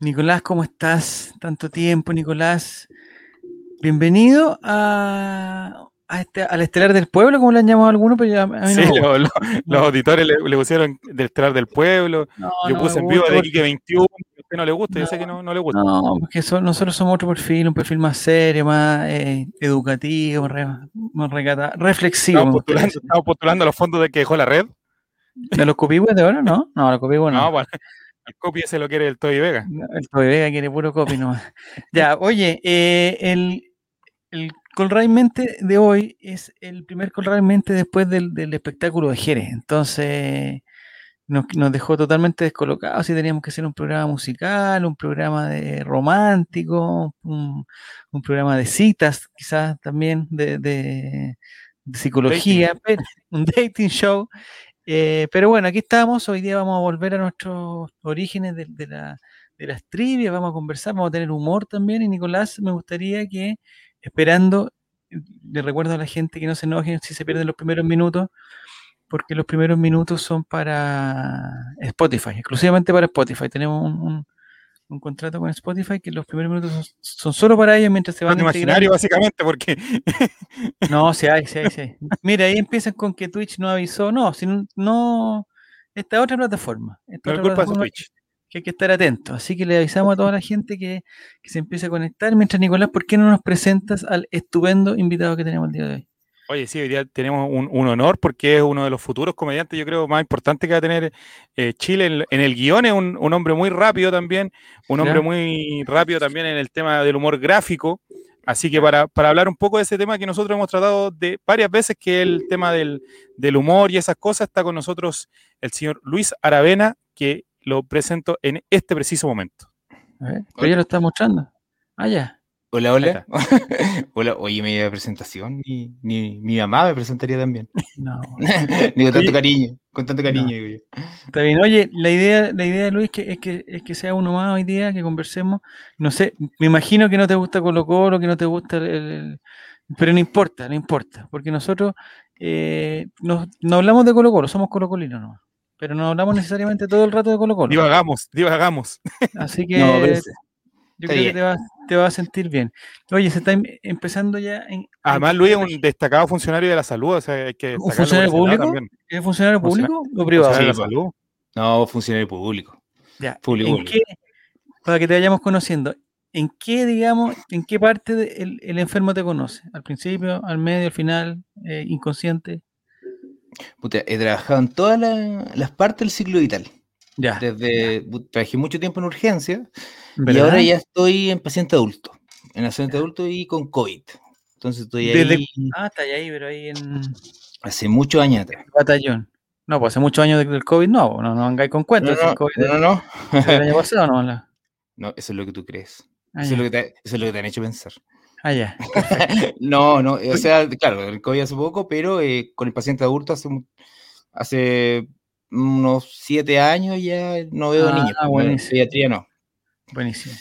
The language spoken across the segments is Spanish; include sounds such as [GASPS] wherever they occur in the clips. Nicolás, ¿cómo estás? Tanto tiempo, Nicolás. Bienvenido a, a este, al Estelar del Pueblo, como le han llamado a algunos, pero ya, a mí Sí, no. me gusta. lo- lo- los auditores le, le pusieron del estelar del pueblo. No, yo no puse me en vivo gusta de porque- Quique 21. A usted no le gusta, yo sé que no, no le gusta. No, porque so- nosotros somos otro perfil, un perfil más serio, más eh, educativo, re- más recata- reflexivo. estamos, me gustaría postulando, estamos postulando los fondos de que dejó la red. decir. ¿De los copihue de oro? No, no, los copihue No, no. bueno, el copy ese lo quiere el Toy Vega. El Toby Vega quiere puro copy nomás. Ya, oye, eh, el, el Colray Mente de hoy es el primer Colray Mente después del, del espectáculo de Jerez. Entonces nos, nos dejó totalmente descolocados y teníamos que hacer un programa musical, un programa de romántico, un, un programa de citas, quizás también de, de- de psicología, pero- [LAUGHS] un dating show. Eh, pero bueno, aquí estamos. Hoy día vamos a volver a nuestros orígenes de, de la- de las trivias. Vamos a conversar, vamos a tener humor también. Y Nicolás, me gustaría que, esperando, le recuerdo a la gente que no se enojen si se pierden los primeros minutos, porque los primeros minutos son para Spotify, exclusivamente para Spotify. Tenemos un, un- un contrato con Spotify que los primeros minutos son, son solo para ellos mientras se van Fondo integrando. imaginario, básicamente, porque No, sí hay, sí hay, sí hay. Mira, ahí empiezan con que Twitch no avisó. No, sino, no. Esta otra plataforma. Esta no es otra culpa de plataforma Twitch. Que hay que estar atento. Así que le avisamos a toda la gente que, que se empiece a conectar. Mientras, Nicolás, ¿por qué no nos presentas al estupendo invitado que tenemos el día de hoy? Oye, sí, hoy día tenemos un, un honor porque es uno de los futuros comediantes, yo creo, más importante que va a tener eh, Chile en, en el guión. Es un, un hombre muy rápido también, un hombre Ya. muy rápido también en el tema del humor gráfico. Así que para, para hablar un poco de ese tema que nosotros hemos tratado de varias veces, que es el tema del, del humor y esas cosas, está con nosotros el señor Luis Aravena, que lo presento en este preciso momento. A ver, pero ya lo está mostrando. Ah, ya. Hola, Ahí hola. [LAUGHS] hola, oye, media presentación. Ni, ni, mi mamá me [LAUGHS] presentaría también. No. digo, tanto Oye. cariño, con tanto cariño, No. digo yo. Está bien. Oye, la idea, la idea Luis, que, es, que, es que sea uno más hoy día, que conversemos. No sé, me imagino que no te gusta Colo Colo, que no te gusta el... el- pero no importa, no importa, porque nosotros eh, nos- no hablamos de Colo Colo, somos Colo Colinos nomás. Pero no hablamos necesariamente todo el rato de Colo Colo. Divagamos, divagamos. Así que No, pero es- yo creo está que bien. te vas, te vas a sentir bien. Oye, se está em- empezando ya... En, a Además, Luis es integrar un destacado funcionario de la salud, o sea, hay que ¿Un destacarlo por funcionario ese lado público? también. ¿Es funcionario funciona- público o privado? Funcionario de la Sí, pues. salud. No, funcionario público. Ya, Público, ¿en público. qué- para que te vayamos conociendo, ¿en qué, digamos, en qué parte de- el, el enfermo te conoce? ¿Al principio, al medio, al final, eh, inconsciente? Puta, he trabajado en todas la- las partes del ciclo vital. Ah, Ya. Desde, put- trabajé mucho tiempo en urgencia y ¿verdad? ahora ya estoy en paciente adulto. En paciente adulto y con COVID. Entonces estoy ahí Desde- Ah, está ahí, pero ahí en hace muchos años atrás. batallón. No, pues hace muchos años de- del COVID, no, no, no vengáis con No, cuentos. no, el COVID no, no, no. del- del año pasado, no. la- No, eso es lo que tú crees. Ah, Eso ya. es lo que te- eso es lo que te han hecho pensar. Ah, ya. No, no, eh, o sea, claro, el COVID hace poco, pero eh, con el paciente adulto hace, un- hace unos siete años ya no veo Ah, niños. pues, no, buenísimo. pediatría no. Buenísimo.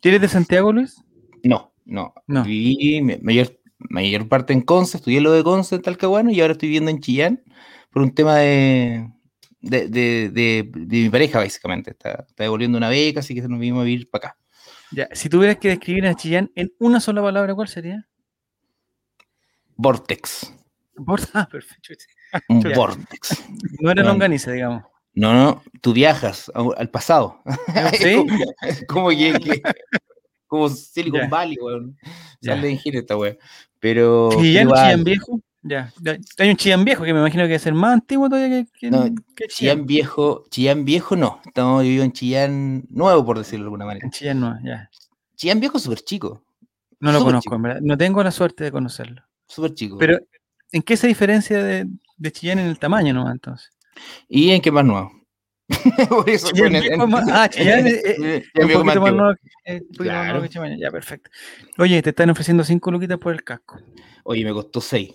¿Tienes de Santiago, Luis? No, no. No. Viví mi- mayor, mayor parte en Conce, estudié lo de Conce en Talcahuano y ahora estoy viviendo en Chillán por un tema de, de, de- de- de mi pareja, básicamente. Está, está devolviendo una beca, así que nos vinimos a vivir para acá. Ya. Si tuvieras que describir a Chillán en una sola palabra, ¿cuál [LAUGHS] sería? [LAUGHS] Vortex. Ah, perfecto. Un Ya. vortex. No era Bueno. longaniza, digamos. No, no, tú viajas a- al pasado. [LAUGHS] Es ¿Sí? como- es como que, [LAUGHS] que- como Silicon Ya. Valley, weón. Ya. Sale en gira esta weón. Pero. Chillán, pero va- Chillán viejo. Ya. ya, Hay un Chillán viejo que me imagino que es el más antiguo todavía que, que, No, que Chillán. Chillán viejo, Chillán viejo no. Estamos viviendo en Chillán nuevo, por decirlo de alguna manera. En Chillán no, ya. Chillán viejo es súper chico. No lo Súper conozco, chico. en verdad. No tengo la suerte de conocerlo. Súper chico. Pero, ¿en qué se diferencia de, de Chillán en el tamaño nomás entonces? ¿Y en qué más nuevo? [LAUGHS] por eso, Chillán [LAUGHS] bueno, en- viejo es más- ah, Chillán es- es- es [LAUGHS] Chillán Un viejo es más poquito más antiguo. nuevo que- eh, un poquito más nuevo Claro. que Chillán. Ya, perfecto. Oye, te están ofreciendo cinco luquitas por el casco. Oye, me costó seis.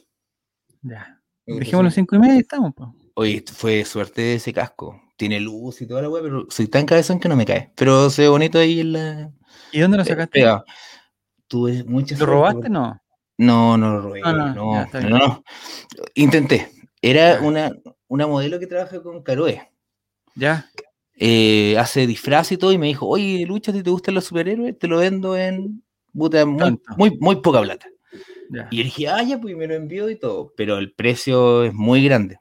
Ya. Me costó Dejemos los seis. cinco y medio y estamos, pues. Oye, esto fue suerte ese casco. Tiene luz y toda la weá, pero soy tan cabezón que no me cae. Pero se ve bonito ahí en la, ¿Y dónde lo Pe- sacaste? pegado. Tuve mucha ¿Lo suerte, robaste? porque- No. No, no lo robé. Ah, no, no, ya, está no, bien. no. Intenté. Era Ya. una, una modelo que trabaja con Caroe. Ya. eh, hace disfraz y todo, y me dijo, oye, Lucha, si te gustan los superhéroes, te lo vendo en puta, muy, Tanto. muy, muy poca plata. Ya, Y yo dije, ah, ya, pues y me lo envío y todo, pero el precio es muy grande,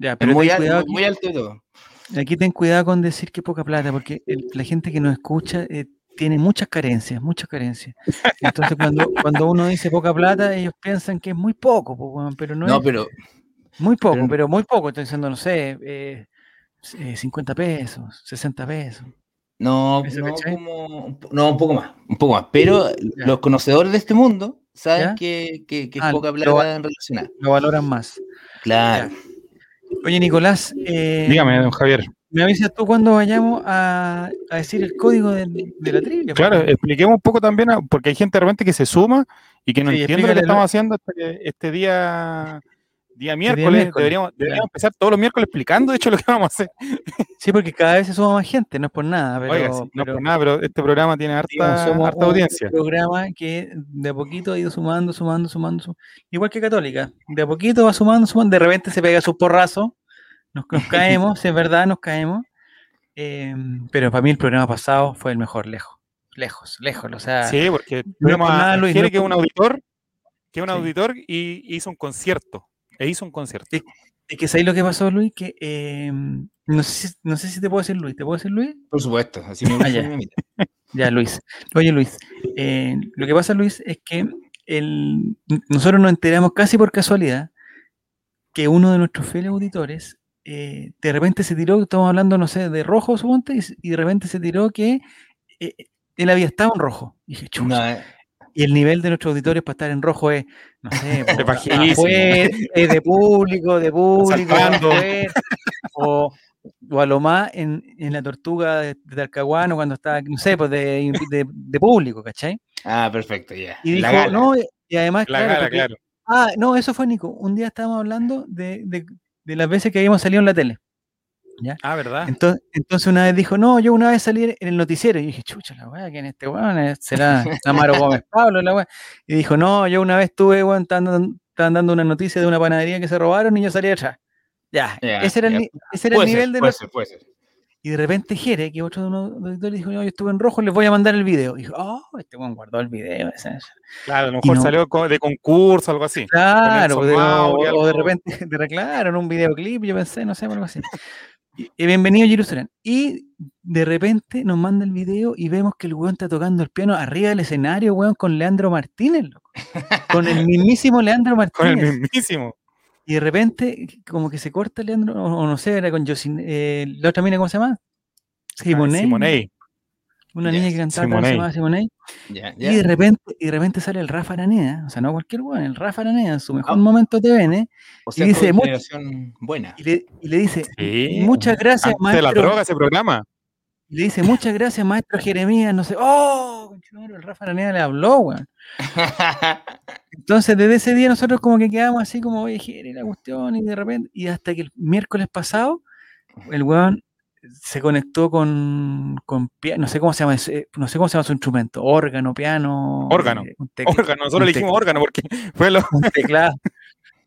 ya, es pero muy, ten al- cuidado, muy- muy alto y todo. aquí- aquí ten cuidado con decir que poca plata, porque el- la gente que nos escucha eh, tiene muchas carencias, muchas carencias. Entonces, [LAUGHS] cuando, cuando uno dice poca plata, ellos piensan que es muy poco, po, weón, pero no, No, es pero muy poco, pero, no. muy poco. Estoy diciendo, no sé, eh, eh, 50 pesos, 60 pesos. no, ¿Eso no, cachai? como, un po- no, un poco más, un poco más. Pero Ya. los conocedores de este mundo ¿Ya? saben que, que- que es Ah, poca lo- plata en relacionada. Lo valoran más. Claro. Oye, Nicolás, eh, Dígame, don Javier. me avisas tú cuando vayamos a, a decir el código del- de la trivia. por Claro, favor? expliquemos un poco también, a- porque hay gente de repente que se suma y que no Sí, entiende lo que explícale, estamos haciendo hasta que este día, día miércoles. Este miércoles, Deberíamos, deberíamos empezar todos los miércoles explicando, de hecho, lo que vamos a hacer. Sí, porque cada vez se suma más gente, no es por nada, pero, Oiga, sí, no pero por nada, pero este programa tiene digo, harta, somos harta un audiencia. programa que de a poquito ha ido sumando, sumando, sumando, sum- igual que Católica, de a poquito va sumando, sumando, de repente se pega su porrazo, nos, nos [LAUGHS] caemos, es verdad, nos caemos, eh, pero para mí el programa pasado fue el mejor, lejos, lejos, lejos, o sea, Sí, porque por tenemos a- nada, a Luis, no Jere, es que es un por- auditor, que es un Sí. auditor y hizo un concierto. E hizo un concierto. Sí. es que ¿sabes lo que pasó, Luis? Que eh, no, sé si, no sé si te puedo decir Luis, ¿te puedo decir Luis? Por supuesto, así [LAUGHS] me gusta. ya. y me imita. Ya, Luis. Oye, Luis, eh, lo que pasa, Luis, es que el- n- nosotros nos enteramos casi por casualidad que uno de nuestros fieles auditores eh, de repente se tiró, estamos hablando, no sé, de rojo, suponte, y, s- y de repente se tiró que eh, él había estado en rojo. Y dije, "Chuta". No, eh, Y el nivel de nuestros auditores para estar en rojo es, no [LAUGHS] sé, po, bajísimo. afuera, es de público, de público, Saltando. afuera, o, o a lo más en, en la tortuga de, de Talcahuano cuando estaba, no sé, pues de, de- de público, ¿cachai? Ah, perfecto, ya. Y La dijo, gala. no, eh, y además, La claro, gala, porque- claro. Ah, no, eso fue Nico. Un día estábamos hablando de, de- de las veces que habíamos salido en la tele. Ah, ¿verdad? Entonces, entonces una vez dijo, no, yo una vez salí en el noticiero y dije, chucha, la weá, ¿quién es este weón? Eh, ¿Será Amaro Gómez Pablo, la weá? Y dijo, no, yo una vez estuve, weón, estaban dan- estaban dando una noticia de una panadería que se robaron y yo salí atrás. Ya, Ya, ese era el, ya. ni- ese era el Puede ser, nivel de... puede nuestro- ser, puede ser. Y de repente Jere, que otro de uno- de los editores dijo, no, yo estuve en rojo, les voy a mandar el video. Y dijo, oh, este weón guardó el video. esa- Claro, a lo mejor no- salió co- de concurso, algo así. Claro, Nelson de- o- o, Mauri, de algo. repente [LAUGHS] te reclararon un videoclip, yo pensé, no sé, algo así. Y- y bienvenido a Jerusalén. Y de repente nos manda el video y vemos que el weón está tocando el piano arriba del escenario, weón, con Leandro Martínez, loco. Con el mismísimo Leandro [LAUGHS] Con el Martínez. mismísimo. Y de repente, como que se corta Leandro, o, o no sé, era con Josin, eh, la otra mina, ¿cómo se llama? Ah, Simonet. Simonei. Una Ya, niña que cantaba, también se Simonet. llamaba Simonet. Ya, ya. Y de repente, y de repente sale el Rafa Araneda, o sea, no cualquier weón, el Rafa Araneda en su mejor Ah. momento te ven, ¿eh? O sea, y fue dice, una "Mucho". generación buena. [LAUGHS] y le, y le dice, Sí. muchas gracias, Antes de Ah, la maestro. droga ese programa. y le dice, muchas gracias, maestro Jeremías. No sé, oh, conchetumare, el Rafa Araneda le habló, weón. Ah, Entonces, desde ese día nosotros como que quedamos así como, oye, Jere, la cuestión, y de repente, y hasta que el miércoles pasado, el weón se conectó con, con pia- no sé cómo se llama, ese- no sé cómo se llama su instrumento, órgano, piano. Órgano, eh, un tec- Órgano, nosotros un le dijimos tec- órgano porque [LAUGHS] fue lo. un teclado,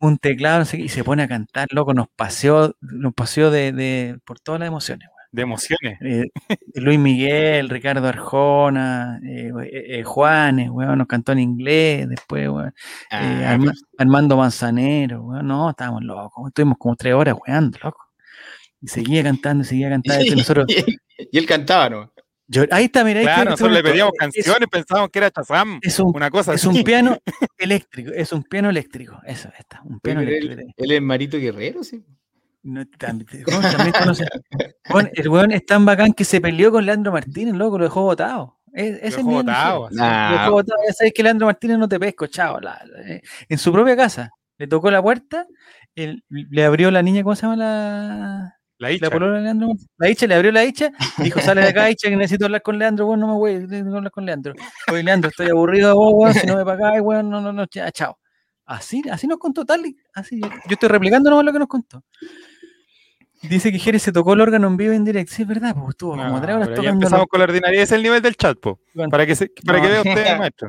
un teclado, no sé qué, y se pone a cantar, loco, nos paseó, nos paseó de, de- por todas las emociones. de emociones. eh, Luis Miguel, Ricardo Arjona, eh, we- eh, eh, Juanes, weón, nos cantó en inglés, después, weón, eh, Ah, Arma- Armando Manzanero, weón, no, estábamos locos, estuvimos como tres horas weando, loco. Y seguía cantando, y seguía cantando, después nosotros, y él cantaba, ¿no? yo- ahí está, mira, ahí está, este Claro, nosotros le momento, pedíamos eh, es- canciones, pensábamos que era Chazam, Es un, una cosa es así. un piano eléctrico, es un piano eléctrico, eso está, un piano eléctrico. él, él es Marito Guerrero, sí. No, tam- te- weón, también conoce- weón, el weón es tan bacán que se peleó con Leandro Martínez, loco, lo dejó votado. Es, ese es dejó mi Leandro botado, Gil. así. Lo dejó Nah, botado, ya sabes que Leandro Martínez no te pesco, chao. la- la- eh. en su propia casa, le tocó la puerta, el- le abrió la niña, ¿cómo se llama la, La la Icha. polola de Leandro? Martínez? La Icha, le abrió la Icha, dijo, sale de acá, Icha, que necesito hablar con Leandro, bueno, no me voy, necesito hablar con Leandro. Oye, Leandro, estoy aburrido de vos, weón, si no me pagáis, weón, no, no, no, ya, chao. Así, así nos contó tal y- así. Yo, yo estoy replicando nomás lo que nos contó. Dice que Jerez se tocó el órgano en vivo y en directo. Sí, es verdad, pues estuvo No, como tres horas Ah, pero ya tocando. empezamos con la ordinaria, ese es el nivel del chat, po, para que, se- para No. que vea [LAUGHS] usted, maestro.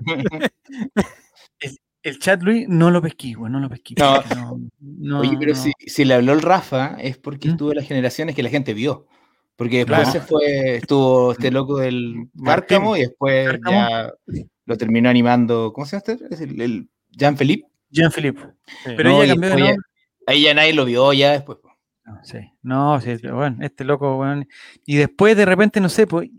El chat, Luis, no lo pesquí, güey, no lo pesquí. No. porque No, no, Oye, pero no. si, si le habló el Rafa, es porque ¿Mm? estuvo en las generaciones que la gente vio. Porque después Claro. se fue, estuvo este loco del Cárcamo y después Cárcamo. ya lo terminó animando. ¿Cómo se llama este? Es el, el Jean-Philippe. Jean-Philippe. Sí. Pero No, y ella cambió de después nombre. ya- Ahí ya nadie lo vio, ya después. po. No, sí. No, sí, pero bueno, este loco, weón. Y después de repente, no sé, pues,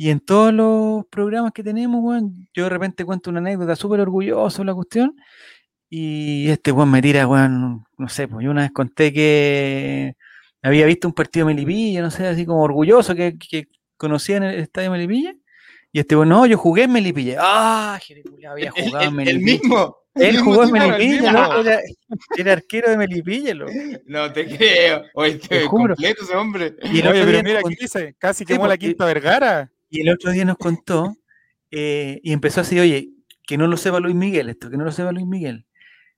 y en todos los programas que tenemos, weón, yo de repente cuento una anécdota súper orgulloso de la cuestión. Y este weón me tira, weón, no sé, pues yo una vez conté que había visto un partido de Melipilla, no sé, así como orgulloso que, que conocía en el estadio Melipilla. Y este weón, no, yo jugué en Melipilla. Ah, Jericulado, había El, jugado en el- el Melipilla. mismo. el Él mismo jugó en tipo, el Melipilla, mismo. loco, era, era arquero de Melipilla, loco. No te creo. Oye, Te juro. completo ese hombre. Y el Oye, otro pero día mira, nos aquí dice, casi Sí, quemó la porque- quinta Vergara. Y el otro día nos contó eh, y empezó así, oye, que no lo sepa Luis Miguel esto, que no lo sepa Luis Miguel.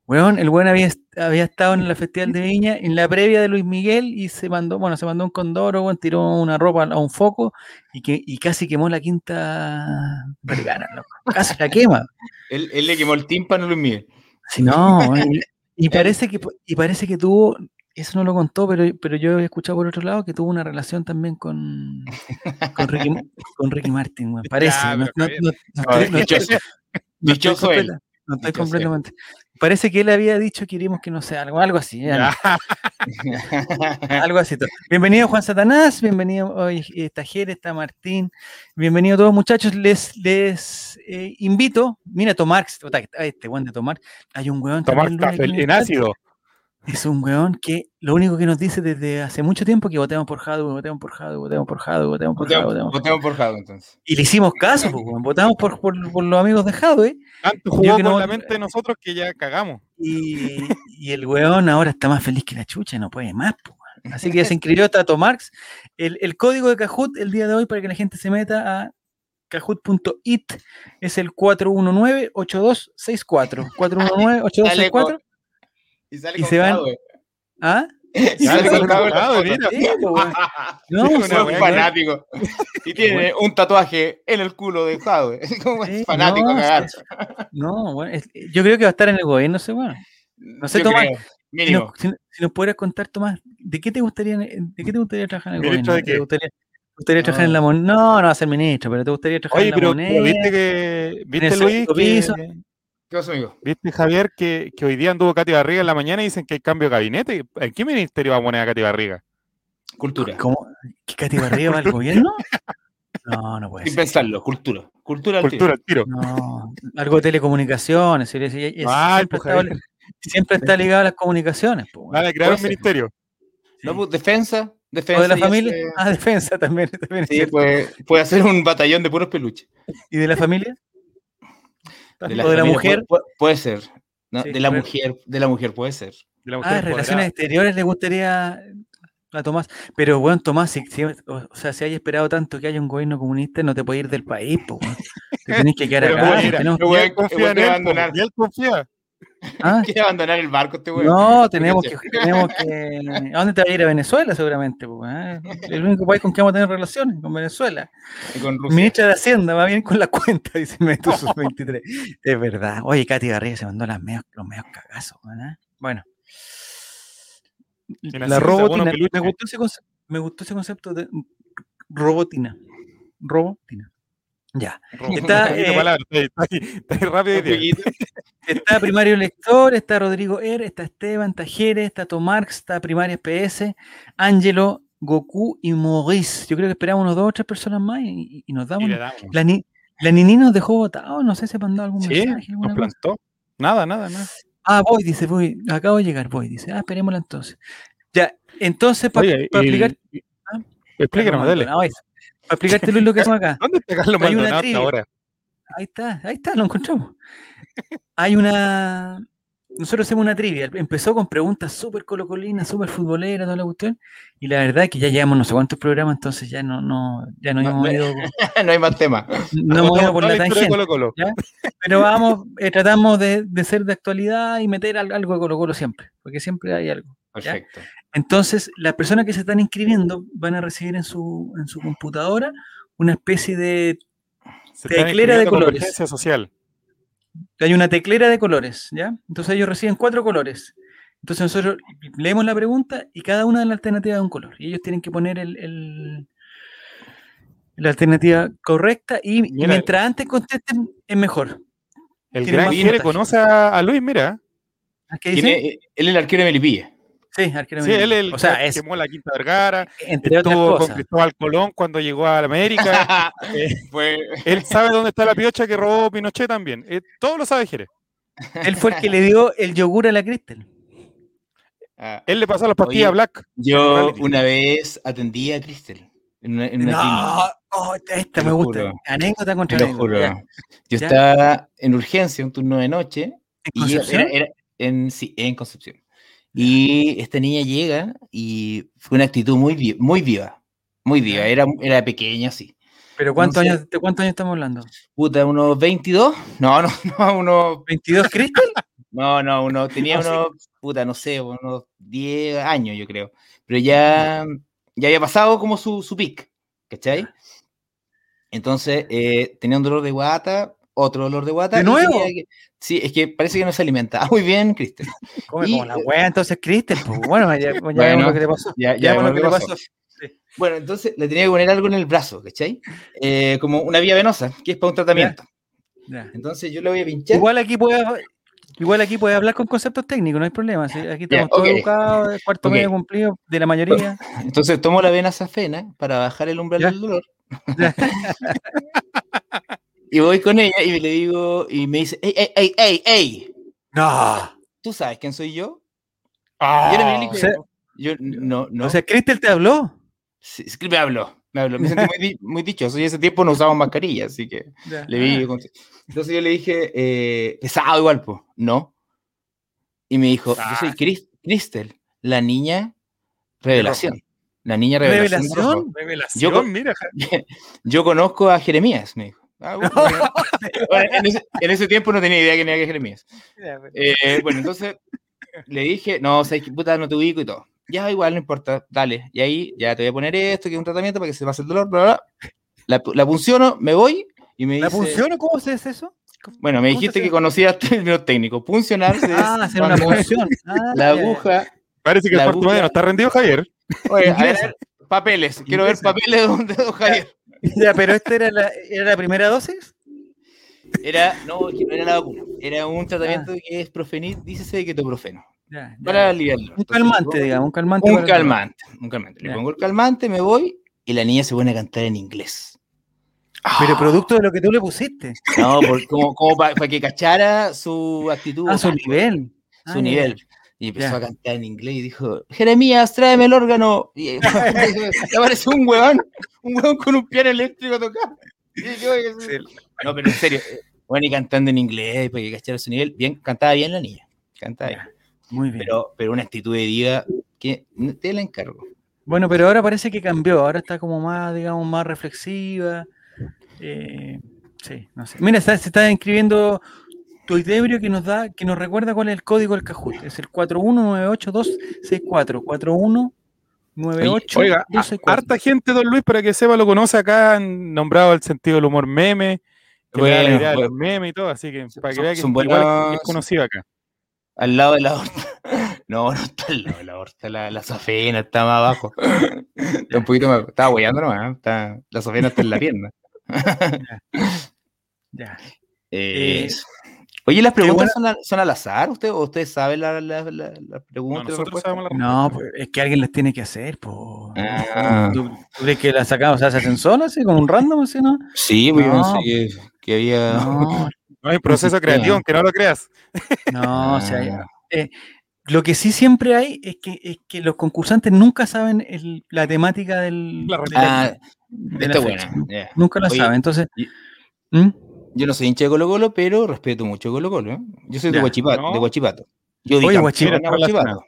Weón, el weón había, est- había estado en la Festival de Viña, en la previa de Luis Miguel, y se mandó, bueno, se mandó un condoro, weón, tiró una ropa a un foco y, que, y casi quemó la quinta vergara, loco. Casi la quema. Él, él le quemó el tímpano a Luis [LAUGHS] Miguel. Si [LAUGHS] no, y, y parece que po- y parece que tuvo, eso no lo contó, pero, pero yo he escuchado por otro lado que tuvo una relación también con, con, Ricky, [LAUGHS] Ma- con Ricky Martin, weón, Parece. pero no- no- Javier. no- no estoy- no estoy- [LAUGHS] dichoso, no estoy dichoso él. completa- no estoy Dichoso él. completamente. Parece que él había dicho que iríamos que no sé, algo, algo así. ya no, algo así. todo. Bienvenido Juan Satanás, bienvenido hoy está Jere, está Martín, bienvenido todos muchachos, les, les eh, invito, mira Tomarx, puta, que- ay, este weón de Tomarx, hay un weón Tomar también, Lula, café aquí el en chat, ácido. Es un weón que lo único que nos dice desde hace mucho tiempo que votemos por Jadwe, votemos por Jadwe, votemos por Jadwe, votemos por Jadwe, votemos- Votemos por Jado entonces. Y le hicimos caso, pues, weón, votamos por, por, por los amigos de Jadwe, Tanto Yo jugó que con no- la mente de nosotros que ya cagamos. Y, y el weón ahora está más feliz que la chucha, no puede más. po, weón. Así que ya se inscribió Tato Marx. El, el código de Kahoot el día de hoy para que la gente se meta a kahoot.it es el 419-8264. 419-8264. Y sale Y se van- Jadwe. ¿Ah? Y Ya sale le con contaba Jadwe. el abogado, mira. Sí, po, weón. No, Es sí, una po, Son weón. weá, fanático. Y tiene un tatuaje en el culo de Jadwe. [LAUGHS] Como Sí, es fanático, no, cagar. sí, no, weón, es- yo creo que va a estar en el gobierno ese weón. no sé, Yo Tomás. creo, Si nos, Mínimo. si no- si nos pudieras contar, Tomás, ¿de qué te gustaría, eh, de qué te gustaría trabajar en el ¿Ministro gobierno? ¿Te de qué? gustaría, te gustaría trabajar en No. la moneda? No, no va a ser ministro, pero ¿te gustaría trabajar Oye, en la pero, moneda? pero viste que. ¿Viste, el Luis? segundo piso. Que, ¿Qué pasa, amigo? ¿Viste, Javier? Que, que hoy día anduvo Katy Barriga en la mañana y dicen que hay cambio de gabinete. ¿En qué ministerio va a poner a Katy Barriga? Cultura. ¿Cómo? ¿Qué Cati Barriga va al gobierno? No, no puede Sin ser. pensarlo, cultura. Cultura al tiro. Cultura, al tiro. No, algo de telecomunicaciones. si le- si- es- Mal, siempre, pues, ha estado- Javier. siempre está ligado a las comunicaciones. po, weón. Van a Ah, crear Puede un ser. ministerio. No, Sí. pues, defensa, defensa. o de la y hace- familia, ah, defensa también. [LAUGHS] también es Sí, pues. cierto. puede, puede hacer un batallón de puros peluches. ¿Y de la familia? De ¿O de la familia, pues. mujer? pu- pu- Puede, ser. No, Sí, de la puede- mujer, de la mujer puede [LAUGHS] ser. De la mujer Ah, empoderada. relaciones exteriores le gustaría a Tomás. Pero, weón, Tomás, si, si- o, o sea, si hay esperado tanto que haya un gobierno comunista, no te puedes ir del país, po, weón. Te tenés que quedar Pero, acá. mira, tenemos- El Y weón- él Este confía el en weón te va a él. po, abandonar. y él confía. ah, Quiere abandonar el barco este weón. no, tenemos que, caché. tenemos que. ¿A dónde te vas a ir? A Venezuela, seguramente, po, weón. El único país con que vamos a tener relaciones, con Venezuela. Y con Rusia. Ministra de Hacienda, va bien con la cuenta, [LAUGHS] dice [LAUGHS] Metu sus 23. Es verdad. Oye, Katy Garriga se mandó las medios, los medios cagazos, weón, ¿ah? Bueno. la La cinta, robotina. bono peluche. Me gustó ese conce- me gustó ese concepto de robotina. Robotina. Ya. Está, Está, eh, está, ahí- está ahí rápido hoy Un día. jueguito. Está Primario Lector, está Rodrigo Er, está Esteban, está Jerez, está Tomarx, está Primaria PS, Ángelo, Goku y Maurice. Yo creo que esperamos unos dos o tres personas más y, y- y nos Y damos. le damos. La, ni- la Nini nos dejó votado, no sé si ha mandado algún Sí, mensaje. nos alguna cosa. plantó. Nada, nada, nada. Ah, voy, dice, voy, acabo de llegar, voy, dice. Ah, esperémosla entonces. Ya, entonces, para Oye, y- explicar. y- Ah. Explícanos, dale. Para explicarte, Luis, lo que hacemos acá. ¿Dónde está Carlos Hay una Maldonado hasta trivia. ahora? Ahí está, ahí está, lo encontramos. Hay una. Nosotros hacemos una trivia. Empezó con preguntas súper colocolinas, súper futboleras, toda la cuestión. Y la verdad es que ya llevamos no sé cuántos programas, entonces ya no, no, ya no, No, hemos [LAUGHS] no- ido, [LAUGHS] no hay más tema. no hemos ido Contamos por toda la historia de tangente. Colo-Colo. Pero vamos, eh, tratamos de, de ser de actualidad y meter al- algo de Colo-Colo siempre, porque siempre hay algo. [LAUGHS] Perfecto. Entonces, las personas que se están inscribiendo van a recibir en su, en su computadora una especie de Se Teclera están inscribiendo de en colores. Convergencia social. hay una teclera de colores, ¿ya? Entonces ellos reciben cuatro colores. Entonces nosotros leemos la pregunta y cada una de las alternativas de un color. Y ellos tienen que poner el, el- la alternativa correcta y, y mientras antes contesten es mejor. El Tiene gran más Jere puntaje. conoce a, a Luis, mira. ¿Ah, ¿Qué Tiene- dice? él es el arquero de [LAUGHS] Melipilla. Sí, arquero Sí, él Medellín. es el O sea, que es quemó la Quinta Vergara, entre otras estuvo con cosas. Cristóbal Colón cuando llegó a [LAUGHS] América. Eh. Fue- Él sabe dónde está la piocha que robó Pinochet también. Eh, todo lo sabe Jerez. Él fue el que le dio el yogur a la Crystal. Ah, Él le pasó las pastillas Oye, a Black. yo Reality. una vez atendí a Cristel en una, en una No, clínica. oh, esta Te me lo gusta. juro. Anécdota contra Te lo anécdota. juro. Ya. Yo Ya. estaba en urgencia, un turno de noche, ¿En Y yo- Concepción? era, era en, sí, en Concepción. Y esta niña llega y fue una actitud muy, vi- muy viva, muy viva. Era, era pequeña, así. Pero ¿cuántos sé. años, ¿de cuántos años estamos hablando? Puta, unos 22. No, no, no, [LAUGHS] uno, ¿22 Crystal? no, no, uno tenía No sé. unos, puta, no sé, unos 10 años, yo creo. Pero ya, ya había pasado como su, su pic, ¿cachai? Entonces, eh, tenía un dolor de guata, otro dolor de guata. ¿De y tenía nuevo? que- sí, es que parece que no se alimentaba muy bien, Cristian. Come Y- como la wea, entonces Crystal. Pues, bueno, ya, ya vemos Bueno, lo que le pasó. Ya, Ya vemos bueno, lo que ¿qué le pasó? pasó. Bueno, entonces le tenía que poner algo en el brazo, ¿cachai? Eh, como una vía venosa, que es para un tratamiento. Ya. Entonces yo le voy a pinchar. Igual aquí puede. Igual aquí puedes hablar con conceptos técnicos, no hay problema. sí, Aquí Ya, estamos todos ok. educados, el cuarto Ok. medio cumplido de la mayoría. Entonces tomo la vena safena para bajar el umbral Ya. del dolor. Ya. [LAUGHS] y voy con ella y le digo, y me dice, ¡Ey, ey, ey, ey, ey! No. ¿Tú sabes quién soy yo? Ah, Yo era el o sea- único. Yo, no, [LAUGHS] no. O sea, Crystal te habló. Sí, sí, me habló, me habló. Me sentí muy, di- muy dichoso y ese tiempo no usábamos mascarilla, así que. Ya. Le vi, como si- Entonces yo le dije, eh, pesado igual, po, ¿no? Y me dijo, yo Ah. soy Cris- Cristel, la niña revelación. La niña revelación. de rojo. ¿Revelación? Revelación, Yo- mira. [LAUGHS] Yo conozco a Jeremías, me dijo. [LAUGHS] Ah, bueno, bueno. Bueno, en, ese, en ese tiempo no tenía idea que era Jeremías. Eh, bueno, entonces le dije, no, sabes que puta, no te ubico y todo. Ya, igual, no importa, dale. Y ahí ya te voy a poner esto, que es un tratamiento para que se pase el dolor, bla, bla, bla. La, pu- la punciono, me voy y me ¿La dice... función o cómo se hace eso? Bueno, me ¿Cómo se dijiste hace? que conocías [LAUGHS] términos técnicos. Puncionar se es Ah, hacer una cuando [LAUGHS] función. Ah, La ya, ya. aguja. Parece que La el cuarto aguja- medio no está rendido, Javier. Oye, a ver, Inglesa. a ver, papeles. Quiero ver Inglesa. papeles donde [LAUGHS] don Javier. Ya, pero esta era la, era la primera dosis. Era, no, es que no era la vacuna. Era un tratamiento que es profenil, dícese de ketoprofeno. Ah. Ya, ya, Para ya. aliviarlo. Un Entonces, calmante, le digamos, un calmante. para pongo Un el dolor. calmante. Un calmante. Le Ya. pongo el calmante, me voy y la niña se pone a cantar en inglés. Pero producto de lo que tú le pusiste. No, por- como, para que cachara su actitud. A Ah, su vocal, nivel. su Ah, nivel. Y empezó Ya. a cantar en inglés y dijo, Jeremías, tráeme el órgano. Y [LAUGHS] y aparece un huevón, un huevón con un piano eléctrico tocando. Y yo, y- Sí. No, pero en serio, eh, bueno, y cantando en inglés para que cachara su nivel. Bien, cantaba bien la niña, cantaba bien. Muy bien. Pero, pero una actitud de diva que no te la encargo. Bueno, pero ahora parece que cambió. Ahora está como más, digamos, más reflexiva. Eh, sí, no sé. Mira, está- se está inscribiendo Toidebrio que nos da, que nos recuerda cuál es el código del Cajut. Es el 4198264. 4198264. Oiga, a- harta gente, don Luis, para que sepa, lo conoce acá, han nombrado el sentido del humor meme, que le da la Bueno, idea de los bueno, memes y todo, así que para que son- vea que son igual buenas- es conocido acá. al lado de la horta. [LAUGHS] No, no está al lado de la horta, la, la sofena está más abajo. Está [LAUGHS] un poquito más, estaba hueando nomás, ¿eh? Está- la sofena está en la pierna. Ya. Eh, Eh, eso. Oye, buena- ¿las preguntas son, al- son al azar? ¿Usted, o ¿Usted sabe la- la- la- las No, preguntas? y nosotros respuestas? sabemos la No, pues, es que alguien las tiene que hacer, po. Ah. ¿Tú, tú crees que las sacamos, o sea, se hacen solas, así, como un random, así, no? Sí, pues yo No, pensé que, que había... [LAUGHS] No, No hay pues, proceso sistema. creativo, aunque no lo creas. no, o sea, Ah. lo que sí siempre hay es que, es que los concursantes nunca saben el- la temática del, La de la- Ah, de la está fecha, ¿no? buena. ya. Nunca la Oye, saben, entonces... y- ¿Mm? Yo no soy hincha de Colo Colo, pero respeto mucho Colo Colo. Yo soy Ya, de Huachipato. ¿no? De Huachipato. Yo di Oye, campeón Huachipato, a Huachipato.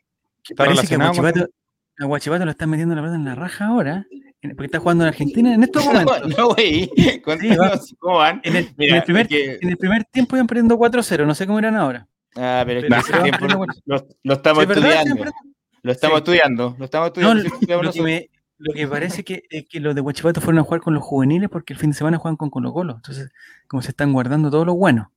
Está Parece que a relacionado con- Guachipato, a Guachipato le están metiendo la pelota en la raja ahora, en- porque está jugando en Argentina en estos [LAUGHS] No, [LAUGHS] momentos. no, güey. Cuéntanos ¿Cómo van? En el, en Mira, el primer, es que- en el primer tiempo iban perdiendo 4-0, no sé cómo eran ahora. Ah, pero es que Pero- [LAUGHS] ese tiempo lo, lo- lo estamos Sí, ¿verdad? Sí, estudiando. ¿verdad? Lo estamos Sí. estudiando. Lo estamos No, estudiando. lo, sí, lo estudiamos lo que nosotros. me- lo que parece que, es que los de Huachipato fueron a jugar con los juveniles porque el fin de semana juegan con Colo Colo. Entonces, como se están guardando todo lo bueno.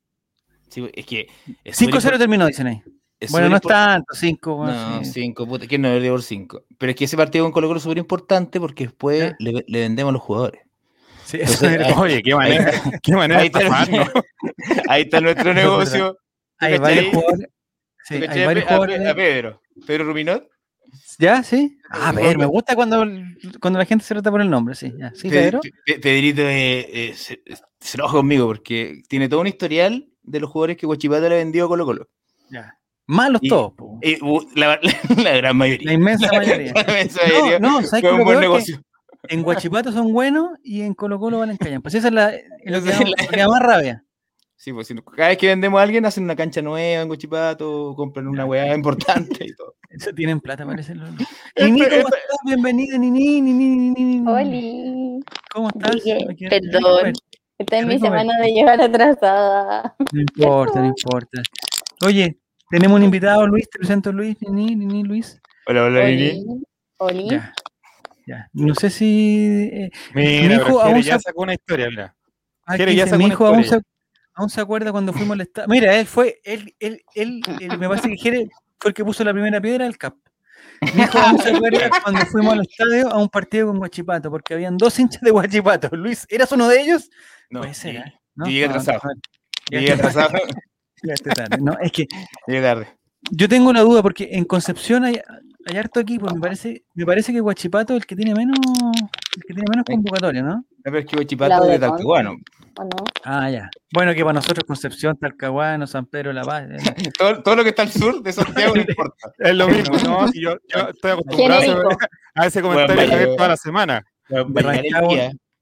Sí, es que... es súper 5-0 terminó, dicen ahí. Es Bueno, súper no es impor- tanto, 5. No, cinco, puta, que no le dio por cinco. Pero es que ese partido con Colo Colo es súper importante porque después Ya. le, le vendemos a los jugadores. Sí, Entonces, [LAUGHS] eso era- ahí- Oye, qué manera, qué manera Ahí de está, estafarnos. [LAUGHS] ahí [LAUGHS] está nuestro negocio. hay ¿cachai? varios jugadores. Sí, ¿Tú cachai hay a, varios Pe- a Pe- a jugadores. Pedro. Pedro Ruminot. ¿Ya? ¿Sí? A Pedro- ver, me gusta cuando, cuando la gente se trata por el nombre, sí. ya. ¿Sí, Pe- Pedro? Pe- Pe- Pedrito eh, eh, se, se enoja conmigo porque tiene todo un historial de los jugadores que Guachipato le vendió a Colo Colo. Ya. Malos Y- todos, po. Eh, u- la, [LAUGHS] la- la gran la mayoría. [LAUGHS] inmensa mayoría. La inmensa No, mayoría no, ¿sabes qué Fue es un lo buen peor? Que negocio. en Guachipato son buenos y en Colo Colo van en callan. Pues esa es la, lo que Esa es da- lo que da más rabia. Sí, pues, si no- cada vez que vendemos a alguien hacen una cancha nueva en Guachipato, compran una weá importante y [LAUGHS] todo. Eso tienen plata, parece. Lolo. Esto- Nini, ¿cómo esto- estás? Bienvenida, Nini, Nini, Nini, Nini, Nini. Oli, ¿Cómo estás? Llegué, Aquí- perdón. esta es mi Rico, semana de llegar atrasada. No importa, no importa. Oye, tenemos un invitado, Luis, te presento Luis, Nini, Nini, Luis. Hola, hola, Nini. Oli, Oli, Ya. Ya. No sé si. eh, Mira, Mi pero hijo Jere aún ya sab- sacó una historia, mira. Ah, Jere, que ya dice, sacó mi una hijo aún se, historia aún se acuerda cuando fuimos al estadio. Mira, él fue, él, él, él, él- me parece que Jere fue el que puso la primera piedra del CAP. Mi hijo aún se acuerda cuando fuimos al estadio a un partido con Guachipato, porque habían dos hinchas de Guachipato. Luis, ¿eras uno de ellos? No, Puede ser, ¿eh? ¿No? yo llegué No, atrasado. [LAUGHS] no, Llegué llegaste- atrasado, llegaste tarde. No, es que llegué tarde. yo tengo una duda, porque en Concepción hay, hay harto equipo. Me parece, me parece que Guachipato es el que tiene menos, el que tiene menos convocatoria, ¿no? No, pero es que Guachipato es de Laudacón. Talcahuano. ¿o no? Ah, ya. Bueno, que para nosotros Concepción, Talcahuano, San Pedro, La Paz. eh, [LAUGHS] Todo, todo lo que está al sur de Santiago no importa. Es lo mismo, ¿no? Si yo, yo estoy acostumbrado a ese- Genérico. a ese Bueno, comentario de vaya, Javier toda la semana. [LAUGHS]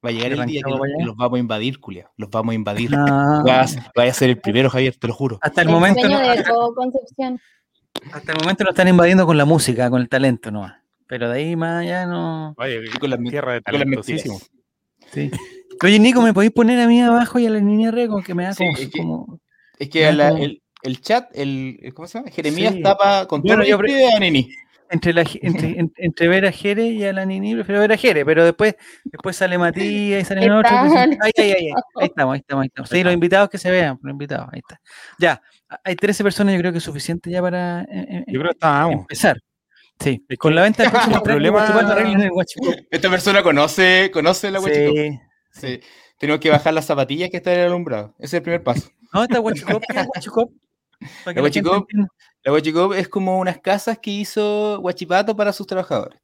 Va va a Rancagua. llegar el día, va a llegar el día que Rancagua los, para que allá. los vamos a invadir, Julia. Los vamos a invadir. no. Vas, vas a ser el primero, Javier, te lo juro. Hasta el, El momento sueño no, de hasta, todo Concepción. hasta el momento lo están invadiendo con la música, con el talento nomás. Pero de ahí más allá no. Oye, Y con las men- tierra de con las mentiras. talentosísimo. Sí. Oye, Nico, ¿me podéis poner a mí abajo y a la niña Rego? Que me da Sí, como. es que- como- Es que la- como- el, el chat, el, ¿cómo se llama? Jeremías Sí. tapa con todo Bueno, yo el este a Nini. entre, la, [LAUGHS] entre, en- entre ver a Jere y a la Nini, prefiero ver a Jere, pero después, después sale Matías y sale ¿Qué otro. tal? entonces- Ahí, ahí, [LAUGHS] ahí, ahí. Ahí estamos, ahí estamos, ahí estamos. Sí, los invitados que se vean, los invitados, ahí está. Ya, a- hay 13 personas, yo creo que es suficiente ya para eh, eh, Yo creo que estábamos. empezar. Sí, Es con la venta del próximo [LAUGHS] el problema- [LAUGHS] Esta persona conoce, conoce la Huachicopa. Sí. Sí. Tenemos que bajar las zapatillas que están en el alumbrado. Ese es el primer paso. No, está Huachicop. ¿Qué es Huachicop? Para que La la gente Huachicop. entienda. La Huachicop es como unas casas que hizo Huachipato para sus trabajadores.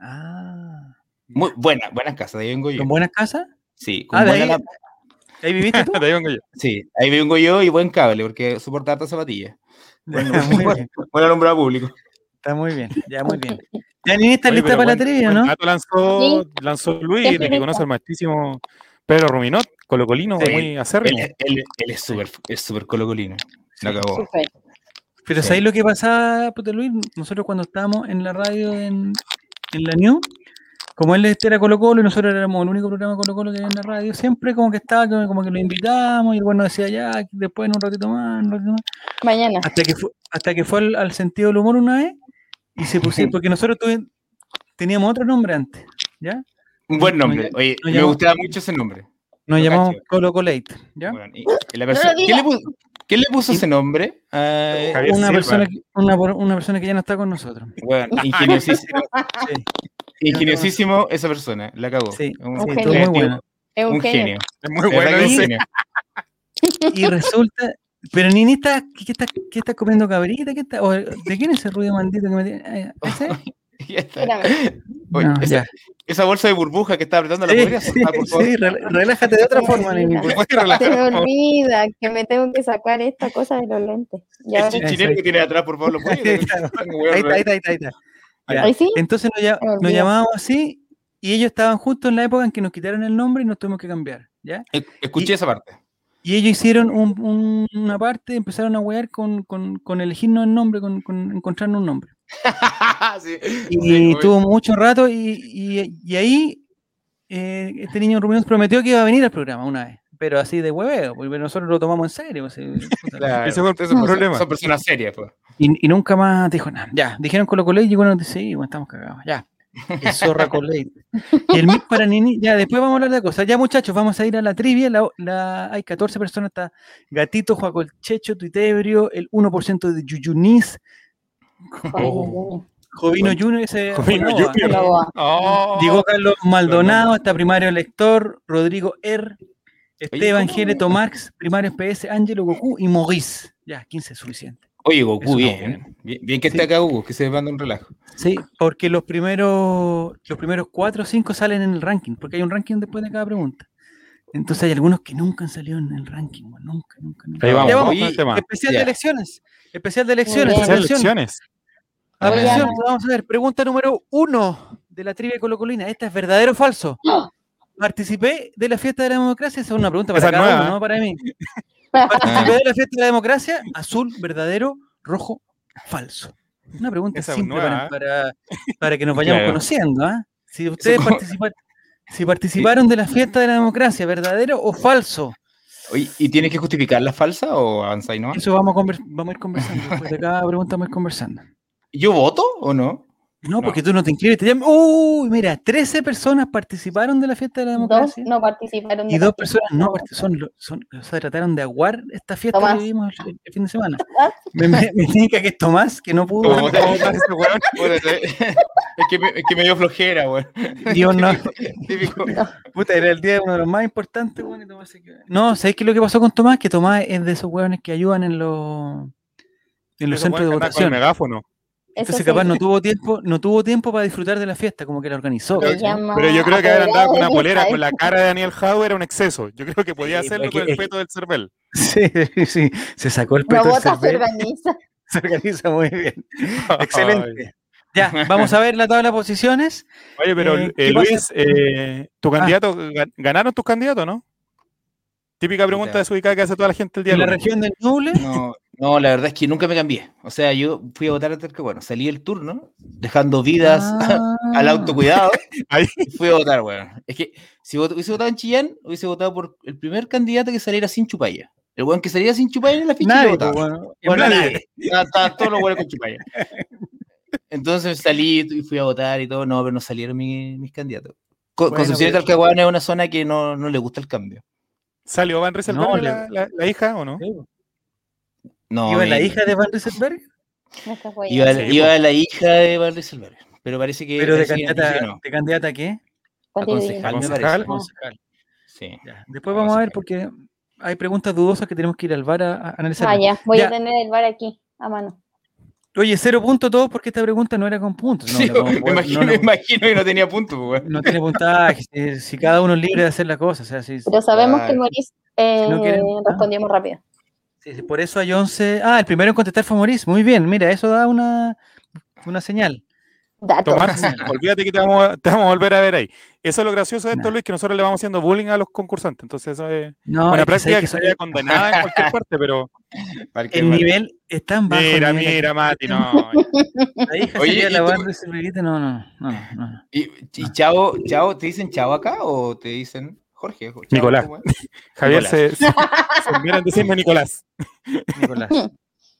Ah, Muy buenas, buenas casas, de ahí vengo yo. ¿con buenas casas? Sí, con Ah, de buena ahí, la- ahí viviste [LAUGHS] tú. Te digo que yo. sí, ahí vengo yo y buen cable, porque soporta hartas zapatillas. Bueno, Ya, muy bien, Buen alumbrado público. Está muy bien, ya muy bien. [LAUGHS] Ya Nini está Oye, lista pero para la buen- trivia, buen ¿no? dato lanzó, Sí. lanzó Luis, de que Perfecto. conoce al maestrísimo Pedro Ruminot, colocolino, Sí. muy acérrimo. Él, él- él es súper es super colocolino. La Oh. acabó. Súper. Pero Sí. ¿sabéis lo que pasaba, puta Luis? Nosotros cuando estábamos en la radio en, en la New, como él este era Colo Colo y nosotros éramos el único programa Colo Colo que había en la radio, siempre como que estaba, como como que lo invitábamos y el bueno decía ya, después en un ratito más, en un ratito más. Mañana. hasta que fue, hasta que fue al, al sentido del humor una vez y se pusieron, porque nosotros tuve- teníamos otro nombre antes, ¿ya? Un buen nombre. Oye, no me llamó- gustaba mucho ese nombre. Nos Lo llamamos cacho. Colo Colate, ¿ya? Bueno, y- y la persona- lo ¿Quién, le puso, quién le puso ese nombre? Ah, Javier una, Silva. persona, que- una, por- una persona que ya no está con nosotros. Bueno, [LAUGHS] ingeniosísimo, Sí, ingeniosísimo esa persona, la cagó. sí, Un- sí, genio. estuvo muy bueno. Es un Un genio. genio. Es muy De verdad bueno que un ese. genio. Y resulta, pero Nini está, ¿qué, qué está, qué está comiendo cabrita? ¿Qué está, o, ¿De quién es ese ruido maldito que me tiene? Eh, ¿ese? [LAUGHS] Ya está. Espérame. [LAUGHS] Oye, No, esa, ya. esa bolsa de burbuja que está apretando la Sí, podría sí, soltar, por favor. sí, rela- relájate de otra forma, Nini. por favor. Muy relajado. Se me olvida que me tengo que sacar esta cosa de los lentes. Ya El ahora- chinchinero que tiene atrás, por favor, lo Ahí puede. está, ahí ¿eh? está, ahí está, ahí está. Ya. Ahí sí, Entonces nos, lla- Se me nos olvidó. llamábamos así y ellos estaban justo en la época en que nos quitaron el nombre y nos tuvimos que cambiar, ¿ya? E-, Y- Escuché esa [LAUGHS] parte. Y ellos hicieron un- un- una parte, empezaron a wear con, con, con elegirnos el nombre, con, con encontrarnos un nombre. Ah, Sí, Y sí, obvio. tuvo mucho rato y, y- y ahí eh, este niño Rubén nos prometió que iba a venir al programa una vez, pero así de hueveo, porque nosotros lo tomamos en serio. así, puta. Claro, Ese fue el entonces son- problema. Son personas serias, pues. y, y nunca más dijo nada. Ya, dijeron Colo Colo y bueno, sí, bueno, estamos cagados, ya. El zorra Colate. Y el mix para Nini, ya, después vamos a hablar de cosas. Ya, muchachos, vamos a ir a la trivia. La, la- hay 14 personas, está Gatito, Joaco el Checho, Tuitebrio, el 1% de Yuyunis, Oh. Juan Muñoz. Jovino Junior ese. Jovino Noa. Junior. La boa. Oh, Diego Carlos Maldonado, hasta primario lector, Rodrigo Er, Esteban ¿cómo? Gere Tomarx, primario PS, Ángelo Goku y Maurice. Ya, 15 es suficiente. Oye, Goku, Eso bien, no, bien. Bien, que Sí. esté acá Hugo, que se manda un relajo. Sí, porque los primeros, los primeros 4 o 5 salen en el ranking, porque hay un ranking después de cada pregunta. Entonces hay algunos que nunca han salido en el ranking, weón, nunca, nunca, nunca. Ahí vamos, Ya vamos. con el tema. Especial Ya. de elecciones. Especial de bien. elecciones. Hacer atención. lecciones. Ah, Oye, Atención, Ana. vamos a ver, pregunta número uno de la trivia colocolina. ¿Esta es verdadero o falso? Participé de la fiesta de la democracia, esa es una pregunta para Esa es cada nueva, uno, ¿eh? no para mí. Ah, Participé de la fiesta de la democracia, azul, verdadero, rojo, falso. Una pregunta Esa es simple nueva, ¿eh? para, para, para que nos vayamos Claro. conociendo. ¿ah? Si ustedes como- participa- si participaron de la fiesta de la democracia, ¿verdadero o falso? oye, ¿Y tienes que justificar la falsa o avanzáis ¿Ah? nomás? Eso vamos a, conver- vamos a ir conversando. Después de cada pregunta vamos a ir conversando. ¿Yo voto o no? No, porque tú no te inscribiste. Ya- Uy, mira, 13 personas participaron de la fiesta de la Dos democracia no participaron. de y la dos fiesta. personas no participaron. Son, son- o sea, trataron de aguar esta fiesta Tomás. Ah, que vivimos el, el fin de semana. [LAUGHS] Me, me- me indica que es Tomás, que no pudo. [LAUGHS] Tomás. ¿Cómo está ese weón? Bueno, es que me, es que me dio flojera, weón. [LAUGHS] Dios no. Típico. Puta, era el día de uno de los más importantes, weón, y Tomás se quedó. No, ¿sabéis qué es lo que pasó con Tomás? Que Tomás es de esos hueones que ayudan en los, en los Ese centros de weón que anda con el votación. megáfono. Eso Entonces sí, capaz no tuvo tiempo, no tuvo tiempo para disfrutar de la fiesta, como que la organizó. se ¿cachai? llama Pero Ah, yo creo que haber andado con [LAUGHS] una apoderado de polera fiesta, con la cara de Daniel Jau era un exceso. Yo creo que podía Sí, hacerlo pues, es que- con el es que- peto del cervel. [LAUGHS] Sí, sí, se sacó el La peto. del bota se cervel. organiza. [LAUGHS] Se organiza muy bien. Excelente. Ya, vamos a ver la tabla de [LAUGHS] posiciones. Oye, pero Eh, eh, ¿qué pasa? Ah. Luis, eh, tu candidato, gan- ¿ganaron tus candidatos, no? Típica pregunta Puta. desubicada que hace toda la gente el día En la lunes. región del Ñuble, No, no, la verdad es que nunca me cambié. O sea, yo fui a votar hasta que, bueno, salí del turno, dejando vidas Ah. [LAUGHS] al autocuidado. Ahí. y Fui a votar, weón. Es que si vot- hubiese votado en Chillán, hubiese votado por el primer candidato que saliera sin chupalla. El weón que saliera sin chupalla en la ficha Nadie, yo votaba. pues, bueno. Por Bueno, nadie. Estaban- estaban todos los huevos con chupalla. Entonces salí y fui a votar y todo. No, pero no salieron mi- mis candidatos. Co- Bueno, Concepción de pero- Talcahuano es una zona que no, no le gusta el cambio. ¿Salió Van Rieselberg No, la, la- la hija [LAUGHS] o no? No, ¿Iba pues. la eh, hija de Van Rieselberg? Nuestra joya. Iba, Sí, iba pues. la hija de Valdés Alvarez, pero parece que. Pero de parece que- parece que candidata, no. de candidata a qué? Con a Lili. concejal, me ¿Concejal? parece. Concejal. Sí. Ya, Después vamos a ver porque hay preguntas dudosas que tenemos que ir al VAR a, a analizar. Vaya, Ah, voy Ya. a tener el bar aquí, a mano. Oye, cero puntos todos porque esta pregunta no era con puntos. No, Sí, no, no, me, no, imagino, no, [LAUGHS] me imagino que no tenía punto, pues, weón. no tiene puntaje. Si, si cada uno es libre de hacer la cosa. O sea, si, Pero sabemos Claro. que Maurice eh, Si no quieren- ah. respondió muy rápido. Sí, sí, por eso hay 11. Ah, el primero en contestar fue Maurice. Muy bien, mira, eso da una, una señal. Dato. Tomás, olvídate que te vamos, a, te vamos a volver a ver ahí. Eso es lo gracioso de esto, Nah. Luis, que nosotros le vamos haciendo bullying a los concursantes. Entonces, eso es No, una es que sabes práctica que que soy- sería condenada en [LAUGHS] cualquier parte, pero. Para que- el nivel es tan bajo. el Mira, nivel aquí. mira, Mati, no. La hija Oye, sería ¿y la tú? barra y Silverita, No, no, no, no, no. ¿Y, Ah. y chavo, chavo, te dicen chavo acá o te dicen Jorge? Chavo, Nicolás. weón. Javier se, se, se olvidan de decirme Nicolás. Nicolás.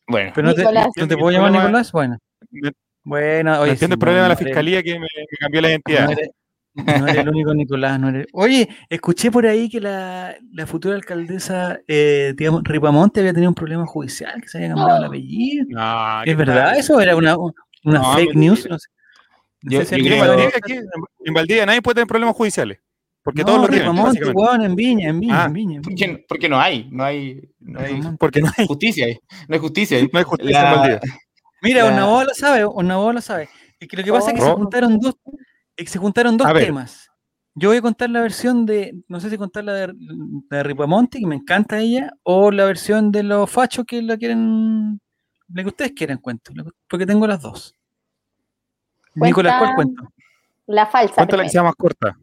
Bueno, Pero no te, Nicolás. ¿no te puedo llamar Nicolás? Bueno. No- Bueno, No oye. sí, entiendo el problema de la no eres- fiscalía que me, me cambió la identidad. No eres, no eres el único Nicolás. No eres... Oye, escuché por ahí que la, la futura alcaldesa, eh, digamos, Ripamonte había tenido un problema judicial, que se había cambiado el apellido. No, ¿qué ¿Es verdad? tal? ¿Eso era una, una No, fake mentira. news? No sé. No Yo- sé si yo Aquí alguien en, creo- lo- Valdivia, aquí, en- en Valdivia nadie puede tener problemas judiciales. Porque No, todos los Rico tienen, Montt, básicamente. weón, en Viña, en Viña, Ah, en Viña. en Viña. porque, porque no hay, no hay, no hay Rico Montt. Porque no hay, justicia ahí. No hay justicia ahí. no hay justicia La- en Valdivia. [LAUGHS] Mira, la- Onaboa lo sabe, Onaboa lo sabe. Es que lo que pasa es que se Oh. juntaron dos, eh, se juntaron dos A ver. temas. Yo voy a contar la versión de, no sé si contar la de, la de Ripamonte, que me encanta ella, o la versión de los fachos que la quieren, la que ustedes quieran cuento, la que- porque tengo las dos. Nicolás, ¿cuál Cuenta- cuento? La falsa. ¿Cuánto es la que primero. sea más corta?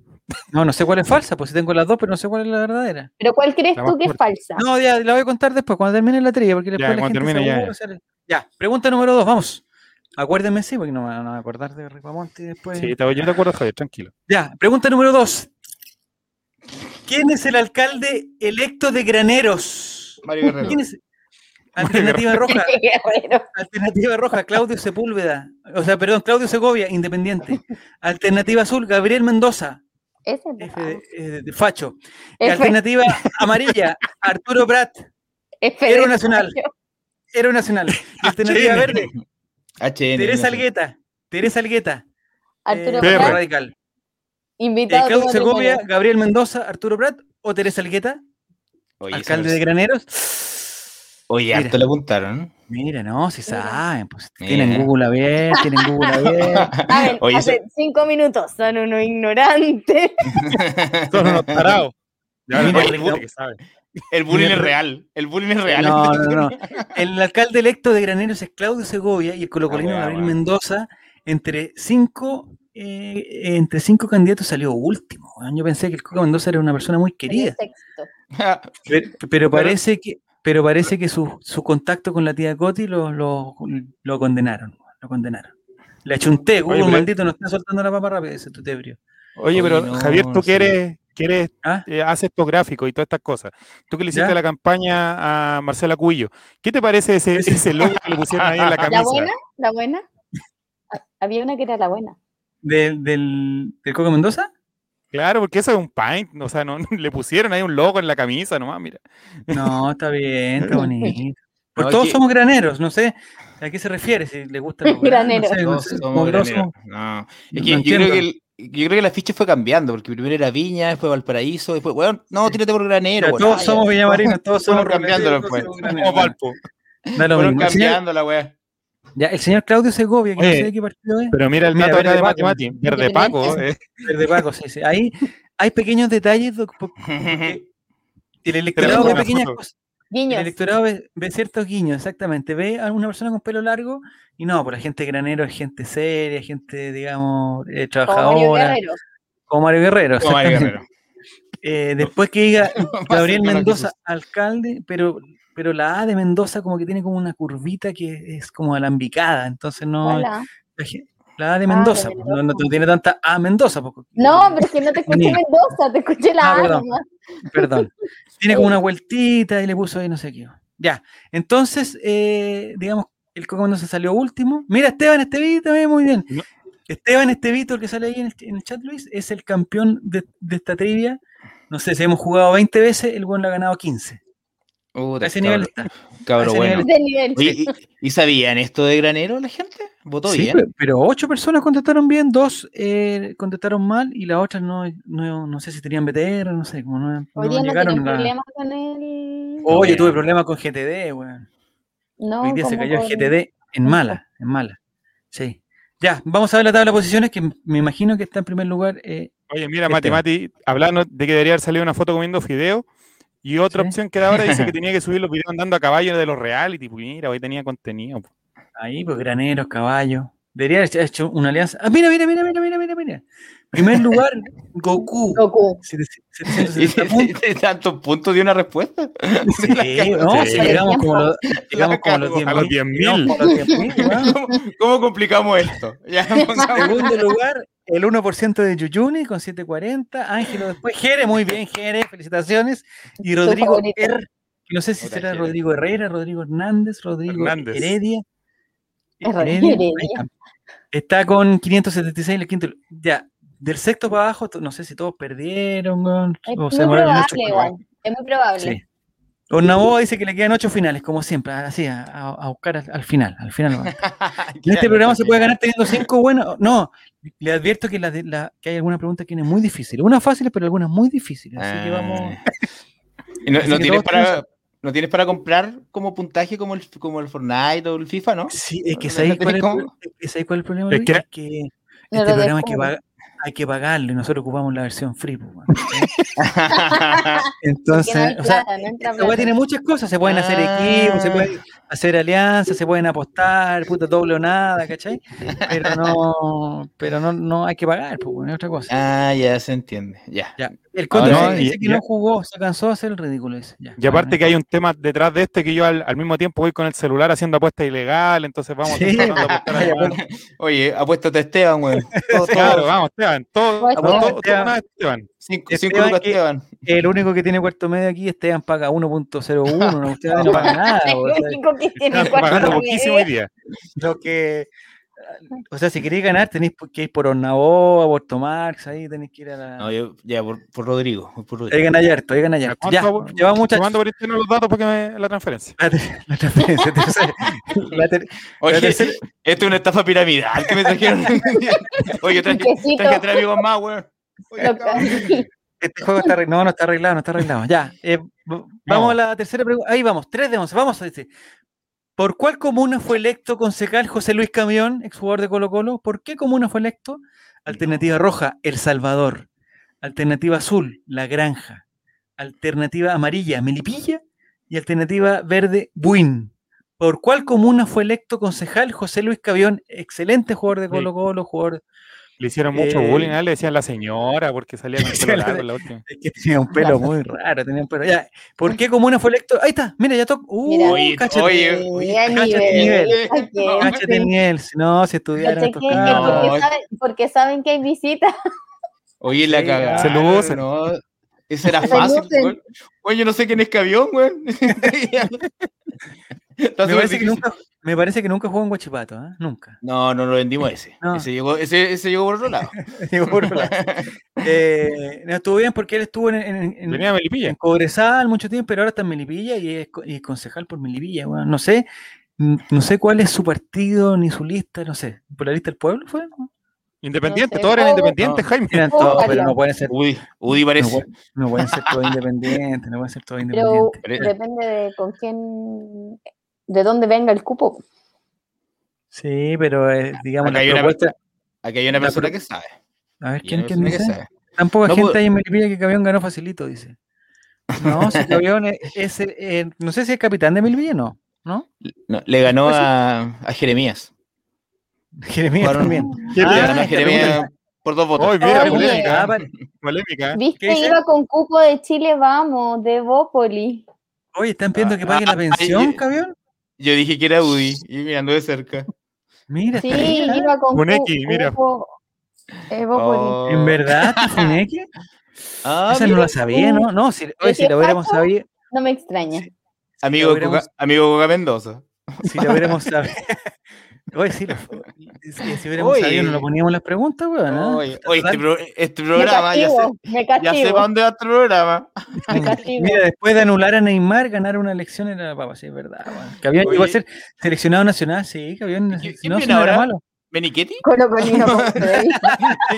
No, no sé cuál es falsa, pues si tengo las dos, pero no sé cuál es la verdadera. Pero ¿cuál crees La tú más que es falsa? [LAUGHS] No, ya la voy a contar después, cuando termine la trivia, porque después la gente cuando se termine, ya, aburre, sale- ya, pregunta número dos, vamos. Acuérdenme, sí, porque no me van a acordar de Ripamonte después. Sí, te- yo te acuerdo, Javier, tranquilo. Ya, pregunta número dos. ¿Quién es el alcalde electo de Graneros? Mario Guerrero. ¿Quién es? Alternativa roja, Guerrero. alternativa roja, Claudio Sepúlveda. O sea, perdón, Claudio Segovia, independiente. Alternativa azul, Gabriel Mendoza, Ese es F de, F, eh, de facho. F, Alternativa amarilla, Arturo Prat, F Héroe de Nacional. Mayo. [LAUGHS] héroe nacional. Y Alternativa verde, HN. Teresa no sé. Algueta. Teresa Algueta, Arturo eh, Prat. Prat, Perra. Radical. Eh, invitado. Claudio tú, Segovia, Manuel. Gabriel Mendoza, Arturo Prat o Teresa Algueta, Oye, alcalde esa de persona- Graneros. [GASPS] Oye, Mira. harto le [LAUGHS] apuntaron. ¿eh? Mira, no, si Mira. saben, pues Mira. tienen Google abierto, tienen Google [LAUGHS] abierto. Saben, Oye, hace cinco minutos son unos ignorantes. ese- Son unos tarados. Ya, Mira, oye, Ricardo. puta que sabe. El bullying Mira, es real. El bullying es real. No, no, no. El alcalde electo de Graneros es Claudio Segovia y el colocolino Ah, weá, Gabriel weá. Mendoza. Entre cinco, eh, entre cinco candidatos salió último. weón. Yo pensé que el Coca Mendoza era una persona muy querida, Sexto. pero, parece que, pero parece que su, su contacto con la tía Coti lo, lo, lo condenaron, lo condenaron. Le achunté, un Oye, pero- maldito, no está soltando la papa rápido, ese tutebrio. Oye, Oye, pero no, Javier, tú no que sé. eres, que eres, ¿Ah? eh, haces estos gráficos y todas estas cosas. Tú que le hiciste ¿Ya? la campaña a Marcela Cuillo. ¿Qué te parece ese, Sí, sí. ese logo que le pusieron ahí en la camisa? ¿La buena? ¿La [LAUGHS] buena? Ha- Había una que era la buena. ¿Del, del, del Coca Mendoza? Claro, porque eso es un paint. O sea, no, le pusieron ahí un logo en la camisa nomás, mira. No, está bien, está bonito. Pues No, todos que- somos graneros, no sé a qué se refiere, si le gusta los Graneros. [LAUGHS] Todos somos graneros. No. Es que no yo, entiendo. creo que el, yo creo que la ficha fue cambiando, porque primero era Viña, después Valparaíso, después, weón, no, tírate por granero. weón. todos Ah, ya. somos villamarinos, todos somos Fueron cambiándolo, ruraleros, pues. todos somos Como graneros. palpo. Bueno, da lo Fueron mismo. El señor, cambiando [LAUGHS] la weá. ya, el señor Claudio Segovia, que Oye, no sé de qué partido es, Pero mira el Mira, dato acá verde de Paco. Matemati. Verde Paco. eh. Verde Paco, sí, sí. Ahí hay pequeños detalles, doc, po- porque el electorado mando ve una pequeñas foto. cosas. El Guiños. electorado ve, ve ciertos guiños, exactamente. Ve a una persona con pelo largo y no, por la gente granero es gente seria, gente, digamos, eh, como Mario trabajadora, Guerrero. como Mario Guerrero. Como Mario exactamente. Guerrero. Eh, después que [LAUGHS] diga Gabriel cercano a Mendoza, Jesús. alcalde, pero, pero la A de Mendoza como que tiene como una curvita que es como alambicada, entonces no... Hola. La, gen- la A de Ah, de Mendoza, pues, no- No, Mendoza. tiene tanta A Mendoza, pues, No, pero es que no te escuché Ni. Mendoza, te escuché la Ah, A perdón. nomás. perdón. Tiene como una vueltita y le puso ahí no sé qué. Ya, entonces, eh, digamos, el Coco Mendoza salió último. Mira, Esteban Estevito, eh, muy bien. No. Esteban Estevito, el que sale ahí en el, en el chat, Luis, es el campeón de, de esta trivia. No sé, si hemos jugado 20 veces, el buen lo ha ganado 15. Puta, A ese nivel cabro- está. cabro a ese bueno. nivel- De nivel. Oye, ¿y, y sabían esto de granero la gente? ¿Votó Sí, pues, [LAUGHS] bien? pe- pero ocho personas contestaron bien, dos eh, contestaron mal y las otras no, no, no sé si tenían BTR, no sé, como no, no Hoy día no llegaron. tenemos a la- problemas con el. Oye, Bueno. tuve problemas con GTD, weón. No, Hoy día se como cayó el con- GTD en mala, en mala. Sí. Ya, vamos a ver la tabla de posiciones que m- me imagino que está en primer lugar. eh, Oye, mira, Este. Matemati, hablando de que debería haber salido una foto comiendo fideo. Y otra Sí. opción que era [LAUGHS] ahora dice que tenía que subir los videos andando a caballo de los reality. Pues mira, hoy tenía contenido. po. ahí, pues graneros, caballos. Debería haber hecho una alianza. Ah, mira, mira, mira, mira, mira, mira, mira. Primer lugar, Goku. Goku. [LAUGHS] 770 puntos. ¿Tantos puntos de una respuesta? Sí, no, sí. sí, llegamos como los, llegamos La como los cagó. 10.000. A los 10.000. llegamos como los 10.000, weón. [LAUGHS] ¿Cómo, cómo complicamos esto? [LAUGHS] Ya, pongamos- [LAUGHS] [LAUGHS] Segundo lugar, el 1% de Yuyuni con 7.40. Ángelo después. Jere, muy bien, Jere, felicitaciones. Y Rodrigo favorito. R, que no sé si Puta, será Jere. Rodrigo Herrera, Rodrigo Hernández, Rodrigo Hernández. Heredia. Es Rodrigo ahí Heredia. está. Está con 576 en el quinto. lu- Ya, del sexto para abajo, to- no sé si todos perdieron weón, Es o muy se demoraron probable, mucho. igual. Es muy probable. Sí. Ornaboa dice que le quedan ocho finales, como siempre, así, a, a- a buscar al, al final. Al final va. En este Ya, programa se ya. puede ganar teniendo cinco buenas. No, le advierto que, la, de- la- que hay algunas preguntas que es muy difíciles. Unas fáciles, pero algunas muy difíciles. Así que vamos. Ah. ¿Y no, así no que todos tenemos- tienes para, no tienes para comprar como puntaje como el, como el Fortnite o el FIFA, ¿no? Sí, es que No ¿sabéis tenés cuál es, el cómo. pro- es- ¿sabéis cuál es el problema? Es Luis? que- Es que No este lo programa hay que, descubro. pag- hay que pagarlo y nosotros ocupamos la versión free. pues, [LAUGHS] bueno. Entonces, Que no hay o sea, plata, no esta entra weá plata. tiene muchas cosas. Se pueden hacer Ah. equipos, se pueden hacer alianzas, se pueden apostar, puta, doble o nada, ¿cachai? Pero no, pero no, no hay que pagar, pues, bueno, es otra cosa. [LAUGHS] ah, ya se entiende. Ya. Ya. El Conde Ahora, dice- Ah, y- dice que ya- no jugó, se cansó de hacer el ridículo ese. Ya, Y aparte [LAUGHS] que hay un tema detrás de este que yo al, al mismo tiempo voy con el celular haciendo apuestas ilegal, entonces vamos Sí, tratando de pues, [LAUGHS] apostar a vaya, la mano. Oye, apuéstate a Esteban, weón. Todo, Claro, todo. vamos, Esteban, todo, Pues, todo- todo- Esteban. todo nada, Esteban. Cinco, Esteban cinco lucas, que- Esteban. El único que tiene cuarto medio aquí, Esteban paga 1.01, [LAUGHS] no, usted no paga nada. El po, o sea, único que [LAUGHS] tiene Esteban cuatro pagando meses. poquísimo hoy día. lo que O sea, si queréis ganar, tenéis que ir por Ornaboa, Puerto Marx, ahí tenéis que ir a la. No, yo- ya, por, por Rodrigo. voy por Ahí Eh, Rodrigo. ganáis harto, ahí ganáis harto. Ya, llevamos muchas. Te mando por interno los datos para que me la transferencia. [LAUGHS] La, ter- la transferencia, tercera- la ter- Oye, Pero [LAUGHS] esto sí. es una estafa piramidal que me trajeron. [LAUGHS] Oye, traje, Quesito. traje a tres amigos más, weón. Oye, Lo- cabrón. este juego está arreglado. No, no está arreglado, no está arreglado. Ya, eh, v- vamos Vamos. a la tercera pregunta. Ahí vamos, 3 de 11. Vamos a decir. ¿Por cuál comuna fue electo concejal José Luis Camión, exjugador de Colo Colo? ¿Por qué comuna fue electo? Alternativa roja, El Salvador. Alternativa azul, La Granja. Alternativa amarilla, Melipilla. Y alternativa verde, Buin. ¿Por cuál comuna fue electo concejal José Luis Cavión, excelente jugador de Sí. Colo Colo, jugador Le hicieron mucho Eh, bullying, a él le decían la señora porque salía [LAUGHS] con el pelo largo en la última. Es que tenía un pelo muy raro, tenía un pelo. Ya, ¿por qué Comuna fue electo? Ahí está, mira, ya uh, toca. Mira. Oye, oye, Sí, a cáchate nivel, nivel. ¿a qué? Cáchate, Niel, si no, si estudiaron Caché estos que- cabros. cabros. porque, saben, porque saben que hay visitas. Oye, la Sí, cagada. se lo gozan. No, ese era Se lo fácil, gozan. weón. Oye, yo no sé quién es Cavión, weón. [LAUGHS] Está Me súper parece, que difícil. nunca, me parece que nunca jugó en Guachipato, ¿ah? [LAUGHS] Nunca. No, no lo vendimos ese. No. Ese, llegó, ese, ese llegó por otro lado. Seguro la- Eh, no estuvo bien porque él estuvo en, en, en- Venía de Melipilla. en Cobresal mucho tiempo, pero ahora está en Melipilla y es co- y concejal por Melipilla. weón. no sé, n- no sé cuál es su partido ni su lista, no sé. ¿Por la lista del pueblo fue? Independiente, No sé, todos eran no, independientes, Jaime. Eran todos, [LAUGHS] pero no Ojalá. pueden ser Udi, Udi No, parece. pueden- no pueden ser todos independientes, no pueden ser todos Pero independientes. Pero- depende de con quién, de dónde venga el cupo. Sí, pero eh, digamos la Acá hay una- propuesta. Aquí hay una No, persona pero- que sabe. A ver, Hay una ¿quién, quién persona que dice? sabe. Tampoco hay No, gente pues- ahí en Melipilla que Cabión ganó facilito, dice. [LAUGHS] No, si Cabión es, es el- el- no sé si es capitán de Melipilla, no. [LAUGHS] ¿No? No, le ganó Pues a, a Jeremías. Jeremías Jugaron- también. [LAUGHS] Le Ah, ganó a esta Jeremías por dos votos. Hoy, mira, Oye. polémica. Ah, vale. Polémica. ¿Qué ¿Viste? dice? Iba con cupo de Chile, vamos, de Bópoli. Oye, ¿están pidiendo que Ah, pague la pensión, eh. Cabión? Yo dije que era Udi y mirando de cerca. Mira, [LAUGHS] Sí, está ahí, ¿ah? iba con Con cu- X, mira. cupo de Bópoli. Oh. ¿En verdad, [LAUGHS] te funeque? Ah, Esa no mira. la sabía, ¿no? No, si, oye, si qué la hubiéramos pasa? sabido, No me extraña. Amigo, Lo hubiéramos- Coca, amigo Coca Mendoza. Si lo hubiéramos sabido. [LAUGHS] Oye, sí, [LAUGHS] lo- si, si hubiéramos sabido, no Oye. lo poníamos en las preguntas, weón. ¿ah? Oye, oye, este, Total. pro- este Me programa, ya sé, castigo, me ya sé castigo, para dónde va este programa. me castigo. Mira, después de anular a Neymar, ganar una elección era la papa, sí, es verdad. weón. Que había, iba a Oye. ser seleccionado nacional, sí, que había, ¿Qué- qué no, viene si no era ahora? malo. ¿Beniquetti? Colocolino, ¿Qué,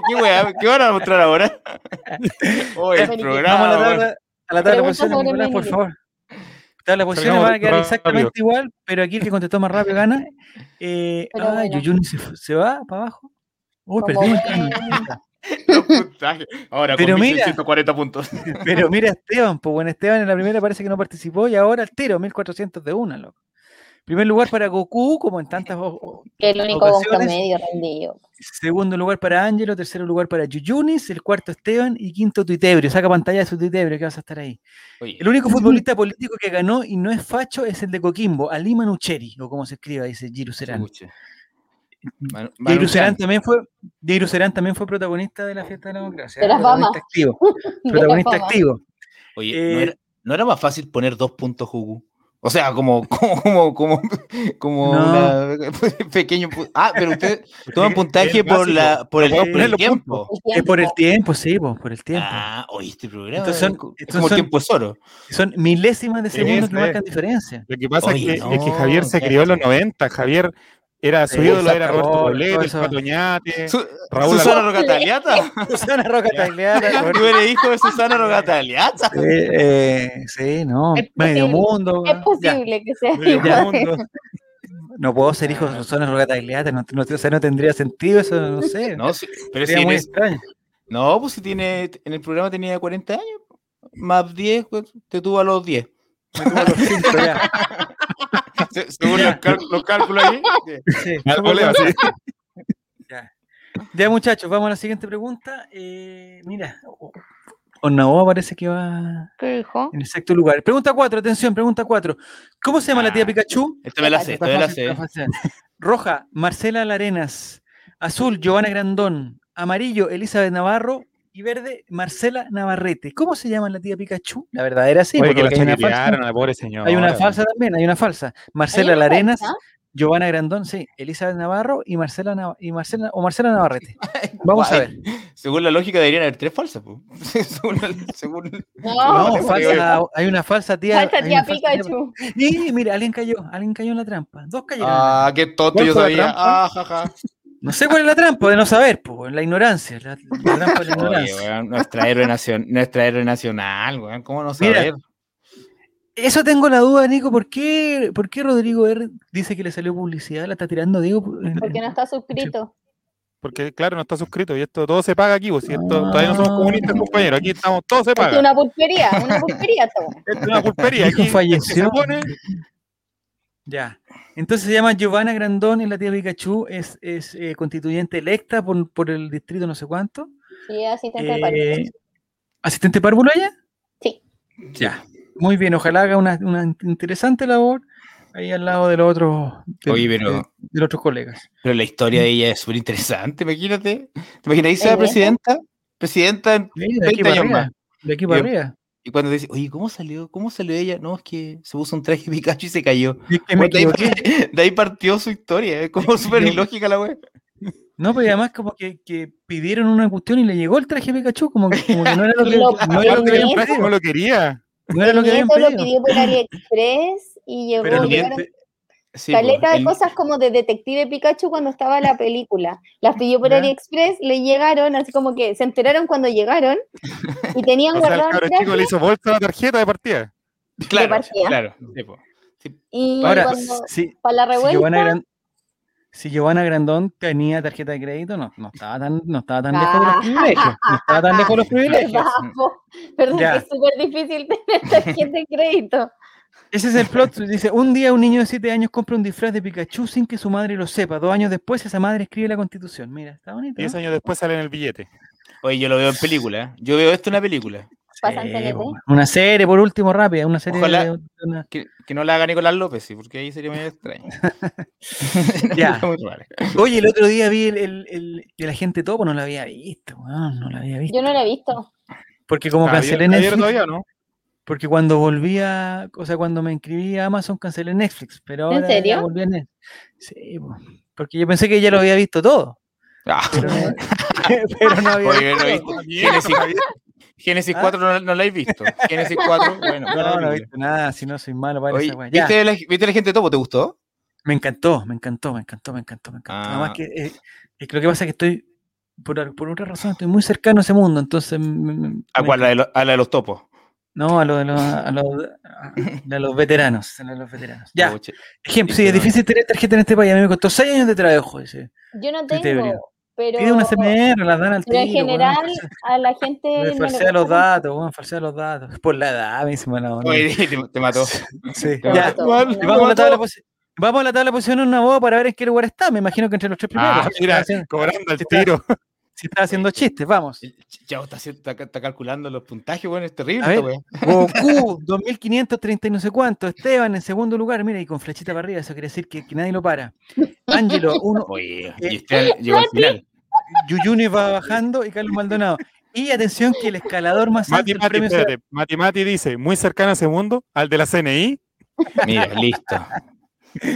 qué, weá? ¿Qué van a mostrar [LAUGHS] ahora? Oye, el Beniquetti. Vamos a programa, la weón. tabla, a la tabla de Pregunta posiciones, sobre Nicolás, por Mendy. favor. Tabla de posiciones Salgamos van a quedar rápido. exactamente igual, pero aquí el que contestó más rápido gana. Eh, Pero ah, bueno. Yuyun se, fu- se va para abajo. Uy, Como perdimos. buen- Los puntajes. Ahora Pero con mira. 140 puntos. [LAUGHS] Pero mira a Esteban, pues bueno, Esteban en la primera parece que no participó y ahora al tiro, 1400 de una, loco. Primer lugar para Goku, como en tantas o- o- [LAUGHS] que el único con Ocasiones. medio rendido. [LAUGHS] Segundo lugar para Ángelo, tercero lugar para Yuyunis, el cuarto Esteban y quinto Tuitebrio. Saca pantalla de su Tuitebrio que vas a estar ahí. Oye, El único futbolista político que ganó y no es facho es el de Coquimbo, Ali Manucheri, o como se escriba, dice Giru Serán. escuche. Manu- Giru Manu Serán Chan. también fue, Giru Serán también fue protagonista de la fiesta de la democracia. De las protagonista Bahamas. activo. [LAUGHS] De Protagonista la este fama. activo. Oye, ¿no Eh, era, no era más fácil poner dos puntos Jugu? O sea, como, [LAUGHS] como, como, como, como No. una- [LAUGHS] pequeño. pu- Ah, pero ustedes toman puntaje es por básico. la, por el, puedo por poner el los tiempo. El Es tiempo. Eh, por el tiempo, sí, po, por el tiempo. Ah, oye, este programa Entonces es son- co- es entonces como el son- tiempo es oro. Son milésimas de Sí, segundos sí. que marcan [LAUGHS] diferencia. Lo que pasa Oye, es, que, es que no, Javier se ya. crió en los 90. Javier era su Sí, ídolo, era Santa Roberto Rosa, todo Poblete, el eso. Patoñate. Su- Raúl Susana [LAUGHS] Alonso. Rocataliata. Susana Roca Tagliata, Tú eres hijo de [LAUGHS] Susana Rocataliata. Sí, eh, sí, no. Es Medio posible, mundo. Es ya. posible que sea [LAUGHS] medio ya. mundo. No puedo ser hijo de Susana Rogata Tagliata, no, no, o sea, no tendría sentido eso, no sé. No, sí, pero si sería muy eres- extraño. No, pues si tiene. En el programa tenía 40 años. Más 10, pues, te tuvo a los 10. Me tuvo los cinco ya. [LAUGHS] Se- Según los, cal- los cálculos ahí. [LAUGHS] Sí. Al voleo, así. [LAUGHS] Ya, muchachos, vamos a la siguiente pregunta. Eh, mira, Onaoa parece que va ¿Qué dijo? en el sexto lugar. Pregunta 4, atención, pregunta 4. ¿Cómo se llama la tía Ah, Pikachu? Esta me la sé, esta me la Está sé. fácil, está fácil. Roja, Marcela Larenas. Azul, Giovanna Grandón. Amarillo, Elizabeth Navarro. Y verde, Marcela Navarrete. ¿Cómo se llama la tía Pikachu? La verdadera sí, Oye, porque que la hay una falsa. chiquillearon a la pobre señora. Hay una falsa también, hay una falsa. Marcela Ahí no Larenas, falta. Giovanna Grandón, sí, Elizabeth Navarro y Marcela, Nav- y Marcela o Marcela [LAUGHS] Navarrete. Vamos a Guay. ver. Según la lógica deberían haber tres falsas, po. [LAUGHS] según, la- según- No, No, falsa- hay una Oh. falsa tía. falta hay tía una falsa tía- Pikachu. Sí, mira, alguien cayó, alguien cayó en la trampa. Dos cayeron. en la [LAUGHS] Ah, qué tonto ¿Cuál yo fue la sabía. trampa? Ah, jaja. No sé cuál es la trampa de no saber, po, la ignorancia. La, la trampa de la [LAUGHS] Oye, ignorancia. weón, nuestra héroe nacional, nuestra héroe nacional, weón, ¿cómo no Mira. saber? Eso tengo la duda, Nico. ¿Por qué, por qué Rodrigo R dice que le salió publicidad? La está tirando, Diego. Porque no está suscrito. Porque, claro, no está suscrito y esto todo se paga aquí, vos. si esto- todavía no somos comunistas, Ah. compañeros. Aquí estamos, todo se Esto es paga. una pulpería, una pulpería esta weá. Esto es una [LAUGHS] pulpería. Dijo, Aquí el que se falleció. pone, Ya. Entonces se llama Giovanna Grandón y la tía Pikachu es, es eh, constituyente electa por, por el distrito no sé cuánto. Sí, es asistente de Eh, pareja. ¿Asistente párvulo ella? Sí. Ya. Muy bien, ojalá haga una, una interesante labor ahí al lado de los otros, de, Oye, de- pero, de los otros colegas. pero la historia de ella es súper interesante, imagínate. ¿Te imaginas ahí Es eh, sea buena. presidenta? Presidenta en- Sí, de aquí 20 para años arriba. más. De aquí para Yo- arriba. y cuando dice, oye, ¿cómo salió? ¿Cómo salió ella? No, es que se puso un traje Pikachu y se cayó. Es que me Bueno, de, ahí, equivoqué. par- de ahí partió su historia, es como súper Yo- ilógica la web. No, pero además como que, que pidieron una cuestión y le llegó el traje de Pikachu, como, que- como que no era lo que, Lo no era lo que habían pidió. pedido. no lo quería. No era lo que Mi habían nieto lo pedido. pidió por AliExpress y llegó Pero lo llegaron que- Sí, po, caleta de el- cosas como de Detective Pikachu cuando estaba la película. Las pidió por Ya. AliExpress, le llegaron, así como que se enteraron cuando llegaron y [LAUGHS] tenían O sea, el guardado el cabro chico traje le hizo bolsa a la tarjeta de partida. Claro, partida. claro. sí, po. y Ahora, cuando, si, para la si Giovanna [LAUGHS] revuelta, Gran- si Giovanna Grandón tenía tarjeta de crédito, no, no estaba tan, no estaba tan lejos de los privilegios. No estaba tan lejos de los privilegios. vamos. Perdón, Ya. que es súper difícil [LAUGHS] tener tarjeta de crédito. Ese es el plot. twist, Dice, un día un niño de 7 años compra un disfraz de Pikachu sin que su madre lo sepa. Dos años después esa madre escribe la constitución. Mira, está bonito. ¿no? Diez años después sale en el billete. Oye, yo lo veo en película. ¿eh? Yo veo esto en una película. Pasa en Sí, TNT. po, Una serie, por último, rápida. Una serie Ojalá. de- de una- Que, que no la haga Nicolás López, sí, porque ahí sería medio extraño. Una Ya. película muy rara. Oye, el otro día vi el, el, el, el agente topo, no lo había visto, weón, no lo había visto. Yo no la he visto. Porque como Está cancelé abierto- está abierto Netflix, todavía, ¿no? porque cuando volví a, o sea, cuando me inscribí a Amazon cancelé Netflix, pero ¿En ahora ya serio? volví a Netflix. Sí, po, porque yo pensé que ya lo había visto todo, Ah, pero [LAUGHS] no, pero no había Oye, no visto he todo. visto. Génesis, Génesis ¿Ah? 4 no, no la he visto. Génesis 4, No, bueno. no, buena he película. visto nada, si no soy malo para Oye, esa weá. Ya, ¿viste, la, ¿Viste la gente topo? ¿Te gustó? me encantó, me encantó, me encantó, me encantó, me encantó. Además Ah. que, eh, es que lo que pasa es que estoy, por, al- por otra razón, estoy muy cercano a ese mundo, entonces... me- me- ¿A me cuál? La de, lo- a la de los topos. No, a, lo de los- a, lo- a- a los veteranos. [LAUGHS] A lo de los veteranos. Ya. Pucha. Ejemplo, sí, es difícil tener tarjeta en este país. A mí me costó 6 años de trabajo. Dice. Yo no Sí, te tengo, debería. pero, Pide una CMR, las dan al pero tiro. en general a la gente... weón. no Me le falsea los gusta datos, weón, falsea los datos. Por la edad, me dice mala onda. Oye, [LAUGHS] te, te mató. Oh, [LAUGHS] Sí, te ya. mató. Y vamos, a la mató. tabla de posi- vamos a la tabla de posición en una boda para ver en qué lugar está. Me imagino que entre los tres primeros. Ah, si, está mira, haciendo, cobrando el Sí, está- tiro. si está haciendo chistes, vamos. Chavo está, haciendo- está, está calculando los puntajes, bueno, es terrible. A ver. esta wea. [LAUGHS] Goku, 2530 y no sé cuánto. Esteban en segundo lugar, mira, y con flechita para arriba, eso quiere decir que, que nadie lo para. Ángelo, uno, Oye, y este llegó al final. Yuyuni va bajando y Carlos Maldonado. Y atención que el escalador más alto Mati del Mati, premio se- espérate. Mati Mati dice, muy cercano a ese mundo, al de la CNI. Mira, listo.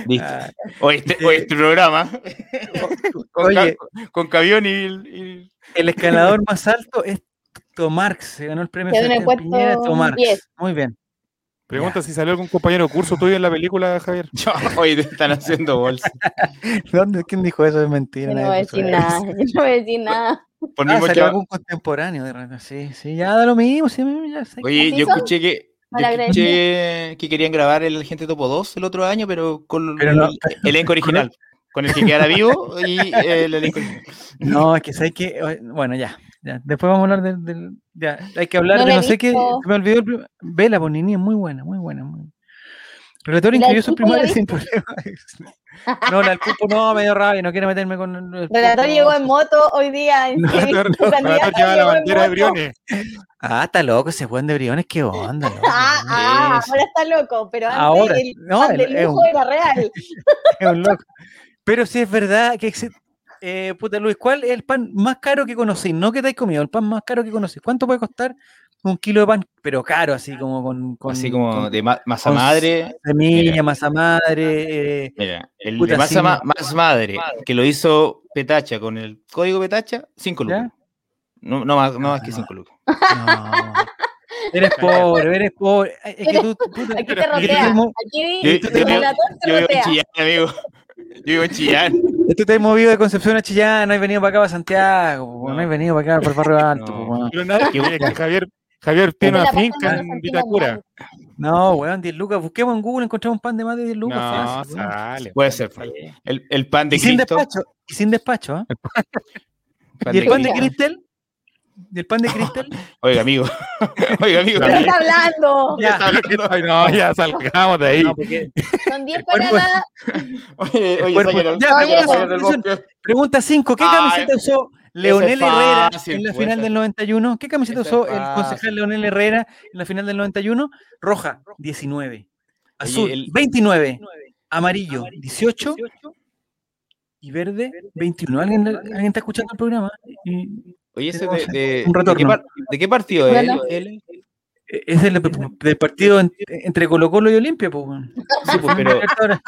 Listo. Ah, Oye, este, oye, este programa. Con, Oye. ca- con Cavión y, y- el escalador más alto es Tomarx, se ganó el premio Se ganó el Sebastián Piñera puesto Tomarx. 10. Muy bien. Pregunta si salió algún compañero de curso tuyo en la película, [LAUGHS] Javier. yo- [LAUGHS] oye, te están haciendo bolsa. ¿Dónde, ¿Quién dijo eso? Es mentira. Yo no nadie voy a puso decir eso. nada, [LAUGHS] yo no voy a decir nada. Por Ah, mismo salió que- algún contemporáneo de repente. Sí, sí, ya da lo mismo. sí, ya sé. Oye, Así yo son. escuché que. yo Malagradecidos. escuché que querían grabar el Gente Topo 2 el otro año, pero con Pero no- el elenco original, con el que quedara vivo y el elenco original. No, [LAUGHS] es que sé que. oye, Bueno, ya. ya. Después vamos a hablar del. del- ya. Hay que hablar No de la he no sé qué. visto. se Me olvidó. el prim- Vela Bonini es muy buena, muy buena. Muy... Relator ¿La incluyó del sus pulpo la primarios sin problema. [LAUGHS] [LAUGHS] No, la del pulpo no, me dio rabia, [LAUGHS] no quiero meterme con. el- el Relator pulpo. llegó en moto hoy día. [LAUGHS] En No, serio, no, su no, candidato Relator lleva la llegó en bandera de moto. Briones. Ah, está loco ese Juan de Briones, qué onda. [LAUGHS] loco, Ah, weón. ah, Eso. ahora está loco, pero antes Ahora, el no, fan el- del es lujo un- era real. Es un loco. Pero sí es verdad que eh, existe. puta Luis, ¿cuál es el pan más caro que conocí? No que te hayas comido, el pan más caro que conocí. ¿Cuánto puede costar un kilo de pan, pero caro, así como con, con- así como con de ma- masa con madre. semilla, mira. masa madre, eh, Mira, el Puta, de masa sí, ma- más madre, que lo hizo Petacha con el código Petacha, 5 ¿Ya? lucas. No, no, más, no más que Ah. 5 lucas. [LAUGHS] No. Eres pobre, eres pobre. Ay, Es que tú, puta, Aquí te Pero- es rotea. que tú mo- Aquí Yo- el yo veo- relator te Yo vivo en rotea. Chillán, amigo. Yo vivo en Chillán. tú te has movido de Concepción a Chillán, no has venido para acá, para Santiago, po, no, No. has venido para acá, por el [LAUGHS] barrio alto. No. po, weón. Pero nada, que ver, que Javier, Javier Te tiene la una pasan finca dando en sentido Vitacura. mal. No, weón, 10 lucas. Busquemos en Google, encontramos un pan de más de 10 lucas. No, fácil, weón. sale. [LAUGHS] Puede ser. pues. sale. El, el pan de y sin Cristo. despacho, y sin despacho. ¿ah? pan ¿Y el de pan de Cristo. Cristel? ¿Y el pan de [LAUGHS] Cristel? Oiga, amigo. Oiga, amigo. ¿Qué [LAUGHS] está hablando? Ya. Ay, no, ya salgamos de ahí. No, porque- Son 10 Bueno, pues, paradas. Oye, oye, Bueno, Sayonara, ya, Sayonara, pregunta- Sayonara del Bosque. Pregunta 5. ¿Qué Ah, camiseta usó Leonel es Herrera fácil, en la pues, final esa- del 91? ¿Qué camiseta esa es usó el fácil. concejal Leonel Herrera en la final del 91? Roja, 19. Azul, el- 29. Amarillo, 18. Y verde, 21. ¿Alguien, alguien está escuchando el programa? Y- Oye, ese Tenemos de, de, un de qué retorno. par- ¿de qué partido es? Bueno. él? eh, Es del, del partido en- entre Colo Colo y Olimpia, pues. weón. Sí, pues, [LAUGHS] pero, Ahora,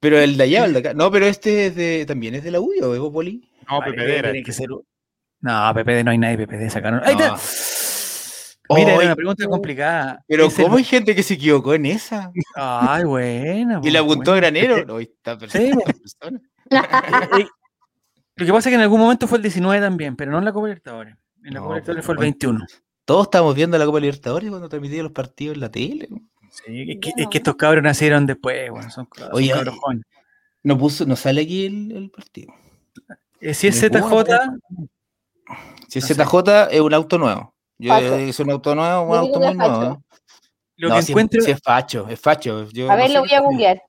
pero el de allá, el de acá. No, pero este es de, también es de la U, ¿o es Bopoli? No, vale, Pepedera. pues, tiene que ser un- No, PPD no hay nadie, PPD sacaron. Ahí No. está. Mira, era Oy, una pregunta complicada. Pero Es el- ¿cómo hay gente que se equivocó en esa? Ay, buena. Y le pues, apuntó a buena. Granero. No, esta persona. Sí, pues. [LAUGHS] Eh, esta persona. Lo que pasa es que en algún momento fue el 19 también, pero no en la Copa Libertadores. En la No, Copa Libertadores pues, fue el bueno. 21. Todos estábamos viendo la Copa Libertadores cuando transmitían los partidos en la tele. Sí, es, que, es Bueno. que estos cabros nacieron después, bueno, son, son Oye, cabros jóvenes. No puso, no sale aquí el, el partido. Eh, si es ninguno, pues. ZJ, Si es No sé. ZJ es un auto nuevo. Yo eh, Facho. es un auto nuevo, un Yo auto digo muy que es facho. nuevo. ¿eh? lo no, que si, es- encuentro. si es facho, es facho. Yo A no ver, sé lo qué- voy a googlear.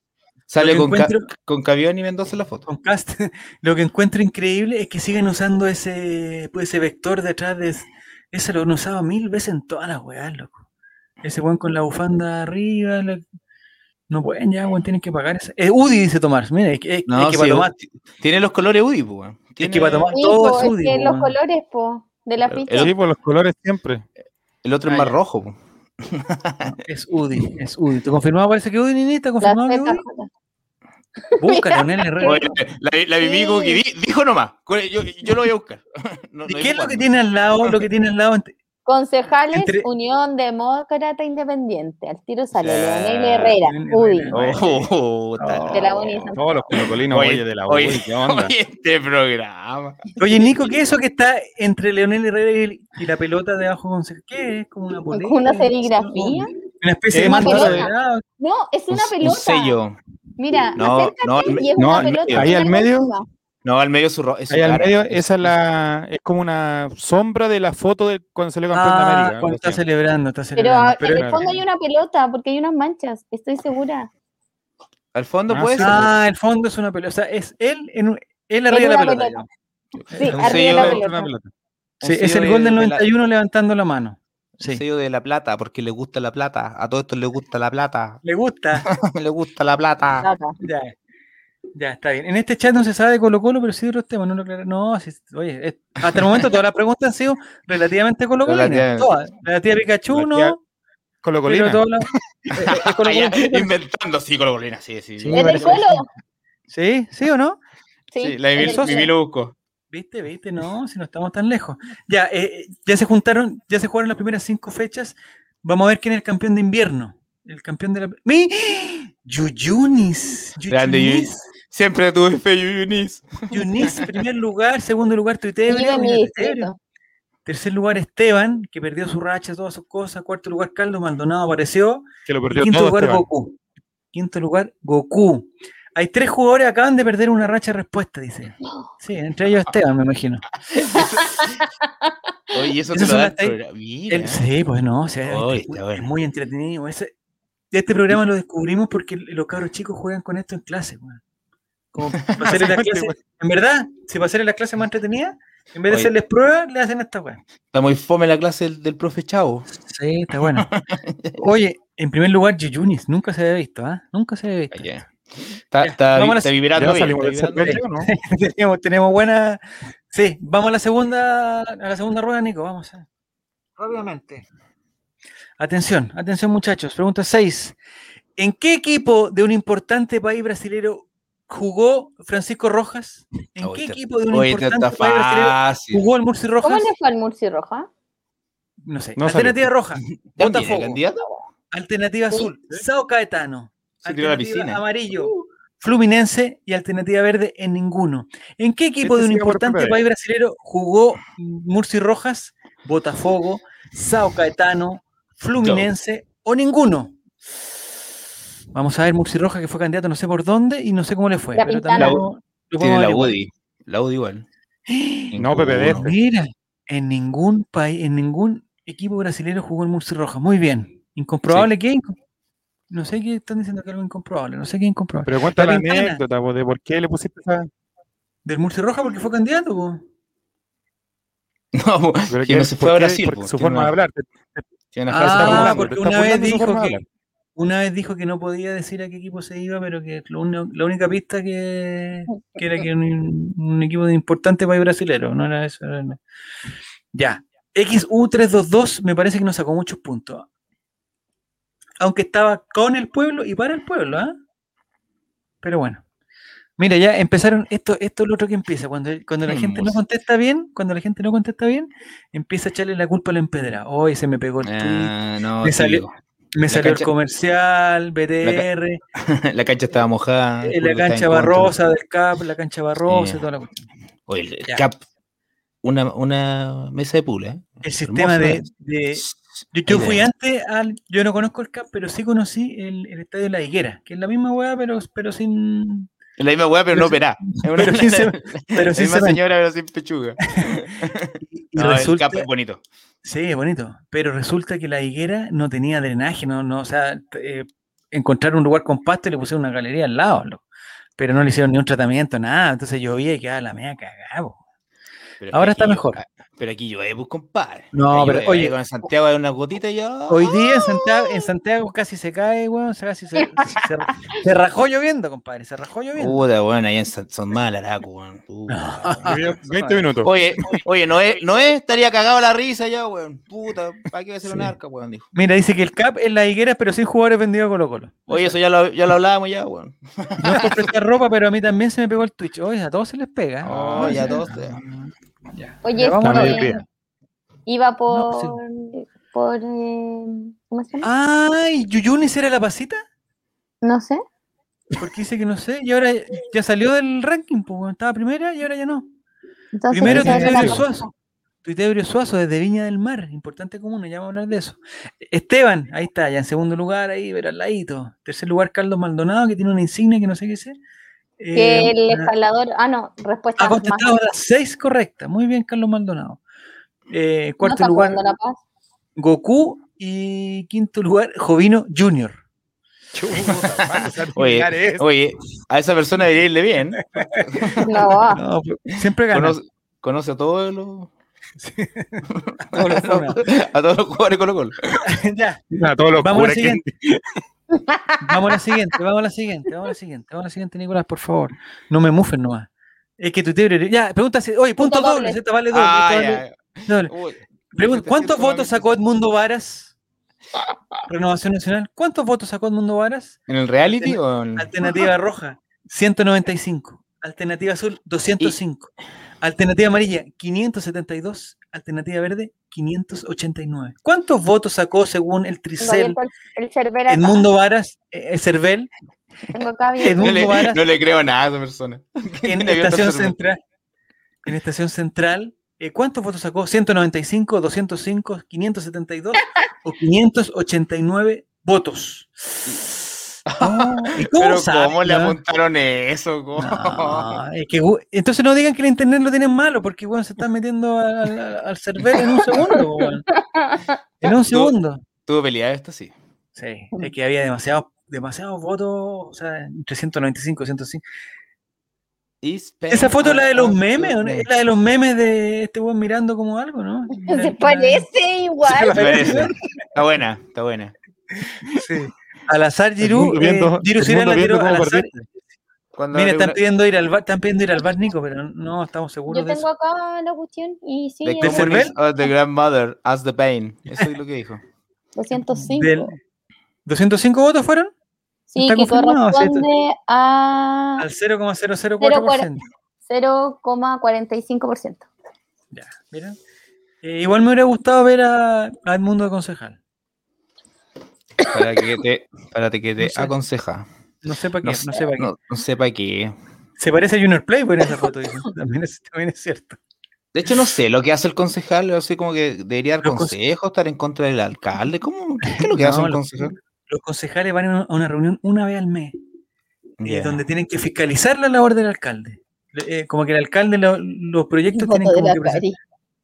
Lo Sale que con, ca- encuentro- con Cavión y Mendoza en la foto. con Cast, [LAUGHS] lo que encuentro increíble es que siguen usando ese, pues, ese vector de atrás. De, ese lo han usado mil veces en todas las weas, loco. Ese weón con la bufanda arriba. la- No pueden ya, weón, tienen que pagar. esa- Eh, Udi dice Tomás, mira, es, que- es- No, es que sí, para tomar, ti- tiene los colores UDI, pues. weón. es Tiene- que para tomar Sí, todo po, es es Udi. que po, los weón. colores, po, de la ficha. el- Sí, por los colores siempre. El otro es Ah, más ya. rojo, pues. Es Udi, es Udi. ¿Te confirmado? Parece que Udi, Nini, ¿está La confirmado que Udi? ZJ. Busca, Leonel [LAUGHS] Herrera. Oye, La, la viví como que di- dijo nomás. Cu- Yo, yo lo voy a buscar. [LAUGHS] No- no ¿Y dijo ¿Qué es lo cuándo. que tiene al lado? Lo que tiene al lado. ent- Concejales, Entre- Unión Demócrata Independiente. Al tiro sale Ya. Leonel Herrera. Leonel Uy, Herrera. [LAUGHS] Oh, No. de la Uni. Todos los colocolinos, Oye, oye, de la U, oye, ¿qué onda? Oye, este programa. Oye, Nico, ¿qué es eso que está entre Leonel Herrera y, el- y la pelota debajo? con- ¿Qué es? ¿Como una polera? ¿Una No sé, serigrafía? Una especie de Es manto una sagrado. No, es una Un- pelota. Un sello. Mira, No, acércate no, al- y es no, una al- pelota. ahí con al algo medio. encima. No, al medio su ro- es su Ahí al cara. medio, esa es la, es como una sombra de la foto de cuando salió campeón de Ah, América. cuando algo está así. celebrando, está Pero celebrando. a- Pero- en el claro. fondo hay una pelota porque hay unas manchas, estoy segura. Al fondo Ah, puede ser. ah, el fondo es una pelota. O sea, es él, en un- él arriba de la una pelota. pelota. Sí, Es un arriba de sello la de- pelota. Una pelota. un Sí, es sello el gol de- del de la- 91 levantando la mano. un Sí. sello de la plata, porque le gusta la plata. A todos estos les gusta la plata. [LAUGHS] Le gusta. [LAUGHS] le gusta la plata. Ah, Acá. Ya, ya está bien. En este chat no se sabe de Colo Colo, pero sí de otros temas. No, lo aclara- no sí, oye, es- hasta el momento todas las preguntas han sido relativamente Colo Colo. Relativa- Todas. La tía Pikachu, Relativa- no. Colocolina. Pero todas [LAUGHS] las. eh, eh, Colo Ah, Ya, Colo- inventando, sí, con la bolina, sí, sí. Sí, Sí, me ¿Es del parece colo? Sí, sí o no. la es Mimi del Colo. Mimi lo buscó. Viste, viste, no, si no estamos tan lejos. Ya, eh, ya se juntaron, ya se jugaron las primeras cinco fechas. Vamos a ver quién es el campeón de invierno. El campeón de la. ¡Mi! Yuyunis. Grande Yuyunis. Siempre tuve fe, Yunis. Yunis, primer lugar, segundo lugar, Vive Tuitebrio. en mi distrito. Tercer lugar, Esteban, que perdió su racha, todas sus cosas. Cuarto lugar, Carlos Maldonado apareció. que lo Y perdió quinto todo este lugar, Esteban. Goku. Quinto lugar, Goku. Hay tres jugadores que acaban de perder una racha de respuesta, dice. Sí, entre ellos Esteban, me imagino. Ah, Oye, eso te Esas lo son da las el tei- programa. Mira. El- sí, pues no, o sea, Oy, este- está es bueno. muy entretenido. ese- este programa lo descubrimos porque los cabros chicos juegan con esto en clase, weón. [LAUGHS] Como para hacerle las clases- En verdad, si para hacerle las clases más entretenidas, en vez de pues. Oye. hacerles pruebas, le hacen esta weón. Está muy fome la clase del, del profe Chavo. Sí, está bueno. [LAUGHS] Oye, en primer lugar, Yuyunis, nunca se había visto, ¿ah? Nunca se había visto. Allá. Está, Ya, está, vamos a la- está vibrando Ya bien, salimos del está vibrando cerveza, bien. ¿no? tenemos, tenemos buena. Sí, vamos a la segunda, a la segunda rueda, Nico, vamos. rápidamente. Atención, atención muchachos. Pregunta 6. ¿En qué equipo de un importante país brasilero jugó Francisco Rojas? ¿En Oye, qué te- equipo de un Oye, esto importante está país brasilero fácil. jugó el Murci ¿Cómo Rojas? le fue al Murci Roja? No sé. No salió. Alternativa roja, ¿También ¿eh? el Botafogo. candidato? alternativa azul, Sao Caetano. Se tiró a la Alternativa piscina. Uh. amarillo, Fluminense y alternativa verde en ninguno. ¿En qué equipo de Este un sí va por importante primera país brasilero jugó Murci Rojas, Botafogo, Sao Caetano, Fluminense o ninguno? Vamos a ver Murci Rojas que fue candidato no sé por dónde y no sé cómo le fue. La pero Pintana. también lo- lo Tiene podemos la averiguar. UDI. La UDI igual. No, PPD. Ninguno. Mira, en ningún país, en ningún equipo brasilero jugó el Murci Roja. Muy bien. Incomprobable que no sé qué están diciendo que algo incomprobable, no sé qué es incomprobable. Pero cuenta La la, ventana. anécdota po, de por qué le pusiste esa. Del Murci Roja porque fue candidato, po. [LAUGHS] No, pero que que- no se por fue a qué- Brasil. por po, su tiene forma de una- hablar. [LAUGHS] Te- tiene una Ah, frase está burlando, porque te está una vez burlando de su dijo forma de que- hablar. Una vez dijo que no podía decir a qué equipo se iba, pero que lo uni- la única pista que, que era que un, un equipo de importante país brasilero, no era eso. era- no. Ya, XU322 me parece que nos sacó muchos puntos. Aunque estaba con el pueblo y para el pueblo, ¿ah? Pero bueno. Mira, ya empezaron, esto, esto es lo otro que empieza. Cuando, cuando la Qué gente no hermoso. contesta bien, cuando la gente no contesta bien, empieza a echarle la culpa a la empedra. Hoy se me pegó el tweet, Ah, no, Me sí, salió- digo. me la salió cancha- Ah, el comercial, BTR, [LAUGHS] la cancha estaba mojada. el Eh, la público estaba eh, cancha pues, en contra. barrosa del CAP, la cancha barrosa, Sí. toda la cuestión. Oye, el- el Ya. CAP. Una, una mesa de pula. ¿eh? El sistema de. Hermoso, de- Eh, yo, Ahí yo la fui vemos. antes al. Yo no conozco el CAP, pero sí conocí el, el estadio La Higuera, que es la misma hueá, pero, pero [LAUGHS] sin. Es La misma weá, pero no Pero sí- operá. Es una- [LAUGHS] pero sí se- Pero la sin misma cemento. señora, pero sin pechuga. Y No, resulta- El CAP es bonito. Sí, bonito. Pero resulta que la higuera no tenía drenaje, no, no, o sea, t- eh, encontraron un lugar compacto y le pusieron una galería al lado, loco. Pero no le hicieron ni un tratamiento, nada. Entonces llovía y quedaba la media cagado. Pero es que Ahora está aquí- mejor. Pero aquí llueve, pues, compadre. No, Aquí pero, llueve, oye. Con Santiago hay una gotita y ¡ah! ya. Hoy día en Santiago, en Santiago casi se cae, weón. se casi se, se- se- se rajó lloviendo, compadre. Se rajó lloviendo. Puta, weón, ahí en San- son mal araco, weón. Puta, weón. Vivió 20 minutos. [LAUGHS] [LAUGHS] Oye, oye, Noé, Noé estaría cagado la risa ya, weón. Puta, ¿para qué va a ser un Sí. arca, weón? Dijo. Mira, dice que el CAP es la higuera, pero sin jugadores vendidos a Colo Colo. Oye, eso ya lo, ya lo hablábamos ya, weón. No es por [LAUGHS] prestar ropa, pero a mí también se me pegó el Twitch. Oye, a todos se les pega. Oh, Oye, ya se- todos te- Ya. Oye, Ya vamos este, a mediodía. iba por. pues sí. Ah, por eh, ¿Cómo se llama? Ay, Yuyunis era la pasita. No sé. Porque dice que no sé. Y ahora ya salió del ranking, pues, weón. estaba primera y ahora ya no. Entonces, Primero esa era la Tuitebrio cosa. Suazo. Tuitebrio Suazo desde Viña del Mar, importante comuna, ya vamos a hablar de eso. Esteban, ahí está, ya en segundo lugar, ahí, pero al ladito. Tercer lugar, Carlos Maldonado, que tiene una insignia que no sé qué es. Que el Eh, escalador. Ah, no, respuesta ha más. contestado las seis correctas. Muy bien, Carlos Maldonado. Eh, cuarto está lugar, jugando La Paz. Goku. Y quinto lugar, Jovino Junior. Chuta, mano, se va a Oye, terminar esto. Oye, a esa persona debería [LAUGHS] irle bien. No, ah, No, pero siempre gana. Conoce, conoce a todos los. [LAUGHS] todos los funas. a todos los jugadores de Colo Colo. [LAUGHS] [LAUGHS] Ya, A todos los Vamos a la curas que- siguiente. Vamos a la siguiente, vamos a la siguiente, vamos a la siguiente, vamos a la siguiente, Nicolás, por favor. No me mufen nomás. Es que tu teoría. Ya, pregunta si- Oye, punto Punto doble, doble. esta vale doble. Ah, esta vale ya. doble. Uy, Pregunta, ¿Cuántos 700 votos sacó noventa y Edmundo Varas? Renovación Nacional. ¿Cuántos votos sacó Edmundo Varas? ¿En el reality o en.? Alternativa roja, 195. Alternativa azul, 205. Alternativa amarilla, 572. Alternativa verde, 589. ¿Cuántos votos sacó según el tengo abierto Tricel el, el Cervera. acá, Edmundo Varas, eh, eh, [LAUGHS] Cervel, Tengo acá Edmundo [LAUGHS] No abierto. le, Varas. no le creo nada a esa persona. en Tiene abierto estación el server. central. En estación central. eh, ¿Cuántos votos sacó? ¿195, 205, 572 o 589 votos? Oh, ¿y cómo [LAUGHS] Pero sabe, ¿cómo le weón? apuntaron eso? ¿Cómo? No, es que gu- entonces no digan que el internet lo tienen malo, porque weón, se están metiendo al, al, al server en un segundo. weón. En un segundo. [LAUGHS] Tuvo pelea esto, sí. Sí, es que había demasiados demasiados votos, o sea, entre 195 105. Esa foto es la de los memes, ¿o no? es la de los memes de este weón mirando como algo, ¿no? La- [LAUGHS] Se la- parece Se igual. parece, Está buena, está buena. sí. Al azar Giroud, mundo viendo- eh, Giroud el Sirena mundo tiró viendo al cómo azar. Cuando Mira, abre están una- pidiendo ir al bar, están pidiendo ir al bar, Nico, pero no estamos seguros Yo de eso. tengo acá la cuestión y sí, The ¿Del es cervel? Communist Oh, of the Grandmother as the Pain. Eso es lo que dijo. 205. Del- ¿205 votos fueron? sí, está que confirmado, ¿cierto? corresponde a Ah. Al 0,004%. 0,45%. Ya, mira. Eh, igual me hubiera gustado ver a, a Edmundo de concejal. Para que te, para que te No sé. aconseja. No sé para qué, No, no, sé, sé para qué. no- no sé pa' qué. Se parece a Junior Playboy en esa foto, [LAUGHS] dicen. También es, también es cierto. De hecho, no sé lo que hace el concejal. Así como que debería dar Los conse- consejo, estar en contra del alcalde. ¿Cómo? ¿Qué es lo que [LAUGHS] hace No, un lo- concejal? Los concejales van a una- a una reunión una vez al mes, eh, Ya. donde tienen que fiscalizar la labor del alcalde. Le- eh, como que el alcalde, lo- los proyectos tienen Voto de como la que, presen- Cari.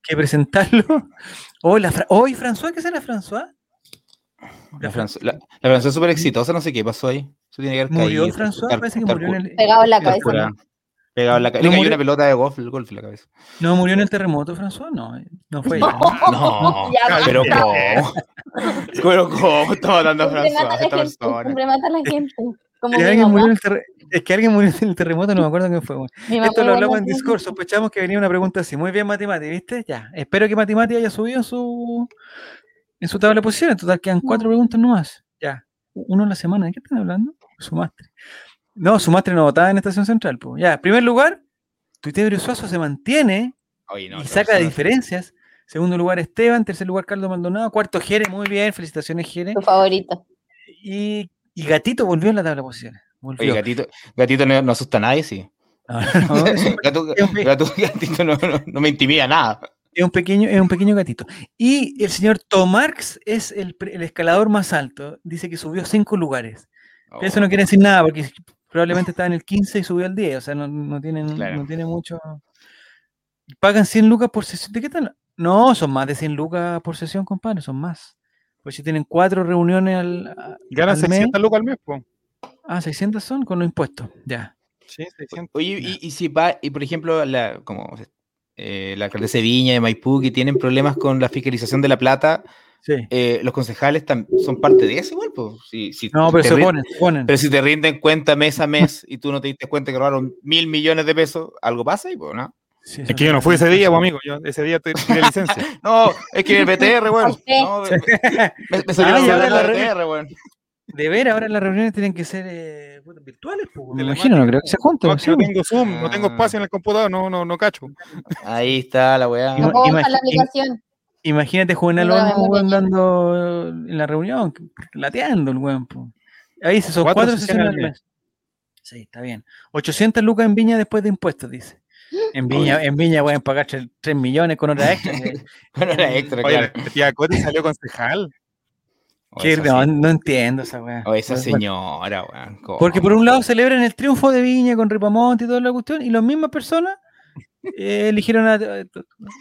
que presentarlo. [LAUGHS] Hoy, la Fra- hoy François, ¿qué será François? La Francia la, la Francia es súper exitosa, no sé qué pasó ahí. Eso tiene que haber Murió caído, François, tar- parece que tar- murió en el, Pegado en la Sí, cabeza. locura. tar- pegado en la ca- No Le cayó murió- una pelota de golf, golf en la cabeza. no murió en el terremoto, François, no, eh, no [LAUGHS] fue. él, ¿no? No, Ya basta. pero ¿cómo? Pero ¿cómo? Estaba hablando de Siempre mata François, esta a la gente, persona. siempre mata [LAUGHS] a la gente. Como Es, mi alguien murió mamá, en el terre- es que alguien murió en el terremoto, no me acuerdo quién fue. bueno. mi mamá Esto lo igual hablamos en mata a la Discord, gente. sospechamos que venía una pregunta así. Muy bien, Matimati, ¿viste? Ya. Espero que Matimati haya subido su en su tabla de posiciones. En total quedan cuatro preguntas nomás. Ya. Uno a la semana. ¿De qué están hablando? Sumastre. No, Sumastre no votaba en Estación Central. po. Ya, en primer lugar, Tuitebrio Suazo se mantiene Oye, no, y esta saca persona- diferencias. Segundo lugar, Esteban. Tercer lugar, Carlos Maldonado. Cuarto, Jere. Muy bien, felicitaciones, Jere. Tu favorito. Y, y Gatito volvió en la tabla de posiciones. Volvió. Oye, gatito, gatito no, no asusta a nadie, sí. [LAUGHS] No, Ah, [LAUGHS] no, es un Gato- Siempre. gato- gatito no, no- no me intimida nada. Es un pequeño, es un pequeño gatito. Y el señor Tomarx es el, pre- el escalador más alto. Dice que subió cinco lugares. Pero Eso no quiere decir nada, porque probablemente estaba en el 15 y subió al 10. O sea, no, no tienen, Claro. no tiene mucho. Pagan 100 lucas por sesión. ¿De qué tal? No, son más de 100 lucas por sesión, compadre. Son más. Pues si tienen cuatro reuniones al. a- Ganan al mes. 600 lucas al mes, po. Ah, 600 son con los impuestos. Ya. Sí, 600. Oye, y, y si va, y por ejemplo, la, como eh, la alcaldesa de Viña, de Maipú, que tienen problemas con la fiscalización de la plata, Sí. eh, los concejales tam- son parte de eso igual, pues. Si, si No, pero te se rin- ponen, se ponen. Pero si te rinden cuenta mes a mes y tú no te diste cuenta que robaron mil millones de pesos, algo pasa y pues, ¿no? Sí, Es son- que yo no fui ese son- día, po, amigo. Yo ese día te- tiré [LAUGHS] licencia. No, es que el [LAUGHS] BTR, weón. qué? No, me, me- me salieron Ah, ya, los la de red. BTR, weón. De ver, ahora las reuniones tienen que ser eh, puta, virtuales, pues, me Telemáticas, imagino, no creo que se No, junten. que no tengo Zoom, no tengo Ah. espacio en el computador, no, no, no cacho. Ahí está la weá. Ima- Ojo a imagi- la aplicación. Imagínate Juvenal Tengo la Olmos, memoria weón, dando en la reunión, lateando el weón. po. Ahí se son Cuatro cuatro, sesiones sesiones al al mes. Sí, está bien. 800 lucas en Viña después de impuestos, dice. En Viña, en Viña pueden pagar 3, millones con hora extra. [LAUGHS] que- Bueno, era extra, Oye, claro. la tía Coti salió [LAUGHS] concejal. O que esa, no, se- no entiendo esa weá. o esa Bueno, señora, weón. ¿cómo? Porque por un lado celebran el triunfo de Viña con Ripamonte y toda la cuestión, y las mismas personas eh, eligieron a a- a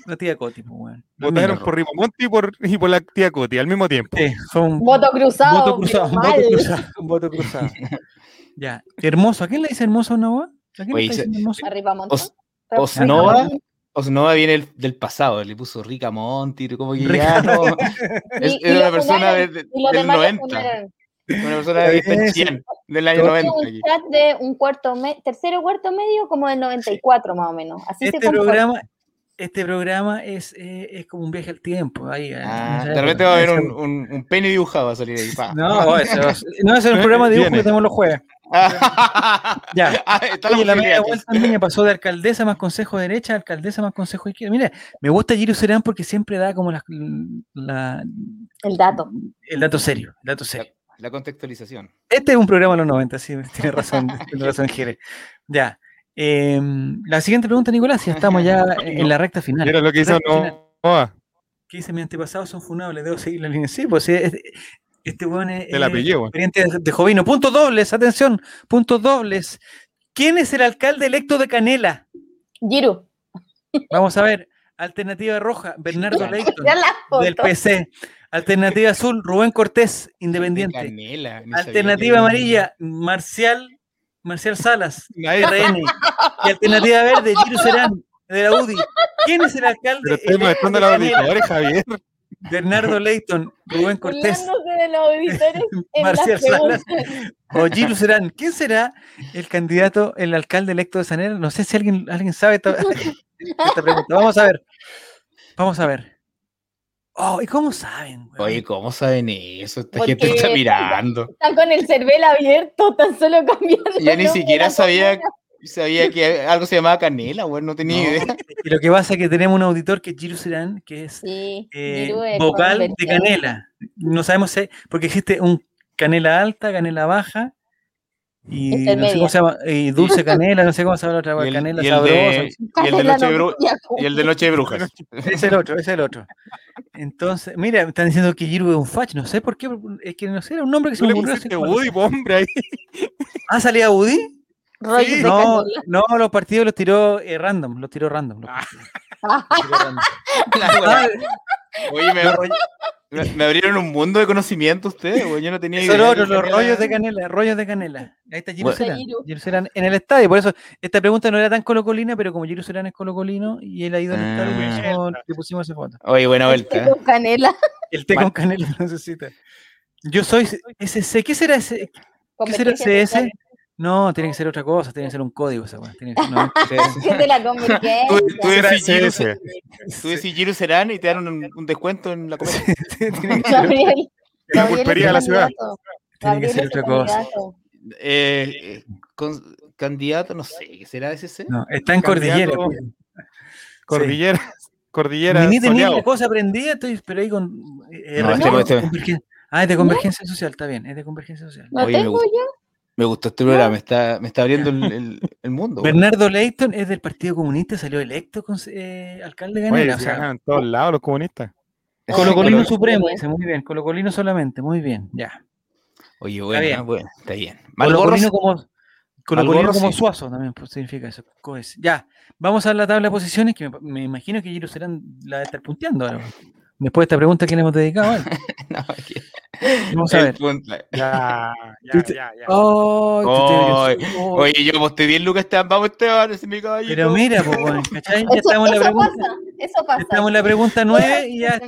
la tía Coti, pues, weón. Las Votaron mismas. por Ripamonti y por, y por la tía Coti al mismo tiempo. Sí, fue un Voto cruzado. voto pero cruzado, un mal. voto cruzado, un [LAUGHS] voto cruzado. Ya, hermoso. ¿A quién le dice hermoso a una weá? ¿A quién Oye, le está se- diciendo hermoso? Arriba Monta. Os- Osnova, Osnova viene el- del pasado, le puso Rica Monti, como que ya no. [LAUGHS] Es, Y- y era lo una persona de- funaron, de- Y los del demás lo 90. funaron. Una persona de Ese. 100, del año Todo- 90. Tengo aquí. un chat de un cuarto, me- tercero cuarto medio, como del 94 más o menos. Así se Este comporta. programa, este programa es, eh, es como un viaje al tiempo. Ahí, eh, Ah, en esa de repente época. va a haber un, Ah. un, un pene dibujado va a salir ahí. pa. No, eso, no, eso es el programa de dibujo Viene. que tenemos los jueves. Ya. [LAUGHS] Ah, [LAUGHS] está la Oye, la media posibilidad, vuelta niña pasó de alcaldesa más consejo de derecha a alcaldesa más consejo de izquierda. Mira, me gusta Giro Serán porque siempre da como las- la- El dato. el dato serio, el dato serio. La contextualización. Este es un programa de los 90, sí, [LAUGHS] tiene [LAUGHS] razón, tiene razón, Jere. Ya. em, la siguiente pregunta, Nicolás, ya estamos [LAUGHS] ya en la recta final. Era lo que hizo Recta final. no, ah, Noa, Que dice, mis antepasados son funables, debo seguir la línea. Sí, pues sí, este, este weón es... del apellido. weón. Pariente de, de Jovino. Puntos dobles, atención, puntos dobles. ¿Quién es el alcalde electo de Canela? Giru. Vamos a ver. Alternativa roja, Bernardo Leighton, Ya la foto. del PC. Alternativa azul, Rubén Cortés, independiente. Canela, ni sabía que- Alternativa amarilla, Marcial, Marcial Salas, Nadie- RN. Y alternativa verde, Giro Serán, de la UDI. ¿Quién es el alcalde? Pero estoy electo molestando de a los Canela? auditores, Javier. Bernardo Leighton, Rubén Cortés Burlándose de [LAUGHS] los auditores en las Marcial Salas. preguntas. o Giro Serán. ¿Quién será el candidato, el alcalde electo de Sanera? No sé si alguien, alguien sabe esta, esta pregunta. Vamos a ver. Vamos a ver. Oh, ¿y cómo saben? weón? Oye, ¿cómo saben eso? Esta Porque- [LAUGHS] gente está mirando. Está con el cervel abierto, tan solo cambiando. Ya ni el nombre de siquiera la sabía- comuna. Sabía que algo se llamaba canela, güey, no tenía No, idea. Y lo que pasa es que tenemos un auditor que es Giro Serán, que es Sí, eh, Giroud es vocal de convertido. canela. No sabemos si, porque existe un canela alta, canela baja y, Esa es no sé cómo media. se llama, y dulce canela, no sé cómo se llama la [LAUGHS] otra, Y el- canela y el sabrosa. de- no sé. Y el de Canela Noche de no Bru- podía Y el de Noche de [LAUGHS] Brujas. Ese Es el otro, ese es el otro. Entonces, mira, me están diciendo que Giru es un fach, no sé por qué, es que no sé, era un nombre que se Tú me le ocurrió. así [LAUGHS] pusiste como- Woody, po, hombre, ahí. ¿Ah, salía Woody? Rollo Sí, de No, canela. no, los partidos los tiró eh, random, los tiró random. los Ah. partidos, los tiró random. Ah, [LAUGHS] La güey. Oye, me, me- me abrieron un mundo de conocimiento ustedes, güey. Yo no tenía Eso idea. es lo que otro, los canela- rollos de canela, rollos de canela. Ahí está Bueno. Jerusalén. Está Giru. en el estadio. Por eso esta pregunta no era tan colocolina, pero como Jerusalén es colocolino y él ha ido al estadio, Ah. le pusimos- le pusimos esa foto. Oye, buena vuelta. ¿eh? Con canela. El té Vale. con canela no necesita. Yo soy SC. ¿Qué será ese? ¿Qué será Convergencia CS? social. No, tiene que ser otra cosa, tiene que ser un código esa weá, tiene que ser- no, Es de la [LAUGHS] convergencia. Tú, tú decís Era Giru- ese. tú decís Giru Serán y te dan un, un descuento en la comida. [LAUGHS] tiene que ser- Gabriel- La pulpería Gabriel de es la el ciudad. candidato. tiene que Gabriel ser es el otra cosa. candidato. Eh, eh, con- candidato, no sé, ¿qué será ese? ser? No, está en cordillera. Candidato- pues. Sí. Cordillera, cordillera. Ni tenía soleado. la cosa aprendida, estoy, pero ahí con. eh, No, eh, este remoto, no, este no. convergen- Ah, es de convergencia social, está bien, es de convergencia social. No Oye, me tengo gusta. yo. Me gustó este programa, me está, me está abriendo el, el- el mundo. güey. Bernardo Leighton es del Partido Comunista, salió electo con, eh, alcalde de Oye, Canela. o se sea, ganan en todos lados los comunistas. Colocolino Colo- Supremo, Colo- dice, muy bien, Colocolino solamente, muy bien, ya. Oye, bueno, bien. ah, bueno, está bien. Colocolino Malgorro, como, Malgorro Colocolino como sí. Suazo también pues, significa eso. coes. Ya, vamos a la tabla de posiciones, que me, me imagino que Giro serán la de estar punteando ahora. Después de esta pregunta que le hemos dedicado, bueno, [LAUGHS] no, aquí- vamos a el ver. punto. [LAUGHS] Ya, ya, Tú- ya. ya. Ay, tú te Oy, eres- oh, Oye, yo aposté bien, Lucas Esteban. Vamos, Esteban, ese es mi caballito. pero mira, pues, bueno, ¿cachai? Ya Eso, estamos en la eso pregunta. pasa, eso pasa. ya Estamos en la pregunta 9 [LAUGHS] y ya es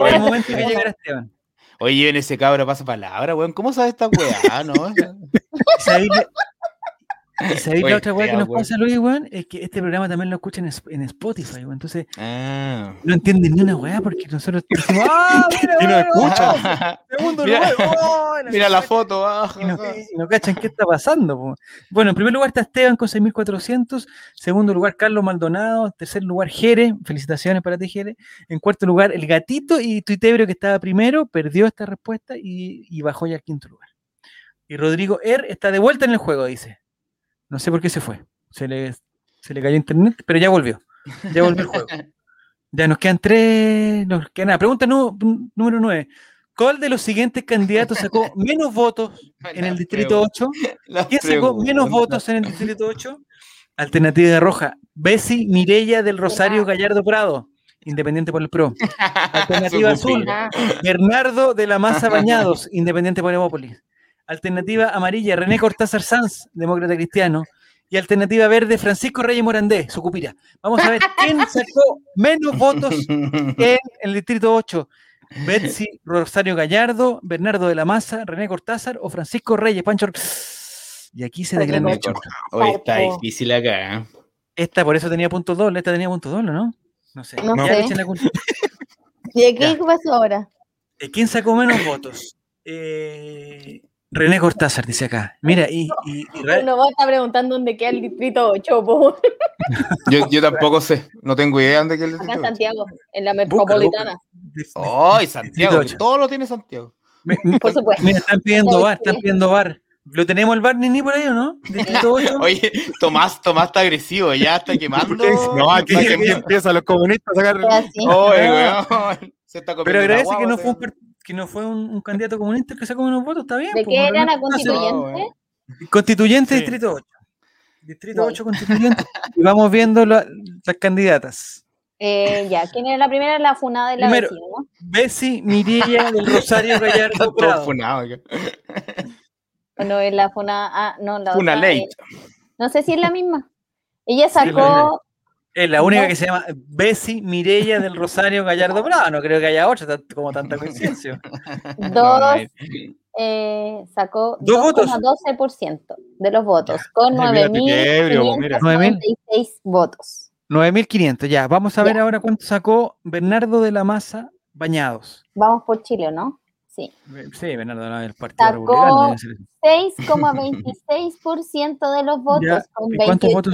Oye. el momento que llegará Esteban. Oye, en ese cabro pasa palabra, weón. ¿Cómo sabe esta weá, [LAUGHS] no? ¿Sabéis la- y sabéis Oye, la otra weá que fea, nos weón. pasa, Luis, weón? Es que este programa también lo escuchan en, Sp- en Spotify, weón. Entonces Ah. no entienden ni una weá porque nosotros decimos, ¡ah, mira, Y no weón, [LAUGHS] escuchan. weón, segundo Mira- lugar, weón, Mira la weá". foto, ah, Y no, ja, ja. y no cachan qué está pasando. po. Bueno, en primer lugar está Esteban con 6.400. Segundo lugar, Carlos Maldonado. En tercer lugar, Jere. Felicitaciones para ti, Jere. En cuarto lugar, el gatito y Tuitebro, que estaba primero, perdió esta respuesta y, y bajó ya al quinto lugar. Y Rodrigo Er está de vuelta en el juego, dice. No sé por qué se fue. Se le, se le cayó internet, pero ya volvió. Ya volvió el juego. Ya nos quedan tres. Nos quedan nada. Pregunta nu- número nueve. ¿Cuál de los siguientes candidatos sacó menos votos en el La distrito 8. pregunta, la ¿Quién sacó pregunta. menos votos en el distrito 8? Alternativa de roja. Bessie Mirella del Rosario Gallardo Prado, independiente por el PRO. Alternativa Su cumplir. azul, Bernardo de la Maza Bañados, independiente por Evópolis. Alternativa amarilla, René Cortázar Sanz, demócrata cristiano. Y alternativa verde, Francisco Reyes Morandé, Sucupira. Vamos a ver quién sacó menos votos en el distrito 8. Betsy Rosario Gallardo, Bernardo de la Maza, René Cortázar o Francisco Reyes Pancho. Or- Y aquí se René declaró Cortázar. hecho. [LAUGHS] Oye, está Zarpo. difícil acá. ¿eh? Esta por eso tenía punto doble, esta tenía punto doble, ¿no? No sé. No Ya le sé. echen la culpa. ¿Y de qué Ya. pasó ahora? Eh, ¿Quién sacó menos votos? Eh, René Cortázar, dice acá. Mira, y, y- y Ra- Uno va a estar preguntando dónde queda el distrito 8, Ah, po. Yo, yo tampoco sé. No tengo idea dónde que el acá en distrito. Santiago, en la metropolitana. [LAUGHS] ¡Ay, Santiago! que ocho. Todo lo tiene Santiago. me- me- [LAUGHS] Por supuesto. mira, están [LAUGHS] pidiendo Ya bar, están dije. pidiendo bar. ¿Lo tenemos el bar, Nini, por ahí o [LAUGHS] no? Distrito ocho. Oye, Tomás, Tomás está agresivo, ya está quemando. No, aquí, Está aquí quemando. empiezan los comunistas a sacar. Fue así. Oh. Oye, weón. Se está comiendo Pero una agradece que guagua, no fue un weón. part- que no fue un, un candidato comunista el que sacó menos votos, está bien. ¿De pues, qué bueno, era no la pasa. constituyente? bueno. Constituyente Sí. Distrito 8. Distrito Voy. 8 constituyente. Y vamos viendo la- las candidatas. Eh, ya, ¿quién era la primera? La funada de la Primero. vecina, ¿no? Bessie Mirilla del Rosario Está [LAUGHS] Gallardo todo Prado. funado acá. Bueno, es la funada. Ah, no, la Una otra, ley. eh, no sé si es la misma. Ella la sacó Es la única No. que se llama Bessie Mirella del Rosario Gallardo Bravo. No creo que haya otra tan- como tanta coincidencia. Dos, Ay, eh, sacó Dos votos. 2,12% de los votos, con Ay, mira, Pipiebrio, po, mira. 9.596 votos. 9.500, ya. Vamos a ver Ya. ahora cuánto sacó Bernardo de la Maza Bañados. Vamos por Chile, ¿o ¿no? Sí. Sí, Bernardo de la del Partido Sacó- Republicano. debe ser eso. 6,26% de los votos, Ya, con ¿Y cuántos votos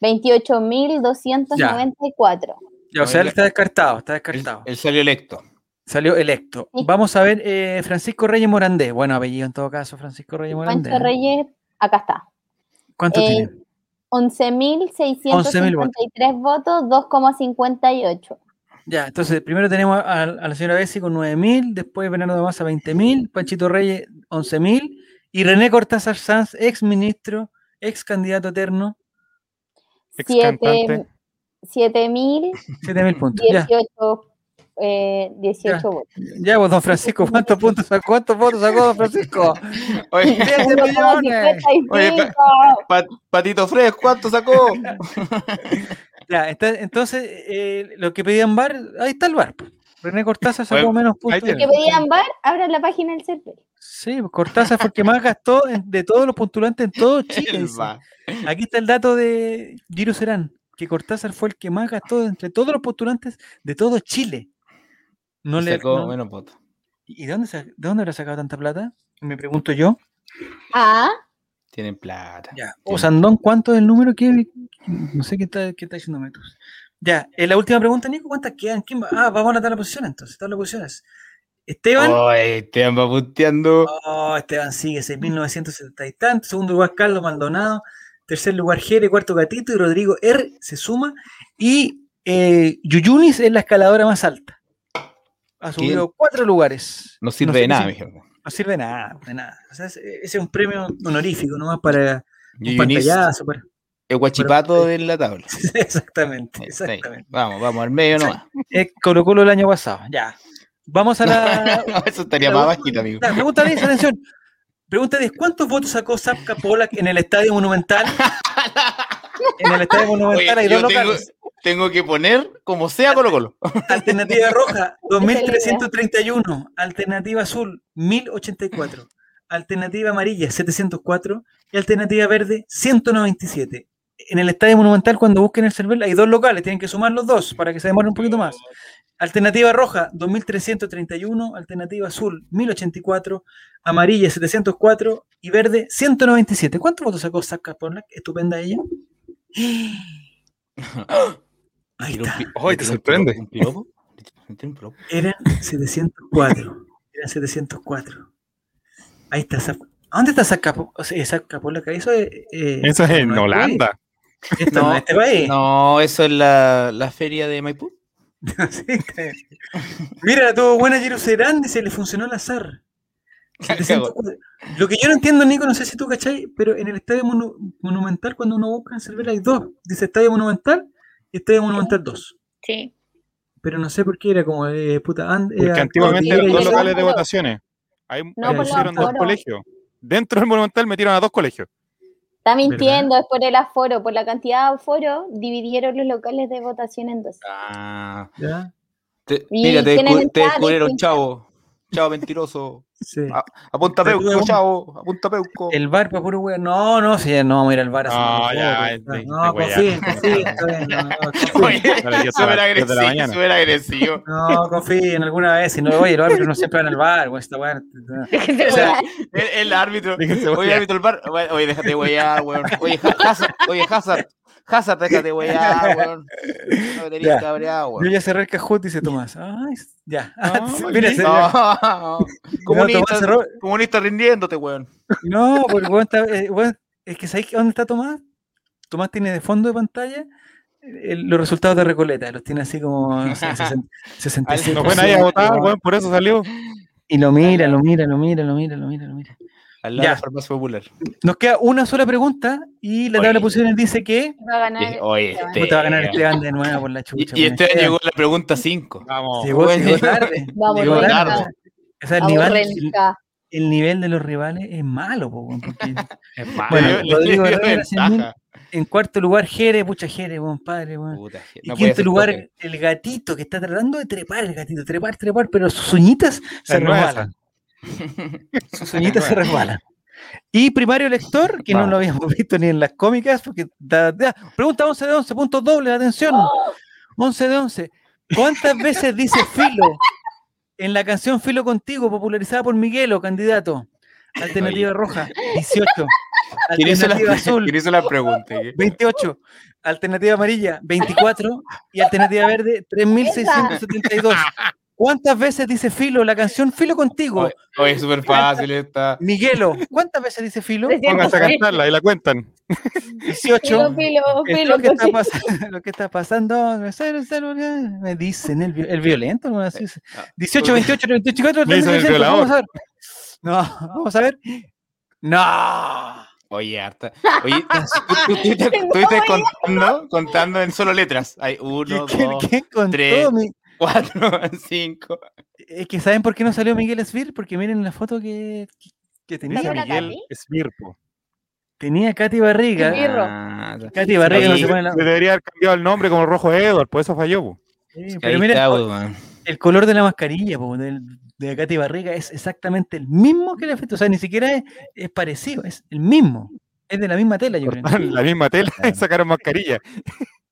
28 son? 28.294. Ya, o sea, él está descartado, está él, descartado. él salió electo. Salió electo. Sí. Vamos a ver eh, Francisco Reyes Morandé. Bueno, apellido en todo caso, Francisco Reyes Morandé. Pancho ¿eh? Reyes, acá está. ¿Cuánto eh, tiene? 11.000 11.653 votos, 2,58. Ya, entonces primero tenemos a, a la señora Bessi con 9.000, después Bernardo de Massa 20.000, Panchito Reyes 11.000 y René Cortázar Sanz, ex ministro, ex candidato eterno, Ex Siete- cantante. 7.018 7.000 puntos. Ya, eh, 18 votos. ya vos, don Francisco, ¿cuántos puntos sacó? ¿Cuántos votos sacó don [LAUGHS] Francisco? Oye, [LAUGHS] ¡Siete Uno como millones! 55. Oye, Pat- Patito Fres, ¿cuánto sacó? Ya, esta- entonces eh, lo que pedían bar, ahí está el bar. po. René Cortázar sacó Bueno, menos ahí puntos. tiene. que pedían bar, abran la página del server. Sí, pues, Cortázar porque más gastó en- de todos los postulantes en todo Chile. El dice. va. Aquí está el dato de Giro Serán, que Cortázar fue el que más gastó entre todos los postulantes de todo Chile. No No le, sacó no- menos votos. ¿Y de dónde, sa- de dónde habrá sacado tanta plata? Me pregunto yo. Ah, Tienen plata. Ya. O Sandón, ¿cuánto es el número que.? No sé qué está, qué está diciendo Metus. Ya, eh, la última pregunta, Nico, ¿cuántas quedan? ¿Quién va? Ah, vamos a anotar la posición entonces, todas las posiciones. Esteban. Oye, te van puteando. Oh, Esteban sigue, 6.970 y tanto. Segundo lugar, Carlos Maldonado. Tercer lugar, Jere. Cuarto, Gatito. Y Rodrigo R. se suma. Y eh, Yuyunis es la escaladora más alta. Ha ¿Quién? subido cuatro lugares. No sirve sé de qué nada, sig- mi gente. No sirve de nada, de nada. O sea, ese ese es un premio honorífico nomás para un Yuyunis, pantallazo. para- el guachipato de la tabla. [LAUGHS] Exactamente, Ahí está ahí. eh, exactamente. Vamos, vamos, al medio nomás. Eh, Colo Colo el año pasado, ya. Vamos [LAUGHS] a la, No, eso estaría más bajito, amigo. La pregunta de atención. Pregunta de ¿cuántos votos sacó Zapka Polak en el Estadio Monumental? En el Estadio Monumental Oye, hay dos yo tengo, locales. tengo que poner como sea Colo Colo. Alternativa roja, 2331. Alternativa azul, 1084. Alternativa amarilla, 704. Y alternativa verde, 197. En el Estadio Monumental, cuando busquen el server, hay dos locales, tienen que sumar los dos para que se demoren un poquito más. Alternativa roja, 2331. Alternativa azul, 1084. Amarilla, 704. Y verde, 197. ¿Cuántos votos sacó Saca Porlac? Estupenda [GASPS] ella. Ahí Tiró un está. pi- Ay, te tiró un sorprende. piropo, ¿Un piropo? ¿Le tiró un piropo? Eran 704. Eran 704. Ahí está. Zap- ¿A ¿Dónde está Zacapo? O sea, Zacapo, la que hizo. eh, eh, Eso es no en este Holanda. país. Esto no, No, es este país. No, eso es la, la feria de Maipú. [LAUGHS] Sí, está bien. Mira, la tuvo buena Jerusalén y se le funcionó al azar. 704. Lo que yo no entiendo, Nico, no sé si tú cachai, pero en el Estadio Monu- Monumental, cuando uno busca en Cervera, hay dos. Dice Estadio Monumental y Estadio Monumental 2. sí. Pero no sé por qué era como de puta. and- Porque era antiguamente eran cordillera dos y- Cordillera. locales de votaciones. Ahí por los pusieron dos aforos. colegios. Dentro del Monumental metieron a dos [LAUGHS] colegios. Está mintiendo, es por el aforo, por la cantidad de aforo, dividieron los locales de votación en dos. Ah, Ya. te- Y mira, te, tienen descu- te entradas descubrieron, distintas. chavo. Chavo, mentiroso. Sí. Apunta Pero tuve Peuco, un- chavo. Apunta Peuco. El bar para puro wea. No, no, sí, no vamos a ir al bar a No, hacer ya, fotos, es de- de No, wea. confíen, confíen, está bien, no, confíen. Oye, Para las diez de súper la- diez de la agresivo, mañana. súper agresivo. No, confíen alguna vez. Si no, oye, los árbitros no siempre van al bar, wea, esta wea. O sea, el, el árbitro. Déjense Oye, huear. árbitro del bar. Oye, Oye, déjate huear, weón. Oye, Ha- Hazard. Oye, Hazard. Hazard, déjate huear, weón. No me tenés Ya. cabreado, Yo weón. ya cerré el cajón, dice Tomás. [LAUGHS] Ah, Ay, ya. No, Sí, mira, oye, se- [LAUGHS] No, no, no. Tomás Comunista, cerró- comunista rindiéndote, weón. No, porque weón está- eh, weón, es que ¿sabéis dónde está Tomás? Tomás tiene de fondo de pantalla eh, los resultados de Recoleta, los tiene así como no sé, 60, 65. No fue nadie a votar, weón, por eso salió. Y lo mira, lo mira, lo mira, lo mira, lo mira, lo mira. Al lado de Ya. la farmacia popular. Nos queda una sola pregunta y la Oye. tabla de posiciones dice que Va a ganar. eh, Y- Oye, Esteban. Puta, va a ganar Esteban. Esteban de nuevo por la chucha. Y, y weón. este Esteban llegó la pregunta 5. Vamos. llegó, Bueno. llegó tarde. Vamos, llegó Renca. tarde. O sea, el Vamos, nivel, el, Renca. el nivel de los rivales es malo, po, weón, porque- Es malo. Bueno, Le dio- le Rodrigo dio [LAUGHS] Herrera, 100.000. ventaja. En cuarto lugar, Jerez, pucha Jerez, compadre, weón. Puta, je- En no puede quinto ser lugar, tope. el gatito que está tratando de trepar, el gatito, trepar, trepar, pero sus uñitas se resbalan. Sus uñitas se resbalan. Y primario lector, que no Vamos. lo habíamos [LAUGHS] visto ni en las cómicas, porque da, da- pregunta 11 de 11, puntos dobles, atención. 11 de 11. ¿Cuántas veces dice Filo en la canción Filo Contigo, popularizada por Miguelo, candidato? Alternativa roja, 18. ¿Quién hizo la- [LAUGHS] Alternativa azul, quién hizo la [LAUGHS] pregunta? 28, alternativa amarilla, 24 y alternativa verde, 3672. ¿Cuántas veces dice Filo la canción Filo contigo? Oye, oye, es súper fácil esta. Miguelo, ¿cuántas veces dice Filo? Pónganse a cantarla y la cuentan. 18. Filo, filo, Es filo, lo, que está cochino. pas- [LAUGHS] lo que está pasando, me sale el celular, me dicen el, vi- el violento. bueno, así es. Ah, 18, 28, 28, 24, Me dicen el 36, violador. vamos a ver. No, vamos a ver. No. Oye, harta. Oye, tú, tú- tú estuviste- Tengo estuviste contando, contando en solo letras. Hay [LAUGHS] uno, ¿Qué- qué- dos, qué contó tres. mi- cuatro, [LAUGHS] cinco. Es que ¿saben por qué no salió Miguel Esbir? Porque miren la foto que, que- que tenía. ¿Salió la Miguel Cami? Esmirpo. Tenía Katy Barriga. Esbirro. Ah, Katy Barriga no se pone la... Le debería haber cambiado el nombre como Rojo Edward, por eso falló. po. Sí, ahí pero miren, está, o- weón. el color de la mascarilla po, del- de Katy Barriga es exactamente el mismo que la foto. O sea, ni siquiera es, es parecido, es el mismo. Es de la misma tela, yo [LAUGHS] creo. Cortaron [LAUGHS] la misma tela y sacaron mascarilla.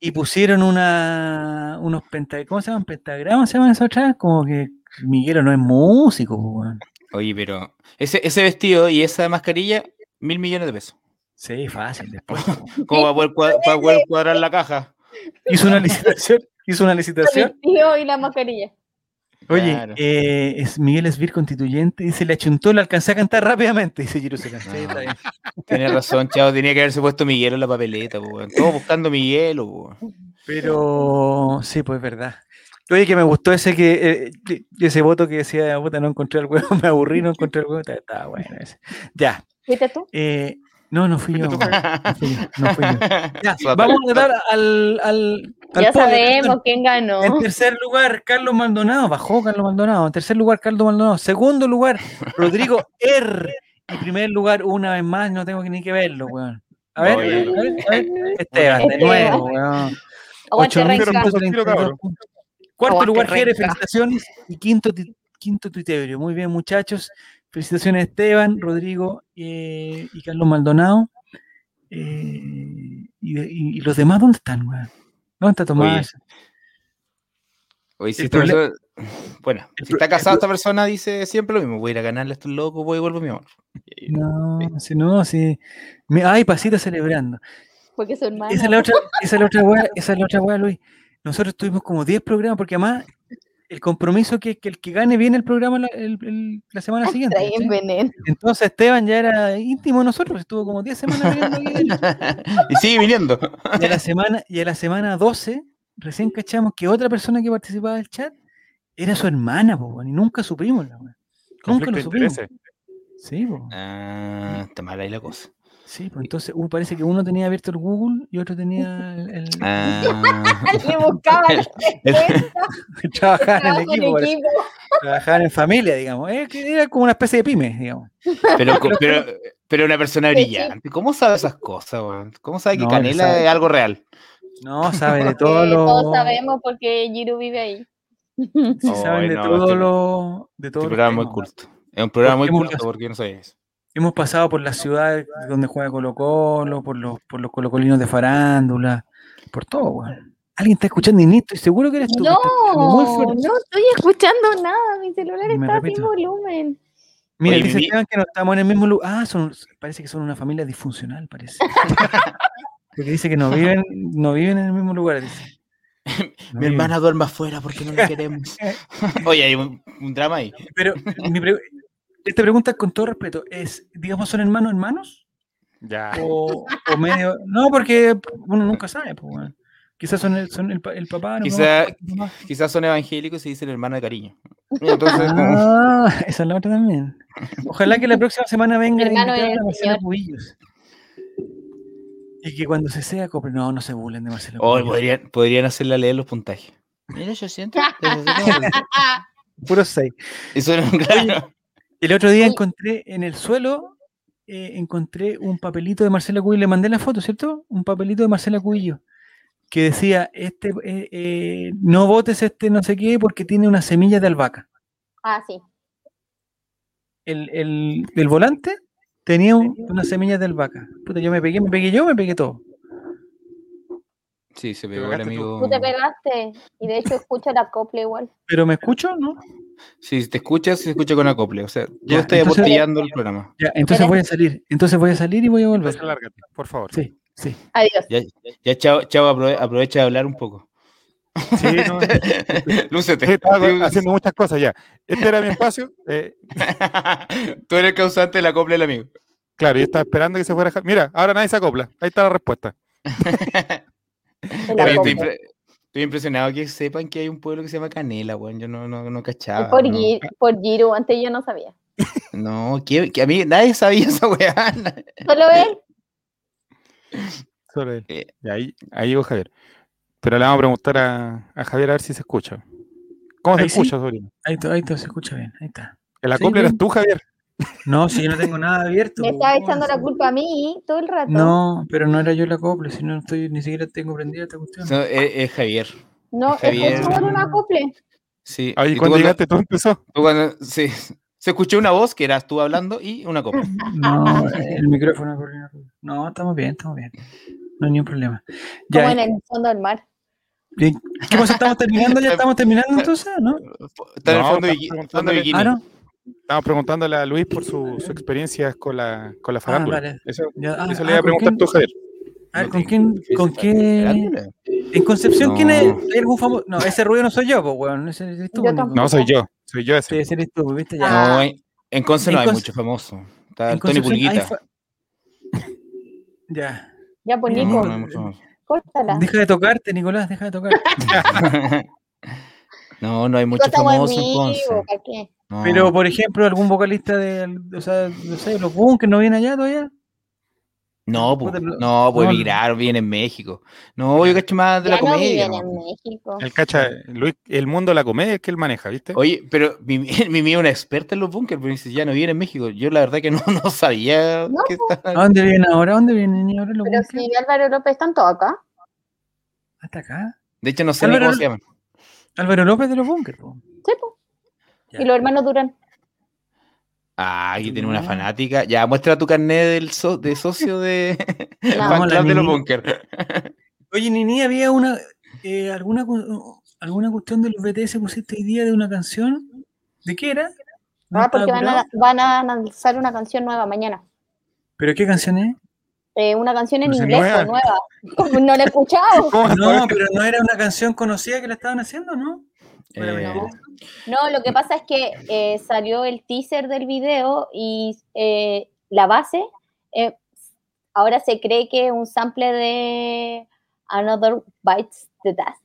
Y pusieron una, unos pentagramas. ¿Cómo se llaman? ¿Pentagramas se llaman esas otras? Como que Miguel no es músico, po, weón. Oye, pero ese, ese vestido y esa mascarilla, mil millones de [LAUGHS] pesos. Sí, fácil. Después. ¿Cómo va a poder, cua- para poder cuadrar la caja? Hizo una licitación. Hizo una licitación. El tío y la mascarilla. Oye, Claro. eh, es Miguel Esbir constituyente, dice, le achuntó, le alcancé a cantar rápidamente, [LAUGHS] dice Jerusalén. No. Tienes razón, chavo. Tenía que haberse puesto Miguel en la papeleta, po, weón. Todo buscando Miguel, weón. [LAUGHS] Pero sí, pues es verdad. Oye, que me gustó ese que eh, ese voto que decía, puta, no encontré el huevo, [LAUGHS] me aburrí, no encontré el huevo, está- está bueno ese. Ya. ¿Fuiste tú? eh, no, no fui yo. No fui yo. no fui yo. [LAUGHS] Ya, vamos a dar al, al, al podio. Ya sabemos quién ganó. En tercer lugar, Carlos Maldonado, bajó Carlos Maldonado. En tercer lugar, Carlos Maldonado. Segundo lugar, [LAUGHS] Rodrigo R. Y primer lugar, una vez más, no tengo que ni que verlo, weón. A ver, a Oye. ver, a ver. Esteban, de Esteban. nuevo, weón. Aguante, Ocho mil, Renca. pero- cabrón. puntos. Cuarto Aguante, lugar, Jerez, Renca. felicitaciones. Y quinto, ti- quinto tuitebrio. Muy bien, muchachos. Felicitaciones, Esteban, Rodrigo eh, y Carlos Maldonado. Eh, y, de- y- y los demás, ¿dónde están, weón? ¿Dónde está Tomás? Oye, si El esta proble- persona- Bueno, El si está casada esta persona, dice siempre lo mismo. Voy a ir a ganarle a estos locos, voy y vuelvo a mi amor. No, si no, si. me- ay, pasita celebrando. Porque su hermano. Esa Pues, es la otra, esa es la otra weá, esa es la otra weá, Luis. Nosotros tuvimos como 10 programas, porque además el compromiso que, que el que gane viene el programa la, el- el- la semana siguiente. Trae ¿cachai? [LAUGHS] veneno. Entonces Esteban ya era íntimo de nosotros, estuvo como 10 semanas viniendo aquí de él. [LAUGHS] y sigue viniendo. y a la semana Y a la semana 12, recién cachamos que otra persona que participaba del chat era su hermana, po, weón, y nunca supimos la weá. Nunca Conflicto lo de supimos. intereses. Sí, po. Ah, está mal ahí la [LAUGHS] cosa. Sí, pues entonces uh, parece que uno tenía abierto el Google y otro tenía el, [LAUGHS] el- [LAUGHS] Ah, Le buscaba la el- respuesta, trabajaban en estaba con equipo, parece, equipo. trabajaban en familia, digamos. eh, que Era como una especie de pyme, digamos. [LAUGHS] pero, co- pero, pero una persona Sí, sí. brillante. ¿Cómo sabe esas cosas, weón? ¿Cómo sabe que No, él Canela sabe. es algo real? No, sabe [LAUGHS] de todo Todos, lo. todos sabemos porque Giru vive ahí. sí, saben Ay, de no, todo este- lo. De todo Este programa muy culto. Es un programa muy Porque culto muchas- porque yo no sabía eso. Hemos pasado por las ciudades donde juega Colo Colo, por los, por los colocolinos de farándula, por todo, weón. Alguien está escuchando Inito y seguro que eres tú. que No, estás escuchando muy no fuerte. estoy escuchando nada. Mi celular Me está sin repito. volumen. Mira, Oye, dice viví- Esteban que no estamos en el mismo lugar. Ah, son, parece que son una familia disfuncional, [LAUGHS] parece. Porque dice que no viven, no viven en el mismo lugar. dice. No Mi viven. hermana duerme afuera porque no [LAUGHS] la queremos. Oye, hay un, un drama ahí. Pero mi pre- esta pregunta, con todo respeto, es, digamos, ¿son hermanos hermanos? Ya. Ah. O, o medio. No, porque uno nunca sabe. pues, weón. Quizás son el, son el, pa- el papá. ¿no? Quizá- Quizás son evangélicos y dicen hermano [LAUGHS] de cariño. Entonces, como- Ah, esa es la otra también. Ojalá que la próxima semana venga de Hermano invitada del a Marcela Señor. Cubillos. Y que cuando se sea, compre- no, no se burlen de Marcela Oh, Cubillos. podrían, podrían hacerla leer los puntajes. [LAUGHS] 1800. Puros seis. Ah, Eso era un claro. El otro día Oye. encontré en el suelo eh, encontré un papelito de Marcela Cubillo, le mandé la foto, ¿cierto? Un papelito de Marcela Cubillo que decía, este, eh, eh, no votes este no sé qué porque tiene unas semillas de albahaca. Ah, sí. El, el, el volante tenía un- unas semillas de albahaca. Puta, yo me pegué, me pegué yo, me pegué todo. Sí, se Te pegó el pegaste tú. amigo. Tú te pegaste. Y de hecho escucho la copla igual. ¿Pero me escucho? ¿No? Sí, si te escuchas, se escucha con acople. O sea, tú Ya, estás entonces- aportillando el programa. Ya, entonces voy a salir. Entonces voy a salir y voy a volver. Entonces, lárgate, por favor. Sí, sí. Adiós. Ya, ya Chavo, Chavo, aprove- aprovecha de hablar un poco. Sí, [LAUGHS] no, Lúcete. estaba haciendo muchas cosas ya. Este era mi espacio. [LAUGHS] eh, [LAUGHS] Tú eres el causante del acople del amigo. claro, yo estaba esperando que se fuera. Ja- Mira, ahora nadie se acopla. Ahí está la respuesta. En la Oye, estoy, copla. impre- estoy impresionado que sepan que hay un pueblo que se llama Canela, weón. Yo no, no, no cachaba. Por, no. Gir- por Giru, antes yo no sabía. No, que, que a mí nadie sabía esa weá. [LAUGHS] Solo él. Solo él. Eh. Y ahí, ahí llegó Javier. Pero le vamos a preguntar a, a Javier a ver si se escucha. ¿Cómo se Ahí sí. escucha, sobrino? Ahí está, ahí está, se escucha bien. Ahí está. El Sí, acople bien. eres tú, Javier. No, si yo no tengo nada abierto. pues, Me estaba ¿cómo echando no la sé? culpa a mí todo el rato. No, pero no era yo la copla, si no estoy, ni siquiera tengo prendida esta cuestión. No, es, es Javier. No, Javier. escucho solo una acople. Sí. Ahí Eh, Y cuando tú cuando- llegaste tú empezó. tú cuando- sí. Se escuchó una voz que eras tú hablando y una copa. Mm. No, [LAUGHS] el micrófono. Carolina. No, estamos bien, estamos bien. No hay ningún problema. Ya, Como en el fondo del mar. bien. ¿Qué pasa? ¿Estamos terminando? [LAUGHS] ¿Ya estamos terminando entonces? ¿No? Está en el No, fondo, estamos bikini- fondo preguntándole- bikini. Ah, no. Estamos preguntándole a Luis por su, su experiencia con la, con la farándula. Ah, vale. Eso, Ya, ah, eso ah, le iba a ¿con preguntar quién? tú, Javier. Ah, No ¿Con te- quién? ¿Con qué? Farándula. ¿En Concepción quién es? No. ¿Hay algún famoso? No, ese ruido no soy yo, pues, weón. Ese eres tú. Yo Nico. tampoco. No, soy yo. Soy yo Sí, ese. ese eres tú, ¿viste? Ya. Ah, No, en, en Conce no en hay Conce- mucho famoso. Está En el Tony Concepción hay Pulguita. fa- [LAUGHS] Ya. Ya, pues No, Nico, no, córtala. Deja de tocarte, Nicolás, deja de tocarte. no, no hay Nico, mucho estamos en famoso [LAUGHS] en vivo, Conce. ¿para qué? No. Pero, por ejemplo, algún vocalista de, o sea, no sé, los bunkers no viene allá todavía. No, pues, Puta, pero- no, pues no, mirar, viene en México. No, yo cacho más de la Ya no comedia. viven ¿no? en México. El cacha, Luis, el mundo de la comedia es que él maneja, ¿viste? Oye, pero mi [LAUGHS] mi es una experta en los bunkers, pero dice, ya no viene en México. Yo la verdad que no, [LAUGHS] no sabía No, que estaba- ¿A dónde vienen ahora? ¿A dónde vienen ahora los Pero bunkers? si Álvaro López están todos acá. Hasta acá. De hecho, no sé ni Álvaro- cómo se llaman. Álvaro López de los bunkers, po. Sí, pues. Ya. Y los hermanos [LAUGHS] Durán. Ah, aquí tiene una No. fanática. Ya, muestra tu carnet del so- de socio de [LAUGHS] No. fan Hola, club de los niño. bunkers. Oye, Nini, ¿había una, eh, alguna, cu- alguna cuestión de los BTS pusiste hoy día de una canción? ¿De qué era? ¿No Ah, estaba porque van curado? a, van a lanzar una canción nueva mañana. ¿Pero qué canción es? Eh, una canción en Pues inglés nueva. pues, nueva. [LAUGHS] Como [LAUGHS] no la he escuchado. ¿Cómo No, pero no era una canción conocida que la estaban haciendo, ¿no? Era Eh, una- No, lo que pasa es que eh, salió el teaser del video y eh, la base eh, ahora se cree que es un sample de Another Bites the Dust.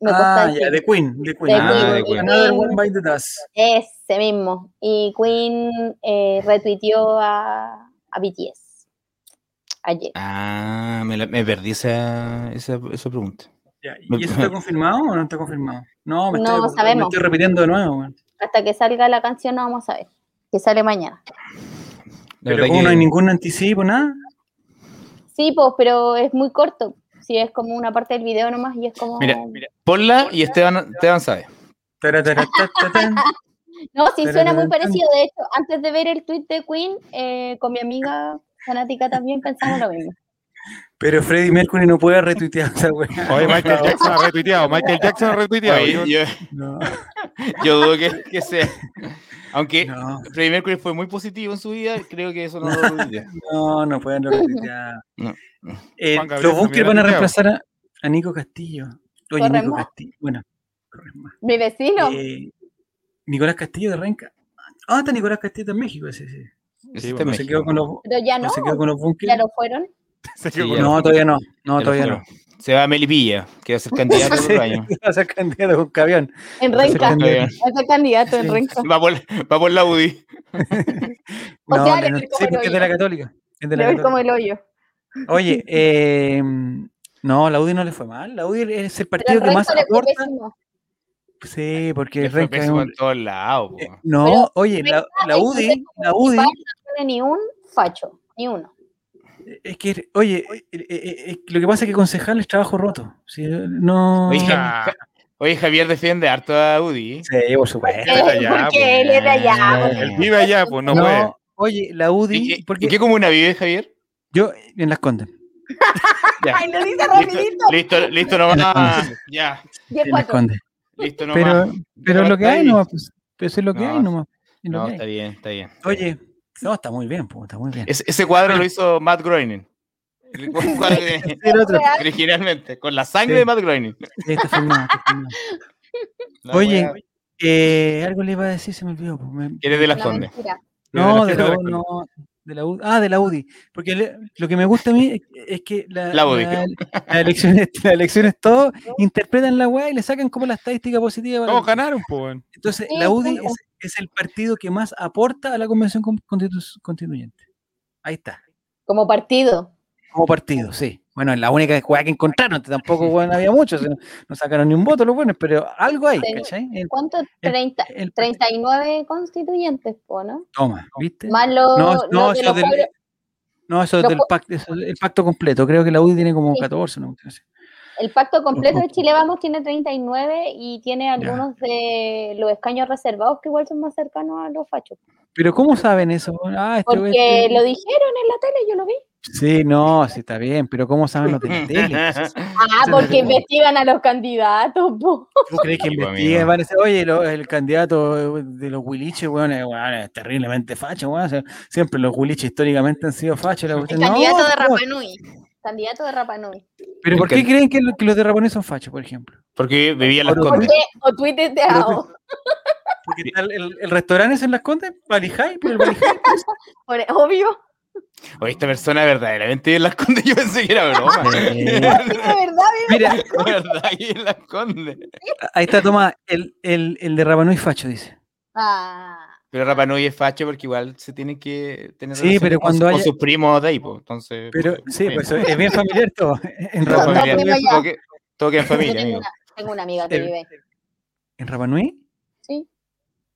Me cuesta Ah, decir. ya, de Queen, de Queen. Ah, Queen, de Queen. Another One by the Dust. Ese mismo. Y Queen eh, retuiteó a, a BTS ayer. Ah, me, la- me perdí esa, esa, esa pregunta. Ya, ¿Y eso está confirmado o no está confirmado? No, me, No estoy, me sabemos. estoy repitiendo de nuevo. weón. Hasta que salga la canción no vamos a ver. Que sale mañana. La Pero verdad como que- no hay ningún anticipo, nada. Sí, pues, pero es muy corto. Si es como una parte del video nomás y es como... Mira, Oh. mira, ponla y Esteban, Esteban sabe. Tarataratán. No, sí, Pero suena no muy entiendo. parecido. De hecho, antes de ver el tweet de Queen, eh, con mi amiga fanática también pensamos lo mismo. Pero Freddie Mercury no puede retuitear esa weá. Oye, Michael Jackson ha retuiteado. Michael Jackson ha retuiteado. Oye, Yo- yo, No, yo [LAUGHS] dudo que, que sea. Aunque no, Freddie Mercury fue muy positivo en su vida, creo que eso no lo olvidé. no, no pueden retuitear. No. Eh, Juan Gabriel los Bunkers también van a ha tuiteado. reemplazar a, a Nico Castillo. Oye, Corren Nico más. Castillo. Bueno, corren más. Mi vecino, Eh, Nicolás Castillo de Renca. Ah, está Nicolás Castillo en México, sí, sí. Sí, Ese está en No se México. quedó con los, pero ya no Ah, no, se quedó con los Bunkers. ya lo fueron. Se Sí, quedó ya. con- No, todavía no. No, Te lo todavía juro. no. Se va a Melipilla, que [LAUGHS] va a ser candidato Sí, otro año. [LAUGHS] Va a ser candidato con Cavión. En Va a ser Renca, candidato. Está va a ser candidato en Sí. Renca. Va por, va por la UDI. O No, sea, la le no- vi como sí, el porque es de la hoyo. Católica. Es de la Lo vi Católica. como el hoyo. Oye, eh, no, la UDI no le fue mal. La UDI es el Pero partido en que más Renca le fue aporta. pésimo. Sí, porque Le el fue Renca es pésimo un- en todos lados. po. eh, No, Pero oye, la, la hay que UDI, ser la municipal, UDI, No tiene ni un facho. Ni uno. Es que, oye, eh, eh, eh, lo que pasa es que concejal es trabajo roto. ¿sí? No. Oye, Ja- Oye, Javier defiende harto a Udi. ¿eh? Sí, por supuesto. Él Eh, es de allá, [LAUGHS] pues. porque él es de allá. pues. Él vive allá, pues no, No, puede. oye, la UDI, ¿En, qué- porque en qué comuna vive Javier? yo en Las Condes. Ay, lo dice Listo, rapidito. listo, [LAUGHS] listo nomás. Ya, Diez En Las cuatro. Condes. listo nomás. Pero, pero Pero lo que está hay ahí. nomás, pues, pero eso es lo que No, hay nomás. es lo no, que hay. está bien, está bien. Oye, no, está muy bien, pues, está muy bien. Ese, ese [LAUGHS] cuadro lo hizo Matt Groening. El [LAUGHS] cuadro de- El Este otro, Real. originalmente, con la sangre Sí. de Matt Groening. sí, [LAUGHS] está filmado, está filmado. La Oye, wea- Eh, algo le iba a decir, se me olvidó. pues, me- eres de las No, Condes. mentira. [LAUGHS] No, de de la, la U- no, de la U- ah, de la UDI. Porque le- lo que me gusta a mí es, es que la, La UDI. las elecciones, [LAUGHS] las elecciones todos interpretan la weá y le sacan como la estadística positiva. para- No, ganaron, pues. weón. Entonces, Sí, la UDI claro. es, es el partido que más aporta a la convención con- constitu- constituyente. Ahí está. Como partido. Como partido, sí. Bueno, es la única weá que encontraron. [LAUGHS] Tampoco weón, había muchos. No, no sacaron ni un voto los buenos, pero algo hay, Sí. ¿cachai? El- ¿Cuánto? Treinta- el- 39 constituyentes, po, ¿no? Toma, ¿viste? Más los, No, los no, de eso los del- pueblos. No, eso es Los del po- pacto, eso es el pacto completo. Creo que la UDI tiene como Sí. 14, no sé. El pacto completo de Chile Vamos tiene 39 y tiene algunos de los escaños reservados que igual son más cercanos a los fachos. Pero ¿cómo saben eso? Ah, este güey- Porque lo dijeron en la tele, yo lo vi. Sí, no, sí está bien, pero ¿cómo saben los de la tele? Ah, Sí, porque sí. investigan a los candidatos. po. [LAUGHS] ¿Tú crees [LAUGHS] que Sí, pues, investigan? amigo. Van a decir, oye, lo- el candidato de los huiliches, weón, es, weón, es terriblemente facho, weón. o sea, Siempre los huiliches históricamente han sido fachos. la El cuestión- candidato No, de no, Rapa Nui. Candidato de Rapa Nui. Pero ¿por qué El can- creen que, lo- que los de Rapanui son fachos, por ejemplo? Porque vivía en las Por- ¿Por Condes. qué? O tuiteteado. Porque está el, el- el restaurante es en Las Condes, Balijay, pero el [LAUGHS] Balijay. [LAUGHS] Por- Obvio. Oye, esta persona verdaderamente vive en las Condes. Yo pensé que era broma. [LAUGHS] [LAUGHS] Sí, de verdad, Mira, De verdad, vive en las Condes. ahí está, toma, el, el, el de Rapanui facho, dice. Ah, Pero Rapa Nui es facho porque igual se tiene que tener Sí, relaciones pero con, su- cuando con haya- sus primos de ahí, pues, entonces... Pero pues, sí, bien. [LAUGHS] pues es bien familiar todo. [LAUGHS] En Todo Rapanui. No, no, familiar, primo ya. todo que- todo queda en yo familia, tengo amigo. una, tengo una amiga que Eh, vive. ¿En Rapanui? Sí.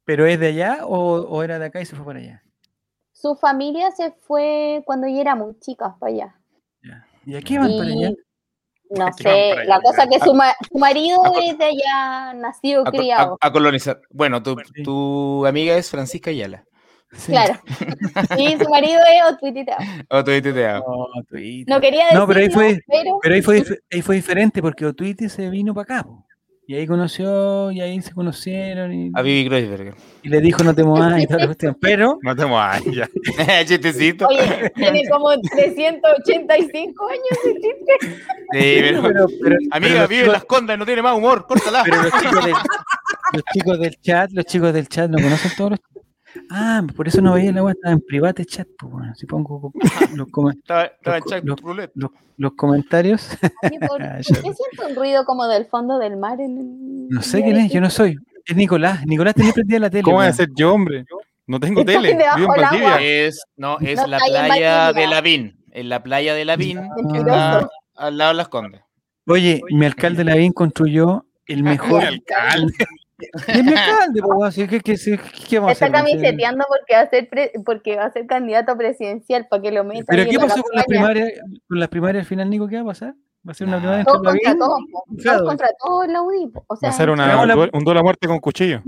¿Pero es de allá o, o era de acá y se fue para allá? Su familia se fue cuando ella era muy chica para allá. Ya. ¿Y aquí van para allá? Y qué No van sé, para la allá? cosa que su, ma- su marido a co- es de allá nacido, A, co- criado. a- a colonizar. Bueno, tu, Sí. tu amiga es Francisca [LAUGHS] Ayala. Sí. [LAUGHS] Claro. Y su marido es otuititao. O te- te- te- ah. No, Tuiti. No quería decirlo, No, pero ahí fue- pero Oh, Pero ahí fue, dif- ahí fue diferente porque Otuiti se vino para acá. po. Y ahí conoció, y ahí se conocieron, y, A Vivi Kreuzberger. [LAUGHS] y le dijo no te muevas y toda [LAUGHS] la cuestión. Pero, No te muevas, ya. Ah, Chistecito. Oye, tiene como 385 años ese [LAUGHS] chiste. Sí, pero- pero- pero- pero Amiga, los vive en chicos- las condas, no tiene más humor, córtala. Pero los chicos, del, los chicos del chat, los chicos del chat no conocen todos los Ah, por eso no veía la weá, estaba en private chat, pues bueno, si pongo co- los, come- Estaba, estaba en co- Chuck los- Roulette. los comentarios, Oye, ¿por Ah, ¿Por ya. qué siento un ruido como del fondo del mar? en el- no sé quién es, yo no soy. Es Nicolás, Nicolás tiene prendida la tele. ¿Cómo voy a weón. ser yo, hombre? No tengo Estoy tele. debajo Vivo en del agua. Valdivia. Es, no, es No la está ahí en playa Valdivia. de Lavín. En la playa de Lavín, Ah, que Mentiroso. está al lado de las condas. Oye, mi alcalde Lavín construyó el mejor. Ah, Mi alcalde. [LAUGHS] Es mi alcalde, pues, weón, si- ¿qué, qué, si- qué vamos a Está hacer? weón? Si- camiseteando porque va, a ser pre- porque va a ser candidato presidencial para que lo metan. Pero ahí ¿qué en la pasó con las campaña. primarias? Con las primarias al final, Nico, ¿qué va a pasar? ¿Va a ser una Nah. primaria Todos entre contra Lavín? todos, po. todos Fijado. contra todos en la UDI. po. O Va sea, a ser una, Hagamos un la- duelo- un duelo a muerte con cuchillo.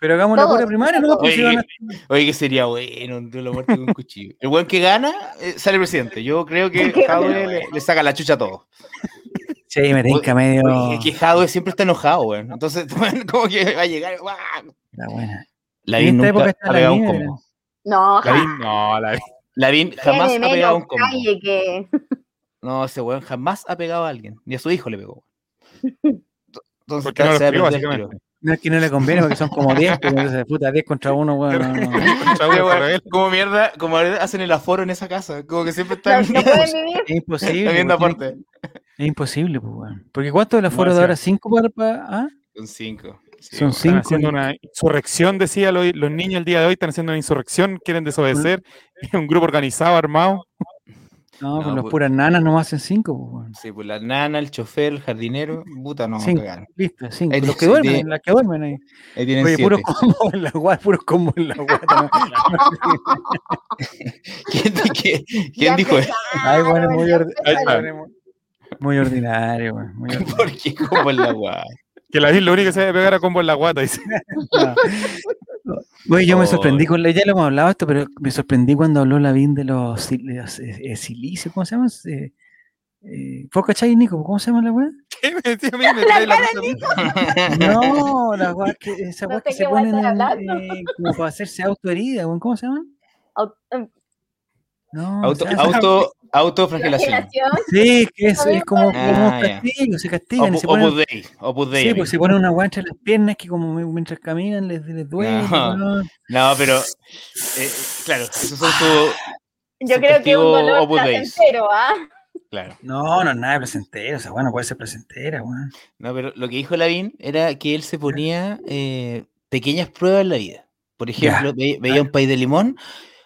Pero hagamos la Todos, pura primaria, no todos. Pues si van [LAUGHS] a- Oye, que sería bueno un duelo a muerte con un cuchillo. El weón que gana eh, sale presidente. Yo creo [LAUGHS] que Qué Jadwe bueno. le, le saca la chucha a todos. Sí, me tinca medio. Oye, Es que Jadwe siempre está enojado, weón. Entonces, [LAUGHS] como que va a llegar. ¡guau! La buena. Lavín En esta nunca época ha está la pegado un nieve. combo. No, ja, Lavín, No, [LAUGHS] la Lavín jamás ha tiene pegado un menos combo. calle [LAUGHS] que. No, ese weón jamás ha pegado a alguien. Ni a su hijo le pegó. Entonces, Porque no se lo va pegó, a perder el tiro. básicamente. No es que no le conviene porque son como 10, pero entonces, puta, 10 contra 1, weón. no, no, no. Contra Sí, uno, weón, contra él. como mierda, como hacen el aforo en esa casa. Como que siempre No, están no pueden vivir. Es imposible. [LAUGHS] están viendo po, tiene- aporte. Es imposible, pues, weón. Porque ¿cuánto de la aforo de sí. ahora? ¿5 para, para- ah? Son cinco. Sí, Son weón. Están 5. haciendo una insurrección, decía lo- los niños el día de hoy, están haciendo una insurrección, quieren desobedecer. Es [LAUGHS] un grupo organizado, armado. No, No, con los pues- puras nanas nomás hacen 5, pues, weón. Sí, pues la nana, el chofer, el jardinero. Puta, no, Cinco. cagaron. Listo, 5. Ahí Los que Eh, sí, duermen, tiene- las que duermen ahí. Ahí tienen Oye, siete. puros combos en la guata, puros combos en la guata. [LAUGHS] ¿Quién, ¿Qué- ¿Quién Ya dijo eso? empezaron, Ay, bueno, ya muy, ordi- Ahí está. empezaron. muy ordinario, weón, [LAUGHS] muy ordinario. ¿Por qué? ¿Cómo es la [LAUGHS] guay? Que la lo único que se debe pegar a combo en la guata. dice. Güey, yo me sorprendí Oy. con la, ya lo hemos hablado esto, pero me sorprendí cuando habló Lavín de los, sil- de los, eh, eh, silicios, ¿cómo se llama? Eh, eh, ¿Vos cachai, Nico? ¿Cómo se llama la weá? [LAUGHS] ¿Qué me decía a mí? Me trae la puta mierda. [LAUGHS] No, la weá que, esa No weá que sé se qué weá ponen están en- hablando. eh, como para hacerse autoherida, weón, ¿cómo se llama? Au- em, No, Auto, se hace- auto, autoflagelación. imaginación, sí, que es, es como, como Ah, ya. castigo, se castigan y Opus se ponen, Opus Dei. Opus Dei. sí, pues amigo. se ponen una weá entre las piernas que como mi- mientras caminan les, les duele, No. weón. No, pero. eh, claro, esos son sus. Yo creo que es Subjetivo un dolor Opus Dei. placentero, ¿ah? Claro. No, no, nada de placentera, o sea, bueno, puede ser placentera, weón. No, pero lo que dijo Lavín era que él se ponía eh, pequeñas pruebas en la vida. Por Ya. ejemplo, ve- veía un país de limón.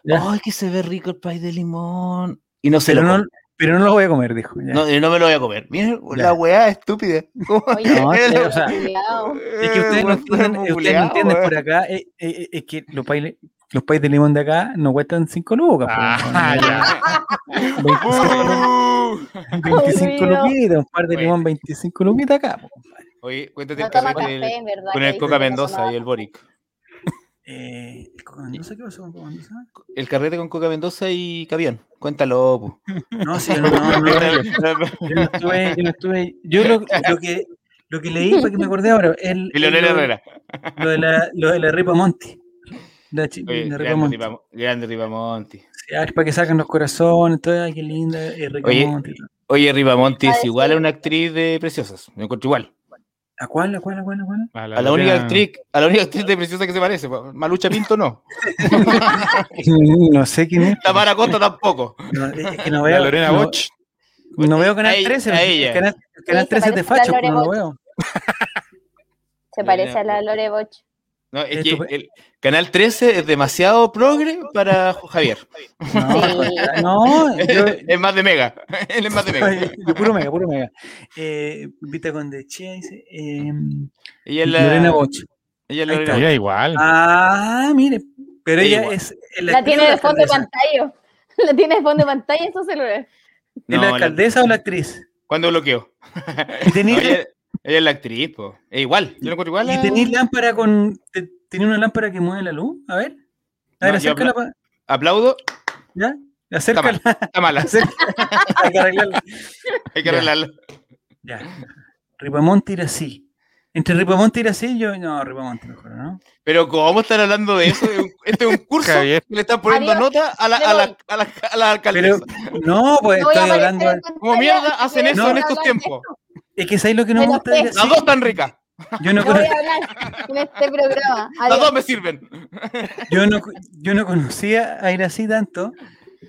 Ya. ¡Ay, que se ve rico el país de limón! Y no se Pero lo no, come. pero no lo voy a comer, dijo. ya. no, eh, no me lo voy a comer. Mira, Ya. la weá estúpida. ¿Cómo? Oye, [LAUGHS] No, [LAUGHS] Eh, sí, la- o sea, cuidado. es que ustedes no weón, entienden, enfermo ustedes no culiao, entienden weón. por acá, eh, eh, eh, es que los países los países de limón de acá no cuestan 5 lucas. po, Ah, weón. ya. [LAUGHS] 25 Aburrido. luquitas, un par de Bueno. limón 25 luquitas acá. po. [LAUGHS] Oye, cuéntate No el toma caso con café, el, en verdad. con que el dice Coca que no Mendoza toma- y el Boric. Eh, con- no sé qué pasó con Mendoza. El carrete con Coca Mendoza y Cavión. Cuéntalo, po. No, sí, yo no, no, no, yo no estuve, yo no estuve, yo lo, lo que lo que leí para que me acordé ahora, el, [LAUGHS] y Leonel el- Herrera. lo de la, lo de la Ripa Monti. La, chi- Oye, la Ripa grande, Monti. Ripamo- grande Ripamonti. para que sacan los corazones, todo, ay, qué linda. eh, Ripa Oye, Monti, todo. Oye, Ripamonti Ah, es sí. igual a una actriz de Preciosas. Me encuentro igual. ¿A cuál, a cuál, a cuál, a cuál? A la única actriz, a la única actriz de Preciosa que se parece. po. Malucha Pinto no. No sé quién es. Tamara Costa tampoco. No, es que no La veo. Lorena no, Boch. no veo Canal A ella, 13. a porque ella. El canal, el Sí, canal se 13 es de parece a la facho, pues, Lore no lo Boch. veo. Se parece a la Lore Boch. No, es que Estupe- el Canal 13 es demasiado progre para Javier. No, no yo, [LAUGHS] es más de mega. Él es más de mega. yo puro mega, puro mega. Eh, Vita con de Chía dice. Eh, Ella es la, Lorena Boch. Ella es Ahí Lorena está. Boch. Ella igual. Ah, mire. Pero Ella ella igual. es. es La actriz tiene o de fondo de alcaldesa? pantalla. [LAUGHS] La tiene de fondo de pantalla en su ¿Es celular. No, la la- alcaldesa o la actriz? ¿Cuándo bloqueó? Y tenía- No, ella, ella es la actriz, po. Es igual. Yo lo encuentro igual. ¿Y a- tenéis lámpara con. te- ¿Tenía una lámpara que mueve la luz? A ver. A No, ver, yo acércala. pa- Aplaudo. ¿Ya? Acércala. [LAUGHS] Está mala. Hay que arreglarla. Hay que Ya. arreglarla. Ya. Ripamonte ir así. Entre Ripamonte ir así, yo. No, Ripamonte mejor, ¿no? Pero ¿cómo están hablando de eso? Es un- Este [LAUGHS] es un curso Javier. que le están poniendo Adiós, nota a la, me a la, voy. a la, a Pero. la alcaldesa. No, pues No voy a estoy aparecer hablando. en pantalla ¿Cómo mierda porque hacen no eso voy en a estos hablar de tiempos? esto. Es que sabéis lo que no me Me gusta enojé. de Las así. dos están ricas. Yo no, No voy cono- a hablar en este [LAUGHS] programa. Las Adiós. dos me sirven. yo, no, yo no conocía a ir así tanto.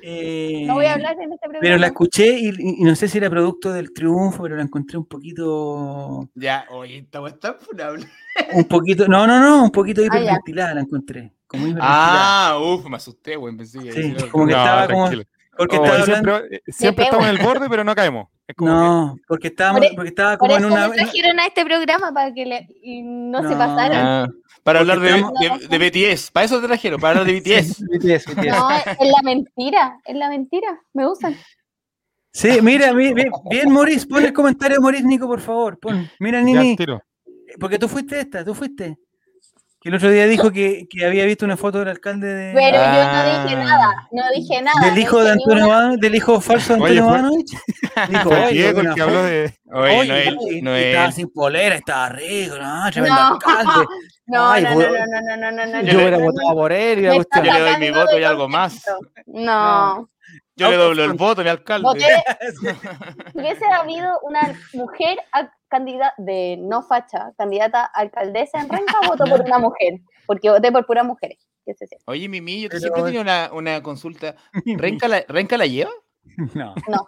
eh, No voy a hablar en este programa. Pero la escuché y, y- y no sé si era producto del triunfo, pero la encontré un poquito. Ya, oye, estamos tan funables. Un poquito. No, no, no, un poquito Ah, ya. hiperventilada la encontré. Como hiperventilada. Ah, uff, me asusté, güey. Pensé que. Sí, no, como que No, estaba como- tranquilo. Porque Oh, estaba siempre- hablando. eh, siempre pego. estamos en el borde, pero no caemos. Es como que- No, porque estaba, Por e- porque estaba Por como en eso una. me trajeron a este programa para que le- y no, se No. pasaran. Ah, para hablar de, estamos- de- de BTS. Para eso te trajeron, para [LAUGHS] hablar de BTS. BTS, BTS. No, es es la mentira, es la mentira. Me usan. Sí, mira, mi- bien, bien Moris, pon el comentario de Moris, Nico, por favor. Pon. Mira, ya al Nini, tiro. porque tú fuiste esta, tú fuiste. Que el otro día dijo que, que había visto una foto del alcalde de. Pero yo Ah. no dije nada, no dije nada. del no hijo de dije ni una- Antonio Ivano- del hijo falso de Oye, Antonio fue- Ivanovich. [LAUGHS] Dijo, Fue oye, Diego el una que habló de. Oye, Oye, no es. oye, No y Estaba es. sin polera, estaba rico, no, tremendo No. alcalde. No, Ay, no, no, voy- no, no, no, [LAUGHS] no, no, Yo no, hubiera no, votado por él y no. la Me cuestión. está Yo le doy mi tratando voto de y algo más. contexto. No, Yo le doblo el voto a mi alcalde. voté. [LAUGHS] Hubiese habido una mujer a- candidata de no facha, candidata a alcaldesa [LAUGHS] en Renca, voto por una mujer, porque voté por puras mujeres. que se sepa. Oye, Mimi, yo te Pero- siempre tenía una, una [LAUGHS] consulta. ¿Renca la, ¿Renca la lleva? No. No.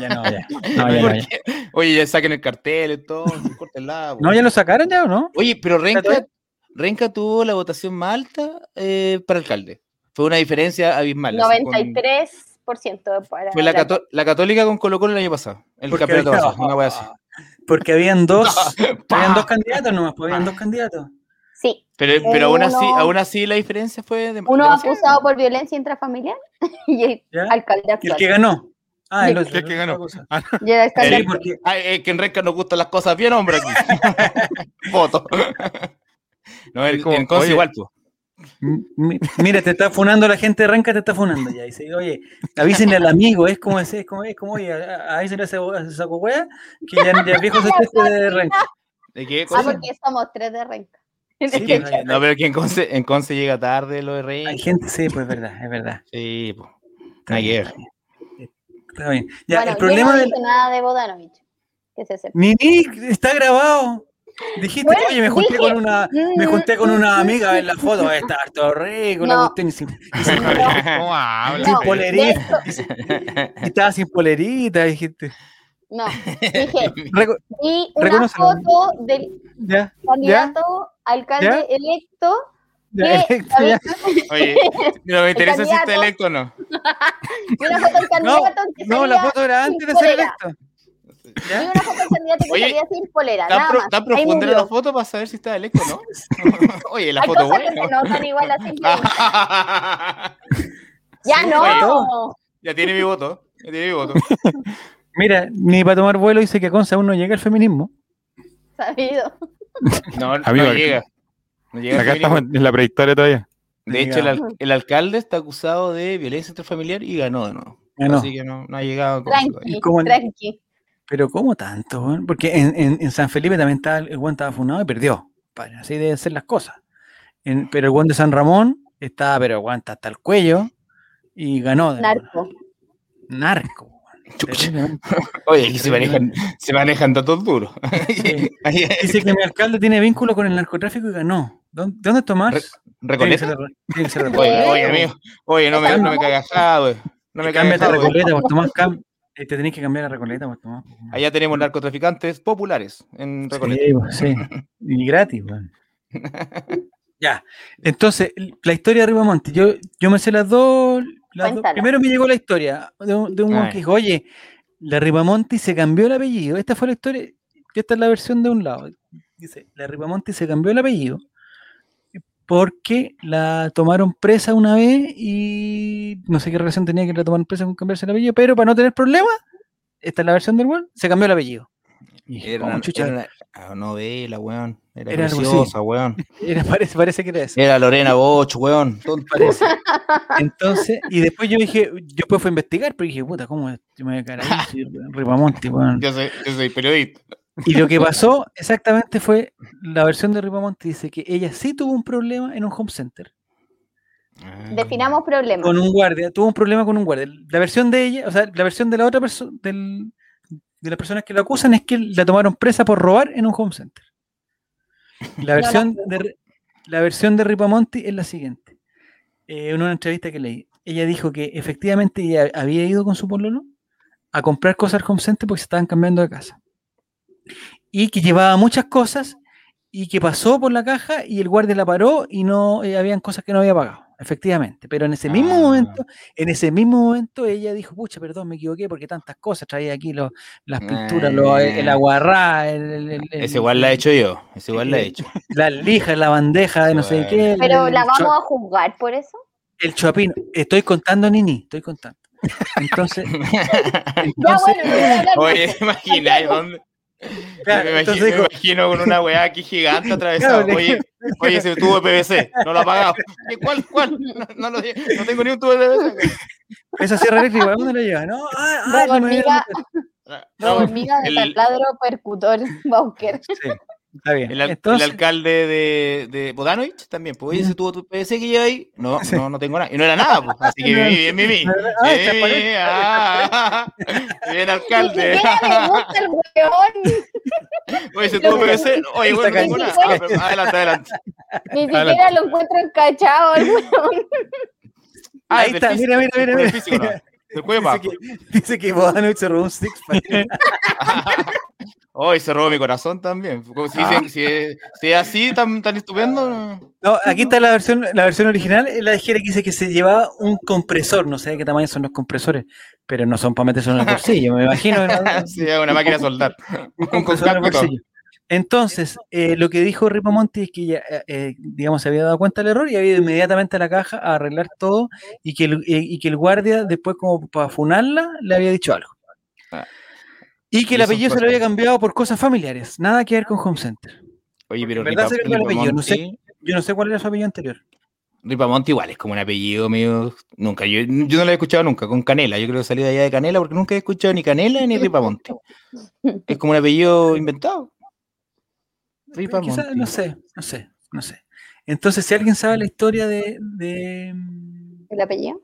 Ya no, ya. No, ya, [LAUGHS] ¿Por no, ya. qué? Oye, ya saquen el cartel, entonces, córtenla. po. No, ya lo sacaron ya o no? Oye, pero Renca, todo. Renca tuvo la votación más alta eh, para alcalde. Fue una diferencia abismal. así, con- 93% para Fue la, la- cató- la católica con Colo Colo el año pasado. El Porque "Ah". campeonato había- pasado. Una wea así. [LAUGHS] Porque habían dos, Pa, habían dos candidatos nomás, pues habían dos candidatos. Sí, Pero, pero aún, así, Uno- aún así la diferencia fue de uno acusado por violencia intrafamiliar [LAUGHS] y el ¿Ya? alcalde ¿Eh? ¿Y el actual. que ganó? Ah, el Sí. otro. El que otra ganó. cosa. Y el alcalde Sí, El- actual. porque Ay, eh, que en Renca nos gustan las cosas bien, hombre, aquí. [LAUGHS] Voto. No, el, Es como, el Conce oye, igual, pues. M- mi- Mira, te está funando la gente de Renca, te está funando ya. Y dice, oye, avísenle al amigo, es como ese, es como, es como oye, a- a- avísenle a ese, a ese saco wea, que ya, ya viejo se teste de Renca. ¿De qué Ah, cosa? porque somos tres de renca. Es Sí, pues, que- pues, hay- no, pero que en Conce, en Conce llega tarde lo de Hay Renca. gente, sí, pues es verdad, es verdad. Sí, po. Está Nada que bien, ver. Está bien. Ya, bueno, el problema yo no del. dije nada de Bodanovich. Que se sepa. Nini, está grabado. Dijiste, Bueno, oye, me junté dije- con una. Me Mm, junté con [LAUGHS] una amiga en la foto, está harto rico, una No. cuestión, y sin- [LAUGHS] y [LAUGHS] sin- ¿Cómo habla? [LAUGHS] sin No, de polerita, esto- y estaba sin polerita, [LAUGHS] dijiste. no, dije, Reco- vi una Reconócelo. foto del Ya, candidato alcalde electo ya, [LAUGHS] ¿Qué? electo, ya. [LAUGHS] Oye, no me interesa si está candidato. electo o no. Y una foto del candidato que No, la salía- foto era antes de sin ser polera. electo. y una foto del candidato que Oye, salía sin polera, Tan, nada pro- más. tan Ahí profunda era murió. la foto para saber si está electo [LAUGHS] o no. Oye, la Hay foto cosas que se buena. notan [LAUGHS] igual a simple vista. Ya Sí, no. ya tiene mi voto. Ya tiene mi voto. Mira, ni para tomar vuelo dice que Conce aún no llega el feminismo. Sabido. No, no, Amigo, llega. No llega Acá el estamos en la predictoria todavía. De hecho, el, al- el alcalde está acusado de violencia intrafamiliar y ganó de nuevo. Ya Ah, no. Así que no, no ha llegado. con su- Tranqui, como en- tranqui. Pero ¿cómo tanto? weón? Porque en, en- en San Felipe también estaba, el Juan estaba funado y perdió. Padre, así deben ser las cosas. En- pero el Juan de San Ramón estaba, pero aguanta hasta el cuello y ganó. de nuevo. Narco. Narco. weón. Chucha. Terriblemente. Oye, aquí se manejan, se manejan datos duros. Sí. [LAUGHS] Ahí- ahí- Dice que mi alcalde tiene vínculo con el narcotráfico y ganó. ¿Dónde, dónde Tomás? ¿Recoleta? Tiene que ser de- Oye, ¿Qué? oye, amigo. Oye, no me, no me cagas acá, güey. No me cagas Cámbiate a acá, güey. Recoleta, vos, Tomás. cam- eh, te tenés que cambiar a Recoleta, vos, Tomás. Allá tenemos narcotraficantes populares en Recoleta. Mm. Sí, pues, sí. Y gratis, weón. Ya. Entonces, l- la historia de Ribamonte. Yo, yo me sé las dos. las dos. Cuéntala. Primero me llegó la historia de un, de un weón que Ay. dijo, oye, la Ribamonte se cambió el apellido. Esta fue la historia. Esta es la versión de un lado. Dice, la Ribamonte se cambió el apellido porque la tomaron presa una vez y no sé qué relación tenía que la tomaron presa con cambiarse el apellido, pero para no tener problemas, esta es la versión del weón, se cambió el apellido. [LAUGHS] Y dije, Era "Oh, una, chucha". era una- ah, novela, weón. Era, Era algo así. preciosa, [LAUGHS] weón. Era- parece, parece que era eso. Era Lorena Boch, weón. Tonto. Parece. Entonces, y después yo dije, yo después fui a investigar, pero dije, puta, ¿cómo es? yo me voy a caer ahí? si Ripamonte, weón. Yo soy, yo soy periodista. Y lo que pasó exactamente fue la versión de Ripamonte dice que ella sí tuvo un problema en un home center Ah. Definamos problemas. con un guardia, tuvo un problema con un guardia. La versión de ella, o sea, la versión de la otra persona, de las personas que la acusan es que la tomaron presa por robar en un home center. La versión de Re- la versión de Ripamonti es la siguiente. Eh, en una entrevista que leí, ella dijo que efectivamente ella había ido con su pololo a comprar cosas al home center porque se estaban cambiando de casa. Y que llevaba muchas cosas y que pasó por la caja y el guardia la paró y no eh, habían cosas que no había pagado, efectivamente. Pero en ese mismo Ah. momento, en ese mismo momento ella dijo, pucha, perdón, me equivoqué porque tantas cosas, traía aquí los- las pinturas, los- el, el Ah. aguarrá, el, el- el- el- Ese igual la he hecho yo. Ese igual la he hecho. las lijas, la bandeja de no sé Bueno. qué. el- Pero el la cho- vamos a juzgar por eso. El chopino. Estoy contando, Nini, estoy contando. Entonces, [LAUGHS] entonces, Ya bueno, no voy a [LAUGHS] hablar más. Oye, imagináis dónde. Claro, me, imagino, entonces me dijo- imagino con una weá aquí gigante atravesada. Claro, le- [LAUGHS] Oye, oye, ese tubo de PVC, no lo ha pagado. ¿Qué, ¿Cuál? ¿Cuál? No, no lo- no tengo ni un tubo de PVC. esa sierra eléctrica, ¿dónde la lleva? No, ah, ah, Don no me Hormiga- la No, hormiga de el- taladro percutor [LAUGHS] Bauker. Sí, está bien. El, al- el Entonces, alcalde de, de Bodanovich también, pues, oye, ese tubo de PVC que lleva ahí. No, [LAUGHS] Sí. no, no tengo nada. Y no era nada, pues. Así que No era- viví, [LAUGHS] bien, viví. Ah, Bien, está viví. bien. Ah, [LAUGHS] Bien, Ni alcalde. siquiera le gusta el weón. [LAUGHS] Oye, ese tubo de PVC. Oye, bueno, no tengo nada. Ah, pero adelante, adelante. Ni siquiera lo encuentro encachado el weón. Ah, ahí del está, físico, mira, mira, mira. del mira. físico, [LAUGHS] no. Del cuello para Dice abajo. que, dice que Bogdanovich se robó un six pack. Hoy se robó mi corazón también. pues, Como Si, Ah. dicen- si es, si es así, tan, tan estupendo. no. No, aquí está la versión, la versión original, es la de Jere que dice que se llevaba un compresor, no sé de qué tamaño son los compresores, pero [LAUGHS] no son para meterse en el bolsillo, me imagino. que no- Sí, es una máquina a soldar. Ah. [LAUGHS] un con compresor en el casco y todo. bolsillo. Entonces, eh, lo que dijo Ripa Monti es que ya, eh, digamos, se había dado cuenta del error y había ido inmediatamente a la caja a arreglar todo y que el, eh, y que el guardia, después como para funarla, le había dicho algo. Ah. Y que el Y eso apellido fue se lo había todo. cambiado por cosas familiares, nada que ver con Home Center. Oye, pero En verdad Ripa- se cambió el apellido, no sé. Ripamonti- Yo no sé cuál era su apellido anterior. Ripamonti igual es como un apellido medio. Nunca, yo, yo no lo había escuchado nunca, con Canela. Yo creo que salí de allá de Canela porque nunca he escuchado ni Canela ni Ripamonti. Es como un apellido inventado. Pero quizá, Ripamonti. no sé, no sé, no sé. Entonces, si alguien sabe la historia de, de, [LAUGHS] ¿El apellido?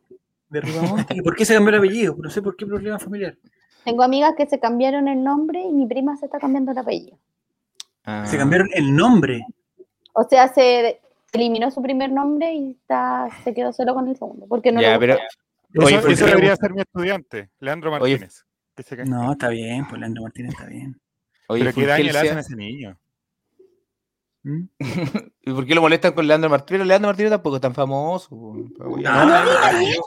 de Ripamonti, ¿y por qué se cambió el apellido? No sé por qué problema familiar. Tengo amigas que se cambiaron el nombre y mi prima se está cambiando el apellido. Ah, Se cambiaron el nombre. O sea, se eliminó su primer nombre y está, se quedó solo con el segundo. Porque no ya, le pero. gustaba. Eso, Oye, pero- eso debería ser mi estudiante, Leandro Oye, Martínez. que se ca- No, está bien, pues Leandro Martínez está bien. oye, pero qué daño le Fulgencio- hacen a ese niño. [LAUGHS] ¿Mm? este- ¿Y por qué lo molestan con Leandro Martínez? Pero Leandro Martínez tampoco es tan famoso. po. Ah, ¡No digas eso!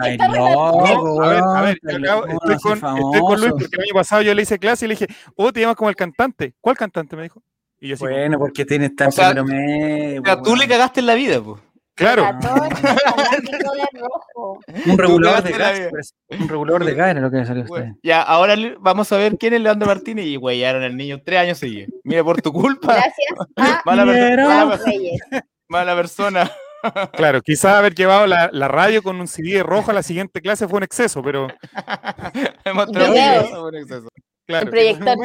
que Ay, está no, relatando. No, a ver, a ver, yo weón, acabo- ¿cómo estoy, no con, ser estoy con Luis famosos? porque el año pasado yo le hice clase y le dije, oh, te llamas como el cantante. ¿Cuál cantante? Me dijo. Y yo así, como, Bueno, porque tiene tan O sea, primero medio, O sea, tú weón. le cagaste en la vida, pues. claro, Ratón, fanático de rojo. Un regulador de cagaste la gas, vida. parece. un regulador de gas era lo que salió a usted. Ya, ahora le- vamos a ver quién es Leandro Martínez. Y huellaron al niño tres años seguidos. Mira, por [LAUGHS] tu culpa, Gracias [LAUGHS] a mala, per- Vieron. mala- los reyes. mala persona. [LAUGHS] claro. Quizás haber llevado la, la radio con un CD rojo a la siguiente clase fue un exceso, pero Hemos traído Video. eso por exceso. claro. El proyector.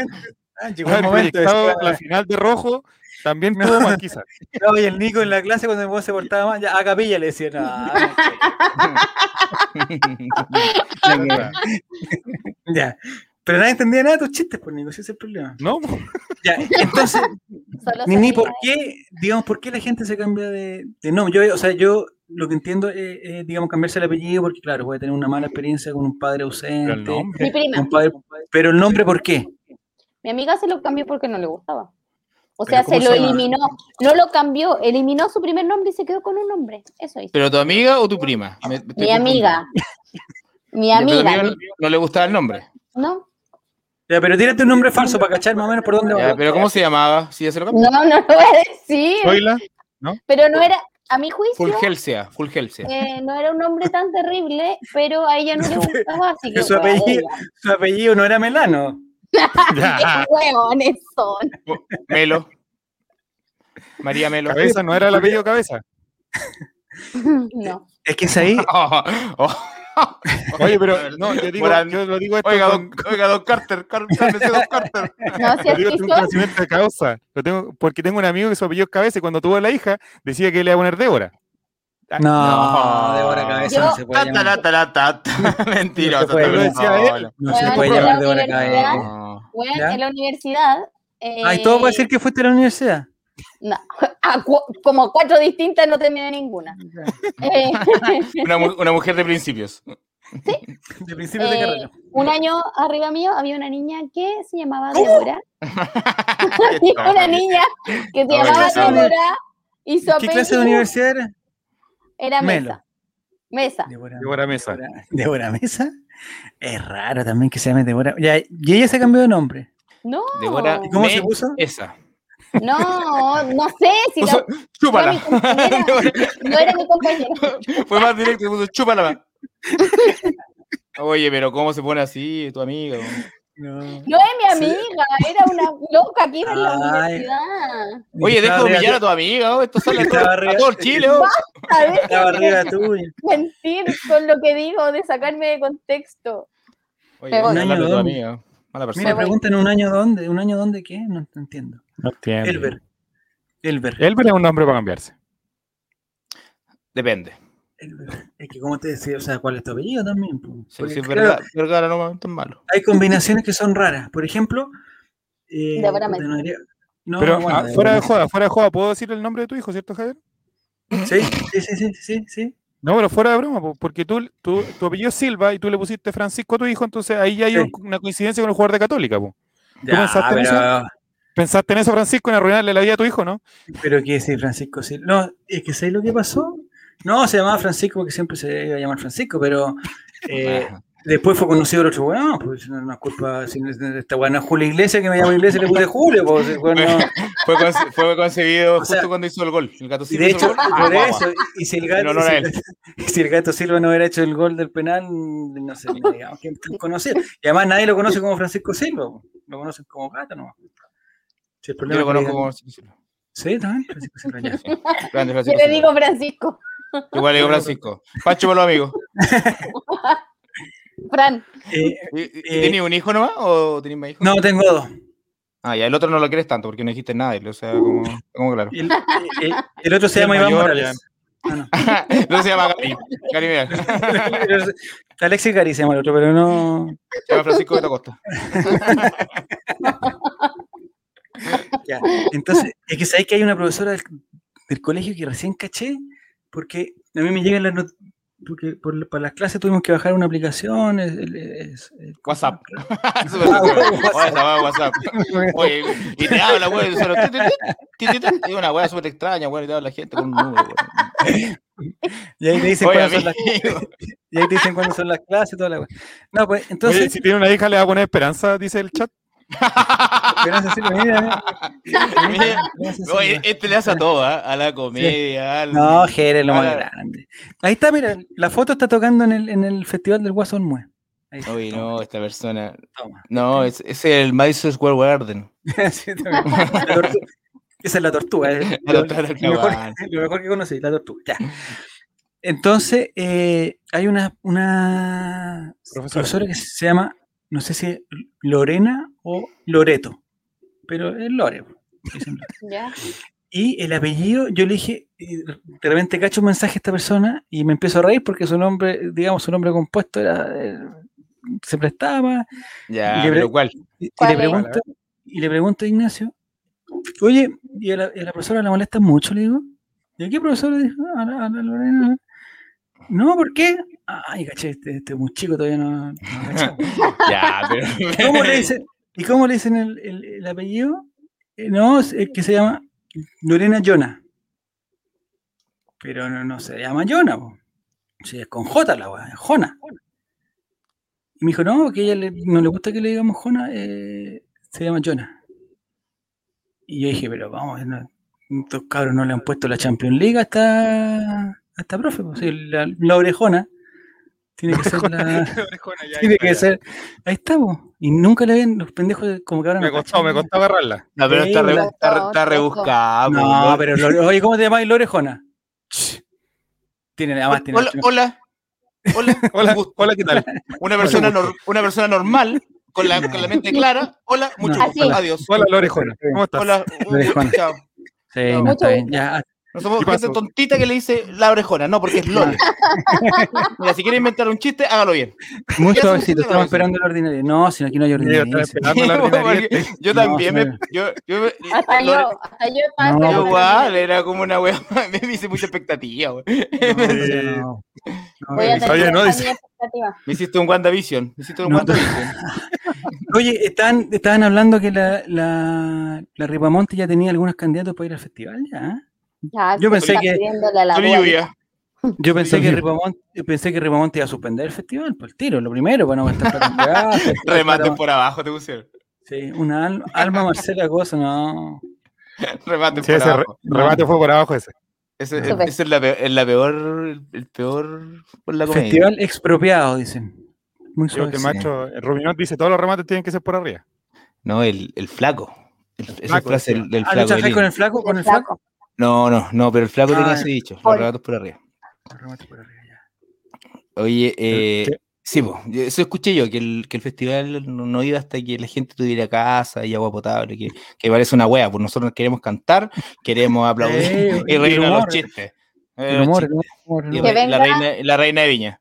Llegó Haber proyectado la final de rojo también tuvo marquiza. No, y el Nico en la clase cuando mi se portaba mal, ya a capilla le decía, no, [LAUGHS] ya. Pero nadie entendía nada de tus chistes, pues Nico, ese es el problema. ¿No? Pues, Ya, entonces, Solo ni, ni sabía. por qué, digamos, por qué la gente se cambia de, de nombre. Yo, o sea, yo lo que entiendo es, es, digamos, cambiarse el apellido, porque claro, voy a tener una mala experiencia con un padre ausente, Pero el nombre. Mi prima. un padre- pero el nombre, ¿por qué? Mi amiga se lo cambió porque no le gustaba. O Pero sea, ¿cómo se lo se llama? eliminó. No lo cambió, eliminó su primer nombre y se quedó con un nombre. Eso hizo. ¿Pero tu amiga o tu prima? Me- me estoy Mi confundiendo. amiga. Mi Ya, pero tu amiga. amiga no, no le gustaba el nombre. ¿No? Ya, pero tírate un nombre falso para cachar más o menos por dónde Ya, va. pero ¿cómo se llamaba? Si ya se lo cambió. No, no lo voy a decir. Oila, Pero no era, a mi juicio, Fulgelcia, Fulgelcia. eh, no era un nombre tan terrible, pero a ella [LAUGHS] no le gustaba, así que. Su [LAUGHS] apellido. Su apellido no era Melano. [LAUGHS] ya, ¡Qué huevones son! Melo. María Melo. cabeza no era el apellido cabeza. [LAUGHS] No. Es que es ahí, [LAUGHS] Oh, oh. Oye, pero no, yo digo, Morán. yo lo digo esto Oiga, con, don, oiga, don Carter, Car- [LAUGHS] cálmese, don Carter. No, Lo si es digo, que tengo un son. conocimiento de causa. Lo tengo, porque tengo un amigo que su apellido es Cabeza y cuando tuvo la hija decía que le iba a poner Débora. Ah, [LAUGHS] No, No. Débora Cabeza no Yo- se puede Ta, ta, llamar. la, ta, la, ta, ta. [LAUGHS] Mentiroso. No se puede, te lo decía conozco. él. No se Bueno, puede por la llamar Débora universidad. Cabeza. No. Bueno, ¿Ya? en la universidad. Eh, Ay, todo puede decir que fuiste a la universidad. a cu- como cuatro distintas, no terminé [LAUGHS] ninguna. Eh, Una, mu- una mujer de [LAUGHS] principios. De principio de Eh, carrera. un año arriba mío había una niña que se llamaba [LAUGHS] Débora. Había una niña que se Ahora llamaba ya sabe. Débora y su ¿Qué clase de apellido universidad [LAUGHS] era? era Melo? Mesa. Mesa. Débora, Débora Mesa. Débora- [LAUGHS] Débora Mesa. Es raro también que se llame Débora. Ya, y ella se cambió de nombre. No, Débora. ¿Y cómo se Me- puso? Esa. no, no sé si la- Puso- chúpala. No, mi [LAUGHS] compañera. no era mi compañero. Fue más directo, puso, chúpala. ma". Oye, pero ¿cómo se pone así tu amiga? No. No es mi Sí. amiga, era una loca que iba en la Ay. universidad. Oye, deja de Estaba humillar a arriba- tu amiga. oh, Esto sale a todo, Estaba a arriba- todo el Chile. oh. A ver, Estaba arriba tuya. mentir con lo que digo, de sacarme de contexto. Oye, voy. no habla de tu Mira, amiga. Mala [LAUGHS] persona. Mira, preguntan un año dónde. ¿Un año dónde qué? No no entiendo. No entiendo. Elber. Eh. Elber. Elber es un nombre para cambiarse. Depende. Elber. Es que, como te decía, o sea, ¿cuál es tu apellido también? po? Sí, Porque, sí, es claro, verdad, es verdad, no no es tan malo. hay combinaciones que son raras. Por ejemplo, eh, puta, Débora Mesa. no diría- no, pero bueno, ah, Débora fuera de Mesa. joda, fuera de joda, ¿puedo decir el nombre de tu hijo, cierto, Javier? Sí, sí, sí, sí, sí, sí. No, pero fuera de broma, po, porque tú, tú- tu apellido es Silva y tú le pusiste Francisco a tu hijo, entonces ahí ya hay Sí. un- una coincidencia con el jugador de Católica. po. Ya, pensaste en pero, ¿Pensaste en eso, Francisco, en arruinarle la vida a tu hijo, no? pero que sí, Francisco sí. No, es que ¿sabes lo que pasó? No, se llamaba Francisco porque siempre se iba a llamar Francisco, pero eh, Ajá. Después fue conocido el otro weón, pues no no es culpa si no es de esta buena Julio Iglesias que me llama Iglesias le puse Julio, pues, el weón no- Fue, conce- fue concebido O justo sea, cuando hizo el gol. El gato Y de hecho, por eso, y si el En gato, honor si, a el- si el [LAUGHS] gato Silva no hubiera hecho el gol del penal, no sé, no digamos que conocido. Y además nadie lo conoce como Francisco Silva, po. lo conocen como gato nomás. Si el Yo problema lo es que conozco digan- como Sí, también, Francisco Silva [LAUGHS] ya. Grande Yo Francisco le Silva. digo Francisco, Igual le digo Francisco. Pacho para los amigos. Fran. Eh, ¿Y- y- Eh, ¿Tenés un hijo nomás o tenés más hijos? no, tengo dos. Ah, ya, el otro no lo quieres tanto porque no dijiste nada. de él, O sea, como, como claro. El, el- el otro se El llama Iván mayor, Morales. Ah, no. [LAUGHS] No se llama Gary. Gary, mira, Se [LAUGHS] Alexis Gary se llama el otro, pero no. llama Francisco de [LAUGHS] Costa. Ya, Entonces, es que sabéis que hay una profesora del, del colegio que recién caché, porque a mí me llegan las not- porque por la- para las clases tuvimos que bajar una aplicación. el- el- es- el- WhatsApp. Eso me Ah, bueno, suena. Oye, esa weá de WhatsApp. Oye, y te habla, güey. solo ti, ti, ti, ti, ti, ti. Es una weá súper extraña, güey. Y te habla la gente con un número, güey. [LAUGHS] Y ahí te dicen Oye, cuándo son las, [LAUGHS] amigo. y ahí te dicen cuándo son las clases y toda la wea. No, pues Oye, entonces, si tiene una hija, le va a poner esperanza, dice el chat. Esperanza Silva, mira, mira, [LAUGHS] Mira, Esperanza [LAUGHS] Oye, Silva. este le hace a todo, ¿ah? A la comedia, al. [LAUGHS] No, Jere es lo más Ahora- grande. Ahí está, mira, la foto está tocando en el, en el festival del Guasón Mue. Ahí está, Oye, no, esta persona. toma, [LAUGHS] No, es, es el Madison Square Garden. toma. Sí, toma. La tortuga. Esa es la tortuga. [LAUGHS] eh. La tortuga del lo, mejor, Caguán. lo mejor que conocí, la tortuga. Ya. Entonces, eh, hay una, una Profesora. [LAUGHS] profesora que se llama, no sé si es Lorena o Loreto, pero es Lore. dicen Lore. Ya. Y el apellido, yo le dije, y de repente cacho un mensaje a esta persona y me empiezo a reír porque su nombre, digamos, su nombre compuesto era, eh, se prestaba, Ya, Libre- pero ¿cuál? y, y ¿Cuál le es? pregunto, y le pregunto a Ignacio, oye, y a la, y a la profesora la molesta mucho, le digo, ¿y a qué profesora? Dijo, a la, a la Lorena. No, ¿por qué? Ay, caché, este, este es muy chico todavía no. no cacha". Ya, pero. ¿Cómo le dicen, ¿Y cómo le dicen el, el- el apellido? Eh, No, es es que se llama Lorena Yona. Pero no, no se llama Yona, po. Sí, es con J la weá, es Jona. Y me dijo, no, que a ella le- no le gusta que le digamos Jona, eh, se llama Jona. Y yo dije, pero vamos, no- estos cabros no le han puesto la Champions League hasta, hasta profe, po. Sí, la, la orejona. Tiene que ser [LAUGHS] la. Tiene Ah. que ser. Ahí está, po. Y nunca le habían, los pendejos como que ahora Me no costó, cachan, me ¿no? costó agarrarla. No, pero está, re- Sí, está, re- está rebuscada. pues, No, weón. pero lo- oye, ¿cómo te llamáis Lorejona? Tiene nada más, tiene Hola, ocho- hola. Hola. un Hola, gusto. hola, ¿qué tal? [LAUGHS] Una persona, nor- una persona normal, con la, con la mente clara. Hola, mucho No. gusto. Así. Adiós. Hola, Lorejona. ¿Cómo estás? Hola, [LAUGHS] La orejona. chao. Sí, No, no, mucho está bien. [LAUGHS] Ya, ah, No somos ¿Qué gente pasó? tontita que le dice la orejona, no, porque es Lore. Mira, si quiere inventar un chiste, hágalo bien. mucho hacemos besito, este estamos negocio? esperando la ordinaria. No, si no, aquí no hay Yo ordinaria. estaba esperando la [LAUGHS] Porque ordinaria. yo No, también me. señora. Yo, yo me- Hasta Lore- yo, hasta yo estaba No, yo esperando porque- la igual, era como una wea. [LAUGHS] Me hice mucha expectativa, wea. [LAUGHS] No, no, Voy a no. Está bien, tener ¿no? esa Dice. misma expectativa. Me hiciste un WandaVision. Me hiciste un No. WandaVision. Oye, estaban, estaban hablando que la, la, la Ripamonte ya tenía algunos candidatos para ir al festival, ¿ya? Ya, Yo pensé está que- pidiéndole a la Solo Dua. lluvia. Yo pensé que sí. Ripamonte, yo pensé que Ripamonte iba a suspender el festival, por el tiro, lo primero, para no gastar plata en weá, para- Rematen por abajo, te pusieron. Sí, una alma, alma Marcela Cosa, no. Rematen Sí, por ese re- abajo. remate fue por abajo ese. Ese, Súper. ese es la peor, es la peor, el peor por la comedia. Festival expropiado, dicen. Muy Creo que el suave. macho, el Rubinot dice, todos los remates tienen que ser por arriba. No, el, el flaco. El, esa flaco, frase sí. del, del Ah, flaco. luchas del con el indio. flaco, con el Flaco. flaco. No, no, no, pero el flaco Ah, tenía ese dicho, los por- relatos por arriba. Remate por arriba, ya. Oye, eh, ¿Qué? sí, po, yo- eso escuché yo, que el, que el festival no, no iba hasta que la gente tuviera casa y agua potable, que, que parece una wea, pues nosotros queremos cantar, [LAUGHS] queremos aplaudir Eh, [LAUGHS] y el reírnos de los humor, chistes. Eh, El los humor, el chistes. humor, el Y humor. Que re- la, venga- reina, la reina de Viña.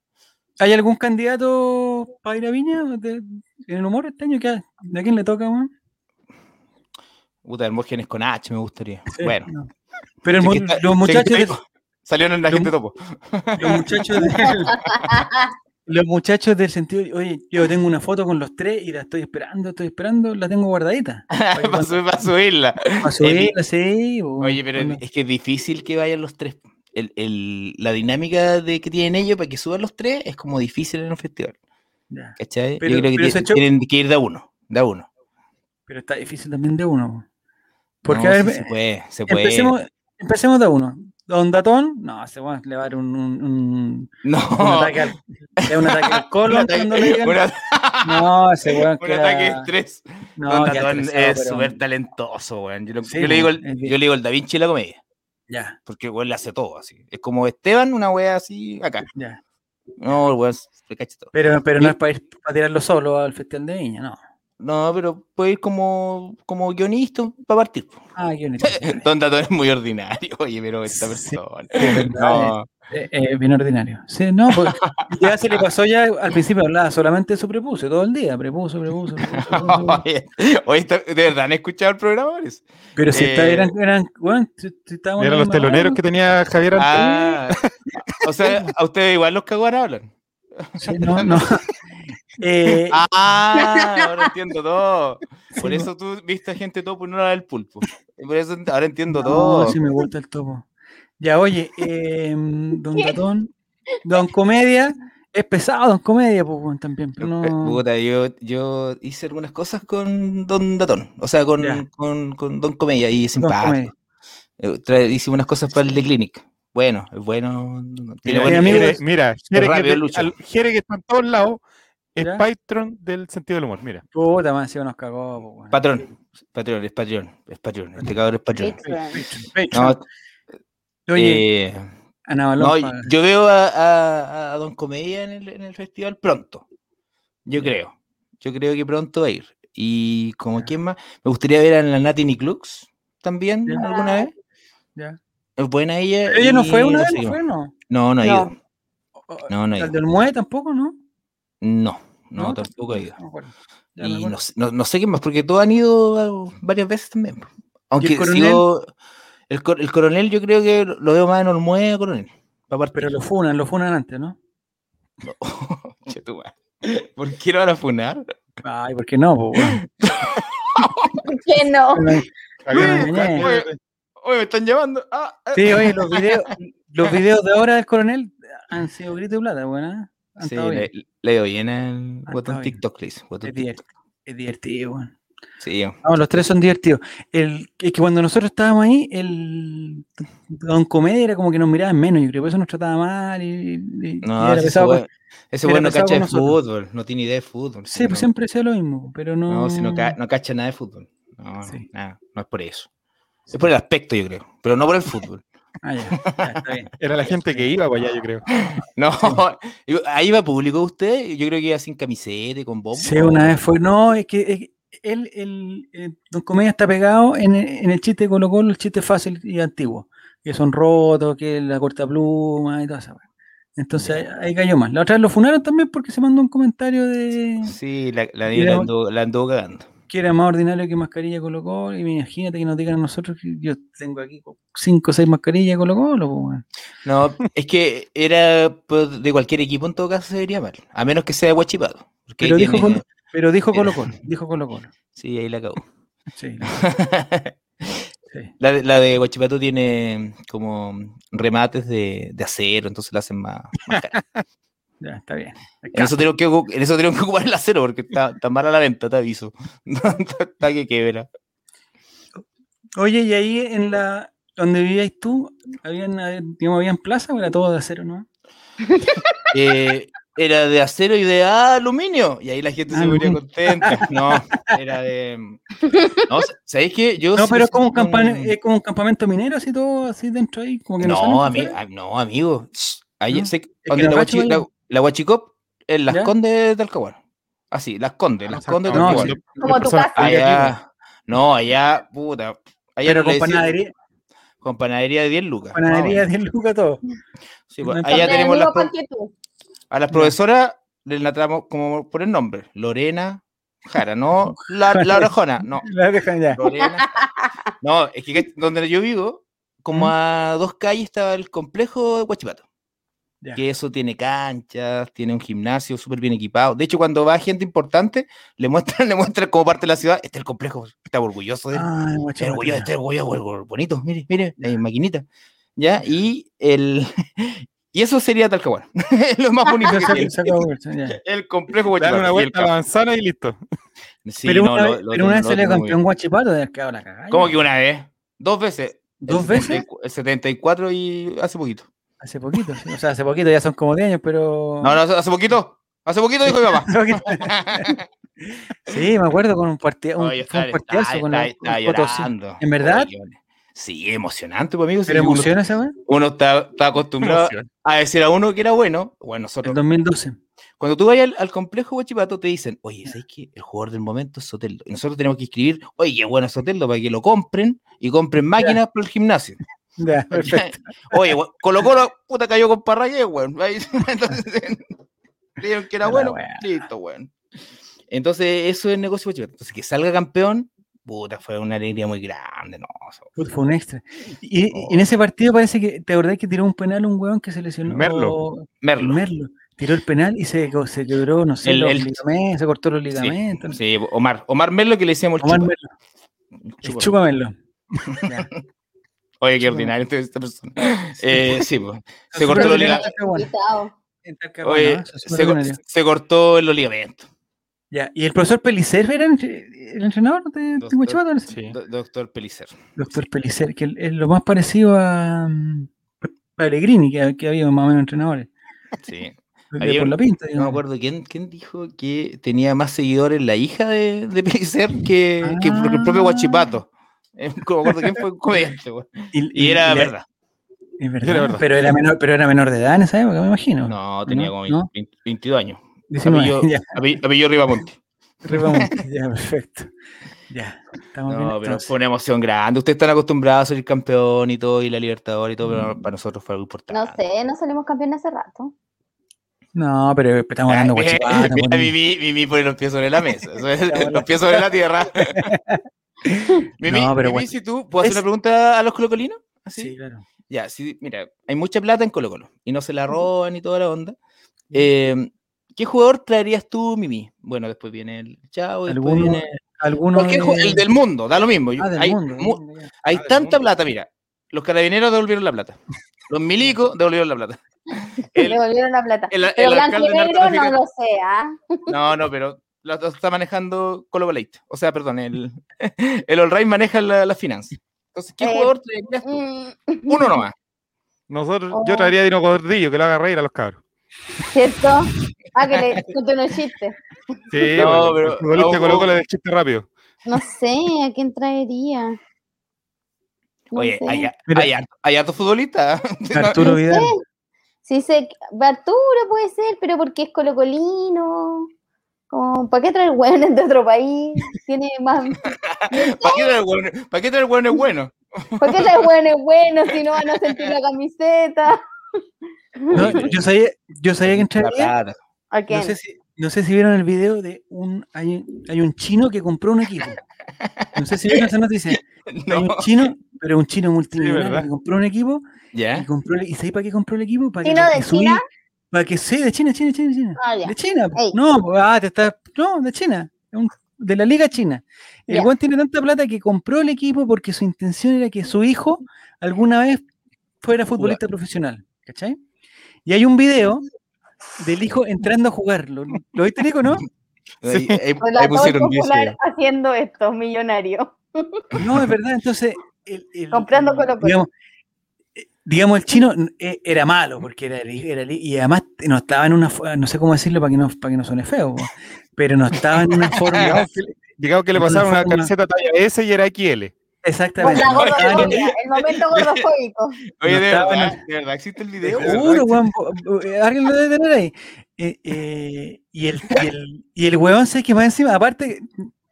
¿Hay algún candidato para ir a Viña de- en el humor este año? ¿Qué- ¿De quién le toca, weón? Puta, Hermógenes con H me gustaría. Sí, Bueno, no. Pero el sé mu- que está- los sé que está muchachos ahí, de, po. salieron en la Los gente mu- topo. [LAUGHS] los muchachos de- los muchachos del sentido, oye, yo tengo una foto con los tres y la estoy esperando, estoy esperando, la tengo [LAUGHS] guardadita. para, subir- para subirla. A subirla, sí, weón. Oye, pero Cuando- es que es difícil que vayan los tres. El, el- la dinámica de que tienen ellos para que suban los tres es como difícil en un festival. ya. ¿Cachai? Pero- Yo creo que pero tie- ese show- tienen que ir de a uno, de a uno. Pero está difícil también de uno. Porque, No, a ver, sí se puede, se puede. empecemos, empecemos de uno. Don Datón, no, se va a le va a dar un, un- un- [LAUGHS] No, un ataque al, le da un ataque al colon [LAUGHS] un cuando le digan- ata- No, ese weón un queda- ataque de estrés. no, Don queda Tatón estresado, es pero- súper talentoso, weón. Yo, lo- Sí, yo le digo el, es bien. yo le digo el Da Vinci de la comedia, Ya, porque el weón le hace todo así. Es como Esteban, una wea así, acá. ya. No, el weón se cacha todo. Pero, pero no Y- es para, ir, para tirarlo solo al festival de viña, no. No, pero puede ir como, como guionista para partir. po. Ah, qué bonito. [LAUGHS] Don Tatón es muy ordinario, [LAUGHS] oye, pero esta Sí, persona. verdad, No, Eh, eh, bien ordinario. Sí, no, porque [LAUGHS] ya se le pasó ya, al principio hablaba solamente de su prepucio, todo el día, prepucio, prepucio, prepucio, [LAUGHS] prepucio, prepucio. oye, oye, esta- ¿de verdad han escuchado el programa? Boris? Pero si está- Eh, eran, eran, weón, si- si estábamos Eran en la los misma teloneros hora, que tenía Javier antes. Ah, [LAUGHS] o sea, a ustedes igual los caguaras hablan. sí, no, [LAUGHS] no. Eh, Ah, [LAUGHS] ahora entiendo todo. Por sí, eso tú viste a gente topo y no la del pulpo. Y Por eso ent- ahora entiendo no, todo. sí me gusta el topo. Ya, oye, em, don Datón, don Comedia, es pesado don Comedia, pues, weón, también, pero Eh, no... puta, yo, yo hice algunas cosas con Don Datón, o sea, con, Ya. con, con Don Comedia y Don simpático. Comedia. Eh, tra- Hice unas cosas para el de Clinic. Bueno, es bueno. tiene bueno, Mira, Jere- amigo, Jere- es- mira, Jere que, rápido, te- Lucho. al- Jere que está en todos lados es ¿Ya? Patreon del sentido del humor. Mira, Puta, más encima nos cagó, pues, weón. Patrón, patrón, es patrón, es patrón. Este cabrón es patrón. Patreon. No, [LAUGHS] Oye, eh, Ana Balón No, paga. yo veo a, a- a Don Comedia en el, en el festival pronto. Yo creo. Yo creo que pronto va a ir. Y como Ya. quién más, me gustaría ver a la Nati Niclux también Ya. alguna vez. Ya. Es buena ella. Pero ella eh, no y fue una vez, sé no qué fue, más. no. No, no ha No. ido. O- o- No, no ha Al ido. del Mue tampoco, ¿no? No, no, No, tampoco ha ido. No me acuerdo. Ya me Y acuerdo. no, sé- no- no sé qué más, porque todos han ido a- varias veces también. po. Aunque coronel? sigo- el, cor- el coronel yo creo que lo veo más en Olmue a coronel. pa' partir. Pero lo funan, lo funan antes, ¿no? Che, [LAUGHS] tu madre. ¿Por qué lo van a funar? Ay, ¿por qué no? Oh, po, weón? [LAUGHS] ¿Por qué no? Javier, Oye, Javier, oye. Oye, me están llamando. Ah, ah. Sí, oye, los videos, los videos de ahora del coronel han sido grito y plata, ¿ah? buena. Sí, le, le dio bien al Ah, botón está bien. TikTok, Liz. botón Es diver- TikTok. es divertido, weón. Sí, No, los tres son divertidos. El, es que cuando nosotros estábamos ahí, el Don Comedia era como que nos miraban menos, yo creo, por eso nos trataba mal y, y- y no, era si ese pesado con- güey- ese era güey no pesado cacha de con nosotros. fútbol, no tiene idea de fútbol. Sí, pues no, siempre sea lo mismo, pero no. no, si no, ca- no cacha nada de fútbol. No, Sí. nada, no es por eso. Es por el aspecto, yo creo, pero no por el fútbol. Ah, ya, ya, está bien. Era la gente que iba para allá, yo creo. [LAUGHS] No, [LAUGHS] yo- ahí va público usted, yo creo que iba sin camiseta y con bombo. Sí, una vez fue. No, es que es que él, el, eh, Don Comedia está pegado en el, en el chiste de Colo Colo, el chiste fácil y antiguo. Que son rotos, que la corta pluma y todo eso. Entonces ahí- ahí cayó más. La otra vez lo funaron también porque se mandó un comentario de Sí, la, la, Y la era- anduvo- la [LAUGHS] anduvo cagando. que era más ordinario que mascarilla de Colo Colo. Y imagínate que nos digan a nosotros que yo tengo aquí co- cinco o seis mascarillas de Colo Colo. po, weón. No, es que era pues, de cualquier equipo en todo caso se vería mal, a menos que sea de Huachipato. porque ahí Pero dijo tiene- Colo- Pero dijo Era- Colo Colo, dijo Colo Colo. Sí, ahí la acabó. Sí, sí. [LAUGHS] la, de- la de Huachipato tiene como remates de, de acero, entonces la hacen más, más cara. Ya, está bien. [LAUGHS] En eso tengo que, ocu- en eso tengo que ocupar el acero porque está, está mala la venta, te aviso. [LAUGHS] está que quebra. Oye, y ahí en la donde vivías tú, habían, eh, digamos, habían plaza o era todo de acero, ¿no? Eh, era de acero y de aluminio. Y ahí la gente se volvía Aluminio. contenta. No, era de. No, ¿sabéis qué? Yo No, sí pero es soy como un, campan- un- es como un campamento minero, así todo, así dentro ahí, como que no salen No, para ami- afuera. a- no, amigo. Shh, ahí ¿No? sé que que donde no la, cacho, guachi- la- vaya. la Guachicop en Las ¿Ya? Condes de Talcahuano. Así, Las Condes, Las Condes de No, Talcahuano. sí. Como tu casa. Ah, Allá, no, allá, puta. Allá Pero no le con decían- [LAUGHS] panadería, con panadería de 10 lucas. más o panadería menos. 10 lucas [LAUGHS] todo. Sí, pues, no hay allá Donde tenemos vivo las pro- ponte tú. a las profesoras, les la tratamos como por el nombre, Lorena Jara, no la, [LAUGHS] la orejona, no, La dejan ya. Lorena. No, es que donde yo vivo, como ¿Mm? a dos calles estaba el complejo de Huachipato. Ya. Que eso tiene canchas, tiene un gimnasio súper bien equipado. De hecho, cuando va gente importante, le muestran, [LAUGHS] le muestran como parte de la ciudad. Este es el complejo, está orgulloso de este él. Ay, Está guacho, orgulloso, guacho. está orgulloso, orgulloso, bonito. Mire, mire, hay maquinita. Ya, y el, [LAUGHS] Y eso sería Talcahuano. [LAUGHS] [LAUGHS] lo más bonito Ah, que tiene. Se [LAUGHS] acabó, ya. El complejo Dar pues. Huachipato una y el vuelta a la campo. manzana y listo. Sí, Pero no, una lo- vez- lo pero una otro- vez lo salió otro muy campeón bien. Guachipato, de que ahora cagada. ¿Cómo que una vez? Dos veces. El ¿Dos veces? 74 El 74 y hace poquito. Hace poquito, sí. o sea, hace poquito, ya son como 10 años, pero... [LAUGHS] No, no, hace hace poquito. Hace poquito dijo mi papá. [LAUGHS] sí, me acuerdo con un partido, [LAUGHS] un, Oye, fue un está- partidazo está- con está- el- está con Potosí. llorando. ¿En verdad? Oye, Sí, emocionante, pues, amigos. ¿Pero sí, uno, emociona esa weá? uno está, está acostumbrado Emoción. a decir a uno que era bueno. Bueno, nosotros, El 2012. cuando tú vayas al, al complejo Huachipato, te dicen, oye, ¿sabes qué? El jugador del momento es Soteldo. Y nosotros tenemos que escribir, oye, qué bueno es Soteldo, para que lo compren y compren máquinas para el gimnasio. Ya, perfecto. [LAUGHS] Oye, weón, Colo Colo, puta, cayó con Parragué, weón. Ahí, [LAUGHS] Entonces, dijeron que era La bueno, weá. listo, weón. Entonces, eso es negocio Huachipato. Entonces, que salga campeón, puta, fue una alegría muy grande, no. eso- Puta, Fue un extra. Y, Oh. y en ese partido parece que, ¿te acordás que tiró un penal un weón que se lesionó? Merlo. Merlo. Merlo. Tiró el penal y se, co- se quebró, no sé, El- los el- ligamentos, se cortó los Sí, ligamentos. no sé. sí, Omar. Omar Merlo que le decíamos el Omar chupa. Merlo. El Chupa. Chupa Merlo. [LAUGHS] Ya. Oye, qué chupa. ordinario esta- [LAUGHS] esta persona. Eh, sí, po. se Son cortó súper los ordinarios en ligamentos. Talcahuano, Quitao. en Talcahuano, Oye, ¿eh? Son súper se, co- ordinarios. se cortó los ligamentos. Ya, ¿Y el profesor Pelicer era entre- el entrenador de Doctor- de Huachipato? no sé? Sí. Do- doctor Pelicer. Doctor Pelicer, que es lo más parecido a mm, Pellegrini, que, que había más o menos entrenadores. Sí. de- Había por un- la pinta, No me digamos. acuerdo quién, quién dijo que tenía más seguidores la hija de, de Pellicer que, que el Ah. propio Guachipato. Eh, No me acuerdo quién fue un comediante. weón. Y era y la- verdad. Es verdad, Era verdad. Pero, era menor, pero era menor de edad en esa época, me imagino. No, tenía como no. 20 22 años. 19, [LAUGHS] apellido- ya, Apell- Apellido Rivamonte. Ribamonte, ya, perfecto. Ya, estamos bien. No, pero entonces. fue una emoción grande. Ustedes están acostumbrados a ser campeón y todo, y la Libertadores y todo, pero Mm. para nosotros fue algo importante. No sé, no salimos campeones hace rato. [LAUGHS] No, pero estamos Ah, hablando de mira, Guachipato. mira, bueno. Mimi, Mimi pone los pies sobre la mesa, sobre- bueno. [LAUGHS] los pies sobre [LAUGHS] la tierra. Mimi, No, pero Mimi, bueno. si tú, ¿puedo hacer Es- una pregunta a los colocolinos? ¿Así? Sí, claro. Ya, sí, mira, hay mucha plata en Colo Colo y no se la roban y toda la onda. Eh, ¿Qué jugador traerías tú, Mimi? Bueno, después viene el Chavo, después Alguno, viene... alguno Cualquier ju- de- el del mundo, da lo mismo. yo- Ah, del hay mundo. mu- ¿no? Ya. hay Ah, del tanta mundo. plata, mira. Los carabineros devolvieron la plata. Los milicos devolvieron la plata. Le El- devolvieron la plata. el- Pero el blanco y alcalde de negro no narcotraficante. lo sé, ¿ah? No, no, pero lo lo está manejando Colo Palate. O sea, perdón, el, [LAUGHS] el All Right maneja la- las finanzas. Entonces, ¿qué Eh, jugador traerías tú? Mm, Uno nomás. Nosotros, Oh. Yo traería a Dino Gordillo, que lo haga reír a los cabros. ¿Cierto? Ah, que le conté unos chistes. Sí, No, bueno, pero- el futbolista oh, Colo oh. Colo del chiste rápido. No sé, ¿a quién traería? No Oye, sé. hay, Mira. hay, harto- hay harto futbolista. [LAUGHS] Arturo Vidal. Sí sé, que- Arturo puede ser, pero porque es colocolino. Como, ¿Para qué traer hueones de otro país? Tiene más... ¿Para qué traer hueones- para qué traer hueones buenos? ¿Para qué traer hueones buenos si no van a sentir la camiseta? No, yo sabía, yo sabía que La entraría. plata. ¿A No quién? sé, si, no sé si vieron el video de un. Hay, hay un chino que compró un equipo. No sé si vieron esa noticia. Hay [LAUGHS] [LAUGHS] No. un chino, pero un chino multimillonario ¿verdad? que compró un equipo. Y, ¿Ya? compró, el- e-, ¿Y sabéis para qué compró el equipo? Para ¿Chino que, de para subir- China? Para que sí, de China, China, China, China. Ah, ya. De China. po. Ey. No, po, ah, te estás. No, de China. es un- de la Liga China. El Ya. Juan tiene tanta plata que compró el equipo porque su intención era que su hijo alguna vez fuera futbolista profesional. ¿Cachai? Y hay un video del hijo entrando a jugar. ¿Lo, lo viste, Nico, no? Ahí, ahí- ahí Relator pusieron 10. popular haciendo esto, millonario. No, es verdad. Entonces, el, el- Comprando el- Colo Colo. digamos, eh, digamos, el chino n- e- era malo, porque era, li- era li- y además t- no estaba en una, fo- no sé cómo decirlo para que no, para que no suene feo, po, pero no estaba en [LAUGHS] una forma Digamos que, digamos que le Una pasaron una forma- camiseta talla S y era XL. Por exactamente. la no estaba en- gordofobia, [LAUGHS] el momento gordofóbico. Oye, No de estaba verdad, de verdad, ¿existe el Te video? juro, weón, bo- bo- eh, Alguien lo debe tener ahí. Eh, eh, y, el, y, el, y el weón se que más encima, aparte,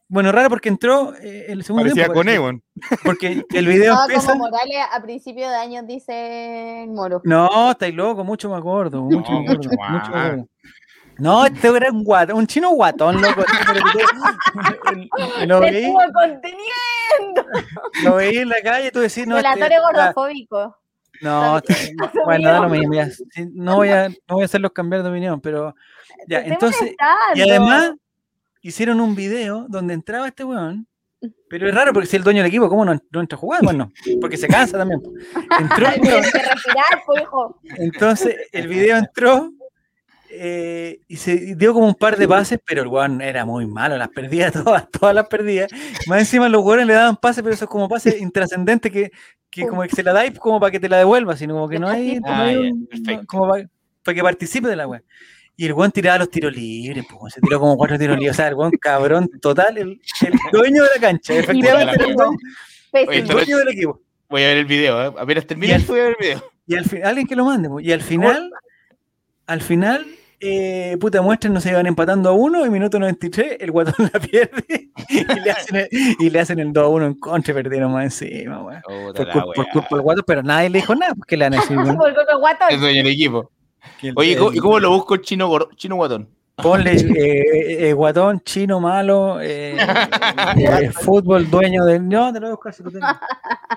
bueno, raro porque entró eh, el segundo Parecía tiempo. con E, parece, Ewan. porque el video Estaba empieza. como Morales a principio de año, dice el moro. No, estáis loco, mucho más gordo. Mucho, No, más gordo, mucho mucho más más. gordo. No, este era un guatón, un chino guatón, loco. Lo Te veí, estuvo conteniendo. lo veí en la calle y tú decís, no, este- Relatores ah, gordofóbicos. no, este- Dios bueno, da lo mío. mismo, ya, sí, no voy a, no voy a hacerlos cambiar de opinión, pero ya, Te estoy entonces, molestando. Y además hicieron un video donde entraba este weón Pero es raro porque si el dueño del equipo, ¿cómo no, no entra a jugar? Bueno, porque se cansa también. po. Entró, Ay, tienes que retirar, pues, hijo. entonces el video entró eh, y se dio como un par de pases, pero el weón era muy malo, las perdía [LAUGHS] todas, todas las perdía. Más encima los weones le daban pases, pero eso es como pases intrascendentes que, que como que se la dais como para que te la devuelva, sino como que no hay, no Ah, hay ya, un- perfecto. como para, que participe de la weá. Y el weón tiraba los tiros libres, po, se tiró como cuatro tiros libres. O sea, el weón cabrón total, el, el dueño de la cancha. Efectivamente, era el dueño, Pésimo. Oye, el dueño del equipo. Voy a ver el video, ¿eh? apenas termine Y al- esto voy a ver [LAUGHS] el video. Y al final, alguien que lo mande, po. y al final, al final, eh, puta muestra, no se iban empatando a uno, y minuto 93, el guatón la pierde, [LAUGHS] y le hacen el, y le hacen el 2 a 1 en contra, y perdieron más encima, weón. Puta Por, cul- la por weá. culpa del guatón, pero nadie le dijo nada, porque le han hecho. [LAUGHS] Por otro guatón. El dueño del equipo. Oye, ¿y cómo- ¿y cómo lo busco el chino, gor- chino guatón? Ponle eh, eh, guatón, chino, malo, eh, eh, fútbol, dueño del. No, te lo voy a buscar si lo tengo.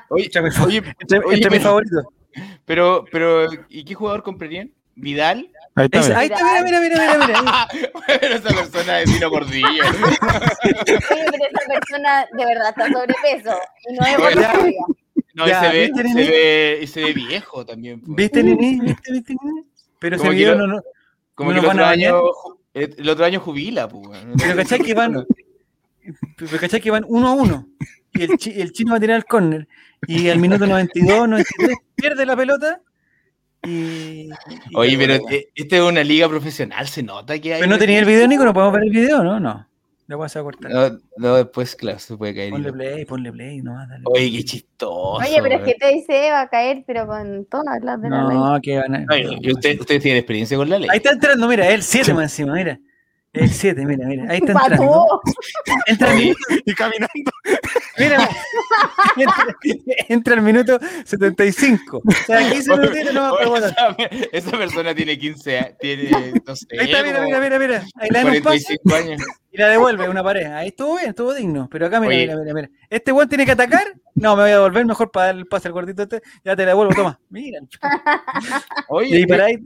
Oye, Entre mis fa- oye, entre- oye, entre mis pero- favoritos. pero, pero, ¿y qué jugador comprarían? ¿Vidal? [LAUGHS] Ahí está. Es- mira. ahí está, mira, mira, mira, mira. mira. Pero esa persona es [LAUGHS] Dino Gordillo. Oye, pero esa persona de verdad está sobrepeso. Y no es Oye, buena ya. vida. No, Ya, y, se ve, ¿viste, se Nini? ve, y se ve viejo también. po. ¿Viste, Nini? ¿Viste, viste, Nini? Pero ese Como que video lo- no, no- Como ¿No que el lo van otro, a año, eh, el el otro año jubila, po, weón. Pero cachai que van. Pero cachai que van uno a uno. Y el, chi- el chino va a tirar el córner. Y al minuto 92, 93, pierde la pelota. Y. y- Oye, pero Pero eh, esta es una liga profesional, se nota que hay. pues, no tenía el video, Nico, no podemos ver el video, ¿no? No. Lo vas a cortar. [LAUGHS] No, no, después, claro, se puede caer. Ponle play, ponle play, no dale. Oye, qué chistoso. Oye, pero es weón. que te dice va a caer, pero con todas las de la ley. eh. No, que van a. Ay, ¿y usted- ustedes tienen experiencia con la ley. Ahí está entrando, mira, el 7 más encima, mira. El 7, mira, mira. Ahí está entrando. Pató. Entra al Oye, minuto, Y caminando. [LAUGHS] mira. Entra, entra al minuto 75. O sea, aquí se lo tiene, no va a oye, poder votar. esa, esa persona tiene 15 años. Tiene, no sé, [LAUGHS] Ahí está, mira, como mira, mira, mira. Ahí le dan un pase [LAUGHS] 45 años. y la devuelve una pareja. Ahí estuvo bien, estuvo digno. Pero acá, mira, Oye. mira, mira, mira. Este weón tiene que atacar. No, me voy a devolver mejor para darle el pase al gordito este. Ya te la devuelvo, toma. Mira. Y Oye, ahí para ahí.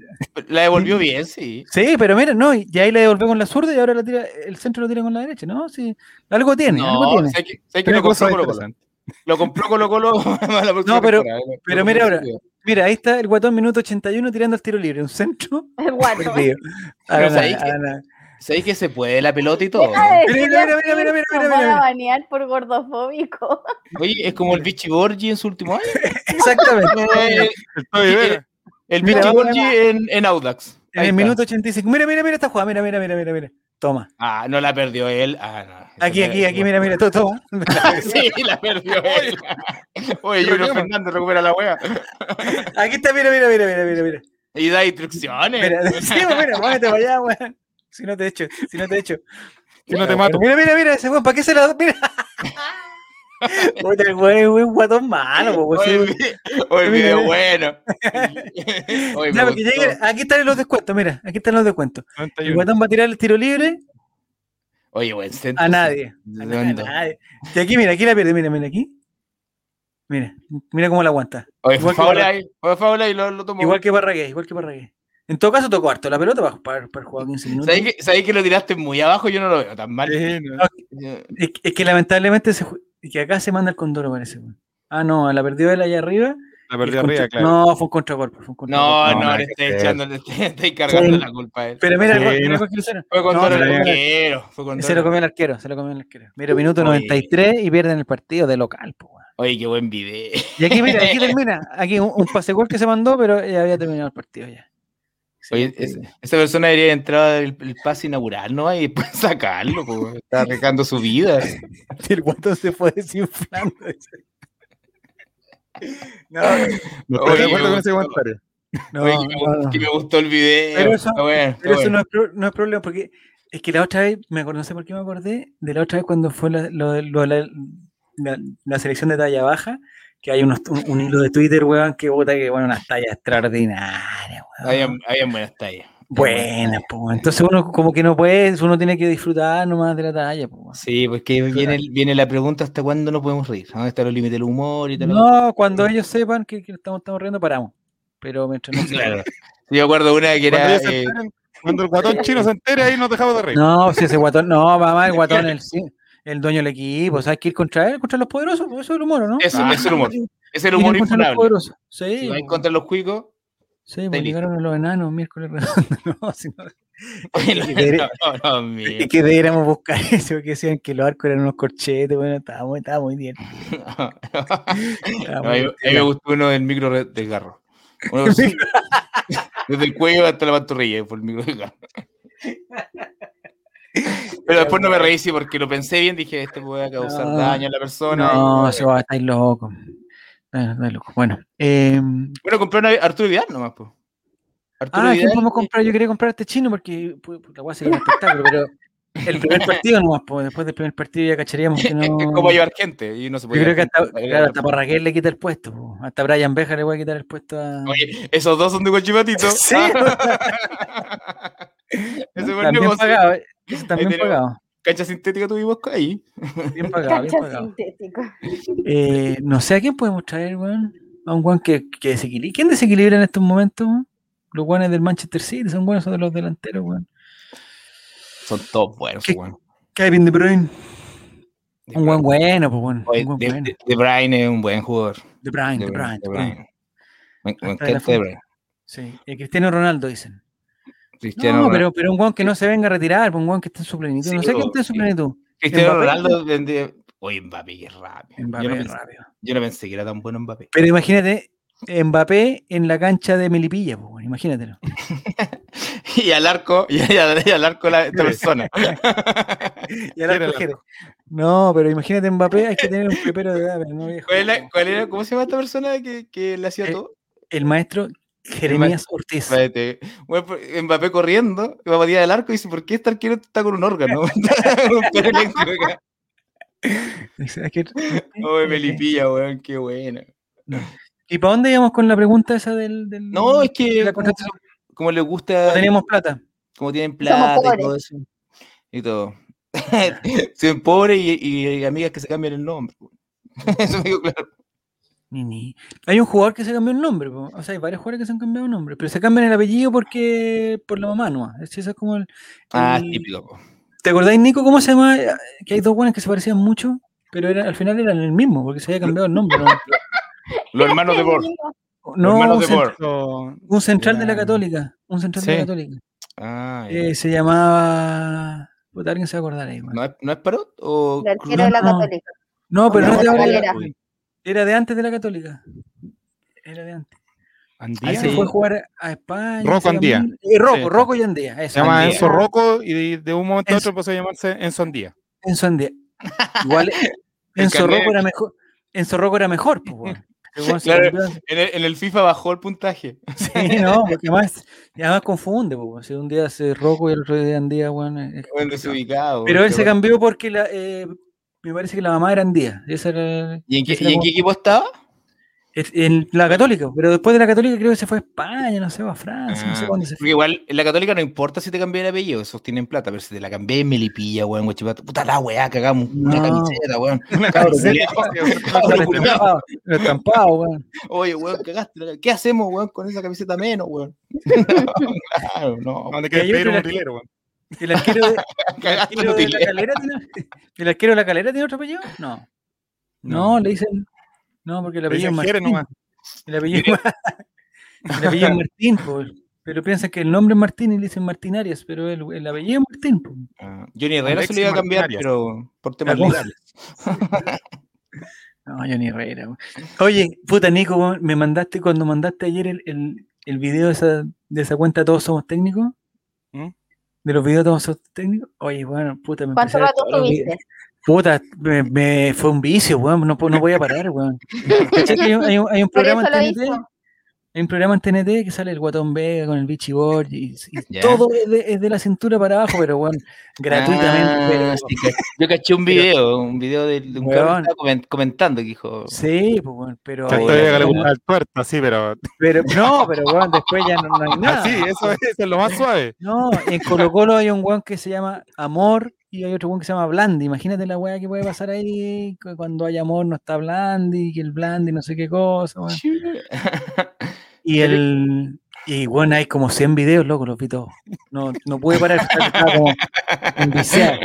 la devolvió bien, sí. Sí, pero mira, no, y ahí la devolvió con la zurda y ahora la tira, el centro lo tira con la derecha, ¿no? Sí. Algo tiene, algo No, tiene. sé que, sé que Tiene lo compró cosas Colo Colo. interesantes. Lo compró Colo Colo. [LAUGHS] No, pero- pero mira ahora. Mira, ahí está el guatón minuto 81 tirando el tiro libre. Un [LAUGHS] centro [LAUGHS] El guato. perdido. A Pero ganar, ahí a que- ganar. ¿Sabéis que se puede la pelota y [LAUGHS] todo? Deja Mira, de decirle mira, mira, así, mira, mira, nos mira, van mira. a banear por gordofóbico. Oye, es como el Vichy Borgi en su [LAUGHS] último año. [LAUGHS] Exactamente. Eh, El Toby Vera. el Mira, Vichy vamos Borgi en, en Audax. En Ahí el está. minuto 85. Mira, mira, mira esta jugada. Mira, mira, mira, mira, mira. Toma. Ah, no la perdió él. Ah, no. Aquí, aquí, aquí, mira, mira, todo, toma. [LAUGHS] Sí, la perdió él. Oye, Junior Problema. Fernández recupera la wea. Aquí está, mira, mira, mira, mira, mira, mira. Y da instrucciones. Mira, [LAUGHS] sí, pues, mira, póngate para allá, weón. Si no te echo, si no te echo. Si no te mato. Mira, mira, mira, ese weón, ¿para qué se la [LAUGHS] mira? Puta, el weón, es un guatón malo, pues, Oye, el weón. vi- oye, el Mira, video mira. bueno. [LAUGHS] Oye, Ya, me porque gustó. llegue- aquí están los descuentos, mira, aquí están los descuentos. El 91. guatón va a tirar el tiro libre Oye, buen centro. a nadie. A nadie, a Redondo. nadie. Y aquí, mira, aquí la pierde, mira, mira, aquí. Mira, mira cómo la aguanta. Oye, Igual fue que faula Barra- ahí. Fue faula ahí, lo, lo tomó. Igual que Barragués, igual que Barragués. En todo caso, tocó harto la pelota para, para, para jugar 15 minutos. ¿Sabéis que, sabéis que lo tiraste muy abajo? Yo no lo veo tan mal. Sí, no. Eh, Es, que- es que lamentablemente se ju- es que acá se manda el condoro, parece. weón. Ah, no, la perdió él allá arriba. La y el perdí arriba, contra- claro. No, fue un contragolpe. Fue un No, contragolpe. no, nada le que estáis ver. echando, le [LAUGHS] estáis cargando Sí. la culpa a él. Pero mira, Sí, el, no. gol que le hicieron. Fue con No, todo pero el mira, arquero. Fue se con lo todo el- comió el arquero, se lo comió el arquero. Mira, minuto Oye. 93 y pierden el partido de local. po, weón. Oye, qué buen video. Y aquí, mira, [LAUGHS] aquí termina. Aquí un, un pase gol que se mandó, pero ya había terminado el partido ya. Oye, es- esa persona debería entrar el, el pase inaugural, ¿no? Y [LAUGHS] después sacarlo, po. está arriesgando su vida. El guato se fue desinflando. No, No estoy de Oye, acuerdo me con ese gustó. comentario. no, Oye, que, me, no, no. que me gustó el video. Pero eso- Está bueno, está Pero eso bueno. no es, pro- no es problema, porque es que la otra vez, me acuerdo, no sé por qué me acordé, de la otra vez cuando fue la, lo de- lo de la, la- la selección de talla baja, que hay unos, un, un hilo de Twitter, weón, que vota que, bueno, unas tallas extraordinarias, weón. Habían, habían buenas tallas. Buenas, po, weón. Entonces uno como que no puede, uno tiene que disfrutar nomás de la talla, po, weón. Sí, porque viene, el- viene la pregunta hasta cuándo no podemos reír. ¿Dónde están los límites del humor y tal? No, cuando ellos sepan que, que estamos, estamos riendo, paramos. Pero mientras [LAUGHS] no sepan- Claro. Yo acuerdo una que Cuando, era. ellos se eh, enteren- cuando el guatón chino se entere, ahí nos dejamos de reír. [LAUGHS] No, si ese guatón, no, mamá, el guatón, el, si- el dueño del equipo. O sea, hay que ir contra él, contra los poderosos. pues, Eso es el humor, ¿o ¿no? Eso, Ah, es el humor. Es el ir humor contra los infalable. poderosos. Sí, Si va en pues, contra de los cuicos. sí, pues, listo. llegaron los enanos miércoles redondo. [LAUGHS] No, si no- no, [LAUGHS] no, no, mira. Es que deberíamos buscar eso, que decían que los arcos eran unos corchetes. Bueno, estaba muy, estaba muy bien. [LAUGHS] Ah, No, a mí- a mí me gustó uno del micro re- del garro. Uno [LAUGHS] así, desde el cuello hasta la pantorrilla fue el micro del garro. Pero después no me reí, sí, porque lo pensé bien, dije, esto puede causar No. daño a la persona. No, Y- se va a estar loco. Está- está loco. Bueno, em, Bueno, compré una Arturo Vidal nomás, pues. Arturo ah, ¿quién Vidal. podemos comprar? Yo quería comprar este chino porque pu- puta, la guay sería un espectáculo, pero el [LAUGHS] primer partido nomás, pues después del primer partido ya cacharíamos que no. Es que es como llevar gente y no se Yo puede. creo que llevar hasta, gente, claro, hasta Parragués le quita el puesto, po. hasta Brian Beja le voy a quitar el puesto a. Oye, esos dos son de Guachipatito. Sí, [LAUGHS] [LAUGHS] Ese buen también negocio. pagado, eh, eso también tenemos. pagado, [LAUGHS] Cancha sintética tuvimos ahí. bien [LAUGHS] pagado, bien Cancha pagado. sintética. Eh, no sé a quién podemos traer, weón. A un weón que, que desequilibra. ¿Quién desequilibra en estos momentos? weón? Los weones del Manchester City son buenos, son de los delanteros, weón. Son todos buenos, ¿Qué- weón. Kevin De Bruyne. De Un buen bueno, pues bueno. Oye, un buen De, bueno. de- De Bruyne es un buen jugador. De Bruyne, De Bruyne. Bruyne, De Bruyne. Me, me Hasta de la encanta De fun- Bruyne. Sí. Y Cristiano Ronaldo, dicen. Cristiano, No, Ronaldo. pero, pero un weón que no se venga a retirar, pues un weón que está en su plenitud. Sí, No sé quién pues, está en su sí. plenitud. Cristiano Mbappé. Ronaldo vende- Oye, Mbappé, qué rápido. Mbappé, yo, no pensé, rápido. yo no pensé que era tan bueno Mbappé. [LAUGHS] Pero imagínate, Mbappé en la cancha de Melipilla, pues bueno, imagínatelo. y al arco, [LAUGHS] y, al, y al arco la, esta persona. Y ahora Era la- escoger. No, pero imagínate Mbappé, hay que tener un pepero de edad, pero no viejo. [LAUGHS] ¿Cuál era, cuál era- ¿Cómo se llama esta persona que, que le hacía Eh, todo? El maestro Jeremías Ortiz. [LAUGHS] Espérate. Bueno, por- Mbappé corriendo, va a patear al arco y dice, ¿por qué este arquero está con un [LAUGHS] órgano? [LAUGHS] un pelo eléctrico acá. Es que- [LAUGHS] Oye, Melipilla, weón, qué bueno. Mm, ¿Y para dónde íbamos con la pregunta esa del... del- No, es que la como, contratación. como les No gusta, teníamos plata. como tienen plata y todo eso. Y todo. [LAUGHS] Son pobres y, y amigas que se cambian el nombre. weón. [LAUGHS] Eso me quedó claro. Ni, ni. Hay un jugador que se cambió el nombre, po. o sea, hay varios jugadores que se han cambiado el nombre, pero se cambian el apellido porque por la mamá, ¿no? Es- Eso es como el, Ah, el- típico. po. ¿Te acordáis, Nico, cómo se llama? Que hay dos buenas que se parecían mucho, pero era, al final eran el mismo, porque se había cambiado el [LAUGHS] nombre. No, Los hermanos [LAUGHS] de Borg. Los no hermanos un, de cent- Borg. Esto- un central de la Era- Católica, un central de la Sí. Católica. Ah, ya. Eh, se llamaba... Puta, alguien se va a acordar ahí. weón. ¿No, es, ¿No es Parot? ¿O El Cruz? arquero de la No. Católica. No, pero no, no, es de ahora, ¿cuál era, era? era de antes de la Católica. Era de antes. Andía. Ahí se sí. fue a jugar a España. Rocco se cambió- Andía. eh, Rocco, Sí. Rocco y Andía. Eso. Se llama Andía. Enzo Rocco y de, de un momento a Enzo. otro empezó a llamarse Enzo Andía. Enzo [LAUGHS] Andía. Igual Enzo carnet. Rocco era mejor. Enzo Rocco era mejor, pues, weón. Que weón se Claro. [LAUGHS] cambió- En el, en el FIFA bajó el puntaje. Sí, no, porque además, y además confunde, pues, weón. Si un día hace Rocco y el otro día Andía, weón. es- es [LAUGHS] Bueno, complicado. Oh, desubicado. Pero él qué se bueno. cambió porque la, eh, me parece que la mamá era Andía. Esa era, ¿Y en qué, esa era y en como- qué equipo estaba? Es- En la Católica, pero después de la Católica creo que se fue a España, no sé, va a Francia, no sé Ah, dónde se Porque fue. igual en la católica no importa si te cambié el apellido, esos tienen plata, pero si te la cambié en Melipilla, weón, Guachipato, puta la weá, cagamos una No. camiseta, weón. Cabro, culiao. Lo Cabro, culiao. estampado, lo estampado, weón. Oye, weón, cagaste. la- ¿Qué hacemos, weón, con esa camiseta menos, [LAUGHS] weón? claro, no. Donde Oh, Y hay quieres pedir otro un en la- utilero, weón. El arquero de, el Cagaste arquero no de te la leo. calera tiene, ¿El arquero de la calera tiene otro apellido? No. No, le dicen. No, porque el Le apellido es dicen Jere Martín. nomás. El apellido, es Mar- [LAUGHS] el apellido es Martín, po, Pero piensan que el nombre es Martín y le dicen Martín Arias, pero el, el apellido es Martín. po. Ah, Johnny Herrera se Alexis lo iba a cambiar, Martinarias. pero por temas Cagó. legales. No, Johnny Herrera. weón. Oye, puta Nico, weón, me mandaste cuando mandaste ayer el, el- el video de esa, de esa cuenta Todos Somos Técnicos. ¿Mm? De los videos de Todos Somos Técnicos. Oye, bueno, puta, me empecé ¿Cuánto a ver rato todos los tuviste? videos. Puta, me, me- fue un vicio, weón. No, po- no voy a parar, weón. ¿Cachai que Hay un, hay un- hay un [LAUGHS] Por programa en eso lo TNT. hizo. Hay un programa en TNT que sale el Guatón Vega con el Bichi Borg y, y [LAUGHS] Ya. todo es de, es de la cintura para abajo, pero weón, gratuitamente. Ah, pero- sí, ca- yo caché un Pero- video, un video de, de un cabrón Weón. que estaba comen- comentando que dijo. sí, pues, weón, pero. Chato Oye, Vega le como- gusta el tuerto, sí, pero. pero- [LAUGHS] no, Ah, pero weón, después ya no, no hay nada. Así, eso, es- eso es lo más suave. No, en Colo Colo hay un weón que se llama Amor y hay otro weón que se llama Blandi. Imagínate la weá que puede pasar ahí cu- cuando hay amor no está Blandi, que el Blandi no sé qué cosa. weón. Y Pero- el y bueno, hay como 100 videos, loco, los vi todos. No, no pude parar, estaba como enviciado,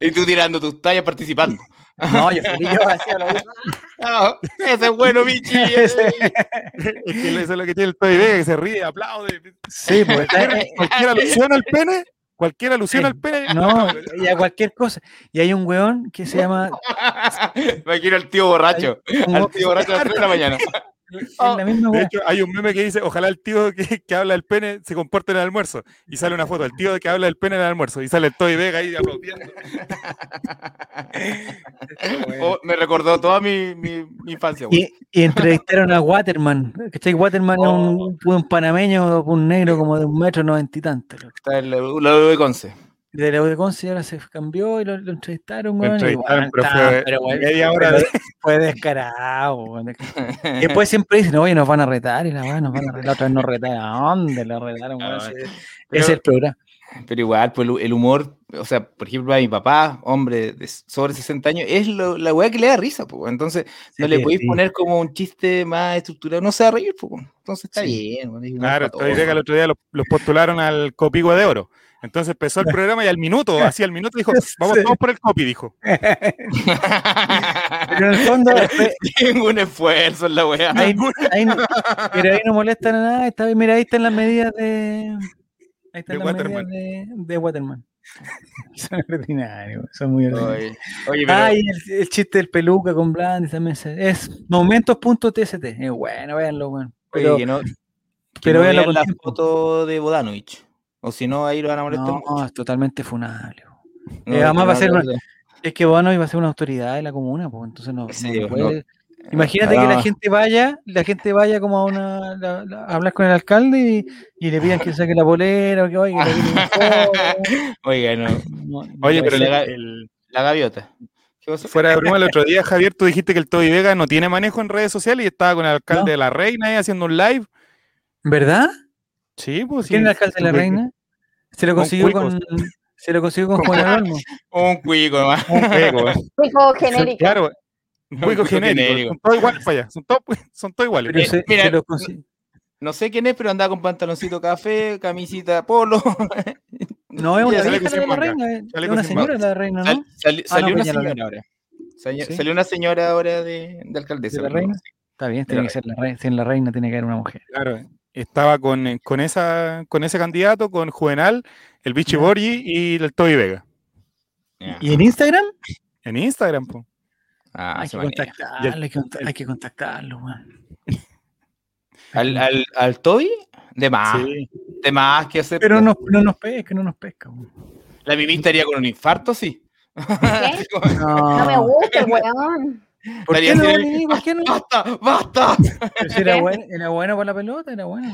Y tú tirando tus tallas participando. No, yo, yo hacía lo mismo. [LAUGHS] Ah, ese es bueno, Michi. eh. [LAUGHS] Es que eso es lo que tiene el PIB, que se ríe, aplaude. Sí, pues, está- Cualquier, cualquier alusión al pene, cualquier eh. Sí. alusión al pene. no, y a cualquier cosa. Y hay un weón que se llama. Me quiero al tío borracho. un Al weón que se- tío borracho a las 3 de la [LAUGHS] mañana. es la misma De weá. hecho, hay un meme que dice, ojalá el tío que, que habla del pene se comporte en el almuerzo. Y sale una foto, el tío que habla del pene en el almuerzo. Y sale el Toy Vega ahí aplaudiendo. Oh, me recordó toda mi, mi- mi infancia. güey. Y, y entrevistaron a Waterman. ¿Cachai? Waterman es Oh. un, fue un panameño, un negro como de un metro noventa y tanto. loco. Está el lado de Conce. De la Udeconce ahora se cambió y lo, lo entrevistaron, Lo weón. y entrevistaron, weón, pero estaba- fue pero, weón, media hora fue- de- [LAUGHS] Fue descarado, weón. [LAUGHS] Y Después siempre dicen, oye, nos van a retar y la weá, nos van a retar. La otra vez nos retaron. ¿A dónde lo retaron, weón? [LAUGHS] Ah, Sí, pero- Ese es el programa. Pero igual, pues el hu- el humor, o sea, por ejemplo, para mi papá, hombre de s- sobre 60 años, es lo- la weá que le da risa, pues. Entonces, no Sí, le sí, podéis sí. poner como un chiste más estructurado, no se va a reír, pues. weón. Entonces está Sí. bien, weón, hay humor Claro, para el Toy todo, Vega el weón. otro día los, los postularon al Copigua de Oro. Entonces empezó el programa y al minuto, así al minuto dijo, vamos, Sí. vamos por el copy, dijo. Pero [LAUGHS] en el fondo, [LAUGHS] después, Ningún esfuerzo en la weá. ahí, ahí no- pero ahí no molestan a nada. Está bien, mira, ahí están las medidas de. Ahí están De las Waterman. medidas de, de Waterman. [LAUGHS] Son ordinarios, son muy ordinarios. Oye, oye, pero, Ay, el, el chiste del peluca con Blandi también se- es momentos.tst. Es bueno, véanlo, bueno. oye, Pero, que no, que pero no véanlo vean con la tiempo. foto de Bodanovich. O si no, ahí lo van a molestar No, mucho. es totalmente funable. weón. No, eh, además va a ser no, una- Es que Bono iba a ser una autoridad de la comuna, pues entonces no, Sí, no pues, puede- Imagínate que la Ah. gente vaya, la gente vaya como a una la- la- a hablar con el alcalde y, y le pidan que saque la polera o que vaya, que le quiten [LAUGHS] un Oiga, no. foto. No, no Oye, puede pero ser. la- el- el- La gaviota. ¿Qué pasó? fuera de broma, el otro día, Javier, tú dijiste que el Toy Vega no tiene manejo en redes sociales y estaba con el alcalde No. de la Reina ahí haciendo un live. ¿verdad? Sí, pues sí. ¿Quién es el alcalde de la Porque- reina? Se lo Con consiguió con, cuicos. se lo consiguió con Juan Alonso. Un cuico, nomás. Un juego, ¿eh? [LAUGHS] Pico genérico. Claro, un juego juego genérico. genérico. Son todos iguales para allá. Son todos, son todos iguales. Pero Eh, se, mira, se lo consi- No sé quién es, pero andaba con pantaloncito café, camisita polo. [LAUGHS] No es una Ya sale vieja la de la con sin reina, es es Sale con una sin señora manga. la de la reina, Sal- ¿no? sali- Ah, no, salió una Peñalola. señora ahora. Sali- ¿Sí? Salió una señora ahora de, de alcaldesa. ¿De la pero reina? no sé. Está bien, tiene la que ser la reina, en la reina tiene que haber una mujer. Claro, estaba con, eh, con, esa, con ese candidato, con Juvenal, el Bichi Borgi y el Toby Vega. Ya. ¿Y en Instagram? En Instagram, po. Ah, hay, se que maneja. contactarlo, hay que cont- hay que contactarlo, weón. ¿Al, al, al Toby? De más. Ah. Sí. [LAUGHS] De más que hacer. Pero no, no nos pesca, no nos pesca. weón. La mimi estaría con un infarto, sí. [LAUGHS] [LAUGHS] ¿Qué? [LAUGHS] No me No. gusta, el weón. ¿Por qué Daría no, así el- Nini? ¿Por qué [LAUGHS] no? ¡Basta! ¡Basta! Pero si era bueno, era bueno para la pelota, era bueno.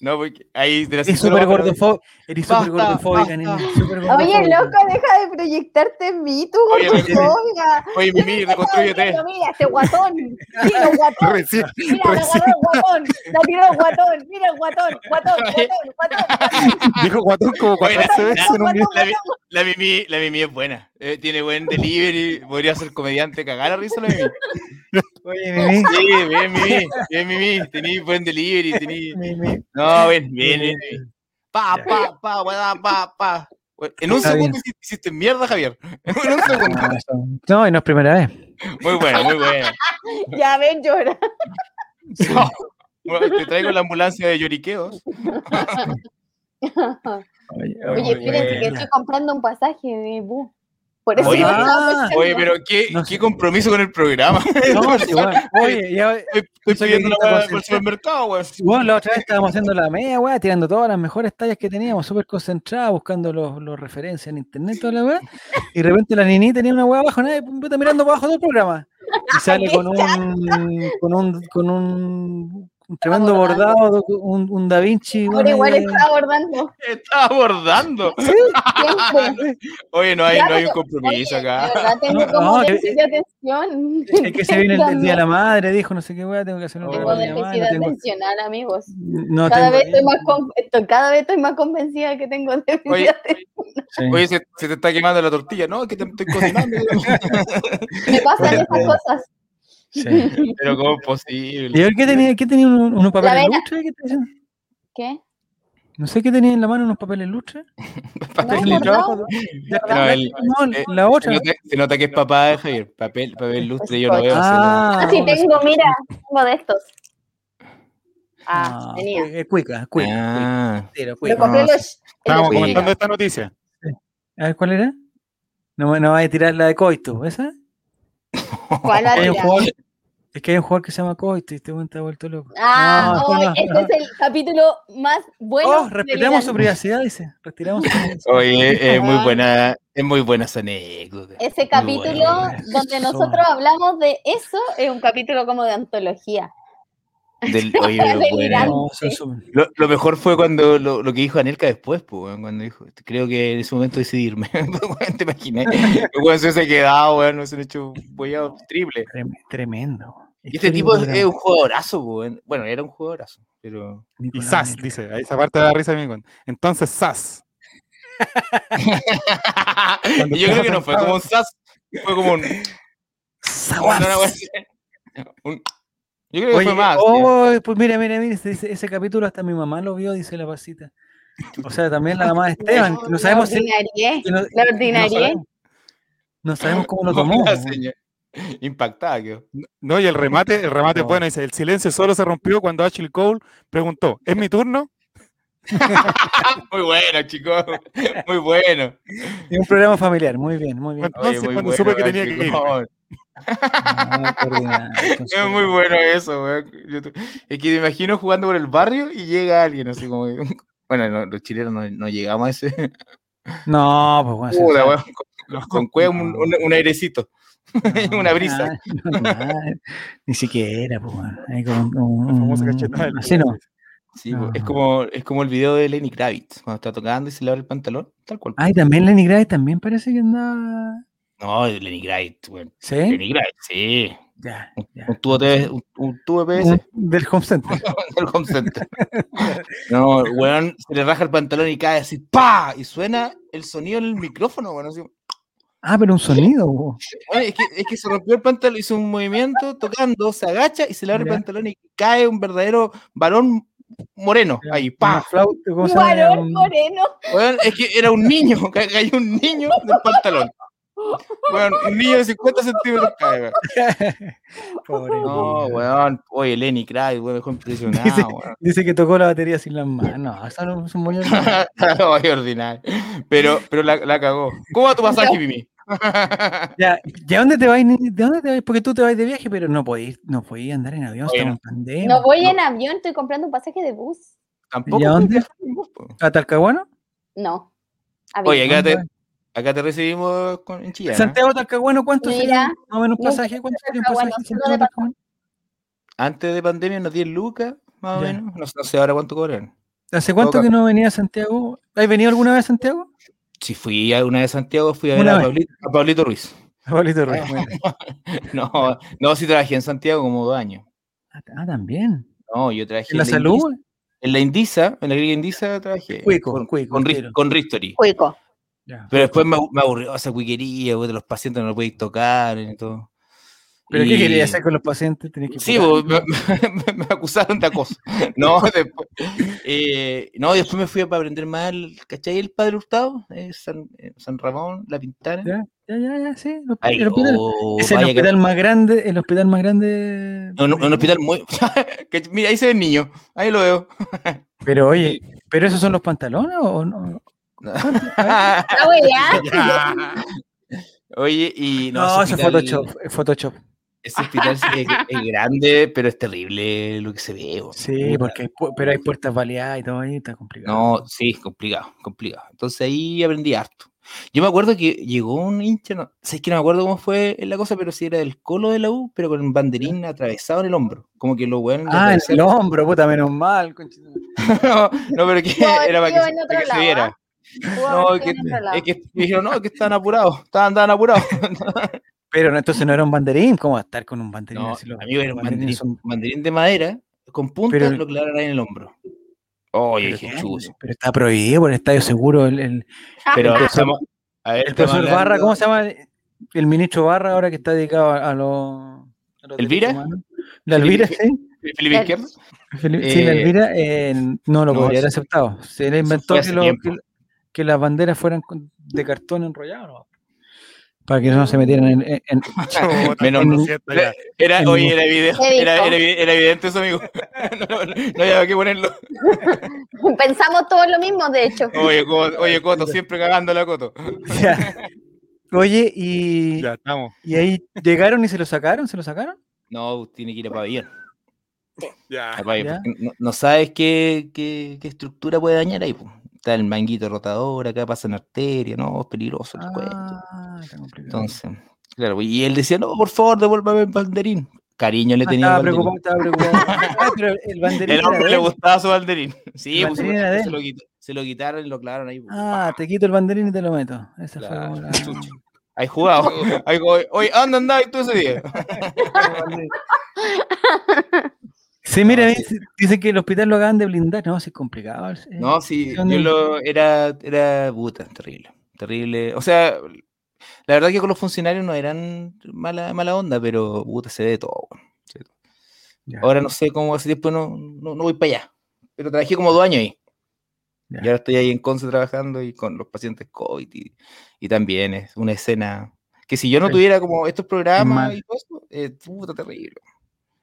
No, porque ahí de la Eres cintura súper baja, gordofóbica, eres Basta, súper gordofóbica, Nini. basta. súper Oye, gordofóbica. loco, deja de proyectarte en mí, tú, Oye, gordofobia. Oye, mimi, reconstrúyete. Mira, mira, este guatón. Mira, el guatón. Recién, Pues Mira, la agarró el guatón. La tiró el guatón. Mira, el guatón. [LAUGHS] Guatón, guatón, guatón. dijo guatón como Oye, 14 la- veces en un video. guatón, guatón. La mimi, la mimi es buena. Eh, tiene buen delivery. Podría ser comediante. Cagar la risa la mimi. Oye, Nini. [LAUGHS] Sí, bien, mimi. Bien, mimi. Tení buen delivery. Tení... mi- mi- No, bien, bien, bien. bien. Pa, pa, pa, guada, pa, pa. Bueno, En un Está segundo hici- hiciste mierda, Javier. En un segundo. no, eso- No, y no es primera vez. Muy bueno, muy bueno. Ya ven, llora. Bueno, te traigo la ambulancia de lloriqueos. Oye, Oye, fíjense que buena. estoy comprando un pasaje de bus. Por eso Oye, yo ah, estaba pensando- Oye, pero qué, No qué sé. compromiso con el programa. No, sí, bueno. [LAUGHS] Oye, ya, Estoy, estoy Soy pidiendo el la que weá está por el supermercado, weón. Bueno, la otra vez estábamos haciendo la media, weá, tirando todas las mejores tallas que teníamos, súper concentradas, buscando los, los referencias en internet, toda la weá. Y de repente la niní tenía una weá abajo, nadie pum, puta, mirando para abajo del programa. Y sale con un, con un, con un, un tremendo Abordando. bordado, un, un Da Vinci. Ahora weón, igual ahí- está abordando. Está abordando. Siempre. Oye, no hay, Ya, no hay un pero- compromiso Oye, acá. De verdad, Ah. No, tengo como no, que- déficit de atención. Es que se viene el, el día de la madre, dijo, no sé qué weá, tengo que hacer un Tengo regalo de mi mamá, déficit no de tengo- atencional, amigos. No Cada tengo vez, estoy tiempo. más con- estoy- cada vez estoy más convencida de que tengo déficit Oye, de atención. Sí. Oye, se, se te está quemando la tortilla, ¿no? Es que te estoy cocinando. Me pasan oye, esas cosas. sí. Pero ¿cómo es ¿Y posible? ahora qué tenía? ¿Qué tenía? ¿Unos uno papeles avena. lustre? ¿Qué está diciendo? ¿Qué? No sé qué tenía en la mano unos papeles lustres. No, Papel- por trabajo, favor. La- No, la- el- no, eh, la Se otra. nota, se nota que es papá de Javier. Papel, papel lustre, yo lo veo. Ah, Ah, sí, una- tengo, mira, tengo de estos. Ah, ah, tenía. eh, cuica, haciendo- cuica. Ah, cuica, Lo cuica. compré en no, los- en Estábamos los- comentando esta noticia. A ver, ¿cuál era? No, me- no vas a tirar la de Coito, ¿esa? [LAUGHS] [LAUGHS] ¿Cuál Hay un era? jugador- es que hay un jugador que se llama Coito y este momento está vuelto loco. Ah, No, hoy, no, este no. es el capítulo más bueno. Oh, del respetamos verano. su privacidad, dice. Retiramos su [LAUGHS] privacidad. Oye, es muy buena, es muy buena esa anécdota. Ese Muy capítulo buena. donde Eso. nosotros hablamos de eso es un capítulo como de antología. Del- [LAUGHS] oye, Delirante. buena. No, son su- Lo, lo mejor fue cuando lo, lo que dijo Anelka después, pues, weón, cuando dijo, creo que en ese momento decidirme. [LAUGHS] Weón, te imaginas. El weón se ha quedado, weón, no se han hecho bollado triple. trem- tremendo. Y este tipo es, es un jugadorazo, po, weón. Bueno, era un jugadorazo, pero. Y Sass, dice. Ahí esa parte de la risa de Mingon. Entonces, Sass. Y [LAUGHS] yo creo que no fue como un sas, fue como un. bueno, una weá así. Un- Yo creo que Oye, fue más. ¿eh? oh, pues mira, mira, mira, ese, ese- ese capítulo hasta mi mamá lo vio, dice la pasita. O sea, también la mamá de Esteban, que no sabemos la [LAUGHS] si... ordinarié, que no- la que no ordinarié. sabemos- no sabemos cómo lo tomó. La weón. señora Impactada quedó. No, y el remate, el remate es No. bueno. Dice, el silencio solo se rompió cuando Ashley Cole preguntó, ¿es mi turno? Muy bueno, chicos. Muy bueno. Es un programa familiar, muy bien, muy bien. Entonces, muy cuando supe que weón, tenía que ir. chicos. [LAUGHS] Ah, coordinado, Es muy bueno eso, weón. Yo te- Es que me imagino jugando por el barrio y llega alguien así como. que- [LAUGHS] Bueno, no, los chilenos no, no llegamos a ese. [LAUGHS] No, pues bueno, se Puta, sabe. weón, Con, con cueva un, un- un airecito. [LAUGHS] No, una brisa. nada, no, nada, ni siquiera, pues bueno. Ahí con un- un- La famosa un- cachetada del Mm, así [LAUGHS] no. Sí, po, es, Ah. como, es como el video de Lenny Kravitz, cuando está tocando y se le abre el pantalón, tal cual. Ay, también Lenny Gravitz también parece que andaba. No, Lenny Kravitz, weón. ¿Sí? Lenny Kravitz, sí. Ya, ya. Un tubo, de un, un [LAUGHS] tubo de PS Un- Del home center. del home center. No, el weón, se le raja el pantalón y cae así, pa Y suena el sonido en el micrófono, weón. así. Ah, pero un sonido. po. Bueno, es, que, es que se rompió el pantalón, hizo un movimiento tocando, se agacha y se le abre Ya. el pantalón y cae un verdadero varón moreno ahí, Una pa. flauta, ¿cómo se llama? Varón Un- moreno. Weón, es que era un niño, [LAUGHS] ca- cayó un niño del pantalón. Weón, un niño de 50 centímetros cae, weón. [LAUGHS] Pobre No, niño. weón, oye, Lenny Kravitz, weón, dejó impresionado, Dice- weón. Dice que tocó la batería sin las manos. No, [LAUGHS] eso no es un buen- [LAUGHS] Oye, ordinario. Pero, pero la, la cagó. ¿Cómo va tu pasaje, Mimi? Ya, ¿de dónde te vais? ni- ¿De dónde te vais? Porque tú te vas de viaje, pero no podéis, no podéis andar en avión, Oye, estamos no. en pandemia. No voy en avión, estoy comprando un pasaje de bus. Tampoco. ¿Y a fue dónde? viaje, po. ¿A Talcahuano? No. A ver, [LAUGHS] Oye, acá te, ¿Dónde? acá te recibimos con, en Chillán. ¿eh? Santiago Talcahuano, ¿cuánto Mira, sería? Más o menos un nunca pasaje, ¿cuánto sería un Talcahuano, pasaje? solo Santiago de Talcahuano? Antes de pandemia nos 10 lucas, más o Ya. menos. No, sé- no sé ahora cuánto cobran. ¿Hace cuánto que Toca. no venía a Santiago? ¿Has venido alguna vez a [LAUGHS] Santiago? Si fui a una de Santiago, fui a ver Una a vez. Pablito, a Pablito Ruiz. [LAUGHS] Pablito Ruiz. bueno. No, no, sí trabajé en Santiago como dos años. [LAUGHS] Ah, ah, también. No, yo trabajé ¿En la Indisa- salud? en la Indisa, en la Liga Indisa trabajé. Cuico, con, cuico, con, Ri- entero. con Ristori. [LAUGHS] Cuico. Ya. Pero después me, abu- me aburrió esa cuiquería, güey, de los pacientes no los podéis tocar y todo. ¿Pero qué Y- querías hacer con los pacientes? Tenés que Sí, curar. bo, me, me- me acusaron [LAUGHS] de acoso. No, [LAUGHS] después, eh, no, después me fui a para aprender más, el- ¿cachai? El padre Hurtado, eh, San, eh, San Ramón, La Pintana. Ya, ya, ya, sí. los- Ay, el hospital. oh, es el vaya que- hospital más grande, el hospital más grande. un, un hospital muy. [LAUGHS] que- mira, ahí se ve el niño, ahí lo veo. [LAUGHS] Pero oye, ¿pero esos son los pantalones o no? La weá. [LAUGHS] Oye, y no, No, ese eso es hospital- Photoshop, es Photoshop. Ese hospital sí es, es grande, pero es terrible lo que se ve. bo. Sí, pues, Puta. porque hay pu- pero hay puertas baleadas y todo ahí, está complicado. No, sí, es complicado, complicado. Entonces ahí aprendí harto. Yo me acuerdo que llegó un hincha, no, sé que no me acuerdo cómo fue la cosa, pero si era del colo de la U, pero con un banderín atravesado en el hombro. Como que lo weón. lo Ah, el atravesaron. hombro, puta, menos mal. conchetumare. no, [LAUGHS] no, pero que No, era para que, tío, se- en otro para que se lado, ¿ah? viera. Pudo No, haber es que, sido en otro lado. es que me dijeron, no, que estaban apurados, estaban, [LAUGHS] estaban apurados. Pero no, entonces no era un banderín, ¿cómo va a estar con un banderín? No, así? Los- amigo, era un los banderín, banderines son- un banderín de madera con punta, Pero- lo clavaron ahí en el hombro. Oye, pero, dije, ¿qué? chuzo. Pero está prohibido por el estadio seguro. El, el, Ah. Pero El ahora profesor- estamos- a ver, el estamos profesor Barra, hablando- ¿cómo se llama? El ministro Barra, ahora que está dedicado a, a los. a los derechos ¿Elvira? humanos. ¿La Elvira, sí? Felipe Izquierdo. Felipe- sí, la Eh, Elvira eh, no lo no, podría haber sí. aceptado. Se le inventó fue que, hace lo- tiempo. que- que las banderas fueran con- de cartón enrollado, ¿no? Para que no se metieran en. en- [LAUGHS] [LAUGHS] en- Menos- Lo siento, ya. Era, En- oye, era, video, He era, visto. era evi- era evidente eso, amigo. [LAUGHS] No, no, no había que ponerlo. Pensamos todos lo mismo, de hecho. Oye, Coto, oye, Coto siempre cagando la Coto. Ya. Oye, y, Ya, estamos. y ahí llegaron y se lo sacaron, se lo sacaron. No, tiene que ir a pabellón. Ya. a pabellón, Ah, ya. porque No, no sabes qué, qué- qué estructura puede dañar ahí. po. Está el manguito rotador, acá pasan arteria, no, es peligroso. el cuento. Ah, está complicado. Entonces, claro, y él decía, no, por favor, devuélvame el banderín. Cariño le Ah, tenía. estaba al banderín. preocupado, estaba [LAUGHS] preocupado. Ah, pero el banderín. El era hombre de le él. gustaba su banderín. Sí, El pues, banderín era de se, él. lo quit- se lo quitaron y lo clavaron ahí. pues. po. Ah, te quito el banderín y te lo meto. Esa fue Claro, como la- chucha. Ahí jugado. Ahí jugado. Oye, anda, anda, y tú ese día. Sí, mira, No, dice- dicen que el hospital lo acaban de blindar. No, sí, es complicado. eh. No, sí, yo Son- lo era, era puta, terrible, terrible. O sea, la verdad que con los funcionarios no eran mala, mala onda, pero puta, se ve de todo. weón, se ve de todo. Ya. Ahora no sé cómo hace tiempo no, no, no voy para allá, pero trabajé como dos años ahí. Ya. Y ahora estoy ahí en Conce trabajando y con los pacientes COVID y, y también es una escena que si yo no Sí. tuviera como estos programas mal. y todo eso, eh, puta, terrible.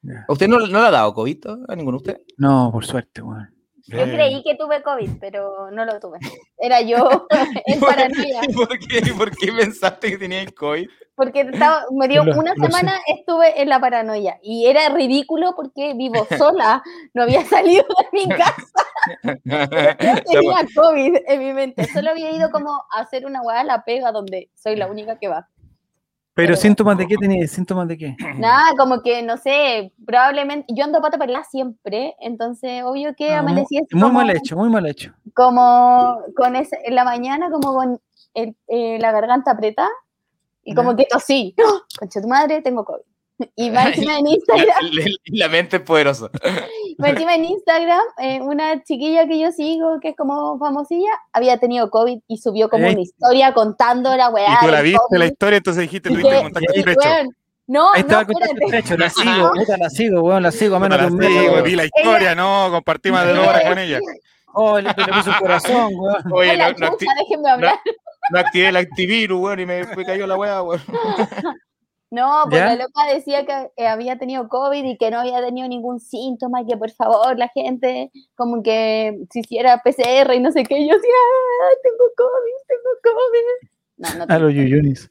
Ya. ¿A usted no, no le ha dado COVID a ninguno de ustedes? No, por suerte, weón. Yo creí que tuve COVID, pero no lo tuve. Era [LAUGHS] yo en paranoia. ¿Y por qué, y por qué pensaste que tenía el [LAUGHS] COVID? Porque estaba- me dio Lo- una lo sé. semana, estuve en la paranoia. Y era ridículo porque [LAUGHS] vivo sola. No había salido de mi casa. No tenía COVID en mi mente. Solo había ido como a hacer una hueá a la pega donde soy la única que va. Pero Pero- síntomas de qué tenía, síntomas de qué. Nada, como que no sé, probablemente. Yo ando a pato perla siempre, entonces obvio que Ah, mu- amanecí así muy como, mal hecho, muy mal hecho. como con ese, en la mañana, como con el- eh, la garganta apretada y como Ya. que tosí. ¡Oh! Concha tu madre, tengo COVID. Y más encima en Instagram, [LAUGHS] La, la- la mente es poderosa. más encima en Instagram eh, una chiquilla que yo sigo, que es como famosilla, había tenido COVID y subió como Ey. una historia contando la weá. Y tú la del viste la COVID, historia, entonces dijiste, y tuviste que- contacto y, estrecho. weón, No, Ahí no, estaba con el espérate. pecho, la sigo, [LAUGHS] puta, la sigo, weón, la sigo a Puta, menos de la un sí, metro. güey, weón. vi la historia, no, compartimos de dos [LAUGHS] horas con ella. Oh, le, le puse un corazón, weón. Oye, no, Hola, no, acti- chucha, déjenme hablar. no activé el activirus, weón, y me, me cayó la weá, weón. No, pues ¿Ya? la loca decía que eh, había tenido COVID y que no había tenido ningún síntoma y que por favor la gente como que se hiciera PCR y no sé qué. Y yo decía, "Ay, tengo COVID, tengo COVID. No, no [LAUGHS] A tengo los yuyunis.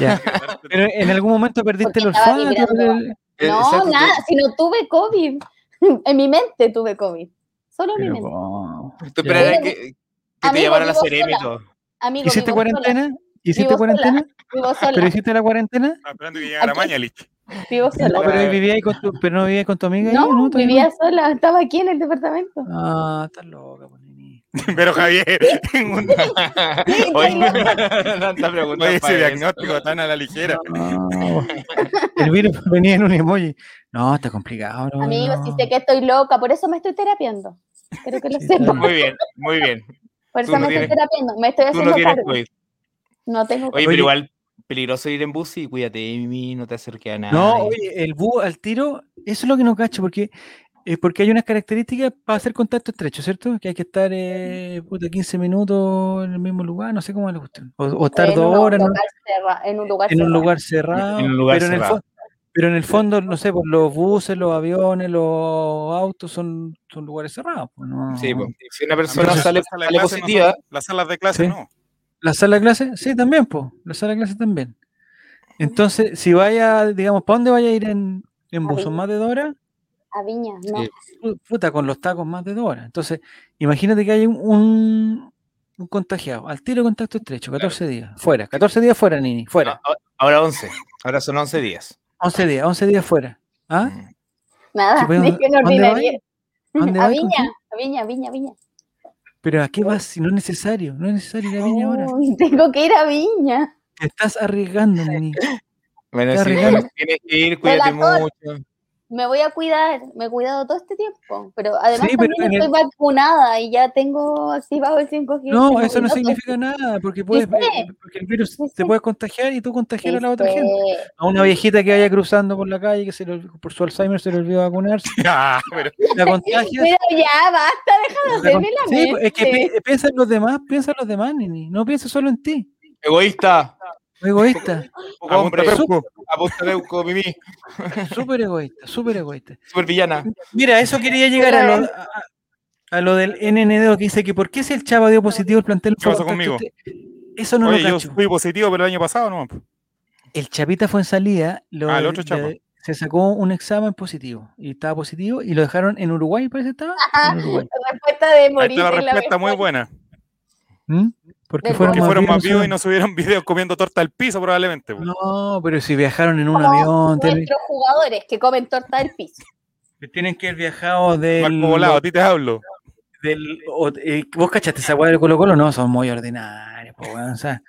Ya. [LAUGHS] Pero en algún momento perdiste el Porque estaba olfato. vibrando. el- Eh, [LAUGHS] No, exacto, tú- nada, si no tuve COVID. [LAUGHS] En mi mente tuve COVID. Solo en mi Pero, mente. ¿cómo? Tú esperabas Amigo, que, que te amigo, llamara la vivo Seremi y [LAUGHS] sola. todo. Amigo, ¿Hiciste vivo sola, cuarentena? Vivo ¿Hiciste sola. cuarentena? vivo [LAUGHS] ¿Pero sola, hiciste la cuarentena? Estaba esperando que llegara Aquí- Mañalich. vivo No, sola. pero ahí vivía ahí con tu, pero no vivía con tu amiga. ahí, No, ¿Todavía vivía sola, estaba aquí en el departamento. Ah, estás loca, pues, nini. Pero Javier, [LAUGHS] Oye, [LAUGHS] loca. tanta pregunta. oye, ese para eso. diagnóstico tan a la ligera. No. El virus [LAUGHS] venía en un emoji. No, está complicado. No, Amigo, Ah, no. si sé que estoy loca, por eso me estoy terapiando. Quiero que lo Sí, sepas. está Muy bien, muy [LAUGHS] bien. Por Tú eso no me tienes- estoy terapiando, me estoy Tú no haciendo tienes cargo. COVID. No tengo Oye, Oye. pero igual, peligroso ir en bus y cuídate, Emi, no te acerques a nadie. No, oye, el búho al tiro, eso es lo que no cacho, porque, eh, porque hay unas características para hacer contacto estrecho, ¿cierto? Que hay que estar eh, puta, 15 minutos en el mismo lugar, no sé cómo le gustan. O, o estar en dos un horas en un- lugar cerra- en un lugar en un cerrado. lugar cerrado. En un lugar pero, En el cerrado. fo- pero en el fondo, no sé, pues, los buses, los aviones, los autos son, son lugares cerrados. pues, no- Sí, pues, si una A persona menos que sale, la sala de sale clase no positiva, son- las salas de clase Sí. no. [LAUGHS] ¿La sala de clase? Sí, también, pues. La sala de clase también. Entonces, si vaya, digamos, ¿para dónde vaya a ir en, en bus? ¿Son más de dos horas? A Viña, no. Sí. pu- puta, con los tacos más de dos horas. Entonces, imagínate que hay un, un, un contagiado, al tiro contacto estrecho, 14 días, fuera, 14 días fuera, Nini, fuera, Ah, Ahora 11. Ahora son 11 días. 11 días, 11 días fuera. ¿Ah? Mm. Sí, Nada, [LAUGHS] pues, dije ¿dónde una ordinaria. ¿A dónde A vas con Viña, quién? a Viña, Viña, Viña. Pero ¿a qué vas si no es necesario? No es necesario ir a Viña ahora. Uy, [LAUGHS] tengo que ir a Viña. [LAUGHS] Te estás arriesgando, Nini. Bueno, Está sí, arriesgando. tienes que ir, Con la cuídate cola. mucho. me voy a cuidar, me he cuidado todo este tiempo, pero además sí, pero también estoy el... vacunada y ya tengo activado el 5G. No, eso no significa nada, porque, puedes, eh, porque el virus sí, sí. te puede contagiar y tú pues, contagiar a la otra gente. este, A una viejita que vaya cruzando por la calle que se le, por su Alzheimer se le olvidó [LAUGHS] vacunarse. Ah, pero... La contagias. Pero ya, basta, deja de hacerme la mente. es que piensa en los demás, piensa en los demás, Nini, no pienses solo en ti. Egoísta. Egoísta. Hombre, pues. Apostoleuco, Mimi. Súper egoísta, súper egoísta. Súper villana. Mira, eso quería llegar a lo, a, a lo del NND que dice que ¿por qué si el Chava dio positivo el plantel? ¿Qué pasó conmigo? Usted, eso no Oye, lo yo cacho. fui positivo, pero el año pasado no. El Chapita fue en salida. Lo, Ah, el otro Chapa. le- se sacó un examen positivo y estaba positivo y lo dejaron en Uruguay, parece que estaba. Ah. En Uruguay. La respuesta de Ahí morir. está la respuesta muy buena. ¿Mm? Porque Del fueron Que más, fueron más vivos, vivos y no subieron videos comiendo torta al piso, probablemente. po. No, pero si viajaron en un Como avión, tienen- Nuestros jugadores que comen torta del piso. tienen que haber viajado del, Marco Volado, a ti te hablo. del- o- eh, vos cachaste esa weá del Colo Colo, no, son muy ordinarios, po, weón, o sea,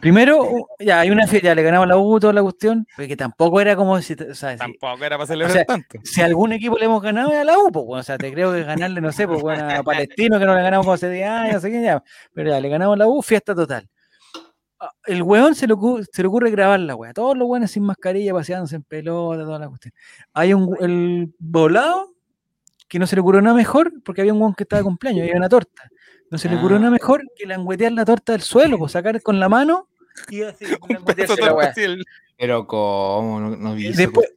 primero, u- ya hay una fiesta, ya le ganamos la U, toda la cuestión, pero que tampoco era como si, te- o sea, si, Tampoco era para celebrar O sea, tanto. si a algún equipo le hemos ganado era la U, po, weón, o sea, te creo que ganarle, no sé, po, weón, a Palestino que no le ganamos como hace 10 años, no sé qué, ya, pero ya, le ganamos la U, fiesta total. Ah, El weón se le, ocurre, se le ocurre grabar la weá, todos los weones sin mascarilla, paseándose en pelota, toda la cuestión. Hay un, el volado que no se le ocurrió nada mejor porque había un guan que estaba de cumpleaños, había una torta. No se le ocurrió Ah. nada mejor que languetear la torta del suelo, pues sacar con la mano y así, Eso languetearse la torta, weá. sí, el- Pero cómo, no, no vi Y eso. después-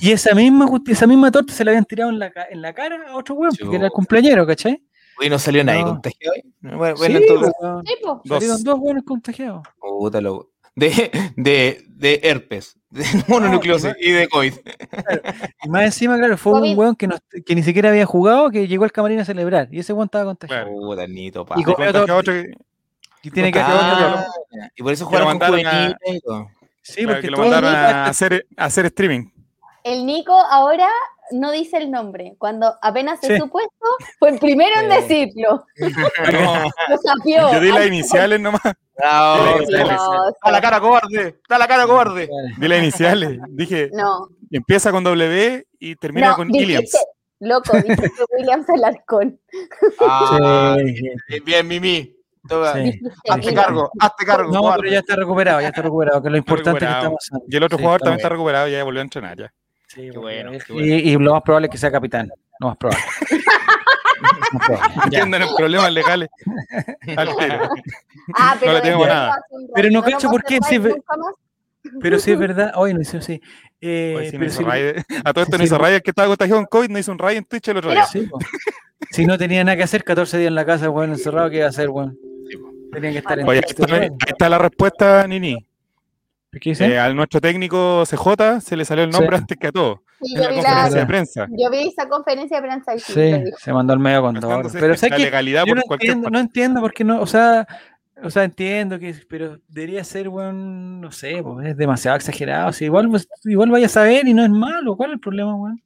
Y esa misma, justi- esa misma torta se la habían tirado en la, ca- en la cara a otro weón, porque era el Chuta. cumpleañero, ¿cachai? Uy, no salió nadie No. contagiado. hoy. Bueno, Sí, pues. bueno, entonces, weón. Sí, pues. po. Dos. Salieron dos buenos contagiados. puta, lo- de, de, de herpes, de [LAUGHS] mononucleosis y de COVID. Y más encima, claro, fue un Covid. weón que, no- que ni siquiera había jugado, que llegó al camarín a celebrar. Y ese weón estaba contagiado. Claro. Puta, Nito, pa. Y con- Contagió a otro que- Y tiene que Ah, y por eso lo jugaron con mandaron a- juveniles y todo. Sí, claro, porque que lo todos- mandaron a hacer, a hacer streaming. El Nico ahora no dice el nombre. Cuando apenas se Sí. supo esto, fue el primero en Sí. decirlo. No, Lo sapió. yo di las Ay, iniciales nomás. "Oh, Bravo, Sí, dale. Dios. Ah, ¡Da la cara cobarde! ¡Está la cara cobarde! Di las iniciales. Dije, No, empieza con W y termina no, con dijiste, Williams. Loco, dijiste Williams Alarcón. Ah, Sí, sí. Bien, Mimi. Toma, Sí. Dijiste Hazte Williams. cargo, hazte cargo. No, cobarde. pero ya está recuperado, ya está recuperado, que lo importante es que recuperado. estamos sanos. Y el otro Sí, jugador estamos también está recuperado, ya volvió a entrenar. Ya. Sí, Qué bueno, porque- qué bueno. Y, y lo más probable es que sea capitán. Lo más probable. [LAUGHS] Lo más probable. Entiendan los [LAUGHS] problemas legales. Al tiro. Ah, pero le tengo después nada. hace un rato, Pero no lo cacho por qué conserváis se ve- nunca más. Pero sí es verdad. Hoy no hizo sí. Eh, Oye, si no pero hizo sí- raid- a todo esto no sí, hizo sí. raid, el que estaba contagiado con COVID, no hizo un raid en Twitch el otro día. Sí, po. si no tenía nada que hacer, 14 días en la casa, weón, encerrado, ¿qué iba a hacer, weón? Tenían que estar en Oye, ahí Twitch, está, ahí weón. está la respuesta, Nini. ¿Qué dice? Eh, al nuestro técnico CJ se le salió el nombre Sí. antes que a todos Sí, en yo, la vi conferencia la- de prensa. yo vi esa conferencia de prensa. y sí, Sí, lo dijo. se mandó al medio con todo. Saltándose Pero sé la que legalidad yo no por cualquier entiendo, no entiendo por qué no, o sea, o sea, entiendo que, pero debería ser, weón, no sé, po, es demasiado exagerado. si igual, pues, igual vaya a saber y no es malo, ¿cuál es el problema, weón?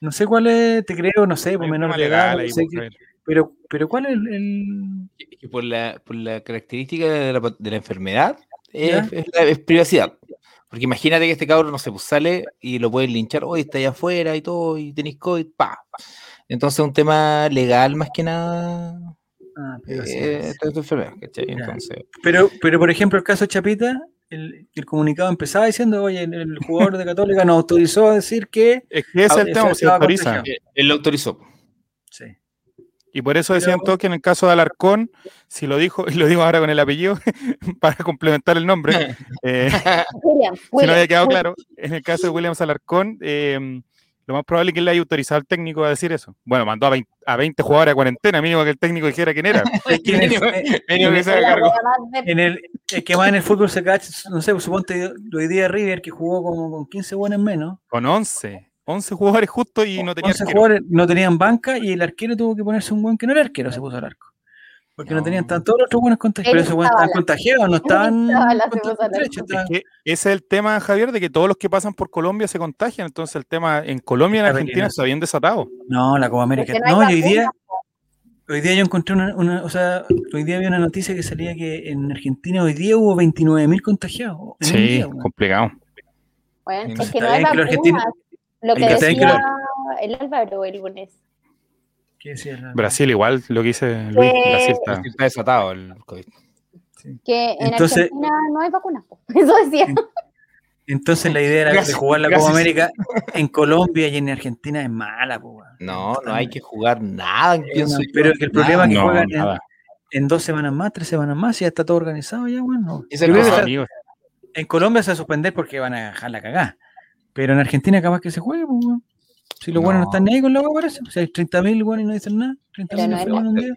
No sé cuál es, te creo, no sé, Hay por un menor tema de edad, legal no ahí, sé por qué- favor. pero, pero ¿cuál es el- el, Y- y por la, por la característica de la, pa- de la enfermedad, es, Ya. es la- es privacidad. Porque imagínate que este cabrón no se pues, sale y lo pueden linchar, hoy está allá afuera y todo, y tenéis COVID, pa. Entonces, un tema legal más que nada. Ah, eh, pero, sí, sí. esta esta enfermedad, ¿cachai? Ya. Entonces, pero, pero, por ejemplo, el caso Chapita, el, el comunicado empezaba diciendo, oye, el, el jugador de Católica nos autorizó a decir que... Es que ese es Ah, el ese tema, se estaba autoriza. contagiado. eh, él lo autorizó. Sí. Y por eso decían Pero- todos que en el caso de Alarcón, si lo dijo, [LAUGHS] y lo digo ahora con el apellido, [LAUGHS] para complementar el [LAUGHS] nombre, eh, [LAUGHS] Williams, si no Williams, había quedado claro, Williams. en el caso de Williams Alarcón, eh, lo más probable es que él le haya autorizado al técnico a decir eso. Bueno, mandó a 20, a 20 jugadores a cuarentena, mínimo que el técnico dijera quién [LAUGHS] era. En el- [LAUGHS] Mínimo que se haga La cargo. wea más de- En el, el que más en el fútbol se cacha, no sé, pues, suponte hoy día River, que jugó como con 15 buenos menos, Con 11. 11 jugadores justo y no tenía 11 arquero. jugadores no tenían banca y el arquero tuvo que ponerse un buen que no era arquero, se puso al arco. Porque no, No. tenían tanto todos los otros buenos contagiados. Pero Eric esos buenos estaban Zavala. [LAUGHS] contagiados, no estaban. Zavala se puso al contra- arco. derechos, Es estaban- que ese es el tema, Javier, de que todos los que pasan por Colombia se contagian. Entonces el tema en Colombia y en Está Argentina peligroso. está bien desatado. No, la Copa América. Porque no hay No, y hoy vacuna, día, hoy día yo encontré una, una- o sea, hoy día había una noticia que salía que en Argentina hoy día hubo 29.000 contagiados. en un día, weón. complicado. Bueno, Está es que no bien hay que los argentinos- vacunas. Lo que Y que tienen que decía el Álvaro el lunes. ¿Qué decía el- Brasil igual, lo que dice Luis, Eh, Brasil está- Está desatado el COVID. Que en Entonces- Argentina no hay vacunas. po. [LAUGHS] Eso decía. Entonces la idea era de Gracias, jugar la gracias. Copa América en Colombia y en Argentina es mala, po, weón. No, no hay que jugar nada, pienso yo. Eh, Pero es que el problema es que No, juegan en, nada. en dos semanas más, tres semanas más, y ya está todo organizado ya, weón. no. Esa Yo creo que cosa- está- amigos, en Colombia se va a suspender porque van a dejar la cagada. Pero en Argentina capaz que se juegue, po, weón. Si los buenos no No. están ni ahí con la weá, parece. O sea, hay 30.000 buenos y no dicen nada. 30.000 Pero no es enfermos en un la- día.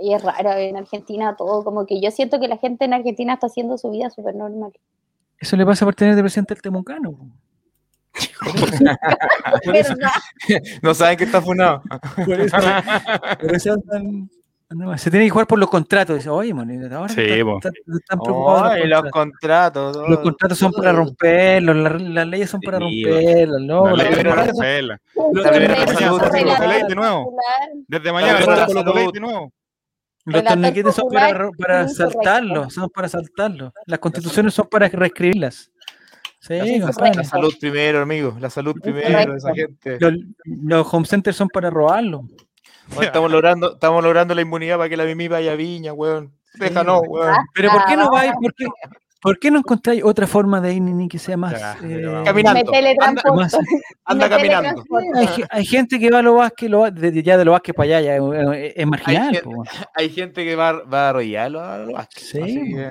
Y es raro en Argentina todo. Como que yo siento que la gente en Argentina está haciendo su vida súper normal. Eso le pasa por tener de presidente al Temucano. po. Ah, Por eso, ¿Verdad? No saben que está funado. por [LAUGHS] eso, por eso andan- andan mal. Se tiene que jugar por los contratos. Dice, oye, man, ahora Sí, están, po. están- están preocupados. de Ay, los los contratos. contratos. Los contratos son para romperlos, las, las leyes son para Sí, romperlos, la ¿no? ley pero- de pero- Rafaela. Los Entonces, primeros el saludos, relator saludos, saludos, de nuevo. popular, Desde mañana Pero- está con los Salud. de nuevo. Los relator torniquetes son para, popular ro- para es un correcto. saltarlos, son para saltarlos. Las constituciones son para reescribirlas. Sí, La, Gonzalo. la salud primero, amigos. La salud primero, esa gente. Los, los home centers son para robarlos. Bueno, [LAUGHS] estamos, logrando, estamos logrando la inmunidad para que la mimi vaya a viña, weón. Déjanos, weón. Pero ¿por qué no Ah. vais? ¿Por qué, por qué no encontráis otra forma de ir ni que sea más... Ya, eh, pero- Caminando. Me teletransporto. Más- Anda Me caminando. teletransporto. [LAUGHS] hay, ge- hay gente que va a lo Vázquez, lo, va- desde ya de lo Vázquez para allá, ya es, es- es marginal. gente- po, bueno. Hay gente que va, va a arrollarlo a los Vázquez. Sí. Así que,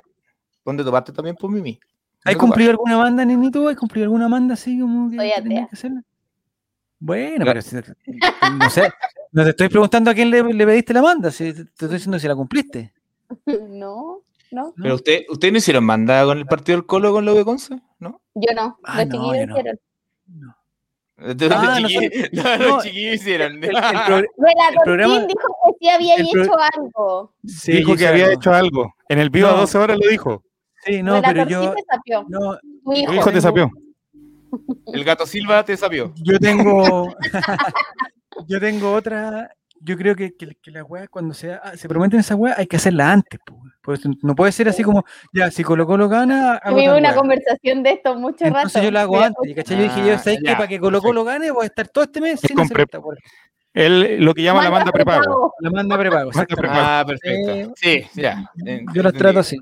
ponte tu parte también por mimi. ¿Has cumplido alguna banda, Nenito? ¿Has cumplido alguna banda así como que, Soy que atea. tenías que hacerla? Bueno, pero si- [LAUGHS] no sé. No te estoy preguntando a quién le, le pediste la banda, si te estoy diciendo si la cumpliste. No, no. ¿no? Pero usted, usted no hicieron mandada con el partido del Colo con lo de Conce, [LAUGHS] ¿no? Yo no. Ah, los no, chiquillos yo no. hicieron. No. Entonces, Ah, los chiquillos- [LAUGHS] no, los chiquillos hicieron. El- el [LAUGHS] pro- Relator programa- King dijo que sí había el pro- hecho algo. sí, yo dijo que hice había algo. hecho algo. En el vivo a No. 12 horas lo dijo. Sí, no, Relator pero King yo. me sapió. No, Tu hijo. Tu hijo te sapió. [LAUGHS] El gato Silva te sabió. yo tengo. [LAUGHS] yo tengo otra. Yo creo que, que, que la weá, cuando se, ah, se prometen esa weá, hay que hacerla antes. po, weón. Pues no puede ser así como, ya, si Colo Colo gana. hago Tuvimos tal una weá. conversación de esto mucho rato. Entonces yo la hago Pero- antes, ¿cachai? Yo dije, yo, Ah, ¿sabes qué? ya, Para que Colo Colo gane, voy a estar todo este mes sin hacer compre- esta weá. Él lo que llama la banda prepago. La manda prepago, Manda exactamente. prepago. Ah, perfecto. Sí, ya. Eh, Yo las entendí. trato así.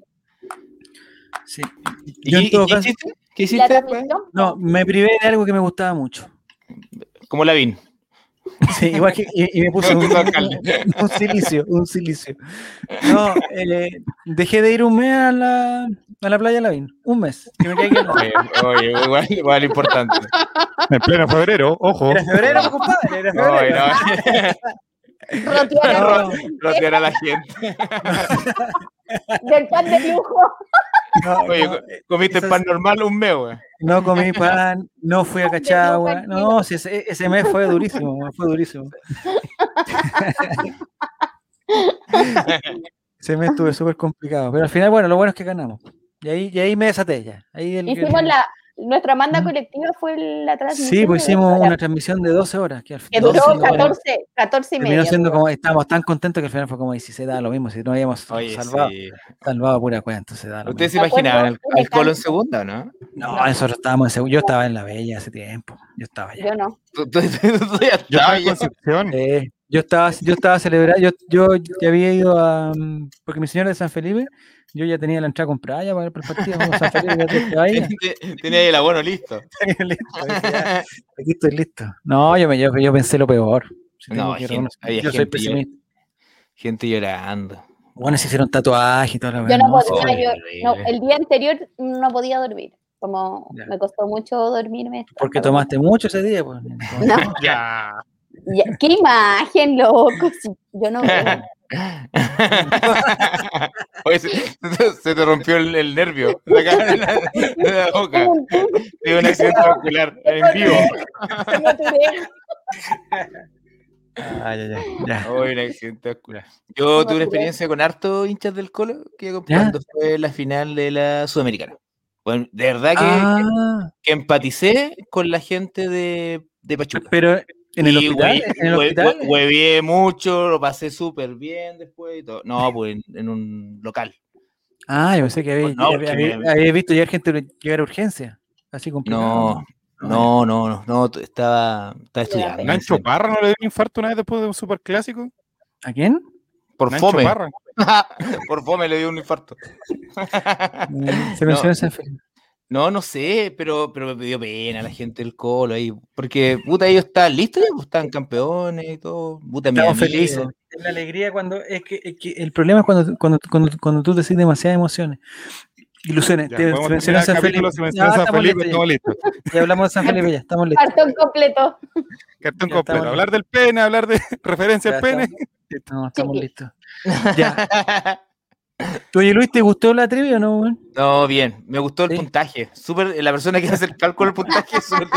Sí. ¿Y, Yo en qué- todo y qué caso- hiciste? ¿Qué La hiciste? pues? transmisión. No, me privé de algo que me gustaba mucho. Como la vin. Sí, igual que. Y, y me [LAUGHS] puse un, [LAUGHS] un silicio, un silicio. No, eh, dejé de ir un mes a la, a la playa Lavín. Un mes. Que me quedé aquí en la- Oye, Eh, oye, igual, igual importante. En pleno febrero, ojo. Era febrero, compadre, era [LAUGHS] No, febrero. no, [LAUGHS] Rotear [LAUGHS] a- No, rotear a la gente. del [LAUGHS] pan de lujo. no, Oye, no, Comiste Eso pan sí. normal un mes, güey. No comí pan, no fui a Cachagua. No, si ese, ese mes fue durísimo, weón, fue [LAUGHS] durísimo. ese mes estuve súper complicado. Pero al final, bueno, lo bueno es que ganamos. Y ahí, y ahí me desaté ya. Ahí el- Hicimos el- la. Nuestra manda Mm. colectiva fue la transmisión. Sí, pues de hicimos Instagram, una transmisión de 12 horas. Que, al Que final duró 12 horas. 14, 14 y Terminó media. pues. siendo duró. como, estábamos tan contentos que al final fue como, y si se da lo mismo, si no habíamos Oye, salvado, sí. salvado pura cuenta, se da lo ¿Ustedes se Me acuerdo imaginaban al, de al Colo en tanto. segunda, no? [LAUGHS] mismo. No, nosotros estábamos en segundo, yo estaba en la bella hace tiempo, yo estaba allá. Yo no. Tú- tú- tú- tú ya Yo estaba estabas en ya. Concepción. Eh, yo estaba, yo estaba celebrando, yo, yo ya había ido a, mm, porque mi señora de San Felipe, yo ya tenía la entrada comprada ya para, para el partido, vamos a San Felipe, ya te- [LAUGHS] [LAUGHS] ahí, Ten- [LAUGHS] Tenía el abono listo. ya, listo, dije, ya, aquí estoy listo. No, yo, me, yo, yo pensé lo peor. si tengo No, que gente- reconocer, había yo soy gente, yo- pesimista. Gente llorando. Bueno, se hicieron tatuajes y todo lo Yo no sí. podía. yo- no, Horrible. el día anterior no podía dormir. Como Ya. me costó mucho dormirme. esta- Porque tomaste mucho ese día, [LAUGHS] pues. No, Ya. ya- qué imagen, loco. si Yo [LAUGHS] no. veo. [LAUGHS] Oye, se, se- se te rompió el, el nervio de acá, de la, de la boca. Como un Tuve un accidente ocular en vivo. No te veo. Ah, ya, ya, ya. Hoy un accidente ocular. Yo tuve una experiencia con harto hinchas del Colo que cuando fue la final de la Sudamericana. Bueno, de verdad que, Ah, que empaticé con la gente de, de Pachuca. pero en el Y hospital, hue- en el hue- hospital, hue- huevié mucho, lo pasé súper bien después y todo. [LAUGHS] No, pues en, en un local. Ah, yo pensé que había, Pues no, había- porque había- había visto ya gente llegar a urgencia. Así complicado. No, No, no, no, no, t- estaba, estaba estudiando. Nancho Parra no le dio un infarto una vez después de un superclásico. ¿A [LAUGHS] quién? Por Nancho fome. Parra. Por fome le dio un infarto. Mm, Se No. menciona esa fe- No, no sé, pero, pero me dio pena la gente del colo ahí. Porque, puta, ellos estaban listos, ellos estaban campeones y todo. Puta, mis Estamos amigos. [LAUGHS] felices. Es la alegría cuando. Es que, es que el problema es cuando, cuando, cuando, cuando tú decís demasiadas emociones. Ilusiones. Ya, te- podemos Este, se menciona terminar San el capítulo, Felipe. se menciona Ya, San estamos Felipe, listos estamos listos. ya, ya hablamos de [LAUGHS] San Felipe, ya estamos listos. Cartón completo. Cartón Ya completo. estamos Hablar del pene, hablar de [LAUGHS] referencias Ya al pene. estamos- No, estamos Sí. listos. Ya. Oye, Luis, ¿te gustó la trivia o no, weón? No, bien, me gustó el Sí. puntaje. Súper, la persona que [LAUGHS] hace el cálculo del puntaje es, súper-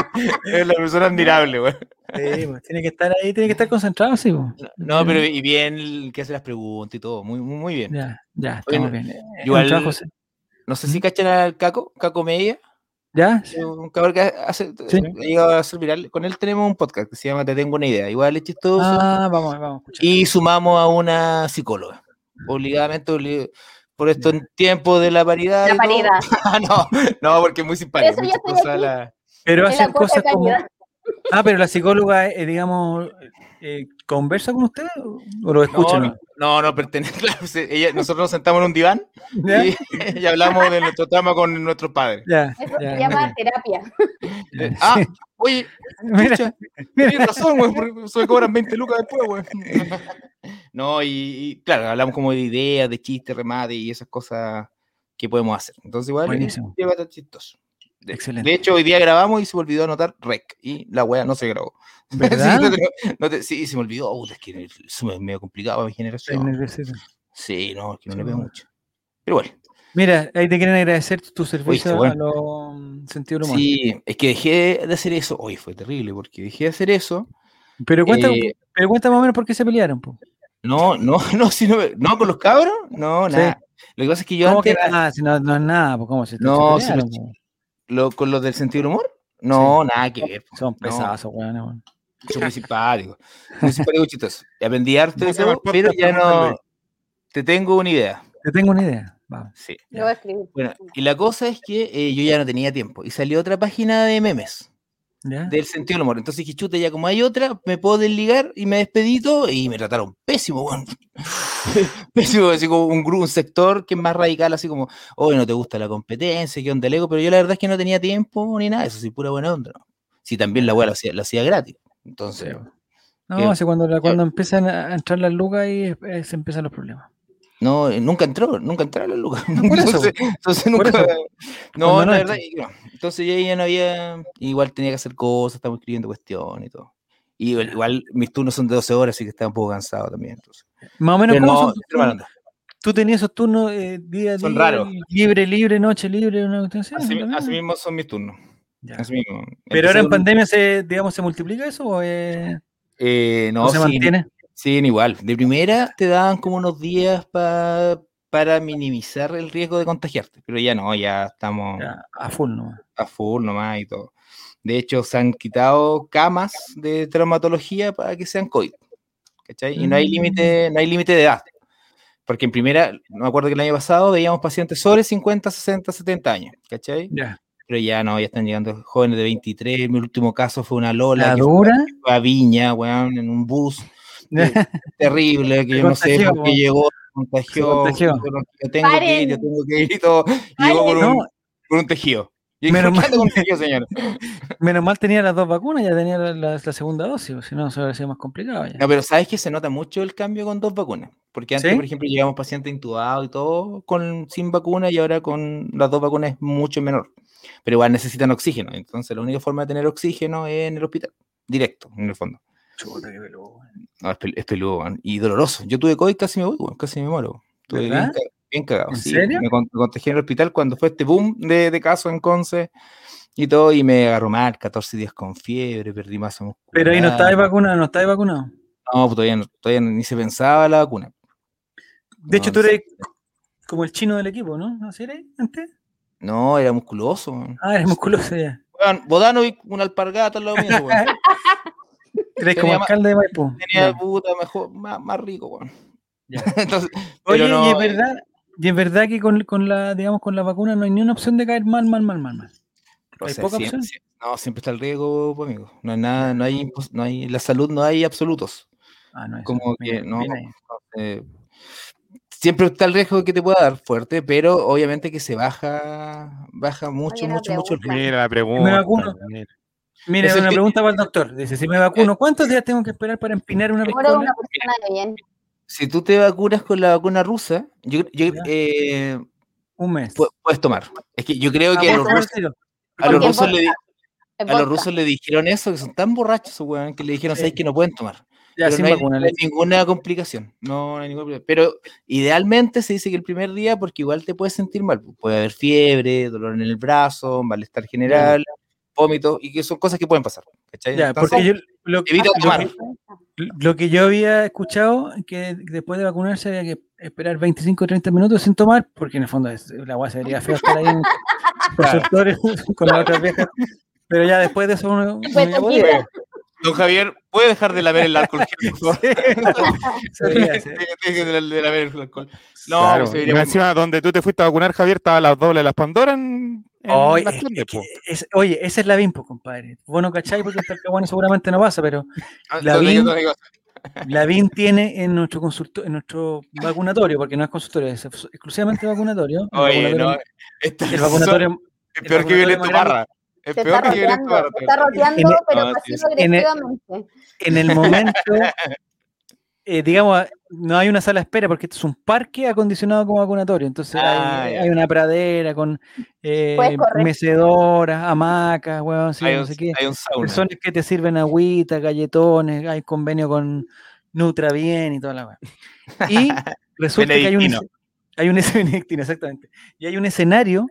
es la persona admirable, güey. Sí, pues, [LAUGHS] tiene que estar ahí, tiene que estar concentrado, sí. pues. No, pero y bien el que hace las preguntas y todo, muy, muy muy bien. Ya, ya, Oye, estamos bien. Eh, buen igual- trabajo, sí. No sé si cachan al Caco, Caco Media, ¿Ya? un cabrón que hace, Sí. ha llegado a ser viral. Con él tenemos un podcast que se llama Te Tengo una Idea, igual es chistoso. Ah, vamos, vamos. a escuchar. y sumamos a una psicóloga. Obligadamente, obli- por estos tiempos de la paridad. La y todo. paridad. [LAUGHS] Ah, no, no, porque es muy simpático. Eso ya estoy aquí. Pero Es la hacen cuota cosas de como. calidad. Ah, pero la psicóloga, eh, digamos, eh, ¿conversa con usted o o lo No, escucha? no, no, no pertenece. [LAUGHS] claro, se- ella- nosotros nos sentamos en un diván [LAUGHS] ¿Ya? y, [LAUGHS] y hablamos de nuestro trama con nuestros padres. Ya, Eso ya, se llama mira. terapia. Eh, ah, oye, [LAUGHS] Mira, chucha, mira. tienes razón, güey, porque se me cobran 20 lucas después, güey. [LAUGHS] No, y, y claro, hablamos como de ideas, de chistes, remate y esas cosas que podemos hacer. Entonces, igual, Buenísimo. es bastante chistoso. De, Excelente. de hecho, hoy día grabamos y se me olvidó anotar rec y la wea no se grabó. [LAUGHS] Sí, ¿Verdad? no te- no te- sí, se me olvidó. Puta, es que eso es medio complicado para mi En el generación. versículo. Sí, no, es que no Sí, le veo bueno. mucho. Pero bueno. Mira, ahí te quieren agradecer tu servicio bueno. a los mm, sentidos del humor. Sí, es que dejé de hacer eso. Hoy fue terrible porque dejé de hacer eso. Pero cuenta, Eh, pero cuenta más o menos por qué se pelearon. Po. No, no, [LAUGHS] no, si no, me- no con los cabros, no, Sí. nada. Lo que pasa es que yo ¿Cómo que antes, nada? Si no, no es nada, po, ¿cómo se se No, si pelearon, los po? lo- con los del sentido del humor, no, nada que [LAUGHS] ver. Son no. pesados, esos weones, weón. Soy muy simpático, muy simpático, chistoso. Aprendí harto de ¿Cómo se llama el todo, pero podcast, ya Fernando no. Te tengo una idea. Te tengo una idea. Vamos. Sí. Lo voy a escribir. Bueno, y la cosa es que eh, yo ya no tenía tiempo y salió otra página de memes ¿Ya? del sentido del humor. Entonces dije, chuta, ya como hay otra, me puedo desligar y me despedí y todo, y me trataron pésimo, weón. [LAUGHS] pésimo, así como un grupo, un sector que es más radical, así como, hoy no te gusta la competencia, que onda el ego, pero yo la verdad es que no tenía tiempo ni nada, eso sí, pura buena onda, ¿no? Si también la weá la hacía, la hacía gratis. Entonces, Sí, po. No, Eh, hace cuando, la- cuando empiezan a entrar las lucas y eh, se empiezan los [LAUGHS] problemas. no, eh, nunca entró, nunca entraron los lucas. [LAUGHS] por eso, entonces, entonces por nunca. eso. [LAUGHS] No, Cuando la no verdad, y no. entonces yo ya no había, igual tenía que hacer cosas, estamos escribiendo cuestiones y todo. Y igual, igual mis turnos son de 12 horas, así que estaba un poco cansado también. Entonces. Más o menos, Pero ¿cómo no, son tus pero turnos? mala onda. tú tenías esos turnos eh, día a Son día, raros. y libre, libre, noche libre, una cuestión así, así, ¿no? así También. mismo son mis turnos. Ya. así mismo. Pero ahora Empecé en con- pandemia se, digamos, se multiplica eso o eh, eh, o no, se sí, mantiene. sí, igual. De primera te daban como unos días pa- para minimizar el riesgo de contagiarte, pero ya no, ya estamos. Ya, a full nomás. a full nomás y todo. De hecho, se han quitado camas de traumatología para que sean COVID. ¿Cachai? Y no hay Mm. límite, no hay límite de edad. Porque en primera, me acuerdo que el año pasado veíamos pacientes sobre 50, 60, 70 años, ¿cachai? Ya. Pero ya no, ya están llegando jóvenes de 23. Mi último caso fue una Lola La que fue dura. a Viña, weón, en un bus terrible, que yo no sé contagió, por qué po. llegó, se contagió, contagió. Yo tengo que ir, yo Paren. tengo que ir y todo. Y llegó con Paren. un, [LAUGHS] No, con un tejido. Yo dije, Menos ¿por qué mal. anda con un tejido, señor? menos mal tenía las dos vacunas, ya tenía la, la- la segunda dosis, o si no, se hubiera sido más complicado. Ya. No, pero sabes que se nota mucho el cambio con dos vacunas. Porque antes, ¿Sí? por ejemplo, llegamos pacientes intubados y todo con, sin vacuna y ahora con las dos vacunas es mucho menor. Pero igual necesitan oxígeno. Entonces, la única forma de tener oxígeno es en el hospital, directo, en el fondo. Chuta, qué peludo, weón. No, es, pel- es peludo weón, y doloroso. Yo tuve COVID, casi me voy, weón, casi me muero. Estuve bien, ¿Verdad? ca- bien cagado. ¿En sí. serio? Me con- me contagié en el hospital cuando fue este boom de, de casos en Conce y todo, y me agarró mal, 14 días con fiebre, perdí masa muscular. Pero ahí no estáis vacunado, no estáis vacunado. No, pues todavía, no- todavía ni se pensaba la vacuna. De hecho, No, tú no sé. eres como el chino del equipo, ¿no? ¿No así eres antes? No, era musculoso. weón. Ah, eres musculoso ya. Weón, Bodanovic, una alpargata al lado mío, [LAUGHS] weón. Eres como Tenía ma- alcalde de Maipú. Tenía Ya. puta mejor, más, más rico, weón. Ya. [LAUGHS] Entonces, Oye, pero no, y es eh, verdad, y es verdad que con, con la, digamos, con la vacuna no hay ni una opción de caer mal, mal, mal, mal, mal. o hay sea, poca siempre- opción. sie- No, siempre está el riesgo, pues, amigo. No hay nada, no hay, impos- no hay, en la salud no hay absolutos. Ah, no, eso, Como que bien- no, bien ahí. eh, siempre está el riesgo que te pueda dar fuerte, pero obviamente que se baja, baja mucho, una mucho, mucho el riesgo. pregunta. Mira la pregunta. Me vacuno. mira. Mira, es el una que- Eh, pregunta para el doctor. Dice, si me vacuno, ¿cuántos días tengo que esperar para empinar una Ahora pistola? una persona de bien. Si tú te vacunas con la vacuna rusa, yo, yo- Ya. eh, Un mes. pu- puedes tomar. Es que yo creo que Ah, a por los favor, rusos, tiro. a los Porque rusos le, di- Es a los vodka. rusos le dijeron eso, que son tan borrachos, weón, que le dijeron, Sí. ¿sabes que no pueden tomar? Ya, pero sin no hay, vacuna, no hay listo. ninguna complicación. No, no hay ninguna complicación. Pero idealmente se dice que el primer día, porque igual te puedes sentir mal. pues, Puede haber fiebre, dolor en el brazo, malestar general, vómitos, y que son cosas que pueden pasar. ¿cachai? Ya, Entonces, porque yo lo, evita lo- tomar. lo que yo había escuchado que después de vacunarse había que esperar 25 o 30 minutos sin tomar, porque en el fondo es- la agua sería feo estar ahí en consultorios [LAUGHS] con las otras viejas. Pero ya después de eso uno, uno ya Fue [LAUGHS] tan podía. quita. Don Javier, ¿puede dejar de laver el alcohol? [LAUGHS] por favor? Se [LAUGHS] veía, se- [LAUGHS] Deje de la- de laver el alcohol. No, Claro, se y vería más muy encima donde tú te fuiste a vacunar, Javier, estaba las dobles de las Pandora en, en Ay, las Em, es tiendas, po. es- oye, esa es la BIMPO, compadre. Bueno, ¿cachai? Porque el Talcahuano seguramente no pasa, pero Ah, la don vi- Javier, don Javier, La BIN tiene en nuestro consulto, en nuestro vacunatorio, porque no es consultorio, es ex- exclusivamente vacunatorio. el Oye, vacunatorio- no. esta el persona vacunatorio es el [LAUGHS] peor que vacunatorio Violeta más grande- Parra. Es Se está peor que Violeta roteando, Parra. se está roteando, En e- el- pero Ah, sí, sí. pasivo agresivamente. en el [LAUGHS] momento, eh, digamos, no hay una sala de espera, porque esto es un parque acondicionado como vacunatorio. Entonces Ah, hay, ya. hay una pradera con eh, Puedes correr. mecedoras, hamacas, weón, sí, Hay no un, sé qué. hay un sauna. Personas que te sirven agüita, galletones, hay convenio con Nutra Bien y toda la weá. [LAUGHS] Y resulta que hay un, Benedictino. esce- hay un esce- [LAUGHS] Benedictino, exactamente. Y hay un escenario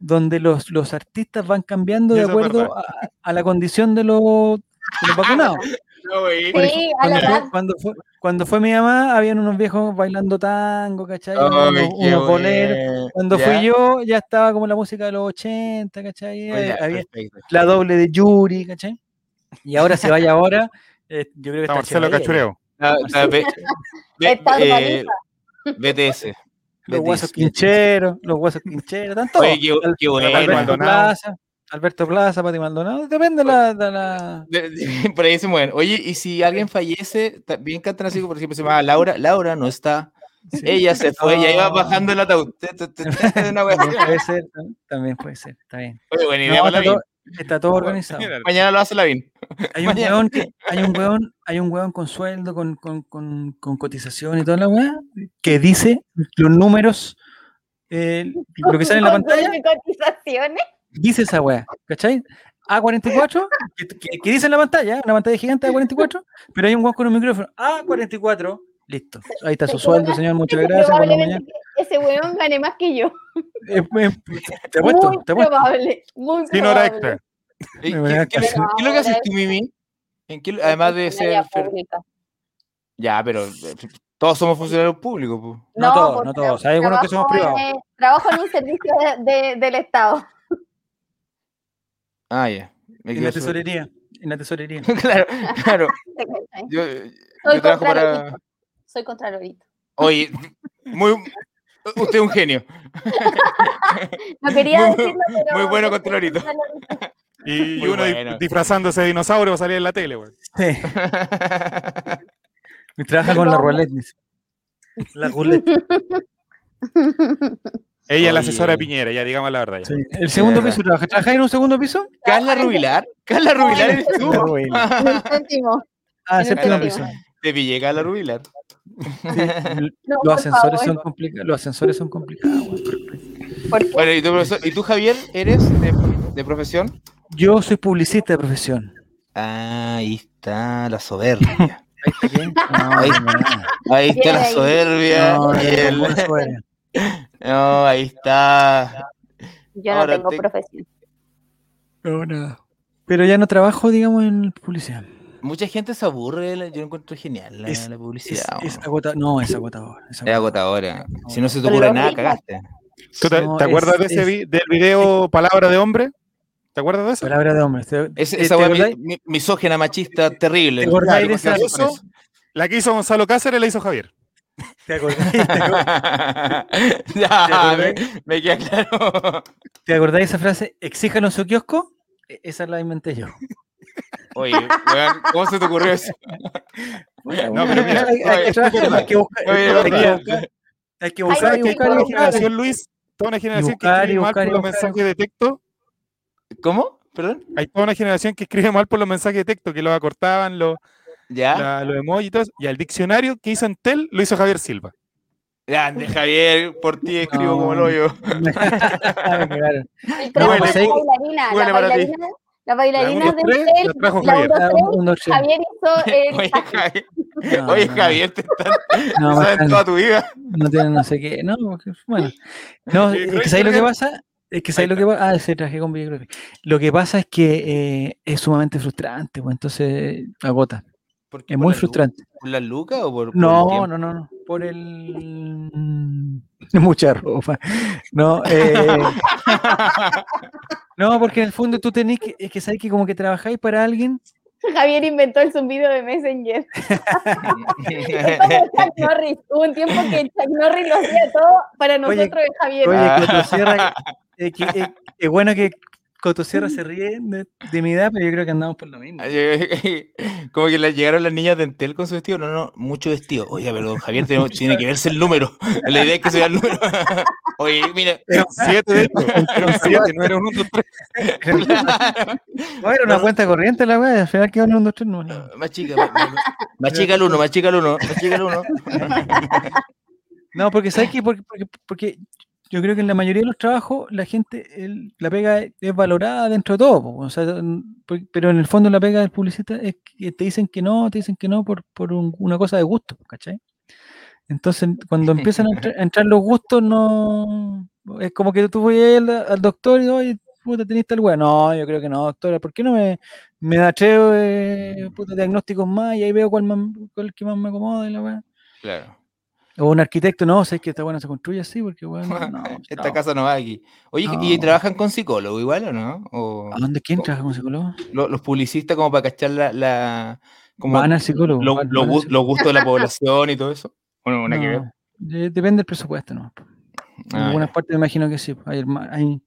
donde los, los artistas van cambiando de Eso es acuerdo a, a la condición de los, de los vacunados. [LAUGHS] No, güey. Por Sí, a la Cuando edad. fue, cuando, fue, cuando fue mi mamá, habían unos viejos bailando tango, ¿cachai? Ay, unos, qué eh, unos boleros. bueno. Cuando Ya. fui yo, ya estaba como la música de los 80, ¿cachai? Oye, pues. Eh, había perfecto. la doble de Yuri, ¿cachai? Y ahora se vaya ahora, eh, yo creo que Está está Marcelo Echeverría, Cachureo. Ah, ah, ve- ve- Está eh, Duvalipa. BTS. Los guasos BTS. quincheros, los guasos quincheros, están todos. Oye, qué, eh, Al- qué bueno. Alberto Maldonado. Plaza, Alberto Plaza, Pati Maldonado, depende de la, de la- De- de- [LAUGHS] Por ahí se mueven. Oye, y si alguien fallece, también cantan así, como por ejemplo, se llama Laura. Laura no está. Ella se fue, ella iba No. bajando el ataúd. Te- te- te- te- [LAUGHS] te- una wea así. También puede ser, tam- también puede ser, está bien. Oye, buena idea No, para está, Lavín. todo, está todo organizado. Mañana lo hace Lavín. Hay un Mañana. weón, que- hay un weón, hay un weón con sueldo, con, con, con, con cotización y toda la weá, que dice los números, eh, lo que sale en la Con pantalla, doble cotizaciones. dice esa weá, ¿cachai? A44, que, que- que dice en la pantalla, una pantalla gigante de A44, pero hay un weón con un micrófono, A44, listo, ahí está Este su sueldo, señor, muchas gracias, por la mañana. Probablemente que ese weón gane más que yo. Eh, eh, te apuesto, muy te apuesto. probable, muy Sin hora probable. extra. ¿Qué, Me voy a qué- qué- casar. qué es lo que haces tú, Mimi? ¿En qué- además de Funcionaria ser. fer- pública. Ya, pero eh, todos somos funcionarios públicos. po. No todos, pues, no todos, tra- hay algunos que somos trabajo en- trabajo en un servicio de- de- del Estado. Ah, ya. Me En quedo la solo. tesorería, en la [LAUGHS] tesorería. [LAUGHS] claro, claro. Yo, Soy yo trabajo para. contralorito. Soy contralorito. Oye, muy. Usted es un genio. No [LAUGHS] quería Muy- decirlo, pero muy bueno soy contralorito. Y Muy uno di- bueno. disfrazándose de dinosaurio para salir en la tele, güey. Sí. Y trabaja con la ¿Cómo? roulette, dice. La roulette. Ella es la asesora de Oye. Piñera, ya digamos la verdad. ya. sí. El segundo verdad. piso trabaja. ¿Trabajáis en un segundo piso? Carla Rubilar. Carla Rubilar eres tú. La roulette. Un céntimo. Ah, En el séptimo piso. séptimo. Te pillé Carla Rubilar. [LAUGHS] No, por Los ascensores favor. son complicados. Los ascensores son complicados. weón. ¿Por qué? Bueno, y tú, profesor- ¿y tú, Javier, eres de, de profesión? Yo soy publicista de profesión. Ah, Ahí está la soberbia. Ahí está, ¿qué? [LAUGHS] No, Ahí- no, no. Ahí está Bien la ahí. soberbia. No, no, y el- no, fuera. no, ahí está. Yo no Ahora tengo te- profesión. [LAUGHS] No, nada. Pero ya no trabajo, digamos, en publicidad. Mucha gente se aburre. de la- Yo lo encuentro genial la, Es- la publicidad. Es, es bueno. agotador. No, es agotador. es Es agotador. agotadora. Si no se te Pero ocurre lo nada, rico- cagaste. ¿Tú te, No, te es- acuerdas de ese es- vi- del video Palabra de Hombre? ¿Te acuerdas de eso? Palabra de hombre. ¿Te, Es, te- esa te weá acordáis? mi- mi- misógena, machista, terrible. ¿Te acordáis Claro, de esa- ¿qué haces con eso? La que hizo Gonzalo Cáceres la hizo Javier. ¿Te acordáis? ¿Te acordáis? [LAUGHS] ya, me, me queda claro. ¿Te acordáis de esa frase? Exíjanos su kiosco E, Esa la inventé yo. [LAUGHS] Oye, weón, ¿cómo se te ocurrió eso? no, pero mira, hay, hay que trabajar, hay que buscar. Oye, hay que mira, buscar- Hay que ¿Tú Ay, buscar, sabes hay que que hay buscar, toda una buscar. generación, Luis? Toda una generación que Buscar, escribe mal buscar, por los buscar. mensajes de texto. ¿Cómo? ¿Perdón? Hay toda una generación que escribe mal por los mensajes de texto, que los acortaban, los, ¿Ya? la- los emojis y todo eso. Y al diccionario que hizo Entel lo hizo Javier Silva. Grande, Javier, por ti escribo No. como el hoyo. [LAUGHS] Me cagaron. Y creo bueno, que sí. la bailarina, Huele la para ti. bailarina, la bailarina La de uno, tres, Entel, la trajo la Javier. Ah, uno, un- un tres, ocho. Javier hizo [LAUGHS] Oye, No, Javier, oye, el no, no. Javier, te están, No, te saben bacán. toda tu vida. no tiene no sé qué. No, porque- bueno. No, Oye, es Roy, que ¿sabes lo que Roy. pasa? Es que ¿sabes lo que pasa? Ah, se traje con videografía. Lo que pasa es que eh, es sumamente frustrante, pues entonces agota. ¿Por qué? Es ¿Por muy la lu- frustrante. ¿Por la luca o por, por el No, tiempo? no, no, no. Por el. Mucha ropa. No, eh, [LAUGHS] no, porque en el fondo tú tenés que. Es que sabes que como que trabajáis para alguien. [LAUGHS] Javier inventó el zumbido de Messenger. Es como Chuck Norris. Hubo un tiempo que Chuck Norris lo hacía todo para nosotros es Javier. Oye, Ah. Cotosierra. Es que, es- es bueno que Cotosierra se ríe de, de mi edad, pero yo creo que andamos por lo mismo. [LAUGHS] Como que las llegaron las niñas de Entel con su vestido. No, no, mucho vestido. Oye, perdón, Javier, tenemos- tiene que verse el número. La idea es que se vea el número. [LAUGHS] Oye, mira. Eran siete de estos. Eran siete, no era un dos, tres. No, era una cuenta corriente la weá, al final quedó en un 2 3 no, no. Más chica, más, más- más chica el uno, más chica el uno, más chica el uno. No, porque sabes que porque, porque, porque yo creo que en la mayoría de los trabajos la gente, el- la pega e- es valorada dentro de todo, po, o sea, n- por- pero en el fondo la pega del publicista es que te dicen que no, te dicen que no por, por un- una cosa de gusto, ¿cachai? Entonces, cuando empiezan a, entrar- a entrar los gustos, no. Es como que tú voy al, al doctor y oye, puta, teniste el weá. No, yo creo que no, doctora, ¿por qué no me, me da tres eh, puta, diagnósticos más y ahí veo cuál, más- cuál que más me acomoda y la weá? Claro. O un arquitecto, no, sé que esta buena se construye así, porque bueno, no, [LAUGHS] Esta no. casa no va aquí. Oye, ¿y No. trabajan con psicólogo igual o no? O ¿A dónde quién trabaja con psicólogo? lo- los publicistas como para cachar la... la como Van al psicólogo. lo- van- lo van al gu- psico- los gustos de la población y todo eso. Bueno, una que ver. no, de- depende del presupuesto, ¿no? En Ah, algunas ya. partes me imagino que sí, pues, hay, ma- hay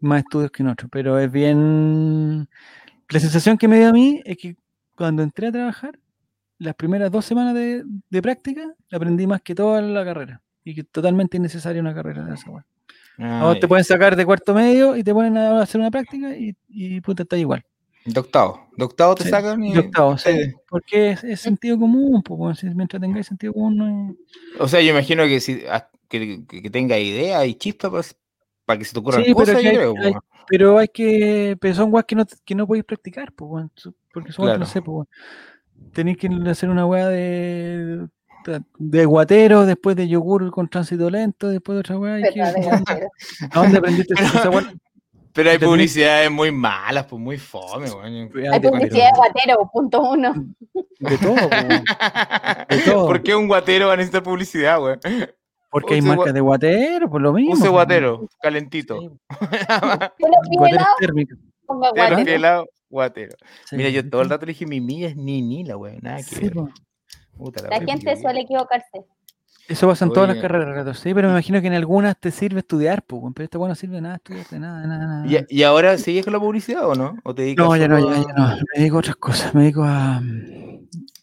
más estudios que en otros, pero es bien... La sensación que me dio a mí es que cuando entré a trabajar, las primeras dos semanas de, de práctica, aprendí más que toda la carrera. Y que totalmente innecesaria una carrera de esa weá. Ah, A vos ya. te pueden sacar de cuarto medio y te ponen a hacer una práctica y, y puta, está igual. De octavo. De octavo te Sí, sacan y... de octavo, sí. eh, Porque es, es sentido común, po, weón, si mientras tengáis sentido común, no es- O sea, yo imagino que si ah, que, que- que tenga idea y chispa para, que se te ocurran Sí, pero cosas, que yo hay- creo. pues, hay- po. Pero hay que. Pero son weas que no, que no podéis practicar, po, weón, su- porque son weas que no Claro. sé, po, weón. Tenéis que hacer una wea de. De guatero, después de yogur con tránsito lento, después de otra wea. y que- Verdadero. ¿A dónde aprendiste [LAUGHS] Pero- esa wea? Pero hay Internet. publicidades muy malas, pues muy fome, weón. Hay de- publicidad de guatero, punto uno. de todo, po, weón, [LAUGHS] de todo. ¿Por qué un guatero va a necesitar publicidad, weón? Porque hay Use gua- marcas de guatero, por lo mismo. Use po, guatero, calentito. Sí, Yo lo pido guatero helado, térmico. pongo Te los guatero. pies helados, guatero. sí, Mira, yo todo el sí, rato le dije, mi mía es ni ni la weón. Nada que sí, ver. po. Puta La wea, gente me suele equivocarse. Eso pasa en todas las Oye. carreras, Renato, sí, pero me imagino que en algunas te sirve equivoqué. estudiar, pues, pero esta weá no sirve de nada, estudiar de nada, de nada, de nada. equivoqué. ¿Y, y ahora sigues con la publicidad o no? ¿O te dedicas no, ya no, solo ya, a- ya no. Me dedico a otras cosas, me dedico a,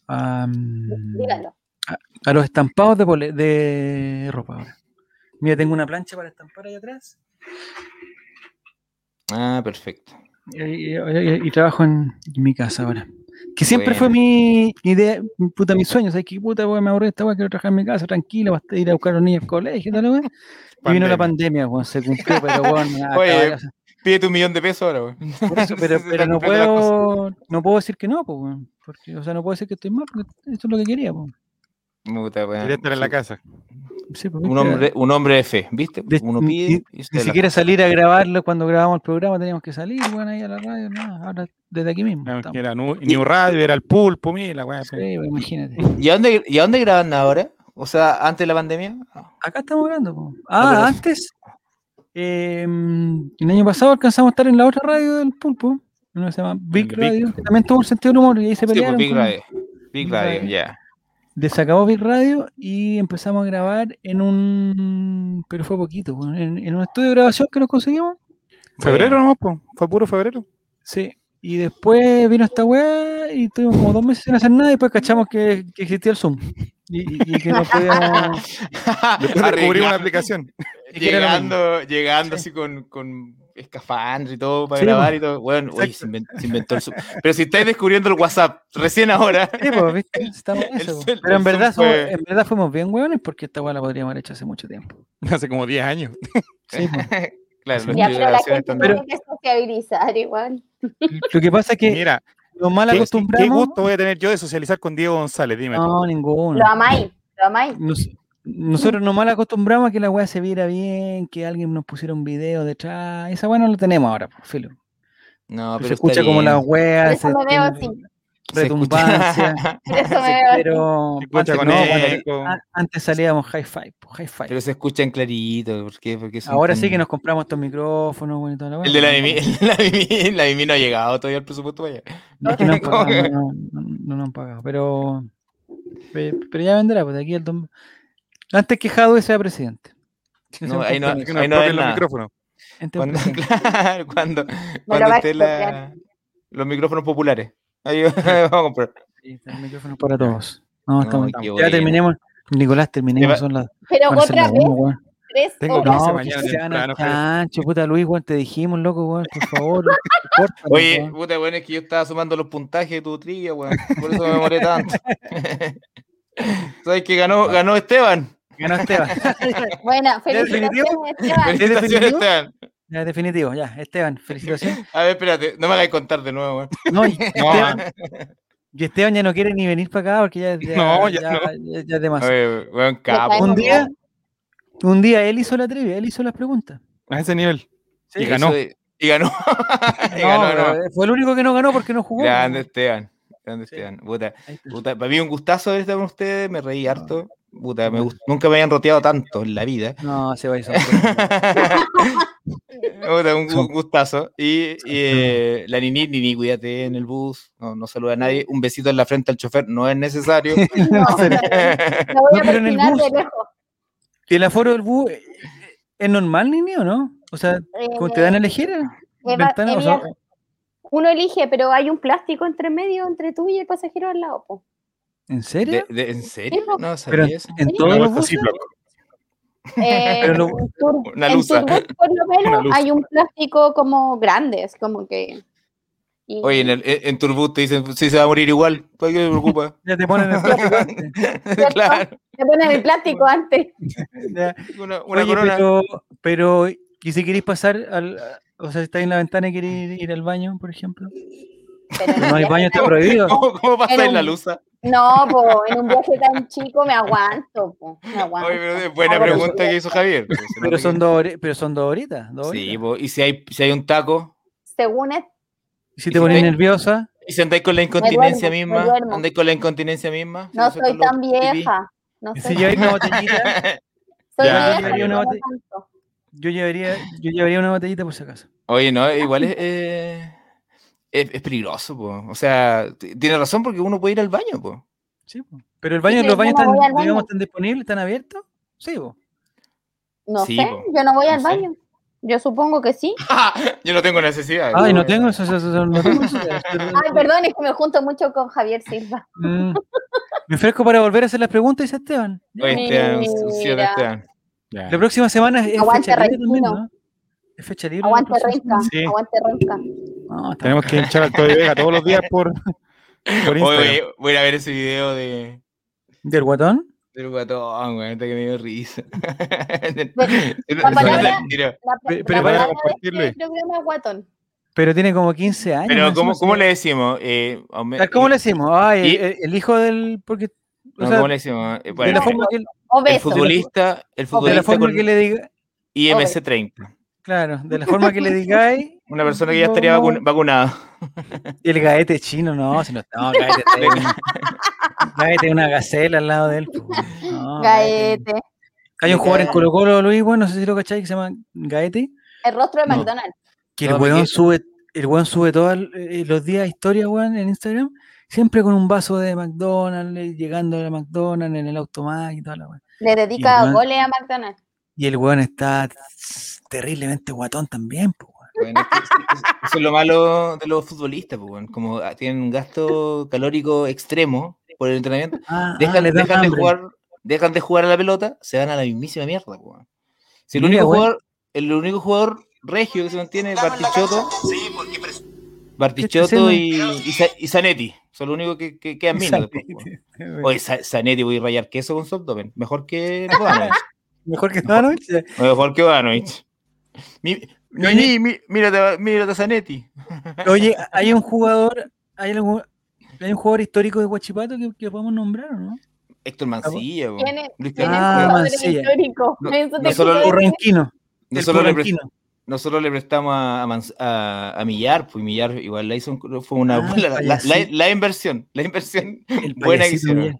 a, Mm. Dígalo. a los estampados de, pole- de ropa ahora. Mira, tengo una plancha para estampar ahí atrás Ah, perfecto. y, y- y- y trabajo en mi casa ahora. Que siempre fue mi idea, mi puta, mi sueño. ¿Sabes qué puta, weón? Me aburrí de esta weá, quiero trabajar en mi casa, tranquilo, vas a ir a buscar a los niños al colegio, tal, weón. Y vino la pandemia, weón, se cumplió, pero weón, nada, [LAUGHS] Oye, caballo, o sea, Pídete un millón de pesos ahora, weón. Por eso, [LAUGHS] pero, Se pero están no, cumpliendo las cosas. puedo, no puedo decir que no, pues, weón, porque, o sea, no puedo decir que estoy mal, porque esto es lo que quería. Pues. Puta, weón. Quería estar en la casa. Sí, pues, Un ¿viste? hombre, un hombre de fe, ¿viste? De- Uno ni- pide y se Ni la- siquiera salir a grabarlo cuando grabamos el programa, teníamos que salir, bueno, ahí a la radio, no, ahora desde aquí mismo. No, estamos. que Era nu- New Radio, era el pulpo, mira la weá. Sí, pues, imagínate. ¿Y a dónde, y a dónde graban ahora? O sea, antes de la pandemia. Acá estamos grabando. po. pero- Ah, antes, eh, el año pasado alcanzamos a estar en la otra radio del pulpo, una que se llama Big Big. Radio, que también tuvo un sentido del humor y ahí se Sí, pues pelearon. Big con- Radio. Big Big Radio, Radio. [LAUGHS] ya. Desacabó Big Radio y empezamos a grabar en un. Pero fue poquito, po, en, en un estudio de grabación que nos conseguimos. [LAUGHS] Febrero nomás, po, fue puro febrero. Sí. Y después vino esta weá y tuvimos como dos meses sin hacer nada y después cachamos que, que existía el Zoom. Y, y- y que no [LAUGHS] podíamos. Después descubrimos una aplicación. [LAUGHS] que era lo llegando, llegando así con, con escafandra y todo para Sí, grabar y todo. Bueno, oye, se, invent- se inventó el Zoom. Pero si estáis descubriendo el WhatsApp recién ahora, Sí, pues, ¿viste? Estamos en el eso, pues. Zoom- Pero en el verdad, Zoom somos- fue- en verdad fuimos bien weones porque esta weá la podríamos haber hecho hace mucho tiempo. Hace como 10 años. Sí, [LAUGHS] pues. claro, Ya, pero la generaciones gente están- Pero- tiene que sociabilizar igual. Lo que pasa es que Mira, lo mal ¿qué, qué acostumbramos. gusto voy a tener yo de socializar con Diego González? Dime. tú. No, ninguno. Lo amáis, lo amáis. Nos- nosotros nomás la acostumbramos a que la weá se viera bien, que alguien nos pusiera un video detrás. Esa weá no la tenemos ahora, pues, filo. No, pero se escucha como la Por weá, se eso me veo tiene así. retumbancia. [LAUGHS] Por eso me veo así. Pero Se escucha antes, con no, eco. cuando- a- antes salíamos high five, pues, high five. Pero se escuchan clarito. ¿por qué? Porque son Ahora tan- sí que nos compramos estos micrófonos, bueno, y toda la weá. El de la Mimi, [LAUGHS] el de la Mimi, la Mimi no ha llegado todavía al presupuesto. Vaya. Es [LAUGHS] que no, han ¿Cómo pagado, que? no, no, no nos han pagado, pero, pe- pero ya vendrá, pues de aquí al dom- Antes que Jadwe sea presidente. Ese es No, un ahí no- compromiso, Que nos Ahí no apropien es los nada. micrófonos. ente Cuando, presidente. [LAUGHS] claro, cuando, Me cuando lo va a esté la- expropiar. los micrófonos populares. Ahí [LAUGHS] vamos a comprar. Sí, está el micrófono para todos. No, estamos- qué ya bueno. terminemos. Nicolás, terminemos. Lleva- Son las, Pero van a ser otra las vez, una, weón. tres Tengo horas. clase No, que mañana se van al temprano, Javier. chancho, puta Luis, weón, te dijimos, loco, weón, por [LAUGHS] favor. córtanos, Oye, weón. puta, bueno, es que yo estaba sumando los puntajes de tu trivia, weón. Por eso me moré tanto. [LAUGHS] ¿Sabes que ganó, ganó Esteban? ganó Esteban. Buena, felicitaciones, definitivo? [LAUGHS] Esteban. Felicitaciones, definitivo? Esteban. ya, definitivo, ya, Esteban, [LAUGHS] felicitaciones. A ver, espérate, no me hagáis contar de nuevo, weón. No, y, No, Esteban, y Esteban ya no quiere ni venir para acá porque ya, ya, No, ya no. ya- ya es demasiado. Oye, weón, capo. Un cae Bueno, día, un día él hizo la trivia, él hizo las preguntas. a ese nivel. y Eso ganó. de- Y ganó. [LAUGHS] y No, ganó, pero, no. eh, fue el único que no ganó porque no jugó. Grande weón. Esteban. Grande Sí. Esteban. Puta, Ahí está. puta, para mí un gustazo haber estado con ustedes, me reí harto. Puta, me gust- nunca me habían roteado tanto en la vida. No, se va a ir Puta, [LAUGHS] un gu- Son- gustazo. Y, y, eh, la Nini, Nini, cuídate en el bus. No, no saluda a nadie. Un besito en la frente al chofer, no [LAUGHS] es necesario. No, me voy No, a pero en el persignar de bus. lejos. ¿Y el aforo del bus eh, es normal, niño, o no? O sea, ¿cómo te Eh, dan a elegir? eh, Eva- ventana? O sea, Elia, uno elige, pero hay un plástico entre medio, entre tú y el pasajero al lado. po. ¿En De- serio? de- ¿En serio? po. No Pero sabía en, eso. en Una todos los vuelta buses. Ziploc. Eh, Pero lo- en Tur- Una en luza. Turbut, por [LAUGHS] lo Una menos luza. hay un plástico como grande, es como que. y- Oye, en, el, eh, en en tu bus te dicen, si se va a morir igual, ¿para qué te [LAUGHS] preocupa? Ya te ponen el [LAUGHS] plástico antes. claro, Te ponen el [LAUGHS] plástico antes. Ya. una, una Oye, corona. pero, pero, ¿y si queréis pasar al. a- O sea, si estáis en la ventana y queréis ir, ir al baño, por ejemplo? Pero No hay en un baño, viaje está prohibido. [LAUGHS] ¿Cómo, cómo pasa Era en la un- luza? tan- No, po, en un viaje tan chico me aguanto. po, me aguanto. Oye, pero es buena Ahora pregunta que hizo Javier. Pues, se [LAUGHS] Pero nota son que- dos, hori- pero son dos horitas. Dos Sí, horitas. po, y si hay, si hay un taco, Según es- Y si ¿Y te si pones te- nerviosa, y si andáis con la incontinencia duermo, me misma, duermo. andáis con la incontinencia misma. no se te soy sacan tan los pipí. vieja. No y soy, si lleváis una botellita, [LAUGHS] soy Ya, vieja, Javier. pero no Una bote- tanto. yo llevaría, yo llevaría una botellita por si acaso. Oye, no, igual es, eh, es, es peligroso, po. O sea, t- tiene razón porque uno puede ir al baño, po. [LAUGHS] Sí, po. pero el baño, pero los yo baños no están, voy al baño. digamos, están disponibles, están abiertos. Sí, pues. vos. No Sí, sé, po, yo no voy al no sé. baño. Yo supongo [LAUGHS] que sí. Yo no tengo necesidad. Ay, yo- no tengo eso, eso- eso- no tengo eso, pero- Ay, perdón, es que me junto mucho con Javier Silva. Mm. Me ofrezco para volver a hacer las preguntas, dice Esteban. Oye, Esteban, Mira. un siete, Esteban. La próxima semana es, es Aguante, fecha libre también, Reino. ¿no? Es fecha libre. la Aguante pues, próxima renca, Sí. aguante renca. semana. No, está- Tenemos que hinchar al Toby Vega todos los días [LAUGHS] por, por Oye, Instagram. voy- voy a ir a ver ese video de, ¿Del guatón? del guatón, güey, ahorita que me dio risa. [LAUGHS] la palabra- Mira, La, Pe- la pero palabra para de compartirlo, este eh. programa es guatón. Pero tiene como 15 años. Pero, más ¿cómo, encima, ¿cómo sí. le decimos? Eh, aume- Ah, ¿Cómo le decimos? Ay, y- el, el hijo del. Porque. o no, sea, ¿Cómo le decimos? Eh, de la bueno, forma que, el Obeso. futbolista, de el la futbolista forma con que le diga. IMC30. Claro, de la forma que le digáis. [LAUGHS] Una persona que ya No, estaría no. vacu- [LAUGHS] vacunada. El gaete chino, no, si no está. No, gaete está ahí. Gaete, una gacela al lado de él. po. No, gaete. Gaete. Hay un jugador en Gaete. Colo Colo, Luis, bueno, no sé si lo cacháis, que se llama Gaete. El rostro de No. McDonald's. Que No, el me weón quedé- sube, el weón sube todos los días historia, weón, en Instagram, siempre con un vaso de McDonald's, eh, llegando a la McDonald's en el automático y toda la weón. Le dedica weón- goles a McDonald's. Y el weón está terriblemente guatón también, po, weón. Bueno, es que- es- es- eso es lo malo de los futbolistas, pues, bueno, como tienen un gasto calórico extremo por el entrenamiento, Ah, ah, dejan, le dan dejan de hambre. jugar, dejan de jugar a la pelota, se van a la mismísima mierda, pues, bueno. Si el Mira, único bueno. jugador, el único jugador regio que se mantiene es Bartichotto, Este es Bartichotto el- y, y, Sa- y Zanetti, son los únicos que, que quedan menos después, [LAUGHS] pues, bueno. Oye, Sa- Zanetti voy a rayar queso con su abdomen, mejor que [LAUGHS] Bogdanovich. Mejor que Stanov. Mejor que Bogdanovich. Mi, mi, mi, mi- mírate, mírate a Zanetti. Oye, hay un jugador, hay algún- hay un jugador histórico de Huachipato que, que podemos nombrar, ¿o ¿no? Héctor Mancilla, po. Tiene, Luis tiene Carlos Ah, un Cueva. poder Mancilla. histórico. No- Eso te no solo- quiero decir. Urrenquino. el nosotros, le prest- Urrenquino. nosotros le prestamos a, a, Manc- a- a Millar, pues Millar igual la hizo, un- fue una Ah, buena- la, la- payasito. la inversión, la inversión El [LAUGHS] buena que payasito hicieron. Miguel.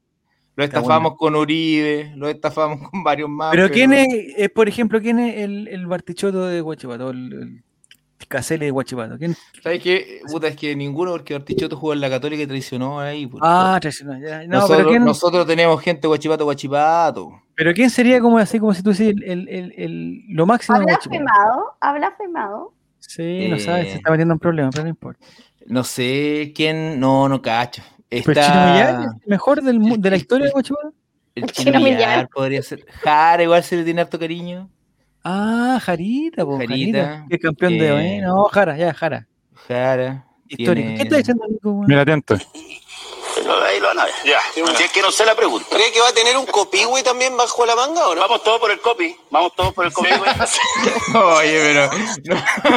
Lo Está estafamos con Uribe, lo estafamos con varios más. Pero quién es, eh, por ejemplo, quién es el, el Bartichotto de Huachipato, el, el Casele de Huachipato. ¿Quién? ¿Sabes qué? Puta, es que ninguno, porque Artichoto jugó en la Católica y traicionó ahí. pues. Ah, traicionó, ya. No, nosotros, pero quién, nosotros tenemos gente guachipato, guachipato. pero quién sería como así como si tú dices el, el- el- el- lo máximo de ¿Habla Huachipato. femado? ¿Habla femado? Sí, no sabes, Eh. se está metiendo en problemas, pero no importa. No sé quién, no, no cacho. Está... Pero Chino Millar es el mejor del, mu- de la historia de Huachipato. El Chino Chino, Millar. Millar, podría ser. Jara igual se le tiene harto cariño. Ah, Jarita, po, Jarita, Jarita, que campeón de hoy. eh, No, Jara, ya, Jara. Jara. Histórico. ¿Qué está tiene- diciendo, Nico? weón? Mira, atento. Ahí lo van a ver. Ya. Si es que no sé la pregunta. ¿Cree que va a tener un copihue también bajo la manga o no? Vamos todos por el copy. Vamos todos por el copy, güey. [LAUGHS] Oye, pero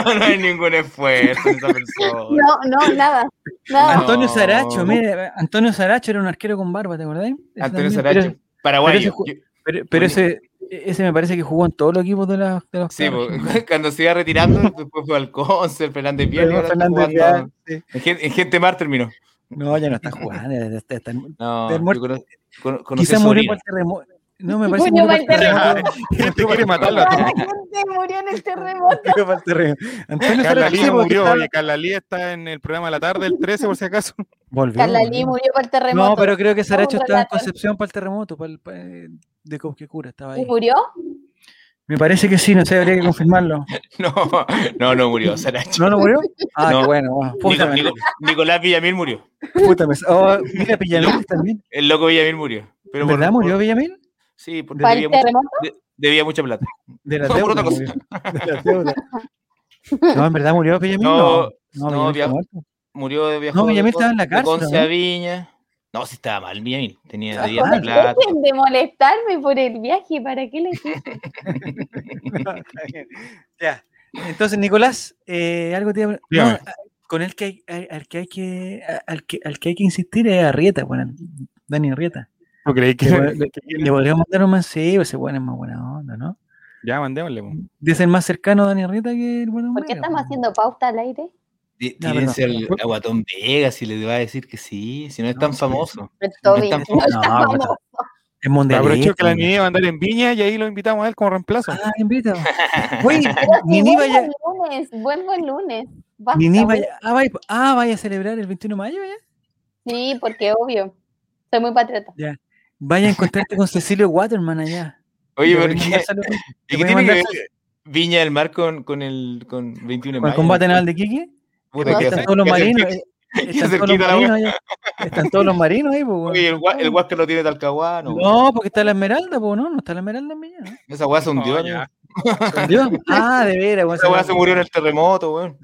no, [LAUGHS] no hay ningún esfuerzo en esa persona. No, no, nada. nada. [LAUGHS] Ah, Antonio No. Saracho, mira, Antonio Saracho era un arquero con barba, ¿te acordáis? Ese también, Antonio Saracho, pero- paraguayo. pero Yo- Pero, pero ese, ese me parece que jugó en todos los equipos de, la, de los Sí, cabros. pues, [LAUGHS] cuando se iba retirando, después fue al Concert, Fernández Vial. y Pero ahora está Fernández jugando ya, sí. En, gen- en gente más terminó. No, ya no está jugando. ya está- está- está- No, Del muerto. yo cono- cono- conocí a Quizás su murió sobrina. por el terremoto. No, me parece que Murió murió por el por el terremoto. [LAUGHS] Gente quiere matarla. Toda la gente murió en este el [LAUGHS] terremoto. Murió por el terremoto. Antonio Carla Saracho Lía sí, porque murió. estaba- Oye, Carla Lía está en el programa de la tarde, el 13, por si acaso. Volvió, Carla Lee volvió. murió por el terremoto. No, pero creo que Saracho un estaba en relato. Concepción para el terremoto, para el, para- de Cobquecura, estaba ¿Y ahí. murió? Me parece que sí, no sé, habría que confirmarlo. No, [LAUGHS] no, no murió, Saracho. ¿No lo murió? Ah, [LAUGHS] No. qué bueno. ah, [LAUGHS] puta, Nico- me- Nico- Nicolás Villamil murió. puta, me- oh, mira, [LAUGHS] Villamil también. El loco Villamil murió. Pero ¿En por- verdad por- murió Villamil? Sí, porque ¿Para el debía, mucha, terremoto? de- debía mucha plata. De la No, por deuda. otra cosa. murió. De la deuda. [LAUGHS] No, en verdad murió Villamil. No, No, no, Villamil está no, Villa- [LAUGHS] muerto. Murió de viajó No, de Villamil Con- estaba en la de cárcel, Conce ¿no? a Viña. No, sí estaba mal Villamil. Tenía Estaba debía mal. plata. Dejen de molestarme por el viaje. ¿Para qué les dije? Está bien. [LAUGHS] Ya. Entonces, Nicolás, eh, algo te iba a- Dígame. No, a- con el que hay, al- al que hay que a- al que al que hay que insistir es a Rieta, bueno, Dani Rieta. ¿No creí que.? Le, [LAUGHS] le- que- le podríamos mandar un mensaje, pues ese bueno es más buena onda, ¿no? Ya, mandémosle. pues. po. Debe ser más cercano a Dani Rieta que el buen ¿Por hombre. qué estamos bueno. haciendo pauta al aire? Tí- Ya, Tírense perdón. al aguatón Vega si le va a decir que sí, si no es No, tan sí. famoso. Pero No Toby, es tan no famoso. No, [LAUGHS] está pero- famoso. Es mundialista, Aprovechó que la hombre. niña iba a andar en Viña y ahí lo invitamos a él como reemplazo. Ah, [LAUGHS] invita. Oye, Sí, Nini buen vaya, buen lunes, buen buen lunes. Basta, Nini buen- vaya, ah, vaya, ah, vaya a celebrar el 21 de mayo, ¿ya? Sí, porque obvio. Soy muy patriota. Vaya a encontrarte con Cecilio Waterman allá. Oye, Le ¿por voy a qué? mandar saludos. ¿Y voy qué a tiene que mandar ver Viña del Mar con, con el con 21 de ¿Con mayo? el combate naval de Quique? Puta, No, ¿qué están hace- todos los qué hace- marinos. qué- eh, qué Están todos los cerquita la marinos ahí. Están todos los marinos ahí, po, Oye, weón. el gua- el Huasca lo tiene Talcahuano. No, porque está la esmeralda, po, no, no está la esmeralda en Viña, ¿no? Esa weá se hundió. No, ¿no? ya. Por [LAUGHS] Dios. Ah, de veras, weón, Esa se weá me- se murió en el terremoto, weón.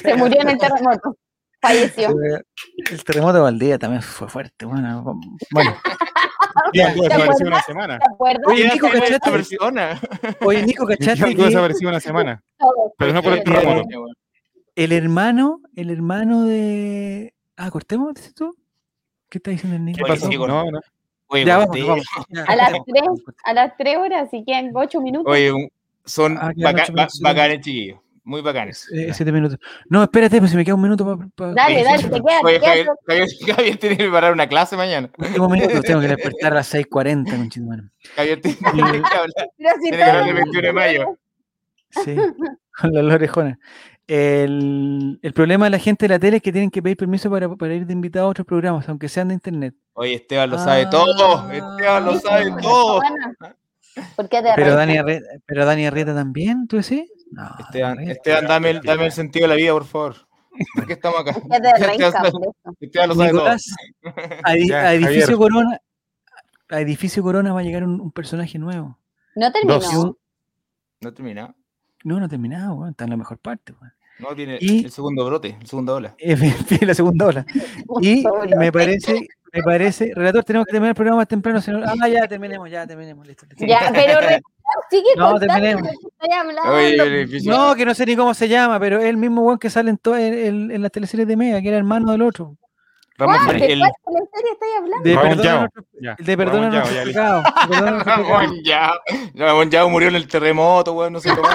Se murió en el terremoto. Falleció. El terremoto de Valdía también fue fuerte, bueno. Bueno, Y algo ¿Te desapareció acuerdas? una semana. ¿Te acuerdas? Oye, era Nico, esta ¿cachaste? persona. oye, [LAUGHS] Nico, Y ¿cachaste algo que desapareció una semana. Todo. Pero no por el Todo. terremoto. el hermano, el hermano de. Ah, cortemos, dices tú? ¿Qué está diciendo el ¿Qué Nico? pasó? sí, con- No, no. Oye, Ya vamos, corté. vamos. ya, A las cortemos. tres, a las tres horas, y quedan ocho minutos. Oye, un- son Ah, quedan baca- ocho ba- minutos. bacanes, chiquillos. Muy bacanes. Eh, siete minutos. No, espérate, pues si me queda un minuto para. dale, dale, te quedan. Oye, te quedan Javier, Javier, [LAUGHS] Javier tiene que preparar una clase mañana. Último minuto, tengo que despertar a las 6.40, conchetumare. Javier tiene tiene que hablar. Pero si Tiene que todo hablar el el 21 de mayo. [LAUGHS] Sí, con las orejonas. El, el problema de la gente de la tele es que tienen que pedir permiso para, para ir de invitado a otros programas, aunque sean de internet. Oye, Esteban lo sabe Ah. todo. Esteban lo Ah. sabe Bueno. todo. Ana, ¿Por qué te Pero reí? Dani, Arre- pero Dani Arrieta también, ¿tú decís? No, Dani Esteban, Arrieta. Esteban dame, el, dame el sentido de la vida, por favor. ¿Por qué estamos acá? [LAUGHS] Es de Renca, Esteban- por eso. Esteban lo sabe todo. Nicolás, a, di- Ya, a edificio Javier. Corona, a edificio Corona va a llegar un, un personaje nuevo. No Y terminó. un- No termina. No, no ha terminado, weón, está en la mejor parte. weón. No tiene Y- el segundo brote, el segundo ola. [LAUGHS] Tiene la segunda [LAUGHS] ola. Y Sobre- me parece, me parece, relator, tenemos que terminar el programa más temprano. si no- Ah, ya terminemos, ya terminemos, listo, listo. [LAUGHS] Ya, pero re- sigue No, contando terminemos. lo que estoy hablando. Oye, el edificio- No, que no sé ni cómo se llama, pero es el mismo weón que sale en, todas- en- en- en las teleseries de Mega, que era hermano del otro. Ramón ¿Cuál? Yao. ¿De El- cuál teleserie estoy hablando? De Ramón perdona Yao. nuestro- Ya, de perdona Ramón Yao, nuestro ya, listo. pecado, de [LAUGHS] perdona nuestro pecado. Ramón Yao. Ramón Yao murió en el terremoto, weón, no sé [LAUGHS] cómo.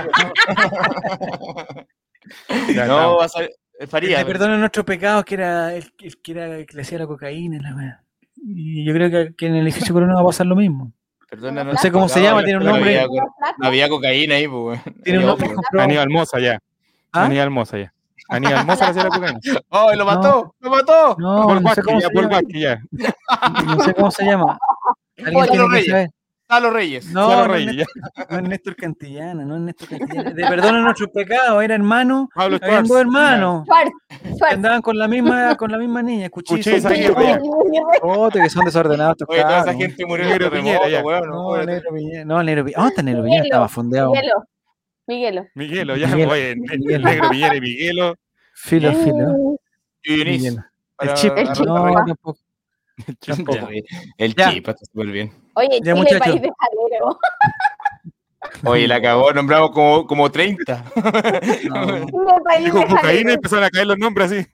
Ya, No, estamos. va a ser Faría. Te pero- perdonan nuestros pecados, que era el, el que era el que le hacía la cocaína. La wea. y yo creo que, que en el edificio Corona va a pasar lo mismo. Perdona, No sé cómo se llama, no, tiene un no nombre. había co- No había cocaína ahí, pues. weón. Tiene un Era nombre obvio. comprobado. Aníbal Moza ya. ¿Ah? Aníbal Moza ya. Aníbal Moza la hacía la cocaína. ¡Oh, lo mató! ¡Lo mató! No, Paul no sé Vázquez, cómo ya, se Paul llama. Vázquez, ya. No sé cómo se llama. Alguien Polo tiene que Reyes. saber. ¡Salo Reyes! No, Sara no, Reyes, es ya. Néstor- no es Néstor Cantillana, no es Néstor Cantillana. De perdona nuestros pecados, era hermano. Pues, Pablo Habían Schwartz. dos hermanos Schwartz, que Schwartz. andaban con la misma, con la misma niña, Cuchillo, cuchillo. Piñera, Oh, Piñera. [LAUGHS] Jote, que son desordenados estos Oye, toda esa cabros. gente murió en el Negro Piñera, terremoto, ya. weón. no, No, weón. Negro Piñera. No, Negro Piñera. ¿Dónde está Negro Piñera? Estaba fondeado. Miguelo. Miguelo. Miguelo, ya. Miguel. Oye, el Miguel. negro Piñera y Miguelo. Filo, filo. Mm. Y Dionis, Miguel. El para- chip. para- chip. No, [LAUGHS] Arroba. tampoco. Tampoco. El Ya. chip, está súper bien. Oye, Ya, Chile, muchachos. país de jalero. Oye, la acabó, nombramos como, como 30. [LAUGHS] No. [LAUGHS] Chile, país Dijo de cocaína y jalero. empezaron a caer los nombres así.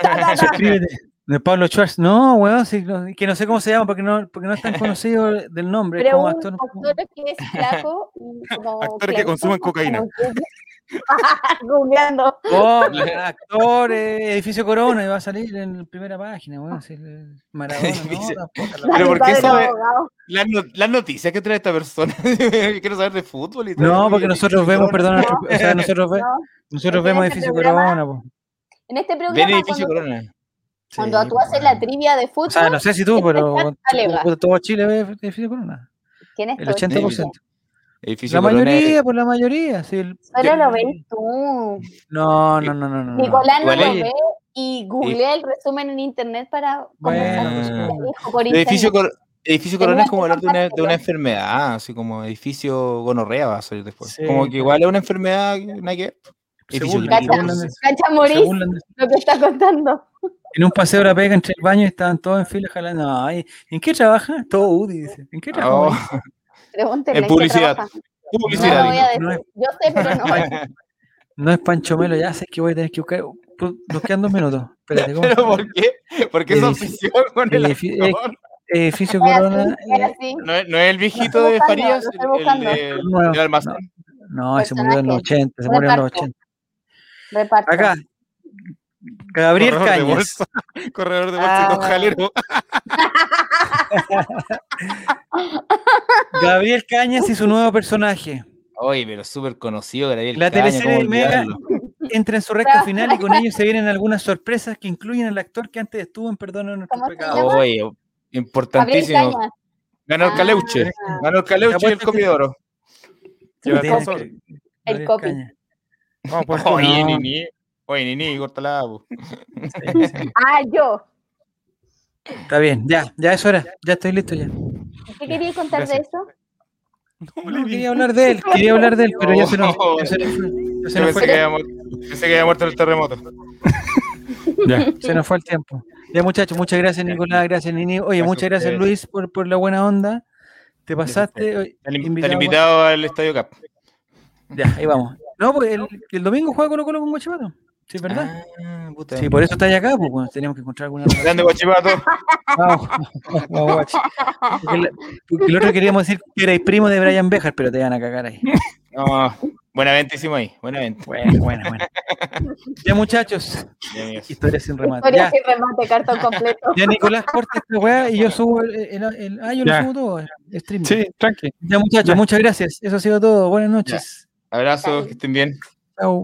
Ta, ta, ta. Suscríbete. De Pablo Schwartz. No, weón, sí, no, que no sé cómo se llama porque no, porque no es tan conocido del nombre. es Pero como un actor. actor que es flaco y como Actores que clarito, consumen cocaína. como que- [LAUGHS] Googleando. Oh, actor, eh, edificio Corona, y va a salir en la primera página, weón. sí, eh, Maradona, [LAUGHS] Edificio- no, tampoco, la- Pero Dale, ¿por qué padre, sabe- abogado. [LAUGHS] Las no- las noticias que trae esta persona. [LAUGHS] Yo Quiero saber de fútbol y [LAUGHS] todo. No, porque nosotros vemos, perdón, No, nuestro- o sea, nosotros, ve- No, nosotros Porque en vemos este edificio programa- Corona, po. En este Ven programa, edificio cuando, Corona. cuando Sí, tú haces la trivia de fútbol, O sea, no sé si tú, este pero chat alega. todo- todo Chile ve edificio Corona. ¿quién es El tu- 80%. Edificio La Corona. mayoría, por la mayoría. sí, el- Solo yo- lo ves tú. No, no, no, no. no, no. Nicolás no Igual lo ella- ve y googlea el resumen en internet para Bueno, conversar pues, con su hijo por El edificio, internet. Cor- edificio Corona Tenía es como que hablar de una, de contártelo. una enfermedad, así como edificio gonorrea va a salir después. Sí. Como que igual es una enfermedad, que- nada que ver. Se Edificio burlan, se Quirino. burlan de eso, Cacha se Morís, burlan de eso. lo que está contando. En un paseo de la pega entre el baño y estaban todos en fila jalando. No, ay, ¿En qué trabaja? Todo UDI, dice. ¿En qué trabaja? Oh, Mauricio? Pregúntenle. En ¿qué publicidad. trabaja? No publicidad. lo [LAUGHS] voy a No decir. Yo sé, [LAUGHS] pero no. No es Pancho Melo, ya sé que voy a tener que buscar. pues, Pu- Nos quedan dos minutos. Espérate, ¿cómo? [LAUGHS] Eh, ¿Pero por qué? ¿Por qué esa Edificio- obsesión con el edifi- actor? Edificio [LAUGHS] Es así, eh, Corona. es eh, así. ¿No es, no es el viejito Lo de estoy Farías? buscando, lo El, estoy el de- buscando. del almacén. no, se murió en los 80, se murió en los 80. Reparto. Acá. Gabriel Corredor de Cañas. [LAUGHS] bolsa. [LAUGHS] Corredor de bolsa Ah, y dos jaleros. Gabriel Cañas y su [LAUGHS] nuevo personaje. Oye, pero súper conocido, Gabriel La Caña, teleserie ¿cómo de Mega- olvidarlo? Entra en su recta final y [LAUGHS] con ellos se vienen algunas sorpresas que incluyen al actor que antes estuvo en Perdón a nuestros ¿Cómo se pecados. llama? Oye, Gabriel importantísimo. Cañas. Ganó el Ah. Caleuche. Ganó el Caleuche y el Comidoro. Y ahora Sí, todos tiene son- que- El Gabriel copy. Cañas. Vamos por Oh, Oye, no. Nini. Oye, Nini, cortala. po. Ah, yo. Está bien, ya, ya es hora. Ya estoy listo ya. ¿Qué quería contar de eso? No, No, le quería digo. hablar de él, [LAUGHS] quería hablar de él, pero ya se nos, No. ya se nos fue. ya se Yo nos pensé fue. que, había muerto, pensé que había muerto en el terremoto. Ya. Se nos fue el tiempo. Ya, muchachos, muchas gracias, Nicolás. Gracias, Nini. Oye, Gracias muchas a gracias, ustedes. Luis, por, por la buena onda. Te pasaste. Oye, Está el Invitado. invitado al Estadio Cap. Ya, ahí vamos. No, porque el, el domingo juega Colo Colo con Guachipato. Sí, ¿verdad? Ah, puta. Sí, por eso está acá, pues bueno, teníamos que encontrar [LAUGHS] alguna. razón. Grande Guachipato. Vamos, vamos, vamos, Guachi. Porque, la- porque el otro queríamos decir que erais primo de Brian Bejar, pero te van a cagar ahí. No, buena venta hicimos ahí. Buena venta. Bueno, bueno, bueno. Ya, muchachos, Ya, [LAUGHS] amigos. historia sin remate. Historia Ah, Ya, sin remate, cartón completo. ya Nicolás corta esta weá y yo subo el. el- el- ah, yo lo Ya. subo todo. el Stream. Sí, tranqui. Ya muchachos, Ya. muchas gracias. Eso ha sido todo. Buenas noches. Abrazos, que estén bien. Chao.